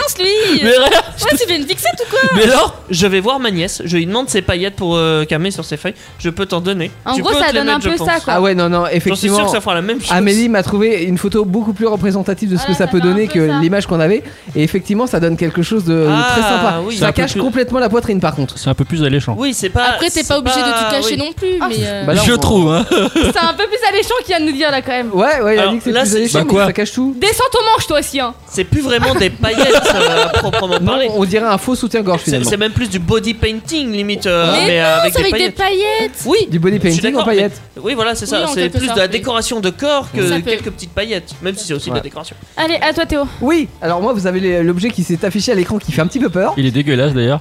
[SPEAKER 7] lui
[SPEAKER 6] <laughs> Mais rien.
[SPEAKER 7] Ouais, tu fais une fixette ou quoi
[SPEAKER 6] Mais alors, je vais voir ma nièce, je lui demande ses paillettes pour euh, camer sur ses feuilles, je peux t'en donner.
[SPEAKER 4] En
[SPEAKER 6] tu
[SPEAKER 4] gros,
[SPEAKER 6] peux
[SPEAKER 4] ça
[SPEAKER 6] te les
[SPEAKER 4] donne
[SPEAKER 6] mettre,
[SPEAKER 4] un peu
[SPEAKER 6] je pense.
[SPEAKER 4] ça, quoi.
[SPEAKER 3] Ah ouais, non, non,
[SPEAKER 6] J'en suis sûr
[SPEAKER 3] effectivement.
[SPEAKER 6] que ça fera la même chose.
[SPEAKER 3] Amélie m'a trouvé une photo beaucoup plus représentative de ce
[SPEAKER 7] Ah
[SPEAKER 3] que
[SPEAKER 7] là,
[SPEAKER 3] ça
[SPEAKER 7] ça
[SPEAKER 3] peut
[SPEAKER 7] fait un
[SPEAKER 3] donner
[SPEAKER 7] peu
[SPEAKER 3] que
[SPEAKER 7] ça.
[SPEAKER 3] l'image qu'on avait. Et effectivement, ça donne quelque chose de
[SPEAKER 6] Ah,
[SPEAKER 3] très sympa.
[SPEAKER 6] oui. C'est
[SPEAKER 3] Ça
[SPEAKER 5] un peu
[SPEAKER 3] cache
[SPEAKER 5] plus-
[SPEAKER 3] complètement la poitrine, par contre.
[SPEAKER 5] C'est un peu plus alléchant.
[SPEAKER 6] Oui, c'est pas.
[SPEAKER 7] Après, t'es
[SPEAKER 6] c'est
[SPEAKER 7] pas obligé de
[SPEAKER 4] Bah
[SPEAKER 7] tout cacher
[SPEAKER 6] oui.
[SPEAKER 7] non plus, mais. euh,
[SPEAKER 3] Bah là,
[SPEAKER 5] je
[SPEAKER 3] on-
[SPEAKER 5] trouve, hein.
[SPEAKER 4] Ah, <laughs> C'est un peu plus alléchant qu'il vient de nous dire, là, quand même.
[SPEAKER 3] Ouais, ouais, il a
[SPEAKER 6] Alors,
[SPEAKER 3] dit que c'est
[SPEAKER 6] là,
[SPEAKER 3] plus
[SPEAKER 6] c'est-
[SPEAKER 3] alléchant,
[SPEAKER 5] Bah
[SPEAKER 3] mais
[SPEAKER 5] quoi
[SPEAKER 3] ça cache tout.
[SPEAKER 4] Descends ton manche, toi aussi, hein.
[SPEAKER 6] C'est plus vraiment des paillettes euh, à proprement
[SPEAKER 3] Non,
[SPEAKER 6] parler.
[SPEAKER 3] on dirait un faux soutien-gorge
[SPEAKER 6] C'est
[SPEAKER 3] finalement.
[SPEAKER 6] c'est même plus du body painting limite, euh,
[SPEAKER 7] Mais
[SPEAKER 6] mais, euh, avec,
[SPEAKER 7] Oh, c'est
[SPEAKER 6] des
[SPEAKER 7] avec des
[SPEAKER 6] paillettes.
[SPEAKER 7] paillettes
[SPEAKER 6] Oui,
[SPEAKER 3] Du body
[SPEAKER 6] Je suis
[SPEAKER 3] painting en
[SPEAKER 6] d'accord,
[SPEAKER 3] paillettes.
[SPEAKER 6] mais- Oui, voilà, c'est ça.
[SPEAKER 7] Oui, en
[SPEAKER 6] c'est
[SPEAKER 7] quelque
[SPEAKER 6] plus de
[SPEAKER 7] sorte,
[SPEAKER 6] la
[SPEAKER 7] oui.
[SPEAKER 6] décoration de corps
[SPEAKER 7] Ça
[SPEAKER 6] que
[SPEAKER 7] peut.
[SPEAKER 6] quelques petites paillettes, même si c'est aussi de
[SPEAKER 3] Ouais.
[SPEAKER 6] la décoration.
[SPEAKER 4] Allez, à toi, Théo.
[SPEAKER 3] Oui, alors moi vous avez les- l'objet qui s'est affiché à l'écran qui fait un petit peu peur. <laughs>
[SPEAKER 5] Il est dégueulasse d'ailleurs.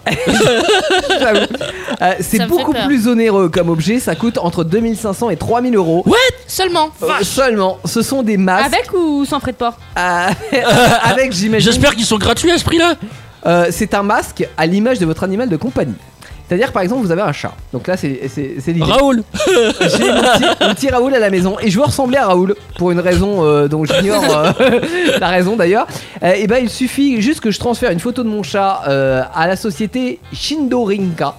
[SPEAKER 3] j'avoue. Euh,
[SPEAKER 7] Ça
[SPEAKER 3] c'est
[SPEAKER 7] me
[SPEAKER 3] beaucoup
[SPEAKER 7] fait peur.
[SPEAKER 3] plus onéreux comme objet, ça coûte entre 2500 et 3000 euros.
[SPEAKER 7] seulement.
[SPEAKER 3] Euh, seulement, ce sont des masques
[SPEAKER 4] Avec ou sans frais de port
[SPEAKER 7] Ah ben-
[SPEAKER 3] à- <laughs> avec j'imagine.
[SPEAKER 5] J'espère qu'ils sont gratuits à ce prix-là.
[SPEAKER 3] Euh, c'est un masque à l'image de votre animal de compagnie. C'est-à-dire, par exemple, vous avez un chat. Donc là, c'est c'est- c'est l'idée.
[SPEAKER 5] Raoul
[SPEAKER 3] J'ai mon petit, mon petit Raoul à la maison et je veux ressembler à Raoul pour une raison euh, dont j'ignore euh, <laughs> la raison d'ailleurs. et ben il suffit juste que je transfère une photo de mon chat euh, à la société Shindorinka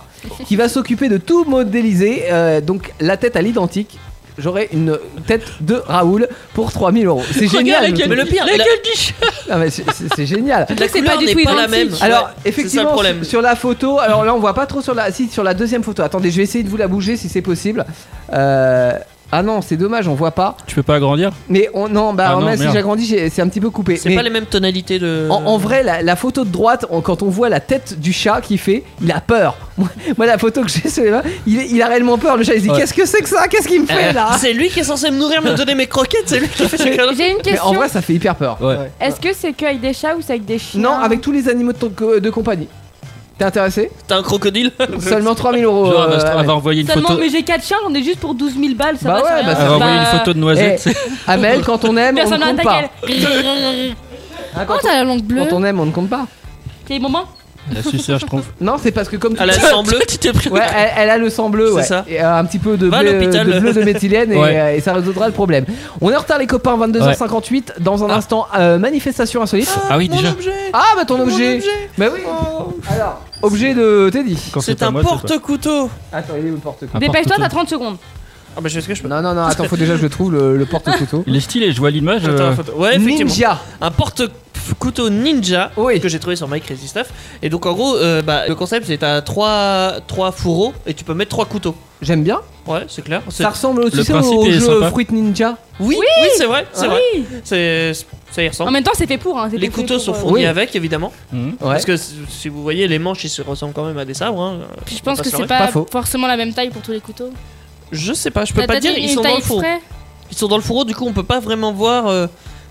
[SPEAKER 3] qui va s'occuper de tout modéliser euh, donc la tête à l'identique. J'aurai une tête de Raoul pour 3000 euros. C'est
[SPEAKER 6] Regarde
[SPEAKER 3] génial.
[SPEAKER 6] la
[SPEAKER 3] je
[SPEAKER 6] gueule-
[SPEAKER 3] me
[SPEAKER 6] mais le
[SPEAKER 3] dis.
[SPEAKER 6] pire, La la- gueule
[SPEAKER 3] Non, mais c'est- c'est c'est génial.
[SPEAKER 6] La <laughs> C'est couleur pas du n'est tout pas la identique. même.
[SPEAKER 3] Alors
[SPEAKER 6] Ouais, c'est ça le
[SPEAKER 3] effectivement,
[SPEAKER 6] problème.
[SPEAKER 3] sur la photo, alors là on voit pas trop sur la, si sur la deuxième photo. Attendez, je vais essayer de vous la bouger si c'est possible. Euh, Ah non, c'est dommage, on voit pas.
[SPEAKER 5] Tu peux pas agrandir
[SPEAKER 3] Mais on, non, bah
[SPEAKER 5] Ah
[SPEAKER 3] alors,
[SPEAKER 5] non,
[SPEAKER 3] même si
[SPEAKER 5] merde.
[SPEAKER 3] j'agrandis, j'ai- c'est un petit peu coupé.
[SPEAKER 6] C'est
[SPEAKER 3] Mais
[SPEAKER 6] pas les mêmes tonalités de.
[SPEAKER 3] En, en
[SPEAKER 6] <laughs>
[SPEAKER 3] vrai, la, la photo de droite, on- quand on voit la tête du chat qui fait, il a peur. <laughs> Moi, moi, la photo que j'ai sur les mains, il, est- il a réellement peur. Le chat, il se dit
[SPEAKER 6] Ouais.
[SPEAKER 3] Qu'est-ce que c'est que ça Qu'est-ce qu'il me fait
[SPEAKER 6] Euh,
[SPEAKER 3] là
[SPEAKER 6] C'est lui qui est censé me nourrir, me donner mes croquettes, c'est lui qui fait ça.
[SPEAKER 4] J'ai une
[SPEAKER 3] Mais en
[SPEAKER 4] question.
[SPEAKER 3] vrai, ça fait hyper peur. Ouais.
[SPEAKER 4] Est-ce que c'est qu'avec des chats ou c'est avec des chiens
[SPEAKER 3] Non, avec tous les animaux de, ton co- de compagnie. T'es
[SPEAKER 6] <laughs>
[SPEAKER 3] intéressé
[SPEAKER 6] T'as un crocodile
[SPEAKER 3] Seulement 3000 euros.
[SPEAKER 5] Genre,
[SPEAKER 3] euh,
[SPEAKER 5] elle va- elle
[SPEAKER 3] Ahmed.
[SPEAKER 5] va envoyer une
[SPEAKER 4] Seulement,
[SPEAKER 5] photo.
[SPEAKER 4] mais j'ai 4 chiens, j'en ai juste pour 12 000 balles, ça
[SPEAKER 3] Bah
[SPEAKER 4] va,
[SPEAKER 3] ouais,
[SPEAKER 4] c'est
[SPEAKER 3] bah
[SPEAKER 4] rien.
[SPEAKER 5] Elle va envoyer une photo de noisette.
[SPEAKER 3] Eh,
[SPEAKER 6] <laughs>
[SPEAKER 3] Amel, quand on aime,
[SPEAKER 4] Personne
[SPEAKER 3] on ne compte pas.
[SPEAKER 4] elle.
[SPEAKER 3] Hein, quand,
[SPEAKER 4] Oh, t'as la langue bleue.
[SPEAKER 3] quand on aime, on ne compte pas.
[SPEAKER 4] T'es maman
[SPEAKER 5] La suceur, je trouve.
[SPEAKER 3] Non, c'est parce que comme tu-
[SPEAKER 6] Elle a le sang bleu, tu t'es pris.
[SPEAKER 3] Ouais, elle, elle a le sang bleu,
[SPEAKER 6] C'est
[SPEAKER 3] ouais.
[SPEAKER 6] ça.
[SPEAKER 3] Et, euh, un petit peu de
[SPEAKER 6] Va à
[SPEAKER 3] bleu,
[SPEAKER 6] l'hôpital.
[SPEAKER 3] de, bleu de
[SPEAKER 6] <laughs>
[SPEAKER 3] méthylène et,
[SPEAKER 5] Ouais.
[SPEAKER 3] euh, et ça résoudra le problème. On est en retard, les copains, 22h58. Dans un
[SPEAKER 6] Ah.
[SPEAKER 3] instant, euh, manifestation insolite.
[SPEAKER 5] Ah oui, déjà.
[SPEAKER 3] Ah, bah ton objet. Bah oui.
[SPEAKER 6] Oh.
[SPEAKER 3] Alors, objet de Teddy.
[SPEAKER 6] C'est un porte-couteau.
[SPEAKER 3] Attends, il est où le porte-couteau
[SPEAKER 4] Dépêche-toi, t'as 30 secondes.
[SPEAKER 6] Ah bah je fais ce que je peux.
[SPEAKER 3] Non, non, non, attends, faut déjà que je trouve le, le porte-couteau.
[SPEAKER 5] Il est stylé, je vois l'image.
[SPEAKER 6] Attends,
[SPEAKER 5] euh,
[SPEAKER 6] la photo. Ouais, effectivement.
[SPEAKER 3] Ninja.
[SPEAKER 6] Un porte-couteau ninja que j'ai trouvé sur My Crazy Stuff. Et donc en gros, euh, bah, le concept c'est t'as trois, trois fourreaux et tu peux mettre trois couteaux.
[SPEAKER 3] J'aime bien.
[SPEAKER 6] Ouais, c'est clair. C'est-
[SPEAKER 3] Ça ressemble aussi
[SPEAKER 5] Le
[SPEAKER 3] au,
[SPEAKER 5] principe
[SPEAKER 3] au
[SPEAKER 5] est
[SPEAKER 3] jeu
[SPEAKER 5] sympa.
[SPEAKER 3] Fruit Ninja.
[SPEAKER 6] Oui, oui, c'est vrai, c'est
[SPEAKER 7] Ah.
[SPEAKER 4] Oui.
[SPEAKER 6] vrai. C'est ça y ressemble.
[SPEAKER 4] En même temps, c'est fait pour. Hein. c'est
[SPEAKER 6] les
[SPEAKER 4] fait
[SPEAKER 6] couteaux
[SPEAKER 4] pour,
[SPEAKER 6] sont
[SPEAKER 4] euh,
[SPEAKER 6] fournis
[SPEAKER 3] Oui.
[SPEAKER 6] avec évidemment.
[SPEAKER 5] Mhm.
[SPEAKER 6] Parce que si si vous voyez les manches, ils se ressemblent quand même à des sabres. hein.
[SPEAKER 7] Puis je
[SPEAKER 6] On va
[SPEAKER 7] pense
[SPEAKER 6] pas
[SPEAKER 7] que
[SPEAKER 6] se
[SPEAKER 7] c'est
[SPEAKER 6] leurrer.
[SPEAKER 7] pas,
[SPEAKER 3] Pas faux.
[SPEAKER 7] forcément la même taille pour tous les couteaux.
[SPEAKER 6] Je sais pas, je peux
[SPEAKER 7] Bah, T'as
[SPEAKER 6] pas
[SPEAKER 7] peut-être
[SPEAKER 6] dire. Ils
[SPEAKER 7] une
[SPEAKER 6] sont dans
[SPEAKER 7] taille
[SPEAKER 6] le fourreau.
[SPEAKER 7] exprès
[SPEAKER 6] Ils sont dans le fourreau, du coup on peut pas vraiment voir euh,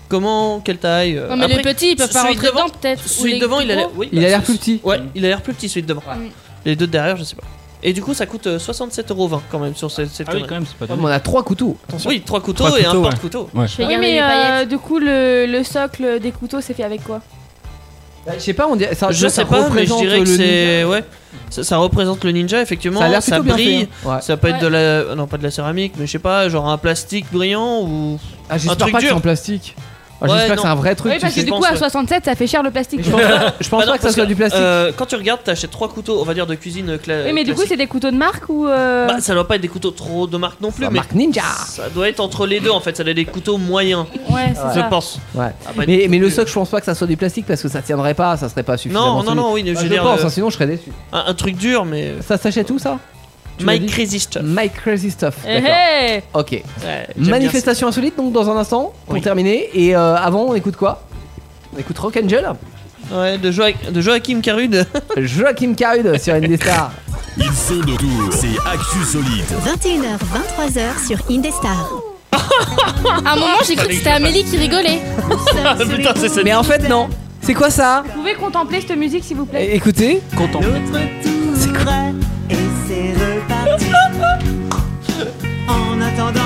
[SPEAKER 6] comment, quelle taille. euh.
[SPEAKER 7] Non, mais les
[SPEAKER 6] Après,
[SPEAKER 7] petits ils peuvent pas
[SPEAKER 6] celui
[SPEAKER 7] rentrer
[SPEAKER 6] devant-
[SPEAKER 7] dedans peut-être. ou
[SPEAKER 6] Celui
[SPEAKER 7] les
[SPEAKER 6] devant,
[SPEAKER 7] plus
[SPEAKER 6] il a l'air.
[SPEAKER 7] gros.
[SPEAKER 6] oui,
[SPEAKER 3] Il
[SPEAKER 6] bah,
[SPEAKER 3] a l'air
[SPEAKER 6] c'est-
[SPEAKER 3] plus petit.
[SPEAKER 6] Ouais, il a l'air plus petit celui de devant.
[SPEAKER 7] Mm.
[SPEAKER 6] Les deux de derrière, je sais pas. Et du coup, ça coûte euh, 67,20€ quand même sur cette, cette
[SPEAKER 5] Ah oui,
[SPEAKER 6] connerie.
[SPEAKER 5] quand même, c'est pas
[SPEAKER 3] Ah,
[SPEAKER 5] dingue.
[SPEAKER 3] mais On a trois couteaux.
[SPEAKER 6] Oui, trois couteaux
[SPEAKER 5] Trois
[SPEAKER 6] et
[SPEAKER 5] couteaux,
[SPEAKER 6] un
[SPEAKER 5] ouais.
[SPEAKER 6] porte-couteau.
[SPEAKER 5] Ouais.
[SPEAKER 7] Je vais
[SPEAKER 4] Oui,
[SPEAKER 7] garder
[SPEAKER 4] mais
[SPEAKER 7] les
[SPEAKER 4] euh,
[SPEAKER 7] paillettes.
[SPEAKER 4] du coup, le, le socle des couteaux, c'est fait avec quoi
[SPEAKER 3] Je sais pas, on dirait. Ça,
[SPEAKER 6] Je
[SPEAKER 3] Ah, ça
[SPEAKER 6] sais pas, mais je
[SPEAKER 3] représente
[SPEAKER 6] dirais
[SPEAKER 3] le
[SPEAKER 6] que
[SPEAKER 3] ninja.
[SPEAKER 6] c'est. Ouais. Ça, ça représente le ninja, effectivement.
[SPEAKER 3] Ça a l'air plutôt bien
[SPEAKER 6] brille.
[SPEAKER 3] fait, hein. Ouais.
[SPEAKER 6] Ah, Ça peut être
[SPEAKER 7] Ouais.
[SPEAKER 6] de la. Non, pas de la céramique, mais je sais pas, genre un plastique brillant ou.
[SPEAKER 3] Ah,
[SPEAKER 6] un
[SPEAKER 3] j'espère
[SPEAKER 6] truc
[SPEAKER 3] pas que c'est
[SPEAKER 6] dur.
[SPEAKER 3] en plastique. Ah,
[SPEAKER 6] Ouais,
[SPEAKER 3] J'espère que
[SPEAKER 6] non.
[SPEAKER 3] c'est un vrai truc.
[SPEAKER 4] Oui,
[SPEAKER 3] tu
[SPEAKER 4] parce que
[SPEAKER 3] sais.
[SPEAKER 4] du coup,
[SPEAKER 6] pense,
[SPEAKER 4] à
[SPEAKER 6] ouais.
[SPEAKER 4] 67, ça fait cher le plastique.
[SPEAKER 3] Je pense pas, je pense
[SPEAKER 6] Bah non,
[SPEAKER 3] pas que ça
[SPEAKER 6] parce
[SPEAKER 3] soit du plastique.
[SPEAKER 6] euh, quand tu regardes, t'achètes trois couteaux, on va dire de cuisine cla-
[SPEAKER 4] Oui, mais du coup,
[SPEAKER 6] classique.
[SPEAKER 4] c'est des couteaux de marque ou. euh,
[SPEAKER 6] euh, Bah, ça doit pas être des couteaux trop de marque non plus,
[SPEAKER 3] La
[SPEAKER 6] mais.
[SPEAKER 3] marque Ninja.
[SPEAKER 6] Ça doit être entre les deux en fait, ça doit être des couteaux moyens,
[SPEAKER 4] Ouais, c'est
[SPEAKER 6] je
[SPEAKER 4] ça.
[SPEAKER 6] pense.
[SPEAKER 3] Ouais.
[SPEAKER 6] Ah, bah,
[SPEAKER 3] mais, mais le
[SPEAKER 6] plus.
[SPEAKER 3] socle, je pense pas que ça soit du plastique parce que ça tiendrait pas, ça serait pas suffisamment.
[SPEAKER 6] Non, non,
[SPEAKER 3] solide.
[SPEAKER 6] non, oui, je
[SPEAKER 3] Bah,
[SPEAKER 6] veux
[SPEAKER 3] je
[SPEAKER 6] dire,
[SPEAKER 3] pense,
[SPEAKER 6] euh,
[SPEAKER 3] hein, sinon je serais déçu.
[SPEAKER 6] Un, un truc dur, mais.
[SPEAKER 3] Ça s'achète où ça Tu
[SPEAKER 6] Mike
[SPEAKER 3] l'as dit
[SPEAKER 6] Crazy Stuff.
[SPEAKER 3] Mike Crazy Stuff.
[SPEAKER 4] Eh,
[SPEAKER 3] D'accord.
[SPEAKER 4] eh.
[SPEAKER 3] Ok.
[SPEAKER 6] Ouais, j'aime bien
[SPEAKER 3] Manifestation insolite, donc dans un instant, pour
[SPEAKER 6] Oui.
[SPEAKER 3] terminer. Et euh, avant, on écoute quoi On écoute Rock Angel
[SPEAKER 6] ça. Ouais, de, Joa- de Joachim Carude.
[SPEAKER 3] Joachim Carude sur Indestar.
[SPEAKER 1] Ils sont de retour, c'est Actu Solide.
[SPEAKER 8] 21h, 23h sur Indestar.
[SPEAKER 7] À un moment j'ai cru que c'était Amélie qui rigolait.
[SPEAKER 6] Putain, <laughs> c'est cette
[SPEAKER 3] Mais en fait, non. C'est quoi ça
[SPEAKER 4] Vous pouvez contempler cette musique, s'il vous plaît
[SPEAKER 3] Eh, Écoutez.
[SPEAKER 6] content.
[SPEAKER 3] C'est quoi <laughs>
[SPEAKER 12] En attendant,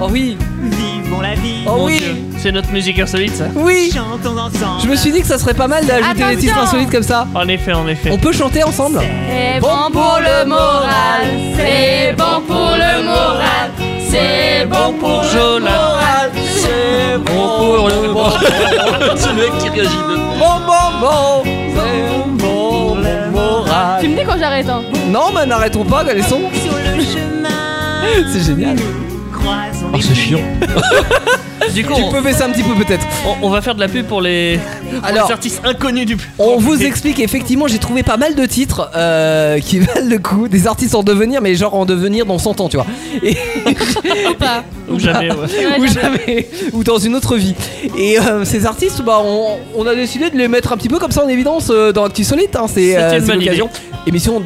[SPEAKER 3] Oh oui
[SPEAKER 12] vivons la vie.
[SPEAKER 3] Oh
[SPEAKER 6] Mon
[SPEAKER 3] oui
[SPEAKER 6] Dieu, C'est notre musique insolite ça.
[SPEAKER 3] Oui
[SPEAKER 12] Chantons ensemble.
[SPEAKER 3] Je me suis dit que ça serait pas mal d'ajouter des titres
[SPEAKER 4] Attention
[SPEAKER 3] insolites comme ça.
[SPEAKER 6] En effet, en effet.
[SPEAKER 3] On peut chanter ensemble
[SPEAKER 4] C'est Eh, bon pour le moral, c'est bon pour le moral, c'est bon pour le moral.
[SPEAKER 6] C'est bon pour le bon. <laughs> C'est le mec qui réagit. de-
[SPEAKER 3] Bon, bon, bon, bon, bon, bon, moral.
[SPEAKER 4] Tu me dis quand j'arrête, hein
[SPEAKER 3] Non, mais n'arrêtons pas, les sons.
[SPEAKER 12] Sur le chemin,
[SPEAKER 3] <laughs> C'est génial.
[SPEAKER 12] croisons
[SPEAKER 5] Oh, c'est chiant.
[SPEAKER 6] Du coup,
[SPEAKER 3] Tu
[SPEAKER 6] on,
[SPEAKER 3] peux baisser un petit peu, peut-être.
[SPEAKER 6] on- on va faire de la pub pour les, pour
[SPEAKER 3] Alors,
[SPEAKER 6] les artistes inconnus du.
[SPEAKER 3] On vous explique effectivement, j'ai trouvé pas mal de titres euh, qui <laughs> valent le coup, des artistes en devenir, mais genre en devenir dans 100 ans, tu vois. Et-
[SPEAKER 6] Ou jamais, ouais.
[SPEAKER 3] <laughs> ou jamais, ou dans une autre vie. Et euh, ces artistes, bah, on, on a décidé de les mettre un petit peu comme ça en évidence euh, dans Actu Solite. hein. C'est
[SPEAKER 6] C'était
[SPEAKER 3] euh,
[SPEAKER 6] une
[SPEAKER 3] c'est
[SPEAKER 6] bonne
[SPEAKER 3] l'occasion. Émission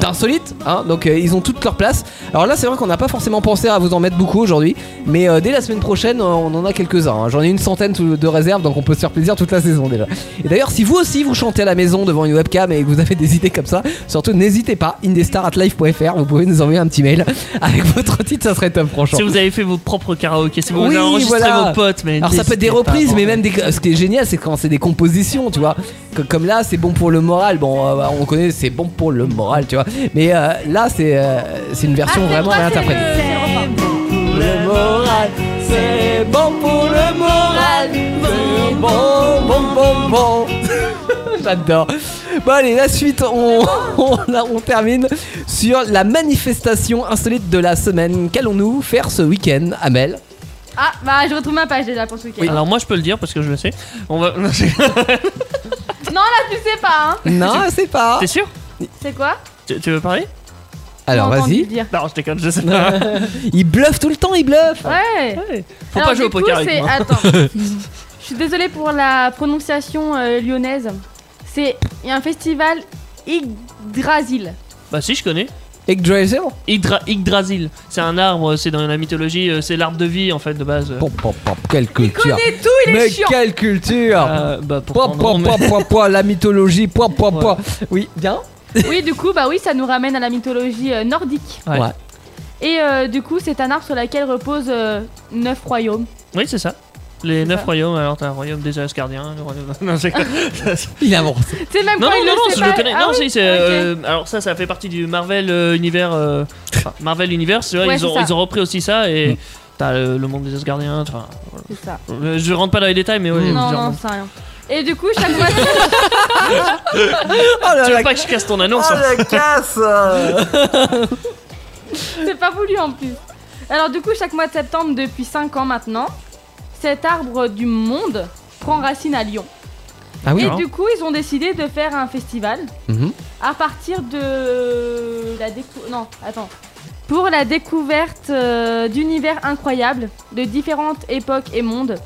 [SPEAKER 3] d'insolites, hein, donc euh, ils ont toute leur place. Alors là, c'est vrai qu'on n'a pas forcément pensé à vous en mettre beaucoup aujourd'hui, mais euh, dès la semaine prochaine, euh, on en a quelques-uns. hein. J'en ai une centaine tout- de réserve, donc on peut se faire plaisir toute la saison déjà. Et d'ailleurs, si vous aussi vous chantez à la maison devant une webcam et que vous avez des idées comme ça, surtout n'hésitez pas, indestar.live.fr, vous pouvez nous envoyer un petit mail avec <laughs> votre titre, ça serait top, franchement.
[SPEAKER 6] Si vous avez fait vos propres karaokés, si vous
[SPEAKER 3] Oui,
[SPEAKER 6] avez enregistré
[SPEAKER 3] voilà.
[SPEAKER 6] vos potes, mais
[SPEAKER 3] Alors ça peut être des
[SPEAKER 6] n'hésitez pas,
[SPEAKER 3] reprises,
[SPEAKER 6] bon.
[SPEAKER 3] mais même des. Ce qui est génial, c'est quand c'est des compositions, tu vois. Que- Comme là, c'est bon pour le moral. Bon, euh, on connaît, c'est bon pour le moral, tu vois. Mais euh, là, c'est euh, c'est une
[SPEAKER 4] Ah,
[SPEAKER 3] version vraiment réinterprétée.
[SPEAKER 10] Le moral, c'est bon pour le moral. C'est bon, bon, bon, bon.
[SPEAKER 3] <laughs> J'adore. Bon allez, la suite, on, <laughs> on, on termine sur la manifestation insolite de la semaine. Qu'allons-nous faire ce week-end, Amel
[SPEAKER 4] Ah, bah je retrouve ma page déjà pour ce week-end.
[SPEAKER 6] Alors moi je peux le dire parce que je le sais. On va. <laughs>
[SPEAKER 4] Non, là tu sais pas, hein.
[SPEAKER 3] <laughs> Non, c'est pas.
[SPEAKER 6] T'es sûr
[SPEAKER 4] C'est quoi
[SPEAKER 6] tu, tu veux parler
[SPEAKER 3] Alors
[SPEAKER 4] J'ai entendu
[SPEAKER 3] vas-y.
[SPEAKER 4] le dire.
[SPEAKER 6] Non, je déconne, je
[SPEAKER 3] <laughs>
[SPEAKER 6] sais pas.
[SPEAKER 3] il bluffe tout le temps, il bluffe.
[SPEAKER 4] Ouais.
[SPEAKER 6] Faut
[SPEAKER 4] Alors,
[SPEAKER 6] pas jouer
[SPEAKER 4] du
[SPEAKER 6] au poker
[SPEAKER 4] coup,
[SPEAKER 6] avec
[SPEAKER 4] c'est-
[SPEAKER 6] moi. <laughs>
[SPEAKER 4] Attends. Je suis désolée pour la prononciation euh, lyonnaise. C'est il y a un festival Yggdrasil.
[SPEAKER 6] Bah si, je connais.
[SPEAKER 3] Yggdrasil
[SPEAKER 6] Yggdra Yggdrasil. C'est un arbre, c'est dans la mythologie, euh, c'est l'arbre de vie en fait de base.
[SPEAKER 3] Pom, pom, pom, quelle culture.
[SPEAKER 4] connaît tout, il est
[SPEAKER 3] Mais
[SPEAKER 4] chiant.
[SPEAKER 3] quelle culture
[SPEAKER 6] Euh, bah,
[SPEAKER 3] Pouah,
[SPEAKER 6] pourtant,
[SPEAKER 3] pouah,
[SPEAKER 6] non,
[SPEAKER 3] pouah,
[SPEAKER 6] mais-
[SPEAKER 3] pouah, pouah, la mythologie, pouah, pouah, pouah. Oui, bien
[SPEAKER 4] oui, du coup, bah oui, ça nous ramène à la mythologie euh, nordique.
[SPEAKER 3] Ouais.
[SPEAKER 4] Et euh, du coup, c'est un arbre sur lequel reposent euh, neuf royaumes.
[SPEAKER 6] Oui, c'est ça. Les neuf
[SPEAKER 4] ça.
[SPEAKER 6] royaumes, alors t'as un royaume des Asgardiens, le royaume. <laughs> Non, c'est
[SPEAKER 4] <laughs>
[SPEAKER 3] Il avance.
[SPEAKER 4] C'est même
[SPEAKER 6] Non,
[SPEAKER 4] quand
[SPEAKER 6] non,
[SPEAKER 4] il
[SPEAKER 6] non,
[SPEAKER 4] le
[SPEAKER 6] non,
[SPEAKER 4] sait
[SPEAKER 6] je
[SPEAKER 4] pas-
[SPEAKER 6] le connais.
[SPEAKER 4] Ah
[SPEAKER 6] non,
[SPEAKER 4] oui,
[SPEAKER 6] si, c'est. euh, alors, ça, ça fait partie du Marvel euh, Univers. euh, enfin, Marvel Universe, tu vois,
[SPEAKER 4] Ouais,
[SPEAKER 6] ils,
[SPEAKER 4] c'est
[SPEAKER 6] ont,
[SPEAKER 4] ça.
[SPEAKER 6] ils ont repris aussi ça et.
[SPEAKER 5] Mm.
[SPEAKER 6] T'as le, le monde des Asgardiens, enfin. voilà.
[SPEAKER 4] C'est ça.
[SPEAKER 6] Euh, Je rentre pas dans les détails, mais ouais.
[SPEAKER 4] Non,
[SPEAKER 6] Mmh, genre,
[SPEAKER 4] non,
[SPEAKER 6] bon.
[SPEAKER 4] c'est rien. Et du coup,
[SPEAKER 6] <laughs>
[SPEAKER 4] chaque fois.
[SPEAKER 5] Ah
[SPEAKER 6] tu veux pas que je casse ton annonce hein
[SPEAKER 3] casse
[SPEAKER 4] C'est pas voulu en plus. Alors du coup, chaque mois de septembre, depuis 5 ans maintenant, cet arbre du monde prend racine à Lyon.
[SPEAKER 3] Ah oui Mhm.
[SPEAKER 4] Et du coup, ils ont décidé de faire un festival à partir de la décou- non, attends. Pour la découverte euh, d'univers incroyables de différentes époques et mondes.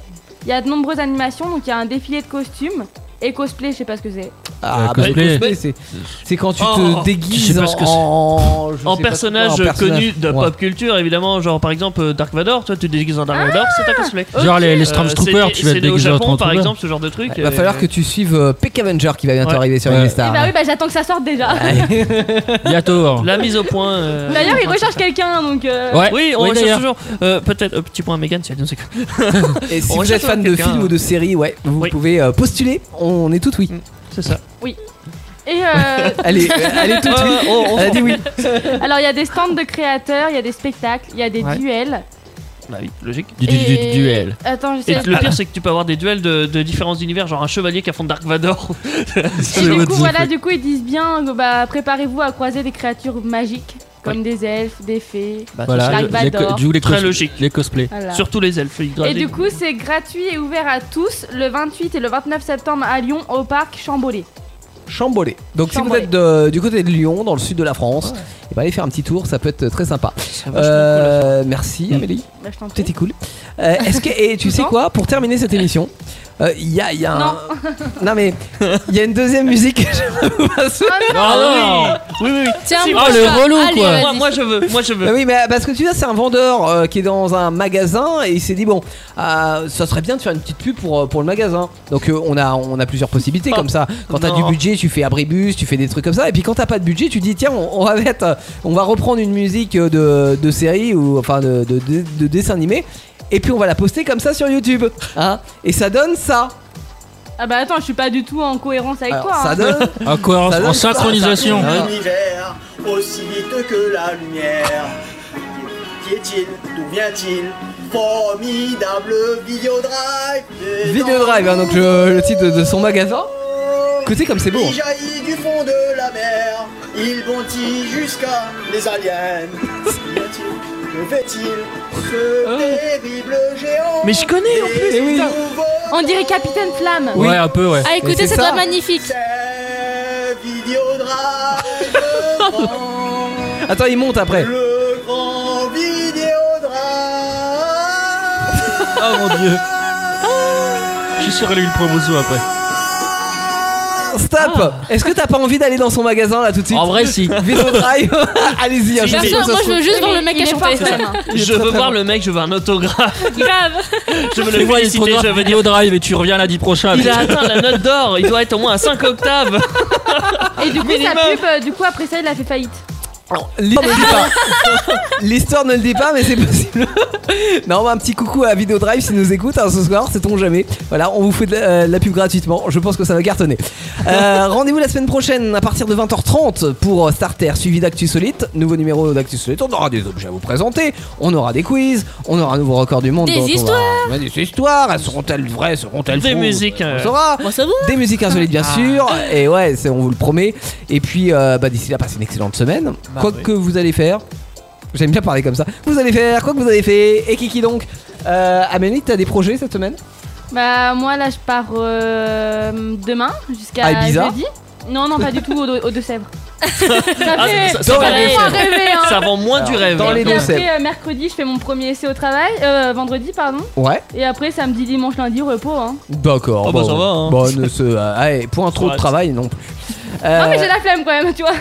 [SPEAKER 4] Il y a de nombreuses animations, donc il y a un défilé de costumes et cosplay, je sais pas ce que c'est.
[SPEAKER 3] Ah,
[SPEAKER 5] Euh,
[SPEAKER 3] bah, le
[SPEAKER 5] cosplay.
[SPEAKER 3] cosplay, c'est- c'est quand tu
[SPEAKER 6] Oh,
[SPEAKER 3] te déguises
[SPEAKER 6] je sais pas ce que c'est.
[SPEAKER 3] en, je sais pas
[SPEAKER 6] en
[SPEAKER 3] quoi,
[SPEAKER 6] personnage,
[SPEAKER 3] en
[SPEAKER 6] connu de
[SPEAKER 3] Ouais.
[SPEAKER 6] pop culture, évidemment, genre par exemple euh, Dark Vador, toi tu te déguises en Dark Vador, c'est un
[SPEAKER 4] Ah,
[SPEAKER 6] cosplay.
[SPEAKER 5] Genre les- les
[SPEAKER 6] Euh,
[SPEAKER 5] Stormtroopers,
[SPEAKER 6] c'est-
[SPEAKER 5] tu vas te
[SPEAKER 6] c'est
[SPEAKER 5] déguiser
[SPEAKER 6] au
[SPEAKER 5] en
[SPEAKER 6] Japon, par
[SPEAKER 5] Stormtrooper.
[SPEAKER 6] exemple, ce genre de truc.
[SPEAKER 3] Il va
[SPEAKER 6] euh,
[SPEAKER 3] falloir que tu suives euh, Peck Avenger qui va bientôt
[SPEAKER 6] Ouais.
[SPEAKER 3] arriver sur
[SPEAKER 5] Ouais.
[SPEAKER 3] une
[SPEAKER 4] Eh ben bah
[SPEAKER 3] star.
[SPEAKER 4] oui, bah j'attends que ça sorte déjà.
[SPEAKER 5] Bientôt.
[SPEAKER 6] La mise au point. euh,
[SPEAKER 4] D'ailleurs, ils recherchent quelqu'un, donc. euh,
[SPEAKER 6] Oui, on
[SPEAKER 5] oui,
[SPEAKER 6] recherche
[SPEAKER 5] d'ailleurs.
[SPEAKER 6] toujours. Euh, Peut-être un petit point à Megan si elle nous écoute.
[SPEAKER 3] <laughs> Et si
[SPEAKER 6] On
[SPEAKER 3] vous êtes
[SPEAKER 6] recherche
[SPEAKER 3] fan de
[SPEAKER 6] quelqu'un,
[SPEAKER 3] films
[SPEAKER 6] euh,
[SPEAKER 3] ou de séries, ouais, vous pouvez euh, postuler. On est tout
[SPEAKER 6] <laughs>
[SPEAKER 3] oui.
[SPEAKER 6] C'est ça.
[SPEAKER 4] Et
[SPEAKER 3] <laughs>
[SPEAKER 4] euh,
[SPEAKER 3] Elle est, elle est tout
[SPEAKER 6] Ouais,
[SPEAKER 3] oui.
[SPEAKER 6] ouais, Euh, on- on-
[SPEAKER 3] Elle a dit oui.
[SPEAKER 4] Alors, il y a des stands de créateurs, il y a des spectacles, il y a des
[SPEAKER 6] Ouais.
[SPEAKER 4] duels.
[SPEAKER 6] Bah oui, logique.
[SPEAKER 5] Du, du- du- du-
[SPEAKER 4] Et-
[SPEAKER 5] duel.
[SPEAKER 4] Attends, je
[SPEAKER 6] Et
[SPEAKER 4] sais.
[SPEAKER 6] le pire, c'est que tu peux avoir des duels de, de différents univers, genre un chevalier qui affronte Dark Vador.
[SPEAKER 4] Et du coup, voilà, du coup, ils disent bien que, bah, préparez-vous à croiser des créatures magiques, comme des elfes, des fées,
[SPEAKER 5] Voilà,
[SPEAKER 6] Ah,
[SPEAKER 4] Dark
[SPEAKER 5] les- les,
[SPEAKER 4] Vador.
[SPEAKER 5] du coup, les,
[SPEAKER 6] Très
[SPEAKER 5] cos-
[SPEAKER 6] logique.
[SPEAKER 5] les cosplays.
[SPEAKER 4] Voilà.
[SPEAKER 6] Surtout les elfes. ils
[SPEAKER 4] Et
[SPEAKER 6] gravitent.
[SPEAKER 4] du coup, c'est gratuit et ouvert à tous le 28 et le 29 septembre à Lyon, au parc Chambolet.
[SPEAKER 3] Chambolé. Donc si vous
[SPEAKER 4] Chambolé.
[SPEAKER 3] êtes de- du côté de Lyon, dans le sud de la France, et allez faire un petit tour, ça peut être très sympa. Euh, merci Amélie.
[SPEAKER 4] Bah, je t'en prie.
[SPEAKER 3] T'étais cool. Euh, Est-ce que et tu sais quoi pour terminer cette émission, euh, il y a, il y a un-
[SPEAKER 4] Non.
[SPEAKER 3] non mais il y a une deuxième musique. que je vous passe.
[SPEAKER 6] Ah non Oui, oui, oui.
[SPEAKER 7] Tiens,
[SPEAKER 6] Si,
[SPEAKER 7] moi,
[SPEAKER 6] moi,
[SPEAKER 7] je
[SPEAKER 6] je-
[SPEAKER 7] pars. Allez, vas-y.
[SPEAKER 6] Moi, moi, je veux, moi je
[SPEAKER 3] Bah <laughs>
[SPEAKER 6] veux.
[SPEAKER 3] oui, mais parce que tu vois, c'est un vendeur euh, qui est dans un magasin et il s'est dit bon, euh, ça serait bien de faire une petite pub pour, euh, pour le magasin. Donc euh, on a on a plusieurs possibilités comme ça. Quand t'as
[SPEAKER 6] non.
[SPEAKER 3] du budget, tu fais abribus, tu fais des trucs comme ça. Et puis quand t'as pas de budget, tu dis tiens, on, on va mettre, euh, on va reprendre une musique euh, de, de série ou enfin de, de, de- de dessin animé. Et puis on va la poster comme ça sur YouTube, hein Et ça donne ça.
[SPEAKER 4] Ah bah attends, je suis pas du tout en cohérence avec
[SPEAKER 3] Alors,
[SPEAKER 4] toi.
[SPEAKER 3] ça
[SPEAKER 4] hein.
[SPEAKER 3] donne.
[SPEAKER 5] En cohérence,
[SPEAKER 3] Ça donne
[SPEAKER 5] Ah, en
[SPEAKER 3] ça, Hein.
[SPEAKER 5] synchronisation.
[SPEAKER 3] ça.
[SPEAKER 13] L'univers, aussi vite que la lumière. Qui est-il D'où vient-il Formidable vidéo drive.
[SPEAKER 3] Video Drive, hein, donc le, le titre de, de son magasin. Écoutez comme c'est beau. hein.
[SPEAKER 13] Il jaillit du fond de la mer, il bondit jusqu'à les aliens. Qu'y a-t-il Que fait-il ce terrible géant
[SPEAKER 6] Ah. Mais je connais en plus. Ah.
[SPEAKER 13] Et oui.
[SPEAKER 4] On dirait Capitaine Flamme.
[SPEAKER 5] Ouais, un peu, ouais.
[SPEAKER 7] Ah,
[SPEAKER 3] Mais
[SPEAKER 7] écoutez,
[SPEAKER 3] c'est
[SPEAKER 7] ça doit
[SPEAKER 3] ça.
[SPEAKER 7] être magnifique.
[SPEAKER 13] Vidéo
[SPEAKER 6] <laughs>
[SPEAKER 13] drive, grand,
[SPEAKER 3] Attends, il monte après.
[SPEAKER 13] le grand vidéo drive.
[SPEAKER 5] Oh mon dieu. Je suis sûr qu'elle a eu le promotion après.
[SPEAKER 3] Stop Est-ce que t'as pas envie d'aller dans son magasin là tout de suite En
[SPEAKER 5] vrai, si.
[SPEAKER 3] Vélo Drive, <laughs> allez-y. hein,
[SPEAKER 7] Bien sûr, moi, je veux juste voir le mec à chanter.
[SPEAKER 14] Je veux voir le mec, je veux un autographe.
[SPEAKER 7] <laughs> Grave.
[SPEAKER 14] Je veux
[SPEAKER 5] Tu
[SPEAKER 14] le
[SPEAKER 5] vois, il se
[SPEAKER 14] féliciter,
[SPEAKER 5] retrouve
[SPEAKER 14] je veux dire.
[SPEAKER 5] au drive et tu reviens lundi
[SPEAKER 3] Ah,
[SPEAKER 5] prochain.
[SPEAKER 14] Il a atteint la note d'or, il doit être au moins à 5
[SPEAKER 3] <laughs>
[SPEAKER 14] octaves.
[SPEAKER 4] Et du coup, sa pub, euh, du coup, après ça, il a fait faillite.
[SPEAKER 3] L'histoire ne le dit pas. L'histoire ne le dit pas, mais c'est possible. <laughs> non, bah, un petit coucou à Video Drive s'ils nous écoutent hein, ce soir, c'est on jamais. Voilà, on vous fait de la, euh, de la pub gratuitement. Je pense que ça va cartonner. Euh, Rendez-vous la semaine prochaine à partir de 20h30 pour euh, Starter suivi d'Actu Solite. Nouveau numéro d'Actu Solite. On aura des objets à vous présenter, on aura des quiz, on aura un nouveau record du monde.
[SPEAKER 7] Des
[SPEAKER 3] dont on va-
[SPEAKER 7] histoires.
[SPEAKER 3] Ouais, Des histoires. Elles seront-elles vraies Seront-elles
[SPEAKER 14] Des
[SPEAKER 3] fausses
[SPEAKER 14] musiques, euh,
[SPEAKER 3] On saura. Des musiques insolites,
[SPEAKER 14] Ah.
[SPEAKER 3] bien sûr. Et ouais, c'est- on vous le promet. Et puis, euh, bah, d'ici là, passez une excellente semaine.
[SPEAKER 14] Bah
[SPEAKER 3] quoi
[SPEAKER 14] oui.
[SPEAKER 3] que vous allez faire, j'aime bien parler comme ça. Vous allez faire quoi que vous avez fait. Et Kiki donc euh, Amélie, t'as des projets cette semaine
[SPEAKER 4] Bah, moi, là, je pars euh, demain
[SPEAKER 3] À
[SPEAKER 4] jusqu'à
[SPEAKER 3] Ibiza
[SPEAKER 4] jeudi. Non, non, pas du tout, aux aux Deux-Sèvres.
[SPEAKER 14] Ah,
[SPEAKER 4] ça fait
[SPEAKER 14] ça- ça vend
[SPEAKER 4] vraiment
[SPEAKER 14] du rêve.
[SPEAKER 4] rêver, hein.
[SPEAKER 14] Ça vend moins du rêve.
[SPEAKER 3] dans les
[SPEAKER 4] Et
[SPEAKER 3] deux
[SPEAKER 4] après,
[SPEAKER 3] Sèvres.
[SPEAKER 4] euh, mercredi, je fais mon premier essai au travail, euh, vendredi, pardon.
[SPEAKER 3] Ouais.
[SPEAKER 4] Et après, samedi, dimanche, lundi, repos. Hein.
[SPEAKER 3] D'accord.
[SPEAKER 14] Oh, bah,
[SPEAKER 3] bon.
[SPEAKER 14] ça va, hein.
[SPEAKER 3] Bon, ne se- euh, allez, point trop de
[SPEAKER 14] Ouais.
[SPEAKER 3] travail non plus.
[SPEAKER 4] Non, mais j'ai
[SPEAKER 3] Euh,
[SPEAKER 4] la flemme quand même, tu vois.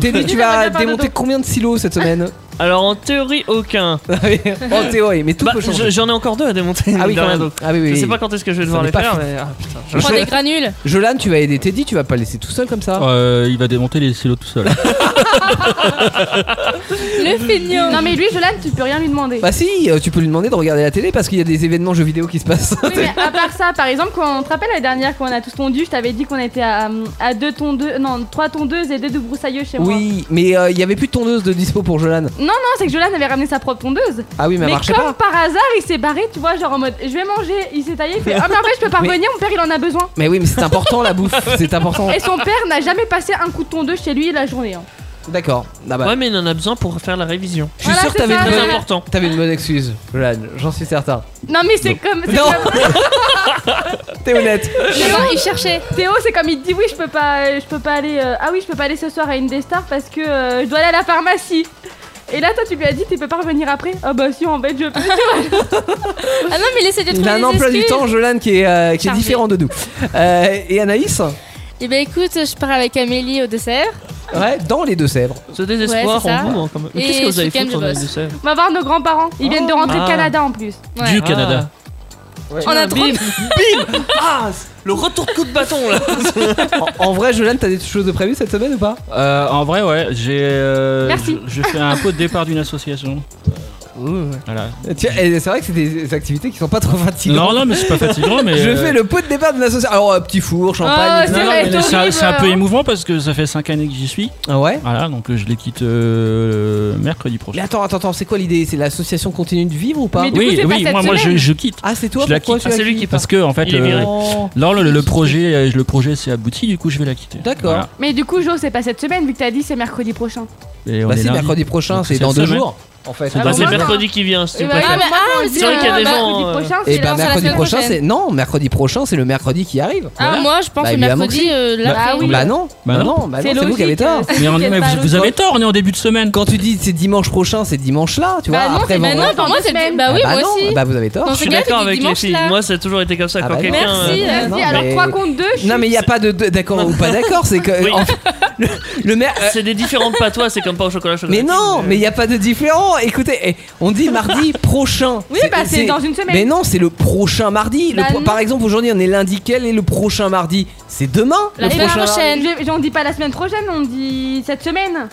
[SPEAKER 3] Teddy, tu
[SPEAKER 4] J'ai
[SPEAKER 3] vas
[SPEAKER 4] la barre de
[SPEAKER 3] démonter combien de silos cette
[SPEAKER 14] <laughs>
[SPEAKER 3] semaine
[SPEAKER 14] Alors en théorie, aucun.
[SPEAKER 3] En théorie, mais tout
[SPEAKER 14] Bah,
[SPEAKER 3] peut changer.
[SPEAKER 14] je- J'en ai encore deux à démonter.
[SPEAKER 3] Ah oui,
[SPEAKER 14] mine de
[SPEAKER 3] quand
[SPEAKER 14] rien,
[SPEAKER 3] même.
[SPEAKER 14] donc.
[SPEAKER 3] Ah oui, oui,
[SPEAKER 14] Je sais
[SPEAKER 3] oui.
[SPEAKER 14] pas quand est-ce que je vais
[SPEAKER 3] Ça
[SPEAKER 14] devoir
[SPEAKER 3] n'est
[SPEAKER 14] les
[SPEAKER 3] pas
[SPEAKER 14] faire,
[SPEAKER 3] fini.
[SPEAKER 14] mais. ah, putain, je-
[SPEAKER 7] Prends des granules.
[SPEAKER 3] Jolan, tu vas aider Teddy, tu vas pas le laisser tout seul comme ça
[SPEAKER 5] Euh, il va démonter les silos tout seul.
[SPEAKER 4] Le feignant.
[SPEAKER 3] <laughs>
[SPEAKER 4] Non, mais lui, Jolan, tu peux rien lui demander.
[SPEAKER 3] Bah si, euh, tu peux lui demander de regarder la télé parce qu'il y a des événements jeux vidéo qui se
[SPEAKER 4] <laughs>
[SPEAKER 3] passent.
[SPEAKER 4] Oui, mais à part ça, par exemple, quand on te rappelle la dernière, quand on a tous tondu, je t'avais dit qu'on était à, euh, à deux tondeuses, non, trois tondeuses et deux de broussailleux chez moi.
[SPEAKER 3] Oui, mais euh, il y avait plus de tondeuse de dispo pour Jolan.
[SPEAKER 4] Non, non, c'est que Jolan avait ramené sa propre tondeuse.
[SPEAKER 3] Ah oui, mais elle
[SPEAKER 4] mais
[SPEAKER 3] marchait
[SPEAKER 4] comme
[SPEAKER 3] pas.
[SPEAKER 4] par hasard, il s'est barré, tu vois, genre en mode je vais manger, il s'est taillé, il fait Ah, mais en fait, je peux pas
[SPEAKER 3] <laughs> Mais-
[SPEAKER 4] revenir, mon père il en a besoin.
[SPEAKER 3] Mais oui, mais c'est important la
[SPEAKER 4] <laughs>
[SPEAKER 3] bouffe, c'est important.
[SPEAKER 4] Et son père n'a jamais passé un coup de tondeuse chez lui la journée. hein.
[SPEAKER 3] D'accord. Ah bah,
[SPEAKER 14] Ouais, mais il en a besoin pour faire la révision.
[SPEAKER 3] Je suis
[SPEAKER 4] Voilà,
[SPEAKER 3] sûr que
[SPEAKER 4] c'est
[SPEAKER 3] t'avais
[SPEAKER 4] ça,
[SPEAKER 3] une,
[SPEAKER 14] Très
[SPEAKER 4] ouais.
[SPEAKER 3] bonne...
[SPEAKER 14] important.
[SPEAKER 3] t'avais une bonne excuse, Jolan, j'en suis certain.
[SPEAKER 4] Non, mais c'est comme. c'est
[SPEAKER 3] Non.
[SPEAKER 4] comme-
[SPEAKER 3] T'es
[SPEAKER 4] <laughs>
[SPEAKER 3] honnête.
[SPEAKER 4] Théo,
[SPEAKER 7] il cherchait.
[SPEAKER 4] Théo, c'est comme il te dit oui, je peux pas, euh, je peux pas aller. euh, ah oui, je peux pas aller ce soir à une des stars parce que euh, je dois aller à la pharmacie. Et là, toi, tu lui as dit, tu peux pas revenir après Ah bah si, en fait, je peux.
[SPEAKER 7] Ah non, mais il essaie de
[SPEAKER 3] Il
[SPEAKER 7] trouver
[SPEAKER 3] a un
[SPEAKER 7] des
[SPEAKER 3] emploi du
[SPEAKER 7] excuses.
[SPEAKER 3] temps, Jolan, qui est, euh, qui est
[SPEAKER 7] Chargé.
[SPEAKER 3] différent de nous. Euh, et Anaïs
[SPEAKER 7] Eh ben écoute, je pars avec Amélie au dessert.
[SPEAKER 3] Ouais, dans les Deux-Sèvres.
[SPEAKER 14] Ce désespoir
[SPEAKER 7] Ouais, c'est
[SPEAKER 14] en
[SPEAKER 7] ça.
[SPEAKER 14] vous, hein, quand même. Mais
[SPEAKER 7] Et
[SPEAKER 14] Qu'est-ce que vous avez
[SPEAKER 7] Sofiane
[SPEAKER 14] fait sur
[SPEAKER 7] Lebos.
[SPEAKER 14] les essais
[SPEAKER 4] On va voir nos grands-parents. Ils viennent
[SPEAKER 3] Oh,
[SPEAKER 4] de rentrer
[SPEAKER 14] Ah.
[SPEAKER 4] de Canada en plus.
[SPEAKER 7] Ouais.
[SPEAKER 5] Du
[SPEAKER 14] Ah.
[SPEAKER 5] Canada.
[SPEAKER 7] On a trop
[SPEAKER 14] Bim Bim Ah Le retour de coup de bâton là
[SPEAKER 3] En, en vrai, Jolan, t'as des choses de prévues cette semaine ou pas
[SPEAKER 5] Euh, en vrai, ouais, j'ai. euh,
[SPEAKER 4] Merci.
[SPEAKER 5] Je, je fais un pot de départ d'une association. Voilà.
[SPEAKER 3] Tiens, et c'est vrai que c'est des, des activités qui sont pas trop fatigantes.
[SPEAKER 5] Non, non, mais c'est pas fatigant, mais.
[SPEAKER 3] Je
[SPEAKER 5] euh,
[SPEAKER 3] fais le pot de départ de l'association. Alors, euh, petit four, champagne.
[SPEAKER 4] Ah,
[SPEAKER 3] etc.
[SPEAKER 4] c'est
[SPEAKER 5] non,
[SPEAKER 4] vrai,
[SPEAKER 5] mais
[SPEAKER 4] t'es
[SPEAKER 5] c'est un-
[SPEAKER 4] horrible,
[SPEAKER 5] c'est un peu
[SPEAKER 4] hein.
[SPEAKER 5] émouvant parce que ça fait 5 années que j'y suis.
[SPEAKER 3] Ah ouais
[SPEAKER 5] Voilà, donc euh, je les quitte euh, mercredi prochain.
[SPEAKER 3] Mais attends, attends, attends, c'est quoi l'idée C'est l'association continue de vivre ou pas
[SPEAKER 4] Mais du coup,
[SPEAKER 5] oui,
[SPEAKER 4] c'est pas
[SPEAKER 5] oui,
[SPEAKER 4] cette
[SPEAKER 5] moi, moi je,
[SPEAKER 4] semaine.
[SPEAKER 5] je quitte.
[SPEAKER 3] Ah, c'est toi
[SPEAKER 5] je la
[SPEAKER 3] Pourquoi
[SPEAKER 5] quitte.
[SPEAKER 3] tu
[SPEAKER 14] Ah,
[SPEAKER 3] la
[SPEAKER 14] c'est lui
[SPEAKER 3] quittes
[SPEAKER 14] qui part.
[SPEAKER 5] Parce que en fait, euh,
[SPEAKER 14] Il est viré.
[SPEAKER 3] Oh.
[SPEAKER 5] non, le, le projet, euh, le projet s'est abouti, du coup je vais la quitter.
[SPEAKER 3] D'accord.
[SPEAKER 5] Voilà.
[SPEAKER 4] Mais du coup, Jo, c'est pas cette semaine vu que t'as dit c'est mercredi prochain.
[SPEAKER 5] Et on
[SPEAKER 3] Bah
[SPEAKER 5] est
[SPEAKER 3] si,
[SPEAKER 5] lundi.
[SPEAKER 3] mercredi prochain,
[SPEAKER 5] Donc,
[SPEAKER 3] c'est
[SPEAKER 5] c'est
[SPEAKER 3] dans
[SPEAKER 5] la
[SPEAKER 3] deux
[SPEAKER 5] semaine.
[SPEAKER 3] jours, en fait.
[SPEAKER 5] C'est
[SPEAKER 4] Ah
[SPEAKER 5] dans deux
[SPEAKER 4] bon,
[SPEAKER 14] bah, C'est
[SPEAKER 4] moi,
[SPEAKER 5] jours.
[SPEAKER 14] mercredi qui vient,
[SPEAKER 3] Eh
[SPEAKER 14] si tu
[SPEAKER 4] Et
[SPEAKER 3] ben,
[SPEAKER 14] préfères.
[SPEAKER 4] voilà,
[SPEAKER 7] mais
[SPEAKER 4] moi,
[SPEAKER 7] ah,
[SPEAKER 4] quand on
[SPEAKER 7] mais
[SPEAKER 4] dit,
[SPEAKER 7] c'est vrai qu'il y a
[SPEAKER 4] euh,
[SPEAKER 7] des
[SPEAKER 14] gens,
[SPEAKER 4] mercredi
[SPEAKER 14] euh,
[SPEAKER 4] prochain,
[SPEAKER 3] Et
[SPEAKER 4] c'est
[SPEAKER 3] bah
[SPEAKER 4] la-
[SPEAKER 3] mercredi
[SPEAKER 7] semaine
[SPEAKER 3] prochain,
[SPEAKER 7] prochaine.
[SPEAKER 3] c'est non, mercredi prochain, c'est le mercredi qui arrive.
[SPEAKER 7] Ah, moi je pense
[SPEAKER 3] Bah,
[SPEAKER 7] que
[SPEAKER 3] évidemment
[SPEAKER 7] mercredi, euh, là.
[SPEAKER 4] Bah oui.
[SPEAKER 3] Bah non,
[SPEAKER 5] Bah
[SPEAKER 3] bah
[SPEAKER 5] non.
[SPEAKER 3] non, bah non,
[SPEAKER 4] C'est
[SPEAKER 3] c'est vous qui avez
[SPEAKER 4] logique,
[SPEAKER 3] tort.
[SPEAKER 4] euh,
[SPEAKER 5] <laughs>
[SPEAKER 4] c'est
[SPEAKER 5] Mais, on-
[SPEAKER 4] Quel
[SPEAKER 5] mais vous,
[SPEAKER 4] ballot.
[SPEAKER 5] vous avez tort, on est en début de semaine.
[SPEAKER 3] Quand tu dis c'est dimanche prochain, c'est dimanche là, tu
[SPEAKER 4] Bah
[SPEAKER 3] vois.
[SPEAKER 4] non,
[SPEAKER 3] après
[SPEAKER 4] c'est
[SPEAKER 7] Bah
[SPEAKER 3] vendredi-
[SPEAKER 7] non, pour moi c'est.
[SPEAKER 4] Semaine.
[SPEAKER 7] Bah oui,
[SPEAKER 3] Ah bah
[SPEAKER 7] moi
[SPEAKER 3] non,
[SPEAKER 7] aussi.
[SPEAKER 3] bah vous avez tort.
[SPEAKER 7] Non,
[SPEAKER 14] Je suis
[SPEAKER 7] Regarde,
[SPEAKER 14] d'accord
[SPEAKER 7] il est
[SPEAKER 14] avec les
[SPEAKER 7] dimanche,
[SPEAKER 14] filles.
[SPEAKER 7] là.
[SPEAKER 14] Moi, ça a toujours été comme ça.
[SPEAKER 3] Ah
[SPEAKER 14] quand
[SPEAKER 3] bah
[SPEAKER 14] quelqu'un.
[SPEAKER 7] Merci.
[SPEAKER 14] euh,
[SPEAKER 4] Vas-y,
[SPEAKER 3] Non,
[SPEAKER 4] alors
[SPEAKER 3] mais-
[SPEAKER 4] 3 contre 2, je
[SPEAKER 3] Non mais il y a pas de, de- d'accord ou pas d'accord, c'est que
[SPEAKER 14] Oui.
[SPEAKER 3] en fait, le, le maire. euh,
[SPEAKER 14] C'est des différentes patois, c'est comme pas au chocolat chocolat.
[SPEAKER 4] Bah,
[SPEAKER 3] mais non, mais il y a pas de différent. Écoutez, eh, on dit mardi prochain.
[SPEAKER 4] Ah. Oui, bah, c'est dans une semaine.
[SPEAKER 3] Mais non, c'est le prochain mardi. Le
[SPEAKER 4] Bah
[SPEAKER 3] pro-
[SPEAKER 4] non.
[SPEAKER 3] Par exemple, aujourd'hui, on est lundi. Quel est le prochain mardi C'est demain.
[SPEAKER 7] La
[SPEAKER 3] le
[SPEAKER 7] semaine
[SPEAKER 3] prochain.
[SPEAKER 7] prochaine.
[SPEAKER 4] Je- On dit pas la semaine prochaine, on dit cette semaine.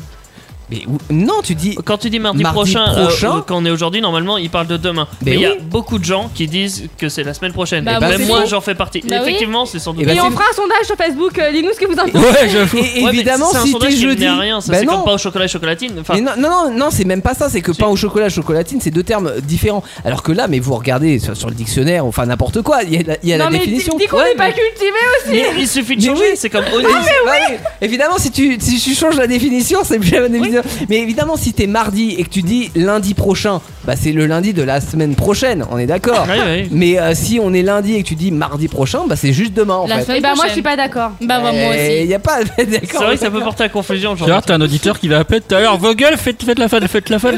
[SPEAKER 3] Mais où- non, tu dis.
[SPEAKER 14] Quand tu dis mardi,
[SPEAKER 3] Mardi
[SPEAKER 14] prochain, euh,
[SPEAKER 3] prochain.
[SPEAKER 14] euh, quand on est aujourd'hui, normalement, il parle de demain.
[SPEAKER 3] Mais
[SPEAKER 14] Mais il y a
[SPEAKER 3] oui.
[SPEAKER 14] beaucoup de gens qui disent que c'est la semaine prochaine.
[SPEAKER 7] Bah,
[SPEAKER 14] Et
[SPEAKER 7] bah,
[SPEAKER 14] même
[SPEAKER 3] c'est
[SPEAKER 14] moi,
[SPEAKER 3] faux.
[SPEAKER 14] j'en fais partie.
[SPEAKER 7] Bah oui.
[SPEAKER 14] Effectivement, c'est sans doute.
[SPEAKER 3] Et bah,
[SPEAKER 4] Et on
[SPEAKER 3] c'est-
[SPEAKER 4] fera un sondage sur Facebook, euh, dis-nous ce que vous en pensez.
[SPEAKER 3] Ouais, j'avoue.
[SPEAKER 14] Ouais,
[SPEAKER 3] Et
[SPEAKER 14] mais
[SPEAKER 3] évidemment,
[SPEAKER 14] c'est un
[SPEAKER 3] si
[SPEAKER 14] sondage
[SPEAKER 3] t'es
[SPEAKER 14] qui
[SPEAKER 3] jeudi.
[SPEAKER 14] mène à rien, ça,
[SPEAKER 3] Bah
[SPEAKER 14] c'est
[SPEAKER 3] non.
[SPEAKER 14] comme pas au chocolat et chocolatine. Enfin,
[SPEAKER 3] Mais non, non, non, non, c'est même pas ça, c'est que pain au chocolat, chocolatine, c'est deux termes différents. Alors que là, mais vous regardez sur, sur le dictionnaire, enfin n'importe quoi, il y a la, il y a
[SPEAKER 4] Non,
[SPEAKER 3] la
[SPEAKER 4] mais dis
[SPEAKER 3] définition.
[SPEAKER 4] dis qu'on
[SPEAKER 3] Ouais,
[SPEAKER 4] n'est pas cultivé aussi.
[SPEAKER 14] il suffit de
[SPEAKER 3] Mais
[SPEAKER 14] changer,
[SPEAKER 3] oui.
[SPEAKER 14] c'est comme
[SPEAKER 6] Ah,
[SPEAKER 3] <laughs> mais-
[SPEAKER 14] Oni.
[SPEAKER 3] Bah oui, Évidemment, si tu, si tu changes la définition, c'est plus la bonne définition. Mais évidemment, si t'es mardi et que tu dis lundi prochain, bah c'est le lundi de la semaine prochaine, on est d'accord.
[SPEAKER 6] Ah,
[SPEAKER 14] Ouais, ouais.
[SPEAKER 3] Mais euh, si on est lundi et que tu dis mardi prochain, bah c'est juste demain en
[SPEAKER 7] La
[SPEAKER 3] fait.
[SPEAKER 7] semaine
[SPEAKER 4] Et bah moi, je suis
[SPEAKER 7] prochaine.
[SPEAKER 4] pas d'accord.
[SPEAKER 7] Bah ouais, moi
[SPEAKER 3] Et
[SPEAKER 7] aussi.
[SPEAKER 3] y a pas <laughs> d'accord.
[SPEAKER 14] C'est vrai que ça peut porter à confusion.
[SPEAKER 5] Tu
[SPEAKER 14] Genre.
[SPEAKER 5] vois, t'as un auditeur qui va appeler tout à l'heure. Vos gueules, faites, faites la fin, faites la fin de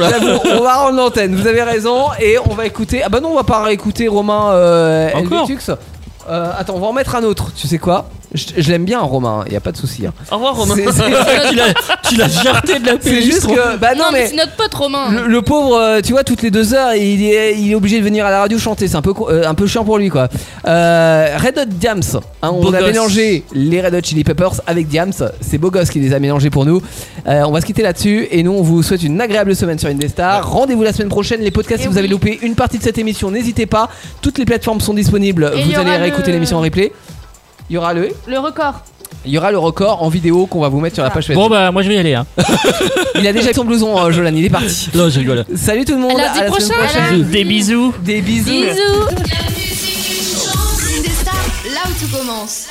[SPEAKER 3] <laughs>
[SPEAKER 5] là.
[SPEAKER 3] J'avoue, on va rendre l'antenne, vous avez raison, et on va écouter. Ah bah non, on va pas réécouter Romain euh,
[SPEAKER 5] Encore
[SPEAKER 3] Helvétux. Euh, attends, on va en mettre un autre, tu sais quoi Je, je l'aime bien, Romain, il y a pas de souci. hein.
[SPEAKER 6] Au revoir, Romain.
[SPEAKER 14] <laughs>
[SPEAKER 3] C'est- c'est-
[SPEAKER 6] Tu l'as- tu l'as jarté de la
[SPEAKER 3] C'est
[SPEAKER 6] piste,
[SPEAKER 3] juste que.
[SPEAKER 6] Romain.
[SPEAKER 3] Bah non, mais.
[SPEAKER 7] c'est Ah notre pote Romain.
[SPEAKER 3] Le, le pauvre, euh, tu vois, toutes les deux heures, il est, il est obligé de venir à la radio chanter. C'est un peu, co- euh, un peu chiant pour lui, quoi. Euh, Red Hot Diams. hein, on
[SPEAKER 14] Beau
[SPEAKER 3] a
[SPEAKER 14] gosse.
[SPEAKER 3] mélangé les Red Hot Chili Peppers avec Diams. C'est Beau Gosse qui les a mélangés pour nous. Euh, on va se quitter là-dessus. Et nous, on vous souhaite une agréable semaine sur Indestar. Rendez-vous la semaine prochaine. Les podcasts, si vous avez loupé une partie de cette émission, n'hésitez pas. Toutes les plateformes sont disponibles.
[SPEAKER 7] Et il y
[SPEAKER 3] vous allez
[SPEAKER 7] aura
[SPEAKER 3] réécouter
[SPEAKER 7] le-
[SPEAKER 3] l'émission en replay. Il y aura le.
[SPEAKER 7] Le record. Ah.
[SPEAKER 3] Il y aura le record en vidéo qu'on va vous mettre sur la page Facebook.
[SPEAKER 5] Bon bah moi je vais y aller hein.
[SPEAKER 3] Il a déjà son blouson, euh, Jolan, il est parti.
[SPEAKER 5] Non je rigole.
[SPEAKER 3] Salut tout le monde.
[SPEAKER 8] À lundi
[SPEAKER 3] à la semaine
[SPEAKER 8] prochain. À lundi.
[SPEAKER 6] Des bisous.
[SPEAKER 3] Des bisous.
[SPEAKER 8] Bisous. La musique, une chance. Indestar, là où tout commence.